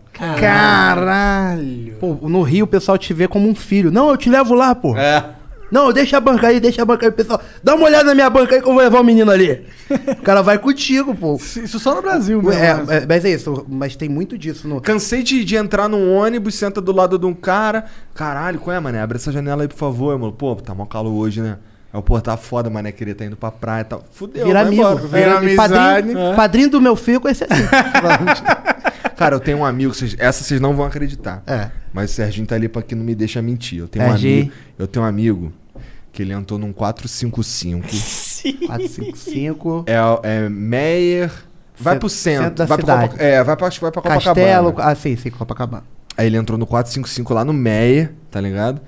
[SPEAKER 3] Caralho! Pô, no Rio o pessoal te vê como um filho. Não, eu te levo lá, pô.
[SPEAKER 1] É.
[SPEAKER 3] Não, deixa a banca aí, deixa a banca aí, pessoal. Dá uma olhada na minha banca aí que eu vou levar o menino ali. O cara vai contigo, pô.
[SPEAKER 2] Isso só no Brasil, né?
[SPEAKER 3] mesmo. É, é, mas é isso, mas tem muito disso no.
[SPEAKER 1] Cansei de, de entrar num ônibus, senta do lado de um cara. Caralho, qual é, mané? Abre essa janela aí, por favor, mano. Pô, tá mó calor hoje, né? Aí o pô, tá foda, mané, queria tá indo pra praia e tal. Fudeu,
[SPEAKER 3] Vira
[SPEAKER 1] vai
[SPEAKER 3] amigo.
[SPEAKER 1] embora.
[SPEAKER 3] Vira Padrinho,
[SPEAKER 1] É.
[SPEAKER 3] padrinho do meu filho conhece assim.
[SPEAKER 1] Cara, eu tenho um amigo, vocês- essa vocês não vão acreditar.
[SPEAKER 3] É.
[SPEAKER 1] Mas o Serginho tá ali pra que não me deixa mentir. Eu tenho, um
[SPEAKER 3] Serginho.
[SPEAKER 1] amigo, eu tenho um amigo que ele entrou num 455.
[SPEAKER 3] 455.
[SPEAKER 1] É, é Meyer. Vai pro centro.
[SPEAKER 3] centro da
[SPEAKER 1] vai pra
[SPEAKER 3] cidade.
[SPEAKER 1] Copa- é, vai pra, vai pra Copacabana.
[SPEAKER 3] Castelo. Ah, sim, sim, Copacabana.
[SPEAKER 1] Aí ele entrou no 455 lá no Meia, tá ligado?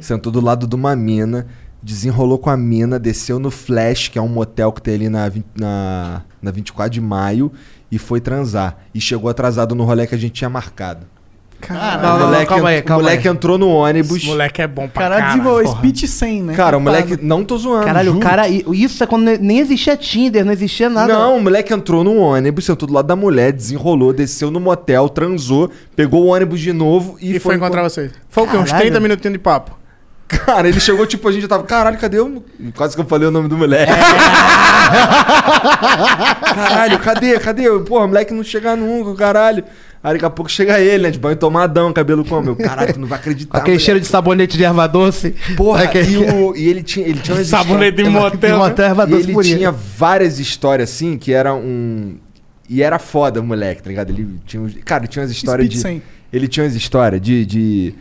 [SPEAKER 1] Sentou do lado de uma mina, desenrolou com a mina, desceu no Flash, que é um motel que tem ali na, vin- na, na 24 de maio, e foi transar. E chegou atrasado no rolê que a gente tinha marcado.
[SPEAKER 4] Caralho.
[SPEAKER 1] o moleque, en- o moleque entrou no ônibus.
[SPEAKER 4] Esse moleque é bom pra
[SPEAKER 2] Caralho,
[SPEAKER 4] caralho.
[SPEAKER 2] desenvolveu Speed 100, né?
[SPEAKER 4] Tá
[SPEAKER 1] Cara, o moleque. Não tô zoando.
[SPEAKER 3] Caralho, o
[SPEAKER 1] juro.
[SPEAKER 3] cara. i- Isso é quando ne- nem existia Tinder, não existia
[SPEAKER 6] é
[SPEAKER 3] nada.
[SPEAKER 1] Não, o moleque entrou num ônibus, sentou do lado da mulher, desenrolou, desceu no motel, transou, pegou o ônibus de novo e,
[SPEAKER 4] E foi encontrar
[SPEAKER 1] você.
[SPEAKER 4] vocês. Foi o quê? Uns
[SPEAKER 1] Caralho.
[SPEAKER 4] 30 minutinhos de papo.
[SPEAKER 1] Cara, ele chegou, tipo, a gente já tava, caralho, cadê o. Quase que eu falei o nome do
[SPEAKER 24] É.
[SPEAKER 1] moleque. caralho, cadê, cadê? Porra, o moleque não chega nunca, caralho. Aí daqui a pouco chega ele, né? De banho tomadão, cabelo como? Eu, caralho, tu não vai acreditar.
[SPEAKER 24] Aquele
[SPEAKER 1] moleque.
[SPEAKER 24] cheiro de sabonete de erva doce.
[SPEAKER 1] Porra,
[SPEAKER 24] Aquele-
[SPEAKER 1] e, o- e ele tinha, ele tinha umas
[SPEAKER 24] Sabonete de
[SPEAKER 1] histórias-
[SPEAKER 24] motel, né? motel, erva
[SPEAKER 1] E
[SPEAKER 24] doce
[SPEAKER 1] ele
[SPEAKER 24] purinha.
[SPEAKER 1] tinha várias histórias assim que era um e era foda, moleque, tá ligado? Ele tinha, uns- cara, ele tinha umas histórias
[SPEAKER 2] Speed
[SPEAKER 1] de
[SPEAKER 2] 100.
[SPEAKER 1] ele tinha umas histórias de, de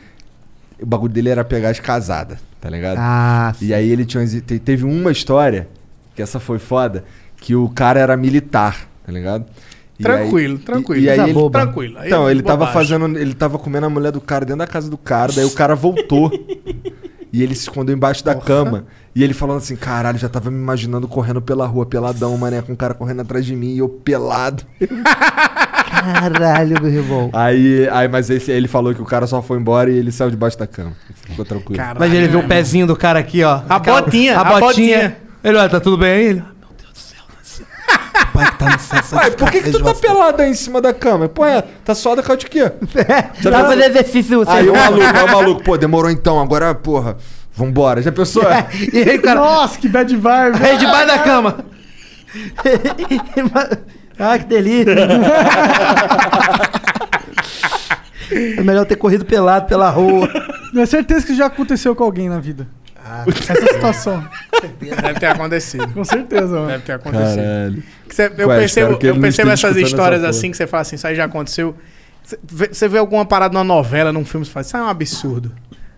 [SPEAKER 1] o bagulho dele era pegar as casadas, tá ligado?
[SPEAKER 3] Ah,
[SPEAKER 1] e aí ele tinha umas- te- teve uma história que essa foi foda, que o cara era militar, tá ligado? E
[SPEAKER 4] Tranquilo,
[SPEAKER 1] aí-
[SPEAKER 4] tranquilo.
[SPEAKER 1] E, e aí
[SPEAKER 4] Coisa
[SPEAKER 1] ele,
[SPEAKER 4] boba. Tranquilo. Aí
[SPEAKER 1] Então,
[SPEAKER 4] é
[SPEAKER 1] ele tava
[SPEAKER 4] bobagem.
[SPEAKER 1] fazendo. Ele tava comendo a mulher do cara dentro da casa do cara, daí o cara voltou. E ele se escondeu embaixo da cama. E ele falando assim: caralho, já tava me imaginando correndo pela rua, peladão, mané, com um cara correndo atrás de mim e eu pelado.
[SPEAKER 3] Caralho, meu irmão.
[SPEAKER 1] Aí, aí mas esse, ele falou que o cara só foi embora e ele saiu debaixo da cama. Ficou tranquilo.
[SPEAKER 24] Mas ele vê o pezinho do cara aqui, ó. A
[SPEAKER 1] botinha,
[SPEAKER 24] A
[SPEAKER 1] a
[SPEAKER 24] botinha.
[SPEAKER 1] botinha.
[SPEAKER 24] Ele, olha, tá tudo bem aí? Ele,
[SPEAKER 1] Ué, por que, que tu tá pelado aí em cima da cama? Pô, é, tá só da de quê? Já
[SPEAKER 3] Tava
[SPEAKER 1] pensou?
[SPEAKER 6] assim.
[SPEAKER 3] fazendo exercício.
[SPEAKER 1] Aí
[SPEAKER 3] sei
[SPEAKER 1] o
[SPEAKER 3] lá.
[SPEAKER 1] maluco, aí o maluco, pô, demorou então, agora, porra, vambora. Já pensou?
[SPEAKER 6] É.
[SPEAKER 3] E aí, o cara-
[SPEAKER 2] Nossa, que bad vibe.
[SPEAKER 3] Aí debaixo da cama. ah, que delícia. é melhor ter corrido pelado pela rua.
[SPEAKER 2] Tenho é certeza que já aconteceu com alguém na vida.
[SPEAKER 3] Ah,
[SPEAKER 2] Essa é situação.
[SPEAKER 4] Deve ter acontecido.
[SPEAKER 2] Com certeza, mano.
[SPEAKER 4] Deve ter acontecido.
[SPEAKER 1] Caralho.
[SPEAKER 4] Que cê- eu
[SPEAKER 1] Ué,
[SPEAKER 4] percebo,
[SPEAKER 1] espero que ele
[SPEAKER 4] eu
[SPEAKER 1] não
[SPEAKER 4] percebo
[SPEAKER 1] esteja
[SPEAKER 4] essas
[SPEAKER 1] escutando
[SPEAKER 4] histórias
[SPEAKER 1] essa porra.
[SPEAKER 4] assim que você fala assim, isso aí já aconteceu. Você vê, cê vê alguma parada numa novela, num filme, você fala, isso é um absurdo.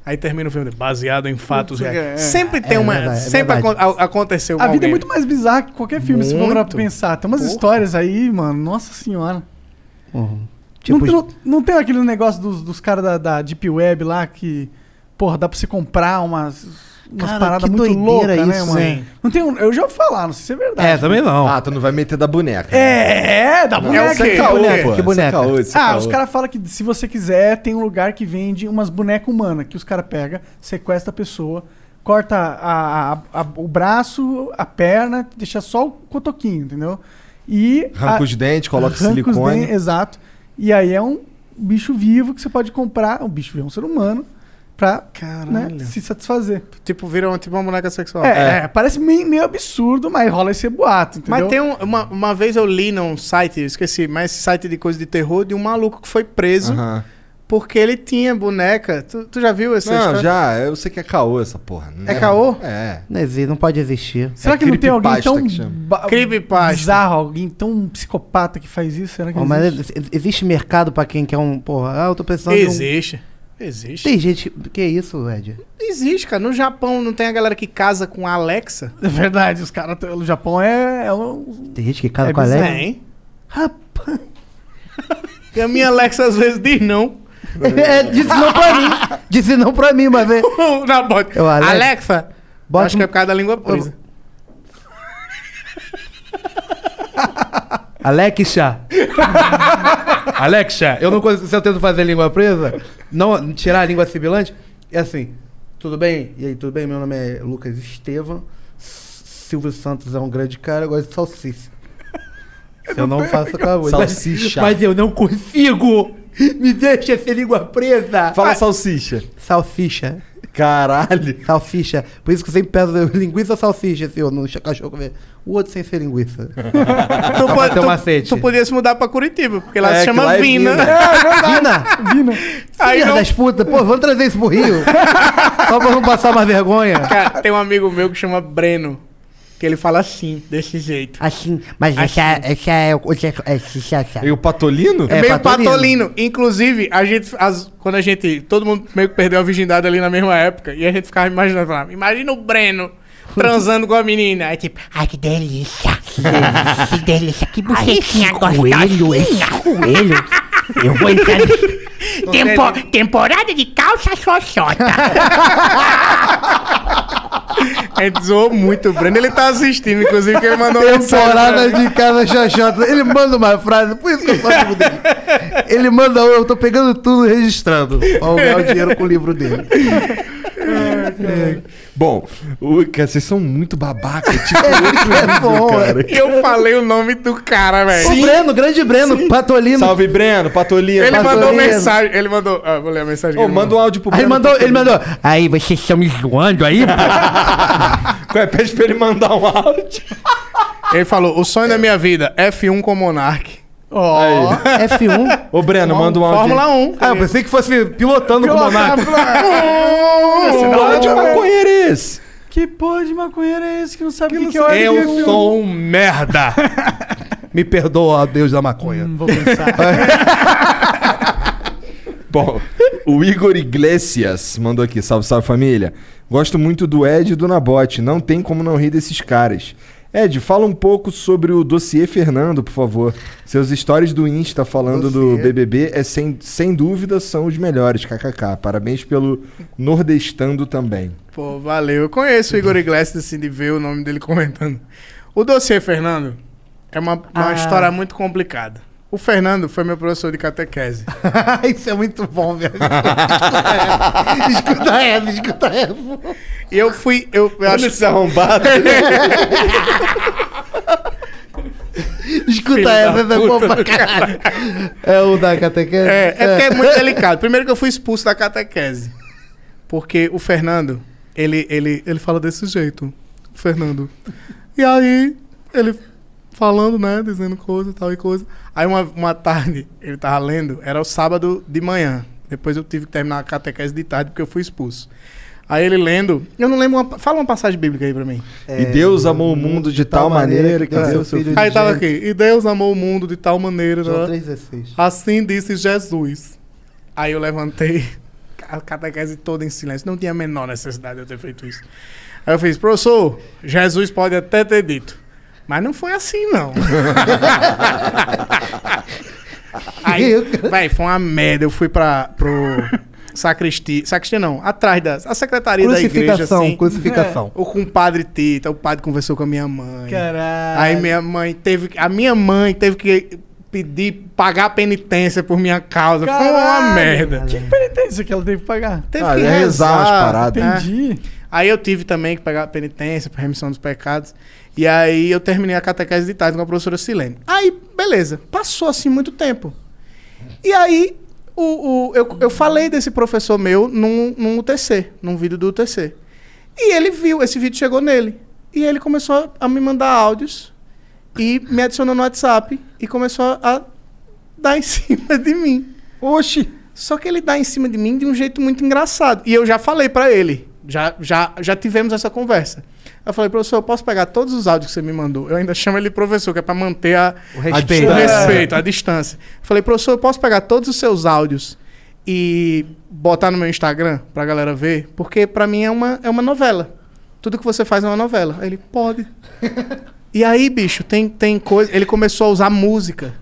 [SPEAKER 4] Aí termina o filme baseado em fatos
[SPEAKER 2] Puta,
[SPEAKER 4] reais.
[SPEAKER 2] é.
[SPEAKER 4] Sempre tem
[SPEAKER 2] É
[SPEAKER 4] uma.
[SPEAKER 2] verdade, é
[SPEAKER 4] sempre
[SPEAKER 2] verdade.
[SPEAKER 4] acon- a- aconteceu com
[SPEAKER 2] A vida é
[SPEAKER 4] alguém.
[SPEAKER 2] muito mais bizarra que qualquer filme, se for pra
[SPEAKER 4] Muito.
[SPEAKER 2] pensar. Tem umas
[SPEAKER 4] Porra.
[SPEAKER 2] histórias aí, mano. Nossa senhora.
[SPEAKER 3] Tipo,
[SPEAKER 2] não, não, não tem aquele negócio dos, dos caras da, da Deep Web lá que, porra, dá pra você comprar umas, umas
[SPEAKER 3] Cara,
[SPEAKER 2] paradas
[SPEAKER 3] que
[SPEAKER 2] muito
[SPEAKER 3] doideira
[SPEAKER 2] loucas, né,
[SPEAKER 3] isso,
[SPEAKER 2] mano?
[SPEAKER 3] hein?
[SPEAKER 2] Não tem um- eu já ouvi falar, não sei se é verdade.
[SPEAKER 1] não. Ah, tu não vai meter da boneca.
[SPEAKER 2] É, da
[SPEAKER 1] Não,
[SPEAKER 2] boneca.
[SPEAKER 1] isso é
[SPEAKER 2] Que
[SPEAKER 1] caô,
[SPEAKER 2] boneca,
[SPEAKER 1] pô,
[SPEAKER 2] que
[SPEAKER 1] isso é
[SPEAKER 2] boneca.
[SPEAKER 1] caô, isso é
[SPEAKER 2] ah,
[SPEAKER 1] caô.
[SPEAKER 2] os caras falam que se você quiser, tem um lugar que vende umas bonecas humanas, que os caras pegam, sequestra a pessoa, corta a- a- a- o braço, a perna, deixa só o cotoquinho, entendeu? E
[SPEAKER 1] Arranca os dentes, coloca
[SPEAKER 2] ah, arranca os
[SPEAKER 1] silicone.
[SPEAKER 2] dentes, exato. E aí é um bicho vivo que você pode comprar, um bicho vivo, um ser humano, pra né, se satisfazer.
[SPEAKER 4] Tipo, vira uma, tipo uma boneca sexual.
[SPEAKER 2] É, é, parece meio, meio absurdo, mas rola esse boato, entendeu?
[SPEAKER 4] Mas tem um- uma, uma vez eu li num site, eu esqueci, mas esse site de coisa de terror de um maluco que foi preso
[SPEAKER 1] Aham.
[SPEAKER 4] porque ele tinha boneca. Tu, tu já viu essa
[SPEAKER 1] Não,
[SPEAKER 4] história?
[SPEAKER 1] já, eu sei que é caô essa porra. né?
[SPEAKER 4] caô?
[SPEAKER 1] É.
[SPEAKER 3] Não, exi- não pode existir.
[SPEAKER 2] Será que não tem alguém
[SPEAKER 1] creepypasta
[SPEAKER 2] tão
[SPEAKER 1] que chama.
[SPEAKER 2] ba- um bizarro, alguém tão psicopata que faz isso? Será que
[SPEAKER 3] Ó, mas
[SPEAKER 2] existe?
[SPEAKER 3] ex- ex- existe mercado pra quem quer um. Porra, ah, eu tô pensando. em um-
[SPEAKER 4] Existe. Existe.
[SPEAKER 3] Tem gente. que- Que isso, Ed?
[SPEAKER 4] Existe, cara. No Japão não tem a galera que casa com a Alexa?
[SPEAKER 2] É verdade, os caras. tão- O Japão é. é um-
[SPEAKER 3] Tem gente que casa
[SPEAKER 2] É
[SPEAKER 3] com a Alexa?
[SPEAKER 2] bizarro.
[SPEAKER 4] Tem. Rapaz. E a minha Alexa às vezes diz não.
[SPEAKER 3] É, disse não pra mim. Disse não pra mim, mas. é-
[SPEAKER 4] Na bota.
[SPEAKER 3] Eu, um- Alexa,
[SPEAKER 4] Alexa. Acho que é por causa da língua presa.
[SPEAKER 3] Alexa. Alexa, eu não consigo. Se eu tento fazer língua presa, não tirar a língua sibilante, é assim. Tudo bem? E aí, tudo bem? Meu nome é Lucas Estevam. S- Silvio Santos é um grande cara, eu gosto de salsicha. Se eu não faço acabou.
[SPEAKER 1] Salsicha.
[SPEAKER 3] Mas eu não consigo! Me deixa ser língua presa!
[SPEAKER 6] Ah.
[SPEAKER 3] Ah,
[SPEAKER 1] Fala salsicha.
[SPEAKER 3] Salsicha.
[SPEAKER 1] Caralho.
[SPEAKER 3] Salsicha. Por isso que eu sempre peço linguiça ou salsicha, senhor, no cachorro comer. O outro sem ser linguiça.
[SPEAKER 4] Tu,
[SPEAKER 3] Pra
[SPEAKER 4] pode,
[SPEAKER 3] ter um
[SPEAKER 4] tu-
[SPEAKER 3] macete.
[SPEAKER 4] tu podia se mudar pra Curitiba, porque lá
[SPEAKER 3] É,
[SPEAKER 4] se
[SPEAKER 3] que
[SPEAKER 4] chama
[SPEAKER 3] lá é
[SPEAKER 4] Vina.
[SPEAKER 3] Vina.
[SPEAKER 2] Vina! Vina!
[SPEAKER 4] Aí
[SPEAKER 3] Filha
[SPEAKER 4] não-
[SPEAKER 3] das putas, pô, vamos trazer isso pro Rio. Só pra não passar mais vergonha.
[SPEAKER 4] Cara, tem um amigo meu que chama Breno, que ele fala assim, desse jeito.
[SPEAKER 8] Assim, mas
[SPEAKER 4] Assim.
[SPEAKER 8] essa, essa é o. essa- essa- essa-
[SPEAKER 1] E o patolino?
[SPEAKER 4] É, meio patolino. Inclusive, a gente, as- quando a gente. Todo mundo meio que perdeu a virgindade ali na mesma época. E a gente ficava imaginando, falava, imagina o Breno transando com a menina. Aí tipo, ai que delícia.
[SPEAKER 8] Que delícia, que
[SPEAKER 4] Ai,
[SPEAKER 8] bucetinha
[SPEAKER 4] esse
[SPEAKER 8] gostosa.
[SPEAKER 4] coelho, esse
[SPEAKER 8] coelho. Eu vou entrar no...
[SPEAKER 4] Tempo-
[SPEAKER 8] Temporada de calça xoxota.
[SPEAKER 4] A gente zoou muito o Breno. Ele tá assistindo, inclusive, que ele mandou uma
[SPEAKER 3] Temporada
[SPEAKER 4] mensagem.
[SPEAKER 3] de casa xoxota. Ele manda uma frase, por isso que eu sou amigo dele. Ele manda, uma, eu tô pegando tudo e registrando. Pra ganhar o dinheiro com o livro dele.
[SPEAKER 1] Bom, o- cara, vocês são muito babaca. Tipo,
[SPEAKER 3] É bom,
[SPEAKER 1] cara.
[SPEAKER 4] Eu falei o nome do cara, velho.
[SPEAKER 3] O Breno, grande Breno, Patolino.
[SPEAKER 1] Salve, Breno, patolino.
[SPEAKER 4] Ele mandou
[SPEAKER 1] Patolino.
[SPEAKER 4] mensagem. Ele mandou. Ah, vou ler a mensagem. que
[SPEAKER 1] Ô,
[SPEAKER 4] ele
[SPEAKER 1] manda um áudio pro
[SPEAKER 8] Aí
[SPEAKER 1] Breno.
[SPEAKER 8] mandou- ele
[SPEAKER 1] mandou.
[SPEAKER 8] Aí, vocês estão me zoando aí, pô?
[SPEAKER 1] Ué, pede pra ele mandar um áudio.
[SPEAKER 4] Ele falou: o sonho da minha vida, F1 com Monark. Ó.
[SPEAKER 3] F1.
[SPEAKER 1] Ô, Breno, manda um áudio.
[SPEAKER 4] Fórmula 1.
[SPEAKER 3] Ah, eu pensei que fosse pilotando com o Monaco.
[SPEAKER 1] Esse áudio de maconheiro é esse?
[SPEAKER 2] Que porra de maconheiro é esse que não sabe o que, que é o
[SPEAKER 3] Eu
[SPEAKER 2] FM1?
[SPEAKER 3] sou um merda. Me perdoa, Deus da maconha.
[SPEAKER 2] Vou pensar.
[SPEAKER 1] Bom, o Igor Iglesias mandou aqui, salve, salve família. Gosto muito do Ed e do Nabote, não tem como não rir desses caras. Ed, fala um pouco sobre o dossiê Fernando, por favor. Seus stories do Insta falando do
[SPEAKER 5] Dossiê.
[SPEAKER 1] BBB, é sem, sem dúvida, são os melhores, kkk. Parabéns pelo Nordestando também.
[SPEAKER 4] Pô, valeu. Eu conheço o Igor Iglesias, assim, de ver o nome dele comentando. O dossiê Fernando é uma, uma
[SPEAKER 3] Ah.
[SPEAKER 4] história muito complicada. O Fernando foi meu professor de catequese.
[SPEAKER 3] Isso é muito bom, velho. escuta essa, escuta essa.
[SPEAKER 4] E eu fui. Eu, eu
[SPEAKER 1] Olha esse arrombado.
[SPEAKER 3] Escuta essa, essa é boa pra caralho. É o da catequese?
[SPEAKER 4] É, é porque é muito delicado. Primeiro que eu fui expulso da catequese. Porque o Fernando, ele, ele, ele fala desse jeito. O Fernando. E aí, ele falando, né? Dizendo coisa e tal e coisa. Aí uma, uma tarde, ele tava lendo, era o sábado de manhã. Depois eu tive que terminar a catequese de tarde porque eu fui expulso. Aí ele lendo, eu não lembro, uma, fala uma passagem bíblica aí pra mim.
[SPEAKER 6] É.
[SPEAKER 1] e Deus amou o mundo de tal maneira que deu seu filho.
[SPEAKER 4] Aí tava aqui, e Deus amou o mundo de tal maneira.
[SPEAKER 3] João
[SPEAKER 4] né?
[SPEAKER 3] 3,16.
[SPEAKER 4] Assim disse Jesus. Aí eu levantei, a catequese toda em silêncio. Não tinha a menor necessidade de eu ter feito isso. Aí eu fiz, professor, Jesus pode até ter dito. Mas não foi assim, não. Aí, véi, foi uma merda. Eu fui pra, pro sacristia. Sacristia não, atrás da a secretaria da igreja.
[SPEAKER 3] Crucificação,
[SPEAKER 4] Assim,
[SPEAKER 3] crucificação.
[SPEAKER 4] É. O compadre Tita, o padre conversou com a minha mãe.
[SPEAKER 2] Caralho.
[SPEAKER 4] Aí minha mãe teve. que- A minha mãe teve que pedir, pagar penitência por minha causa. Foi uma
[SPEAKER 2] Caralho.
[SPEAKER 4] merda.
[SPEAKER 2] Que penitência que ela teve que pagar?
[SPEAKER 4] Teve que rezar, né?
[SPEAKER 2] Entendi.
[SPEAKER 4] Aí eu tive também que pagar penitência por remissão dos pecados. E aí eu terminei a catequese de tarde com a professora Silene. Aí, beleza. Passou assim muito tempo. E aí o, o- eu, eu falei desse professor meu num, num UTC, num vídeo do UTC. E ele viu, esse vídeo chegou nele. E ele começou a me mandar áudios e me adicionou no WhatsApp e começou a dar em cima de mim.
[SPEAKER 1] Oxi!
[SPEAKER 4] Só que ele dá em cima de mim de um jeito muito engraçado. E eu já falei pra ele, já, já, já tivemos essa conversa. Eu falei, professor, eu posso pegar todos os áudios que você me mandou. Eu ainda chamo ele de professor, que é pra manter a,
[SPEAKER 3] O respeito.
[SPEAKER 4] a, distância. o Então,
[SPEAKER 6] é.
[SPEAKER 4] respeito, a distância. Eu falei, professor, eu posso pegar todos os seus áudios e botar no meu Instagram pra galera ver? Porque pra mim é uma, é uma novela. Tudo que você faz é uma novela. Aí ele, pode. E aí, bicho, tem, tem coisa. Ele começou a usar música.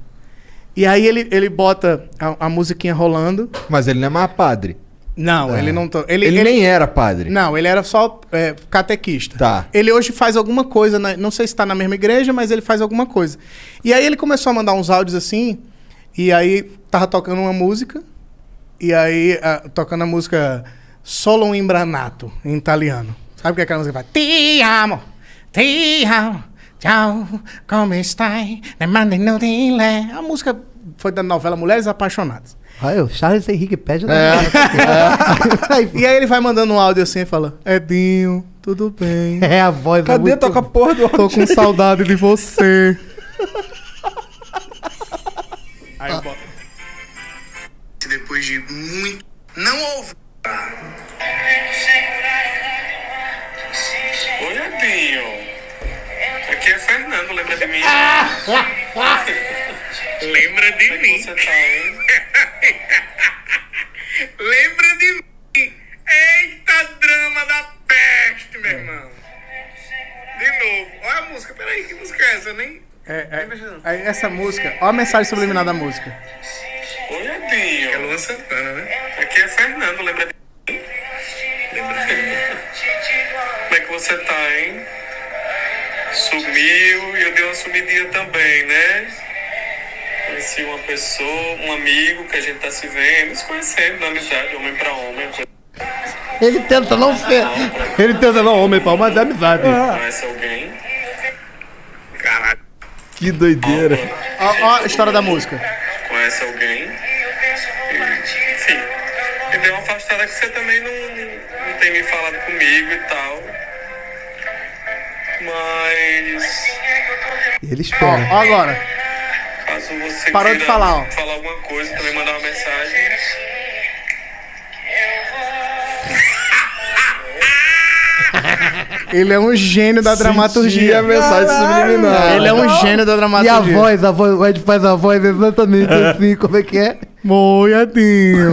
[SPEAKER 4] E aí ele, ele bota a, a musiquinha rolando.
[SPEAKER 1] Mas ele não é mais padre.
[SPEAKER 4] Não,
[SPEAKER 1] É.
[SPEAKER 4] ele não. to-
[SPEAKER 1] Ele, nem era padre.
[SPEAKER 4] Não, ele era só é, catequista.
[SPEAKER 1] Tá.
[SPEAKER 4] Ele hoje faz alguma coisa, na- não sei se tá na mesma igreja, mas ele faz alguma coisa. E aí ele começou a mandar uns áudios assim, e aí tava tocando uma música, e aí ah, tocando a música Solo un Imbranato, em italiano. Sabe o que é aquela música que faz? Ti amo, ti amo, tchau, como stai, ne mandi no di lei. A música foi da novela Mulheres Apaixonadas.
[SPEAKER 6] Olha, o Charles Henrique pede.
[SPEAKER 4] É. e aí ele vai mandando um áudio assim e fala: Edinho, tudo bem.
[SPEAKER 6] É a voz
[SPEAKER 4] Cadê?
[SPEAKER 6] muito-
[SPEAKER 4] Toca a porra do áudio. Tô com saudade de você.
[SPEAKER 9] Aí eu boto. Depois de muito. Não houve. Oi, Adinho. Aqui é Fernando, lembra de mim? Ah! lembra de mim. tá, lembra de mim. Eita drama da peste, meu irmão. De novo. Olha a música. Peraí, que música é essa? Eu nem.
[SPEAKER 4] É, é, aí essa música, olha a mensagem subliminar da música.
[SPEAKER 9] Oi, Adinho. É Luan Santana, né? Aqui é Fernando, lembra de mim? Lembra de mim? Como é que você tá, hein? Sumiu e eu dei uma sumidinha também, né? Conheci uma pessoa, um amigo que a gente tá se vendo, se conhecendo na amizade, homem pra homem. coisa-
[SPEAKER 3] Ele tenta não ser. Ele tenta não, homem, pau, mas é amizade.
[SPEAKER 9] Conhece alguém? Caralho.
[SPEAKER 1] Que doideira.
[SPEAKER 4] Ó, ó a história da música.
[SPEAKER 9] conhece alguém. E, enfim, me deu uma afastada que você também não, não tem me falado comigo e tal. Mas.
[SPEAKER 6] Ele
[SPEAKER 4] Ó, ó agora.
[SPEAKER 9] Caso você
[SPEAKER 4] Parou de
[SPEAKER 9] queira
[SPEAKER 4] falar, ó.
[SPEAKER 9] falar alguma coisa, também mandar uma mensagem.
[SPEAKER 4] Ele é um gênio da
[SPEAKER 6] Senti
[SPEAKER 4] dramaturgia.
[SPEAKER 6] a mensagem subliminar.
[SPEAKER 4] Ele é um gênio da
[SPEAKER 6] E
[SPEAKER 4] dramaturgia.
[SPEAKER 6] a voz, a voz, o Ed faz a voz exatamente assim, como é que é? Moiadinho.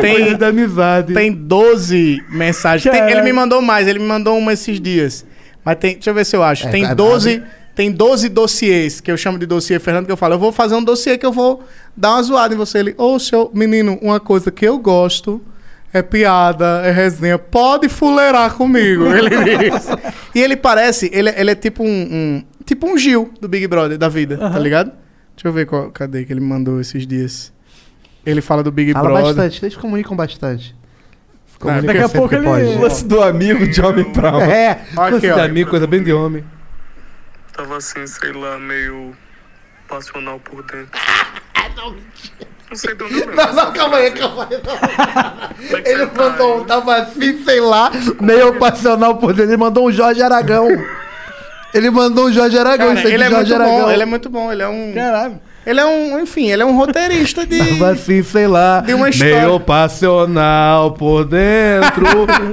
[SPEAKER 4] tem, Tem 12 mensagens. Tem- ele me mandou mais, ele me mandou uma esses dias. Mas tem, deixa eu ver se eu acho.
[SPEAKER 6] É,
[SPEAKER 4] tem
[SPEAKER 6] é
[SPEAKER 4] 12,
[SPEAKER 6] brabo.
[SPEAKER 4] tem 12 dossiês que eu chamo de dossiê, Fernando, que eu falo, eu vou fazer um dossiê que eu vou dar uma zoada em você. Ele, ô seu menino, uma coisa que eu gosto é piada, é resenha, pode fuleirar comigo. Ele diz. e ele parece, ele, ele é tipo um, um- tipo um Gil do Big Brother da vida, tá
[SPEAKER 6] Aham.
[SPEAKER 4] ligado? Deixa eu ver qual, cadê que ele me mandou esses dias. Ele fala do Big
[SPEAKER 6] Fala
[SPEAKER 4] Brother. Ah,
[SPEAKER 6] bastante, eles comunicam bastante. Se
[SPEAKER 4] Não,
[SPEAKER 6] comunicam sempre que pode.
[SPEAKER 1] do amigo de homem pra homem.
[SPEAKER 6] É.
[SPEAKER 9] Aqui,
[SPEAKER 7] Lance
[SPEAKER 9] ó.
[SPEAKER 7] de amigo, coisa bem de homem.
[SPEAKER 9] Tava assim, sei lá, meio passional por dentro. Não sei de onde eu lembro.
[SPEAKER 6] Não, não, calma aí, calma aí. não. Ele mandou um, tava assim, sei lá, meio passional por dentro. Ele mandou um Jorge Aragão. Ele mandou um Jorge Aragão,
[SPEAKER 4] Cara,
[SPEAKER 6] isso aqui,
[SPEAKER 4] ele é
[SPEAKER 6] Jorge
[SPEAKER 4] muito
[SPEAKER 6] Aragão.
[SPEAKER 4] bom, ele é muito bom, ele é um. Caralho. Ele é um, enfim, ele é um roteirista de.
[SPEAKER 21] Tava assim, sei lá.
[SPEAKER 4] Tem uma história.
[SPEAKER 21] Meio passional por dentro.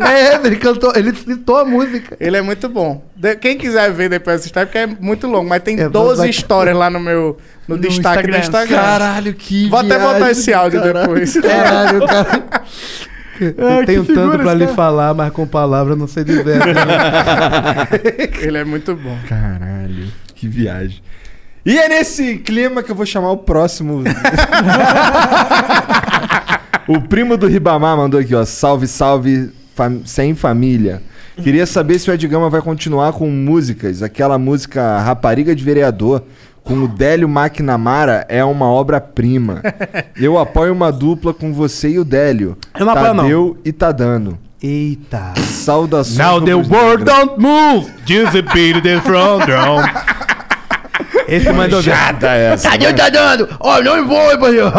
[SPEAKER 4] é, ele cantou, ele citou a música. Ele é muito bom. De- quem quiser ver depois essa história, porque é muito longo, mas tem 12
[SPEAKER 21] vai-
[SPEAKER 4] histórias lá no meu no, destaque do Instagram.
[SPEAKER 21] Caralho, que
[SPEAKER 4] Vou até botar
[SPEAKER 21] viagem
[SPEAKER 4] esse
[SPEAKER 21] do
[SPEAKER 4] áudio
[SPEAKER 21] caralho.
[SPEAKER 4] depois.
[SPEAKER 1] É.
[SPEAKER 21] Caralho, cara.
[SPEAKER 4] Ai,
[SPEAKER 21] Eu
[SPEAKER 4] que
[SPEAKER 21] tenho tanto
[SPEAKER 4] figura
[SPEAKER 21] pra
[SPEAKER 4] esse
[SPEAKER 21] lhe
[SPEAKER 4] cara.
[SPEAKER 21] falar, mas com palavras não sei dizer. né?
[SPEAKER 4] ele é muito bom.
[SPEAKER 1] Caralho, que viagem. E é nesse clima que eu vou chamar o próximo. o primo do Ribamar mandou aqui, ó. Salve, salve, fam- sem família. Queria saber se o Ed Gama vai continuar com músicas. Aquela música Rapariga de Vereador, com o Délio McNamara, é uma obra-prima. Eu apoio uma dupla com você e o Délio.
[SPEAKER 21] Eu não apoio, não.
[SPEAKER 1] Tadeu e Tadano. Eita. Saudações.
[SPEAKER 21] Now the
[SPEAKER 1] rubro-negras.
[SPEAKER 21] world don't move, just a beat the front drum. Esse mandou bem.
[SPEAKER 1] Manjada é essa.
[SPEAKER 21] Tadeu,
[SPEAKER 6] Tá dando! Ó, não vou, banheiro!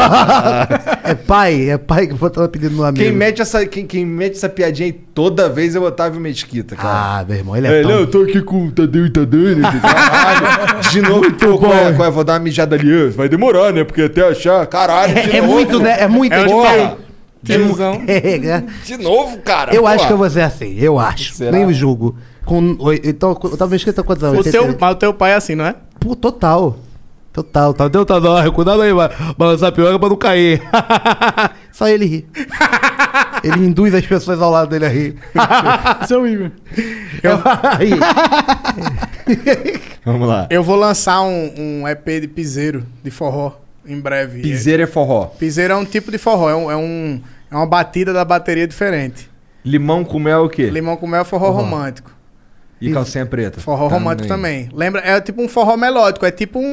[SPEAKER 6] é pai, é pai que botou o apelido no amigo.
[SPEAKER 1] Quem mete, essa, quem, quem mete essa piadinha aí toda vez é o Otávio Mesquita, cara.
[SPEAKER 6] Ah, meu irmão, ele é tão-
[SPEAKER 1] não, eu tô aqui com o Tadeu e Tadeu. né, que Caralho, de novo, pô, qual é, qual é? vou dar uma mijada ali. ah, Vai demorar, né? Porque até achar, caralho.
[SPEAKER 21] É- é muito, né? É muito, é
[SPEAKER 1] porra.
[SPEAKER 21] tipo-
[SPEAKER 1] De,
[SPEAKER 6] um- É né?
[SPEAKER 1] de novo, cara.
[SPEAKER 6] eu acho
[SPEAKER 1] porra.
[SPEAKER 6] que eu vou ser assim, eu acho. Nem o julgo. Com, oi- então, eu tava escrito há quantos anos?
[SPEAKER 4] O teu,
[SPEAKER 6] 88?
[SPEAKER 4] mas o teu pai é assim, não é?
[SPEAKER 6] Pô, total. Total.
[SPEAKER 21] Tadeu tá na hora, cuidado aí, vai balançar a pioca pra não cair.
[SPEAKER 6] Só ele ri. ele induz as pessoas ao lado dele a rir.
[SPEAKER 2] Isso é o Igor.
[SPEAKER 6] Eu...
[SPEAKER 1] Vamos lá.
[SPEAKER 4] Eu vou lançar um, um EP de piseiro, de forró. em breve.
[SPEAKER 1] Piseira é forró.
[SPEAKER 4] Piseira é um tipo de forró, é, um, é, um- é uma batida da bateria diferente.
[SPEAKER 1] Limão com mel é o quê?
[SPEAKER 4] Limão com mel é forró
[SPEAKER 1] Forró.
[SPEAKER 4] romântico.
[SPEAKER 1] E calcinha preta.
[SPEAKER 4] Forró romântico também. Lembra? É tipo um forró melódico, é tipo um,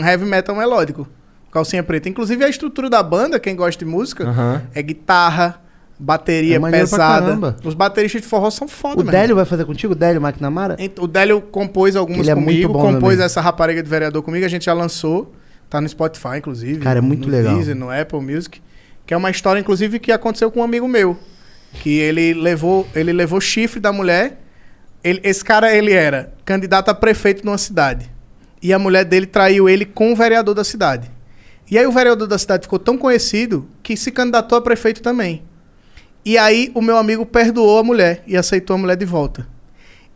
[SPEAKER 4] um heavy metal melódico. Calcinha preta. Inclusive a estrutura da banda, quem gosta de música,
[SPEAKER 6] Aham.
[SPEAKER 4] é guitarra, bateria
[SPEAKER 6] É maneiro pra
[SPEAKER 4] pesada.
[SPEAKER 6] caramba.
[SPEAKER 4] Os bateristas de forró são foda,
[SPEAKER 6] O
[SPEAKER 4] mesmo.
[SPEAKER 6] Délio vai fazer contigo? O Délio McNamara?
[SPEAKER 4] Ent- Então, O Délio compôs algumas
[SPEAKER 6] Ele é
[SPEAKER 4] comigo,
[SPEAKER 6] muito bom
[SPEAKER 4] compôs
[SPEAKER 6] também.
[SPEAKER 4] essa rapariga de vereador comigo, a gente já lançou, tá no Spotify, inclusive.
[SPEAKER 6] Cara, é muito
[SPEAKER 4] no
[SPEAKER 6] legal.
[SPEAKER 4] Deezer, no Apple Music, que é uma história, inclusive, que aconteceu com um amigo meu, que ele levou, ele levou chifre da mulher, Ele- esse cara, ele era candidato a prefeito numa cidade, e a mulher dele traiu ele com o vereador da cidade. E aí o vereador da cidade ficou tão conhecido que se candidatou a prefeito também. E aí o meu amigo perdoou a mulher e aceitou a mulher de volta.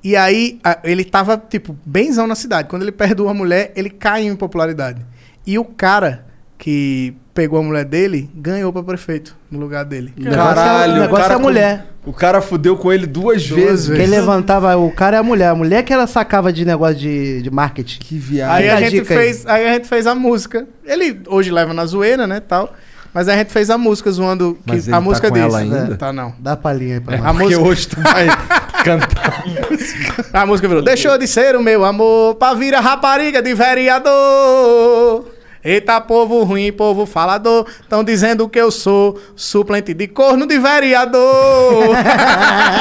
[SPEAKER 4] E aí a- ele tava, tipo, benzão na cidade. Quando ele perdoou a mulher, ele caiu em popularidade. E o cara que pegou a mulher dele ganhou pra prefeito no lugar dele.
[SPEAKER 6] O negócio é- o negócio é a mulher.
[SPEAKER 1] O cara fudeu com ele duas, vezes.
[SPEAKER 6] Quem levantava o cara é a mulher. A mulher que ela sacava de negócio de, de marketing.
[SPEAKER 1] Que viagem.
[SPEAKER 4] Aí a, gente fez, aí a gente fez a música. Ele hoje leva na zoeira, né, tal. Mas aí a gente fez a música zoando que
[SPEAKER 1] Mas ele
[SPEAKER 4] a
[SPEAKER 1] tá
[SPEAKER 4] música
[SPEAKER 1] com
[SPEAKER 4] dele.
[SPEAKER 1] ela ainda?
[SPEAKER 4] Tá não.
[SPEAKER 6] Dá palhinha aí pra
[SPEAKER 4] É,
[SPEAKER 6] nós.
[SPEAKER 4] a música hoje
[SPEAKER 1] tá
[SPEAKER 4] tu vai cantar. a música virou. Deixou de ser o meu amor pra virar rapariga de vereador. Eita, povo ruim, povo falador. Tão dizendo que eu sou suplente de corno de vereador.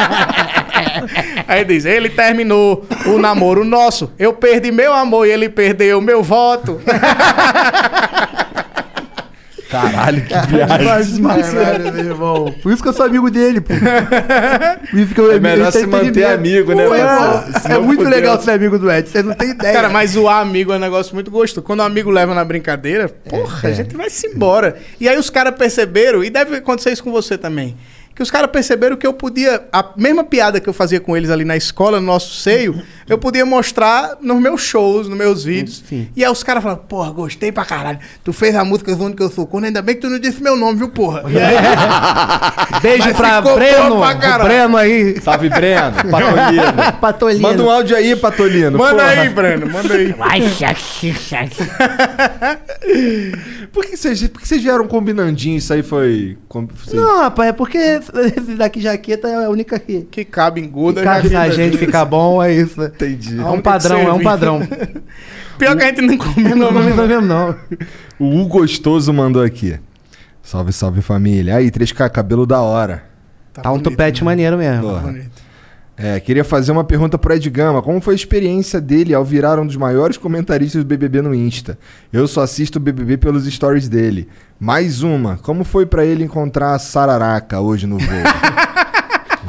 [SPEAKER 4] Aí diz, ele terminou o namoro nosso. Eu perdi meu amor e ele perdeu meu voto.
[SPEAKER 1] Caralho, que
[SPEAKER 6] Mas,
[SPEAKER 1] viagem.
[SPEAKER 6] mas, caralho, meu irmão. Por isso que eu sou amigo dele, pô. Por isso que eu,
[SPEAKER 1] É melhor
[SPEAKER 6] ele tá
[SPEAKER 1] se manter
[SPEAKER 6] entendimento.
[SPEAKER 1] amigo, né,
[SPEAKER 6] Pô, é,
[SPEAKER 1] mano?
[SPEAKER 6] É,
[SPEAKER 1] Senão
[SPEAKER 6] muito
[SPEAKER 1] fudeu.
[SPEAKER 6] legal ser amigo do Ed, você não tem ideia.
[SPEAKER 4] Cara, mas zoar amigo é um negócio muito gostoso. Quando o amigo leva na brincadeira,
[SPEAKER 6] É,
[SPEAKER 4] porra, a gente vai se embora. E aí os caras perceberam, e deve acontecer isso com você também, que os caras perceberam que eu podia, a mesma piada que eu fazia com eles ali na escola, no nosso seio, eu podia mostrar nos meus shows, nos meus vídeos. E aí os caras falaram, porra, gostei pra caralho. Tu fez a música zoando que eu sou corno, ainda bem que tu não disse meu nome, viu, porra? E
[SPEAKER 6] É,
[SPEAKER 4] aí-
[SPEAKER 3] Beijo
[SPEAKER 4] Mas
[SPEAKER 3] pra
[SPEAKER 4] ficou bom pra
[SPEAKER 3] Breno. o
[SPEAKER 4] caralho.
[SPEAKER 3] Breno aí.
[SPEAKER 1] Salve, Breno. Patolino.
[SPEAKER 6] Patolino.
[SPEAKER 1] Manda um áudio aí, Patolino.
[SPEAKER 4] Manda
[SPEAKER 1] porra.
[SPEAKER 4] aí, Breno, manda aí.
[SPEAKER 8] Vai, salsicha.
[SPEAKER 1] Por que vocês por que vocês vieram combinandinho? Isso aí foi... com- vocês-
[SPEAKER 6] Não, rapaz, é porque esse daqui jaqueta é a única que.
[SPEAKER 4] Que cabe, engorda.
[SPEAKER 6] Que cabe
[SPEAKER 4] já-
[SPEAKER 6] na gente, fica bom, é isso.
[SPEAKER 1] Entendi.
[SPEAKER 6] É um padrão, é um padrão.
[SPEAKER 4] Pior que a gente não combinou.
[SPEAKER 6] Não, não, não, não.
[SPEAKER 1] O U Gostoso mandou aqui. Salve, salve, família. Aí, 3K, cabelo da hora.
[SPEAKER 6] Tá, um
[SPEAKER 1] né?
[SPEAKER 6] tupete maneiro mesmo.
[SPEAKER 1] Porra. É, queria fazer uma pergunta pro Ed Gama. Como foi a experiência dele ao virar um dos maiores comentaristas do BBB no Insta? Eu só assisto o BBB pelos stories dele. Mais uma. Como foi pra ele encontrar a Sararaca hoje no voo?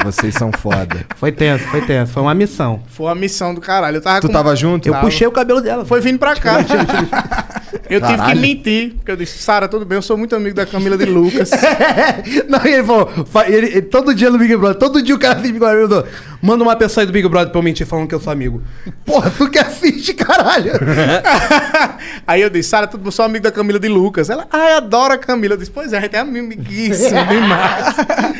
[SPEAKER 1] Vocês são foda.
[SPEAKER 3] Foi tenso, foi tenso. Foi uma missão.
[SPEAKER 4] Foi uma missão do caralho. Eu tava
[SPEAKER 1] Tu
[SPEAKER 4] Tá com-
[SPEAKER 1] tava junto?
[SPEAKER 4] Eu puxei
[SPEAKER 6] o cabelo dela.
[SPEAKER 4] Foi vindo pra cá. Eu tive que
[SPEAKER 1] Caralho.
[SPEAKER 4] mentir, porque eu disse, Sara, tudo bem, eu sou muito amigo da Camila de Lucas.
[SPEAKER 3] Não, e ele falou, fa- ele, ele- todo dia no Big Brother, todo dia o cara assim, Big Brother, mandou, manda uma pessoa aí do Big Brother pra eu mentir falando que eu sou amigo. Porra, tu que assiste, caralho!
[SPEAKER 4] Aí eu disse, Sara, tudo bem, eu sou amigo da Camila de Lucas. Ela, ai, adoro a Camila. Eu disse, pois é, a gente é amiguíssimo demais.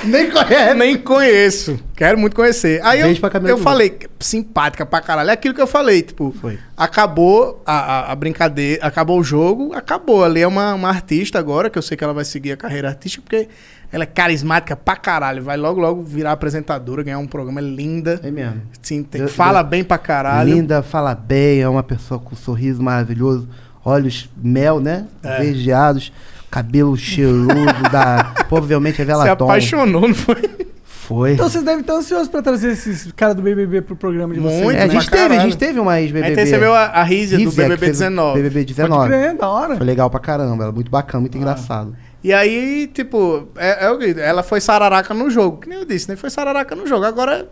[SPEAKER 3] Nem conhece.
[SPEAKER 4] É, Nem conheço. Quero muito conhecer. Aí eu,
[SPEAKER 3] Beijo pra Camila
[SPEAKER 4] eu
[SPEAKER 3] de
[SPEAKER 4] falei, simpática pra caralho. É aquilo que eu falei, tipo, acabou a, a- a brincadeira, acabou o jogo, acabou. Ali é uma, uma artista agora, que eu sei que ela vai seguir a carreira artística, porque ela é carismática pra caralho. Vai logo, logo virar apresentadora, ganhar um programa é linda. É
[SPEAKER 6] mesmo.
[SPEAKER 4] Sim, tem-
[SPEAKER 6] Eu-
[SPEAKER 4] fala
[SPEAKER 6] eu-
[SPEAKER 4] bem pra caralho.
[SPEAKER 6] Linda, fala bem, é uma pessoa com um sorriso maravilhoso, olhos mel, né?
[SPEAKER 4] É.
[SPEAKER 6] Verdeados, cabelo cheiroso, da, provavelmente
[SPEAKER 4] Se
[SPEAKER 6] é veladão.
[SPEAKER 4] apaixonou, não foi?
[SPEAKER 6] Foi.
[SPEAKER 2] Então vocês devem estar ansiosos pra trazer esses caras do BBB pro programa de vocês.
[SPEAKER 6] É, a gente teve, a gente teve uma ex-BBB.
[SPEAKER 4] A gente recebeu a- a Rízia do
[SPEAKER 6] Rízia, que
[SPEAKER 4] BBB
[SPEAKER 6] fez o
[SPEAKER 4] 19.
[SPEAKER 6] BBB 19.
[SPEAKER 4] Pode crer, da hora.
[SPEAKER 6] Foi legal pra caramba, era muito bacana,
[SPEAKER 3] Ah.
[SPEAKER 6] muito engraçado.
[SPEAKER 4] E aí, tipo, é, é o que- ela foi sararaca no jogo. Que nem eu disse, nem foi sararaca no jogo. Agora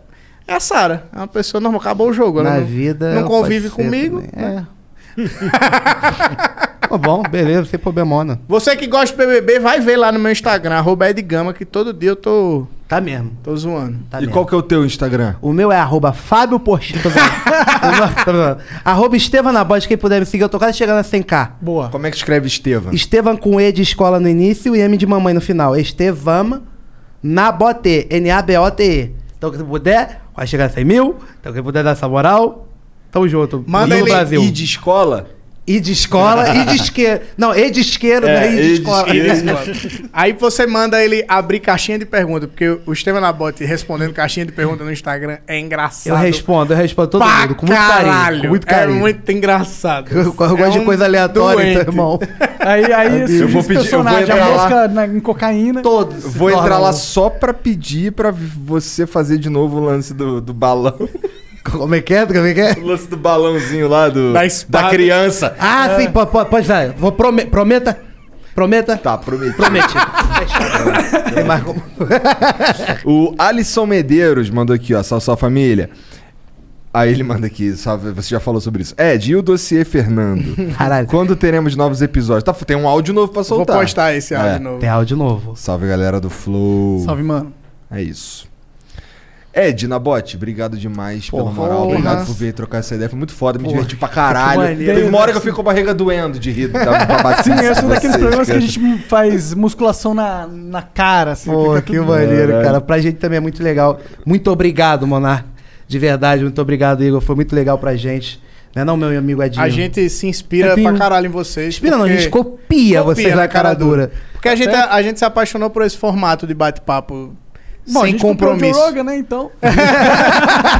[SPEAKER 4] é a Sara. É uma pessoa normal. Acabou o jogo.
[SPEAKER 6] Na
[SPEAKER 4] ela não,
[SPEAKER 6] vida,
[SPEAKER 4] Não
[SPEAKER 6] ela
[SPEAKER 4] convive
[SPEAKER 6] pode ser
[SPEAKER 4] comigo.
[SPEAKER 3] é.
[SPEAKER 6] também. é.
[SPEAKER 4] né?
[SPEAKER 6] Tá bom, beleza, sem problema, né?
[SPEAKER 4] Você que gosta de BBB, vai ver lá no meu Instagram, arroba Edgama, que todo dia eu tô.
[SPEAKER 6] Tá mesmo.
[SPEAKER 4] Tô zoando.
[SPEAKER 3] Tá.
[SPEAKER 1] e qual que é o teu Instagram?
[SPEAKER 6] O meu é arroba Fábio Porchat. Tô zoando. Tô zoando, tô zoando. arroba Estevam Nabod, quem puder me seguir, eu tô quase chegando a 100k.
[SPEAKER 2] Boa.
[SPEAKER 1] Como é que escreve Estevam?
[SPEAKER 6] Estevam com E de escola no início e M de mamãe no final. Estevam Nabote, N-A-B-O-T-E. Então, quem puder, vai chegar a 100 mil. Então, quem puder dar essa moral, tamo junto.
[SPEAKER 4] Manda
[SPEAKER 6] no
[SPEAKER 4] ele-
[SPEAKER 6] Brasil.
[SPEAKER 1] E de escola?
[SPEAKER 6] E E de escola, e de isqueiro. Não, e de isqueiro,
[SPEAKER 4] É,
[SPEAKER 6] né? E de
[SPEAKER 4] e de
[SPEAKER 6] escola.
[SPEAKER 4] isqueiro, e de escola. Aí você manda ele abrir caixinha de pergunta, porque o Estevam Nabote respondendo caixinha de pergunta no Instagram é engraçado.
[SPEAKER 3] Eu respondo, eu respondo todo
[SPEAKER 4] Pra
[SPEAKER 3] mundo, com muito carinho.
[SPEAKER 4] caralho,
[SPEAKER 3] Com muito
[SPEAKER 4] é
[SPEAKER 3] carinho.
[SPEAKER 4] muito engraçado.
[SPEAKER 3] Eu, eu gosto
[SPEAKER 4] É
[SPEAKER 3] de
[SPEAKER 4] um
[SPEAKER 3] coisa aleatória,
[SPEAKER 4] doente.
[SPEAKER 3] então, irmão.
[SPEAKER 2] Aí, aí
[SPEAKER 1] Eu
[SPEAKER 2] surge
[SPEAKER 1] vou
[SPEAKER 2] esse
[SPEAKER 1] pedir- eu vou
[SPEAKER 2] personagem,
[SPEAKER 1] entrar
[SPEAKER 2] a
[SPEAKER 1] lá.
[SPEAKER 2] mosca na- em cocaína.
[SPEAKER 3] Todos.
[SPEAKER 1] Vou entrar lá só pra pedir pra você fazer de novo o lance do, do balão.
[SPEAKER 3] Como é que é? Como é que é?
[SPEAKER 1] O lance do balãozinho lá do,
[SPEAKER 3] Da
[SPEAKER 1] da criança.
[SPEAKER 3] Ah, sim,
[SPEAKER 4] É.
[SPEAKER 3] po- po- pode dar. Vou prome- prometa. Prometa. Tá,
[SPEAKER 1] prometi.
[SPEAKER 3] Prometi. Tem mais como.
[SPEAKER 1] O Alisson Medeiros mandou aqui, ó, salve, salve família. Aí ele manda aqui, salve, você já falou sobre isso. Ed, e o dossiê Fernando?
[SPEAKER 3] Caralho.
[SPEAKER 1] Quando teremos novos episódios? Tá, tem um áudio novo pra soltar.
[SPEAKER 4] postar esse
[SPEAKER 3] É.
[SPEAKER 4] áudio novo. Tem
[SPEAKER 3] áudio novo.
[SPEAKER 1] Salve, galera do
[SPEAKER 4] Tipo,
[SPEAKER 1] Flow.
[SPEAKER 2] Salve, mano.
[SPEAKER 1] É isso. Ed, Nabote, obrigado demais pela
[SPEAKER 5] Porra.
[SPEAKER 1] moral. Obrigado
[SPEAKER 5] Porra.
[SPEAKER 1] por vir trocar essa ideia. Foi muito foda, me
[SPEAKER 5] Porra.
[SPEAKER 1] diverti pra caralho.
[SPEAKER 5] Que maneiro.
[SPEAKER 1] Teve uma hora que eu fico com a barriga doendo de rir. da- da babaquice
[SPEAKER 2] Sim, esse é
[SPEAKER 1] de
[SPEAKER 2] um daqueles
[SPEAKER 1] vocês,
[SPEAKER 2] programas que a
[SPEAKER 1] cara.
[SPEAKER 2] gente faz musculação na, na cara, assim.
[SPEAKER 3] Pô,
[SPEAKER 2] fica
[SPEAKER 3] que
[SPEAKER 2] tudo-
[SPEAKER 3] maneiro, cara. Pra gente também é muito legal. Muito obrigado, Monar. De verdade, muito obrigado, Igor. Foi muito legal pra gente. Não é não, meu amigo Edinho?
[SPEAKER 4] A gente se inspira
[SPEAKER 3] Eu tenho-
[SPEAKER 4] pra caralho em vocês.
[SPEAKER 3] Inspira não, a
[SPEAKER 4] porque-
[SPEAKER 3] gente copia vocês na cara dura.
[SPEAKER 4] Porque a gente,
[SPEAKER 3] Certo?
[SPEAKER 4] a gente se apaixonou por esse formato de bate-papo
[SPEAKER 2] Bom, a
[SPEAKER 4] sem
[SPEAKER 2] gente comprou o Joe
[SPEAKER 4] compromisso.
[SPEAKER 2] Rogan, né? Então.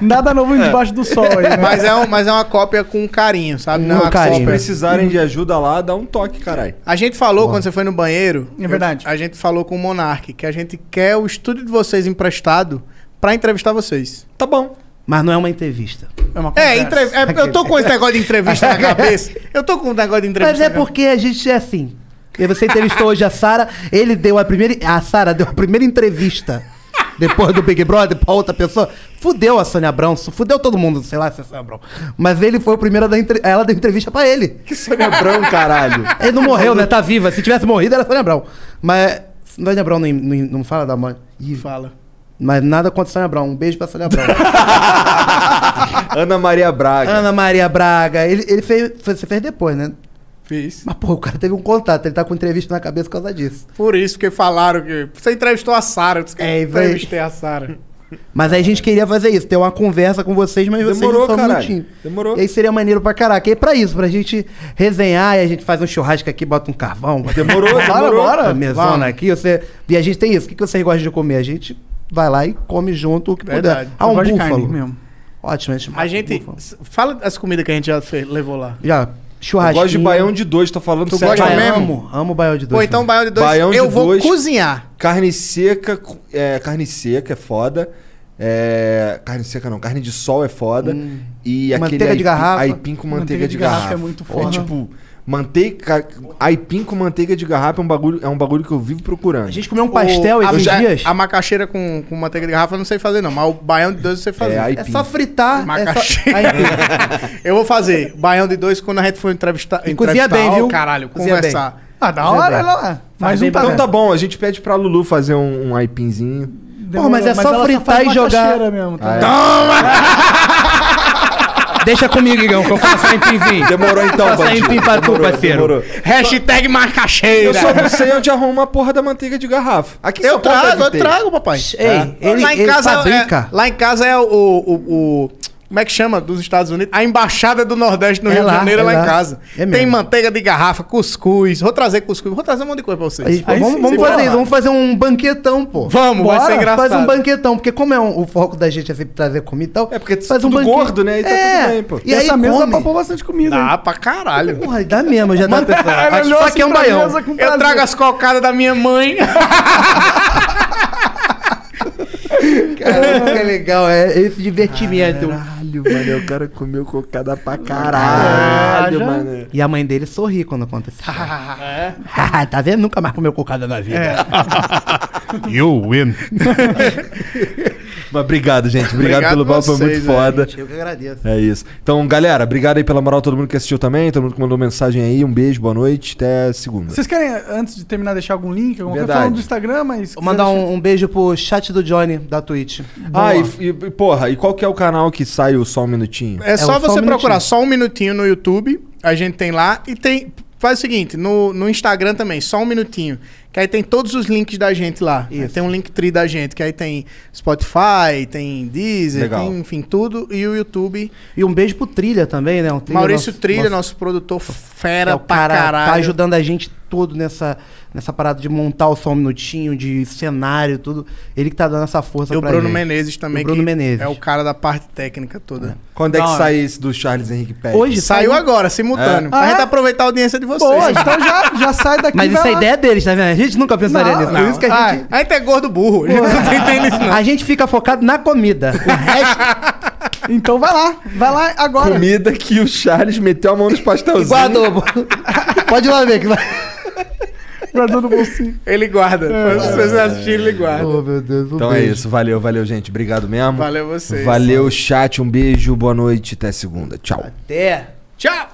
[SPEAKER 2] Nada novo
[SPEAKER 4] É.
[SPEAKER 2] debaixo do sol aí. né?
[SPEAKER 4] Mas é, um- mas é uma cópia com carinho, sabe? Não é uma
[SPEAKER 1] Se
[SPEAKER 4] cópia.
[SPEAKER 1] precisarem de ajuda lá, dá um toque, caralho.
[SPEAKER 4] A gente falou quando você foi no banheiro.
[SPEAKER 2] É verdade.
[SPEAKER 4] a gente falou com o Monark que a gente quer o estúdio de vocês emprestado pra entrevistar vocês.
[SPEAKER 1] Tá bom.
[SPEAKER 3] Mas não é uma entrevista.
[SPEAKER 2] É, uma
[SPEAKER 4] é, entre- é, eu tô com esse negócio de entrevista na cabeça. Eu tô com um negócio de entrevista.
[SPEAKER 3] Mas é
[SPEAKER 4] na cabeça.
[SPEAKER 3] porque a gente é assim. E Você entrevistou hoje a Sara, ele deu a primeira. A Sara deu a primeira entrevista depois do Big Brother pra outra pessoa. Fudeu a Sônia Abrão, fudeu todo mundo, sei lá se é Sônia Abrão. Mas ele foi o primeiro a dar entre- ela deu entrevista pra ele. Que
[SPEAKER 1] Sônia Abrão, é caralho.
[SPEAKER 3] Ele não morreu, né? Tá viva. Se tivesse morrido, era Sônia Abrão. Mas. Sônia Abrão não, não, não fala da mãe. Ih,
[SPEAKER 4] fala.
[SPEAKER 3] Mas nada contra Sônia Abrão. Um beijo pra Sônia Abrão.
[SPEAKER 1] Ana Maria Braga.
[SPEAKER 3] Ana Maria Braga. Ele, ele fez. Você fez depois, né?
[SPEAKER 4] Fiz.
[SPEAKER 3] Mas, pô, o cara teve um contato, ele tá com entrevista na cabeça por causa disso.
[SPEAKER 4] Por isso que falaram que. Você entrevistou a Sara. Eu disse que
[SPEAKER 1] É,
[SPEAKER 4] eu
[SPEAKER 3] véi.
[SPEAKER 4] entrevistei a Sara.
[SPEAKER 3] Mas aí a gente queria fazer isso, ter uma conversa com vocês, mas vocês
[SPEAKER 4] Demorou,
[SPEAKER 3] não são
[SPEAKER 4] caralho.
[SPEAKER 3] minutinho.
[SPEAKER 1] Demorou.
[SPEAKER 3] E aí seria maneiro pra caraca. E é pra isso, pra gente resenhar, e a gente faz um churrasco aqui, bota um carvão.
[SPEAKER 1] Demorou,
[SPEAKER 3] Bora,
[SPEAKER 1] demorou.
[SPEAKER 3] bora. Uma
[SPEAKER 1] Vamos.
[SPEAKER 3] mesona aqui, você... E a gente tem isso, o que que vocês gostam de comer? A gente vai lá e come junto o que
[SPEAKER 4] Verdade.
[SPEAKER 3] puder. Ah,
[SPEAKER 4] Eu
[SPEAKER 3] um
[SPEAKER 4] gosto de
[SPEAKER 3] búfalo.
[SPEAKER 4] carne mesmo.
[SPEAKER 3] Ótimo, a gente...
[SPEAKER 4] A gente. s- Fala as comidas que a gente já fez- levou lá.
[SPEAKER 3] Já,
[SPEAKER 1] Eu
[SPEAKER 3] churrasco.
[SPEAKER 1] gosto de baião de dois, tô falando
[SPEAKER 4] Tu
[SPEAKER 1] sério.
[SPEAKER 4] gosta mesmo?
[SPEAKER 3] Amo, amo baião de dois. né?
[SPEAKER 4] Pô, então baião de dois.
[SPEAKER 1] Baião
[SPEAKER 4] eu
[SPEAKER 1] de
[SPEAKER 4] vou
[SPEAKER 1] dois.
[SPEAKER 4] cozinhar.
[SPEAKER 1] Carne seca, cu- é, carne seca é foda. É, carne seca não, carne de sol é foda. E aquele
[SPEAKER 3] Hum. Manteiga de
[SPEAKER 1] aipim-
[SPEAKER 3] garrafa.
[SPEAKER 1] aipim com manteiga, de, garrafa.
[SPEAKER 3] é muito
[SPEAKER 1] É
[SPEAKER 3] foda.
[SPEAKER 1] tipo, manteiga, aipim com manteiga de garrafa é um bagulho, é um bagulho que eu vivo procurando. A
[SPEAKER 3] gente comeu um
[SPEAKER 4] O- a, já- A macaxeira com, com manteiga de garrafa eu não sei fazer, não. Mas o baião de dois eu sei fazer.
[SPEAKER 1] aipim. É só
[SPEAKER 3] fritar. é
[SPEAKER 4] Macaxeira. eu vou fazer. Baião de dois quando a gente for entrevistar.
[SPEAKER 1] E cozinha
[SPEAKER 4] entrevistar,
[SPEAKER 1] bem,
[SPEAKER 4] ó,
[SPEAKER 1] viu?
[SPEAKER 4] Caralho,
[SPEAKER 1] Cozinha
[SPEAKER 4] conversar.
[SPEAKER 1] bem.
[SPEAKER 2] Ah, da hora, olha lá. Mais um
[SPEAKER 1] então
[SPEAKER 2] tá
[SPEAKER 1] tá bom, a gente pede pra Lulu fazer um, um aipinzinho.
[SPEAKER 2] Demorou, mas é mas só ela só fritar faz e jogar. macaxeira mesmo, tá
[SPEAKER 3] Deixa comigo, Igão, que eu faço um pinzinho.
[SPEAKER 1] Demorou então,
[SPEAKER 3] Faça
[SPEAKER 1] bandido.
[SPEAKER 3] aipim pra tu,
[SPEAKER 1] Demorou,
[SPEAKER 3] parceiro.
[SPEAKER 1] demorou.
[SPEAKER 4] Hashtag macaxeira.
[SPEAKER 1] Eu só não sei onde arruma a porra da manteiga de garrafa. Aqui em
[SPEAKER 4] Eu
[SPEAKER 3] é
[SPEAKER 1] São Paulo
[SPEAKER 4] trago,
[SPEAKER 1] deve
[SPEAKER 4] eu
[SPEAKER 1] ter.
[SPEAKER 4] trago, papai. É.
[SPEAKER 1] Ei, ele-
[SPEAKER 4] lá em
[SPEAKER 1] ele
[SPEAKER 4] casa
[SPEAKER 1] fabrica.
[SPEAKER 4] É, lá em casa é o, o- o- Como é que chama? Dos Estados Unidos? A embaixada do Nordeste no
[SPEAKER 3] É
[SPEAKER 4] Rio
[SPEAKER 3] lá,
[SPEAKER 4] de Janeiro é
[SPEAKER 3] é
[SPEAKER 4] lá,
[SPEAKER 3] lá.
[SPEAKER 4] em casa.
[SPEAKER 3] É
[SPEAKER 4] Tem
[SPEAKER 3] mesmo.
[SPEAKER 4] manteiga de garrafa, cuscuz. Vou trazer cuscuz, vou trazer um monte de coisa pra vocês.
[SPEAKER 3] A gente- pô, vamos vamos fazer isso, vamos fazer um banquetão, pô.
[SPEAKER 4] Vamos, vai ser engraçado.
[SPEAKER 3] Faz um banquetão, porque como é um- o foco da gente é sempre trazer comida e tal, é porque faz
[SPEAKER 1] tudo gordo, né? E tá
[SPEAKER 3] é.
[SPEAKER 1] tudo bem, pô. tá
[SPEAKER 3] E aí
[SPEAKER 2] Essa mesa
[SPEAKER 3] come.
[SPEAKER 2] dá pra bastante comida.
[SPEAKER 4] Dá Ah, pra caralho.
[SPEAKER 3] Porra, dá mesmo, eu já dá pensando. Acho que Só
[SPEAKER 4] assim
[SPEAKER 3] que é um baião.
[SPEAKER 4] Eu trago as cocadas da minha mãe.
[SPEAKER 3] Caralho, que legal, é esse divertimento.
[SPEAKER 1] Caralho, mano, o cara comeu cocada pra é. caralho,
[SPEAKER 3] Ah, já.
[SPEAKER 1] mano.
[SPEAKER 3] E a mãe dele sorri quando acontece. tá vendo? Nunca mais comeu cocada na vida.
[SPEAKER 1] You win. Mas obrigado, gente. Obrigado,
[SPEAKER 3] Obrigado
[SPEAKER 1] pelo papo, foi
[SPEAKER 3] vocês,
[SPEAKER 1] muito
[SPEAKER 3] né,
[SPEAKER 1] foda.
[SPEAKER 3] gente? Eu que agradeço.
[SPEAKER 1] É isso. Então, galera, obrigado aí pela moral, todo mundo que assistiu também, todo mundo que mandou mensagem aí. Um beijo, boa noite, até segunda.
[SPEAKER 2] Vocês querem, antes de terminar, deixar algum link? Alguma coisa
[SPEAKER 1] Verdade.
[SPEAKER 2] falando do Instagram, mas.
[SPEAKER 3] Vou mandar um, um beijo pro chat do Johnny, da Twitch.
[SPEAKER 1] Ah,
[SPEAKER 3] Boa.
[SPEAKER 1] e, e- e, porra, e qual que é o canal que sai o Só Um Minutinho?
[SPEAKER 4] É só você procurar só um minutinho no YouTube. A gente tem lá. E tem. Faz o seguinte, no, no Instagram também, só um minutinho. Que aí tem todos os links da gente lá. Aí Tem um link tri da gente, que aí tem Spotify, tem Deezer,
[SPEAKER 6] Legal.
[SPEAKER 4] tem, enfim, tudo. E o YouTube.
[SPEAKER 6] E um beijo pro Trilha também,
[SPEAKER 3] Um
[SPEAKER 6] né? O Trilha,
[SPEAKER 4] Maurício
[SPEAKER 6] nosso-
[SPEAKER 4] Trilha,
[SPEAKER 6] nosso-
[SPEAKER 4] nosso produtor fera
[SPEAKER 6] É, o
[SPEAKER 4] pra
[SPEAKER 6] cara
[SPEAKER 4] caralho.
[SPEAKER 6] tá ajudando a gente todo nessa, nessa parada de montar o só um minutinho, de cenário, tudo. Ele que tá dando essa força
[SPEAKER 4] E o
[SPEAKER 6] pra
[SPEAKER 4] Bruno
[SPEAKER 6] gente.
[SPEAKER 4] Menezes também,
[SPEAKER 6] O Bruno
[SPEAKER 4] que
[SPEAKER 6] Menezes.
[SPEAKER 4] é o cara da parte técnica toda.
[SPEAKER 1] Quando é que
[SPEAKER 4] Da hora.
[SPEAKER 1] sai esse do Charles Henrique Pérez?
[SPEAKER 4] Hoje saiu agora, simultâneo.
[SPEAKER 1] É.
[SPEAKER 4] Pra
[SPEAKER 1] Ah,
[SPEAKER 4] gente aproveitar a audiência de vocês.
[SPEAKER 1] Boa, então já-
[SPEAKER 2] já sai daqui.
[SPEAKER 6] Mas isso é ideia deles, tá vendo? A gente nunca pensaria nisso. Por isso que a gente...
[SPEAKER 4] A gente é gordo burro. A gente não entende isso, não.
[SPEAKER 6] A gente fica focado na comida.
[SPEAKER 2] Então vai lá, vai lá agora.
[SPEAKER 5] Comida que o Charles meteu a mão nos pastelzinhos.
[SPEAKER 6] Igual adobo. Pode ir lá ver. Que lá...
[SPEAKER 2] Guardou no bolsinho.
[SPEAKER 4] Ele guarda.
[SPEAKER 1] É.
[SPEAKER 4] Se vocês assistirem, ele guarda.
[SPEAKER 6] Oh, meu Deus.
[SPEAKER 1] Então é isso. Valeu, valeu, gente. Obrigado mesmo.
[SPEAKER 4] Valeu vocês.
[SPEAKER 1] Valeu, chat. Um beijo, boa noite. Até segunda. Tchau.
[SPEAKER 4] Até. Tchau.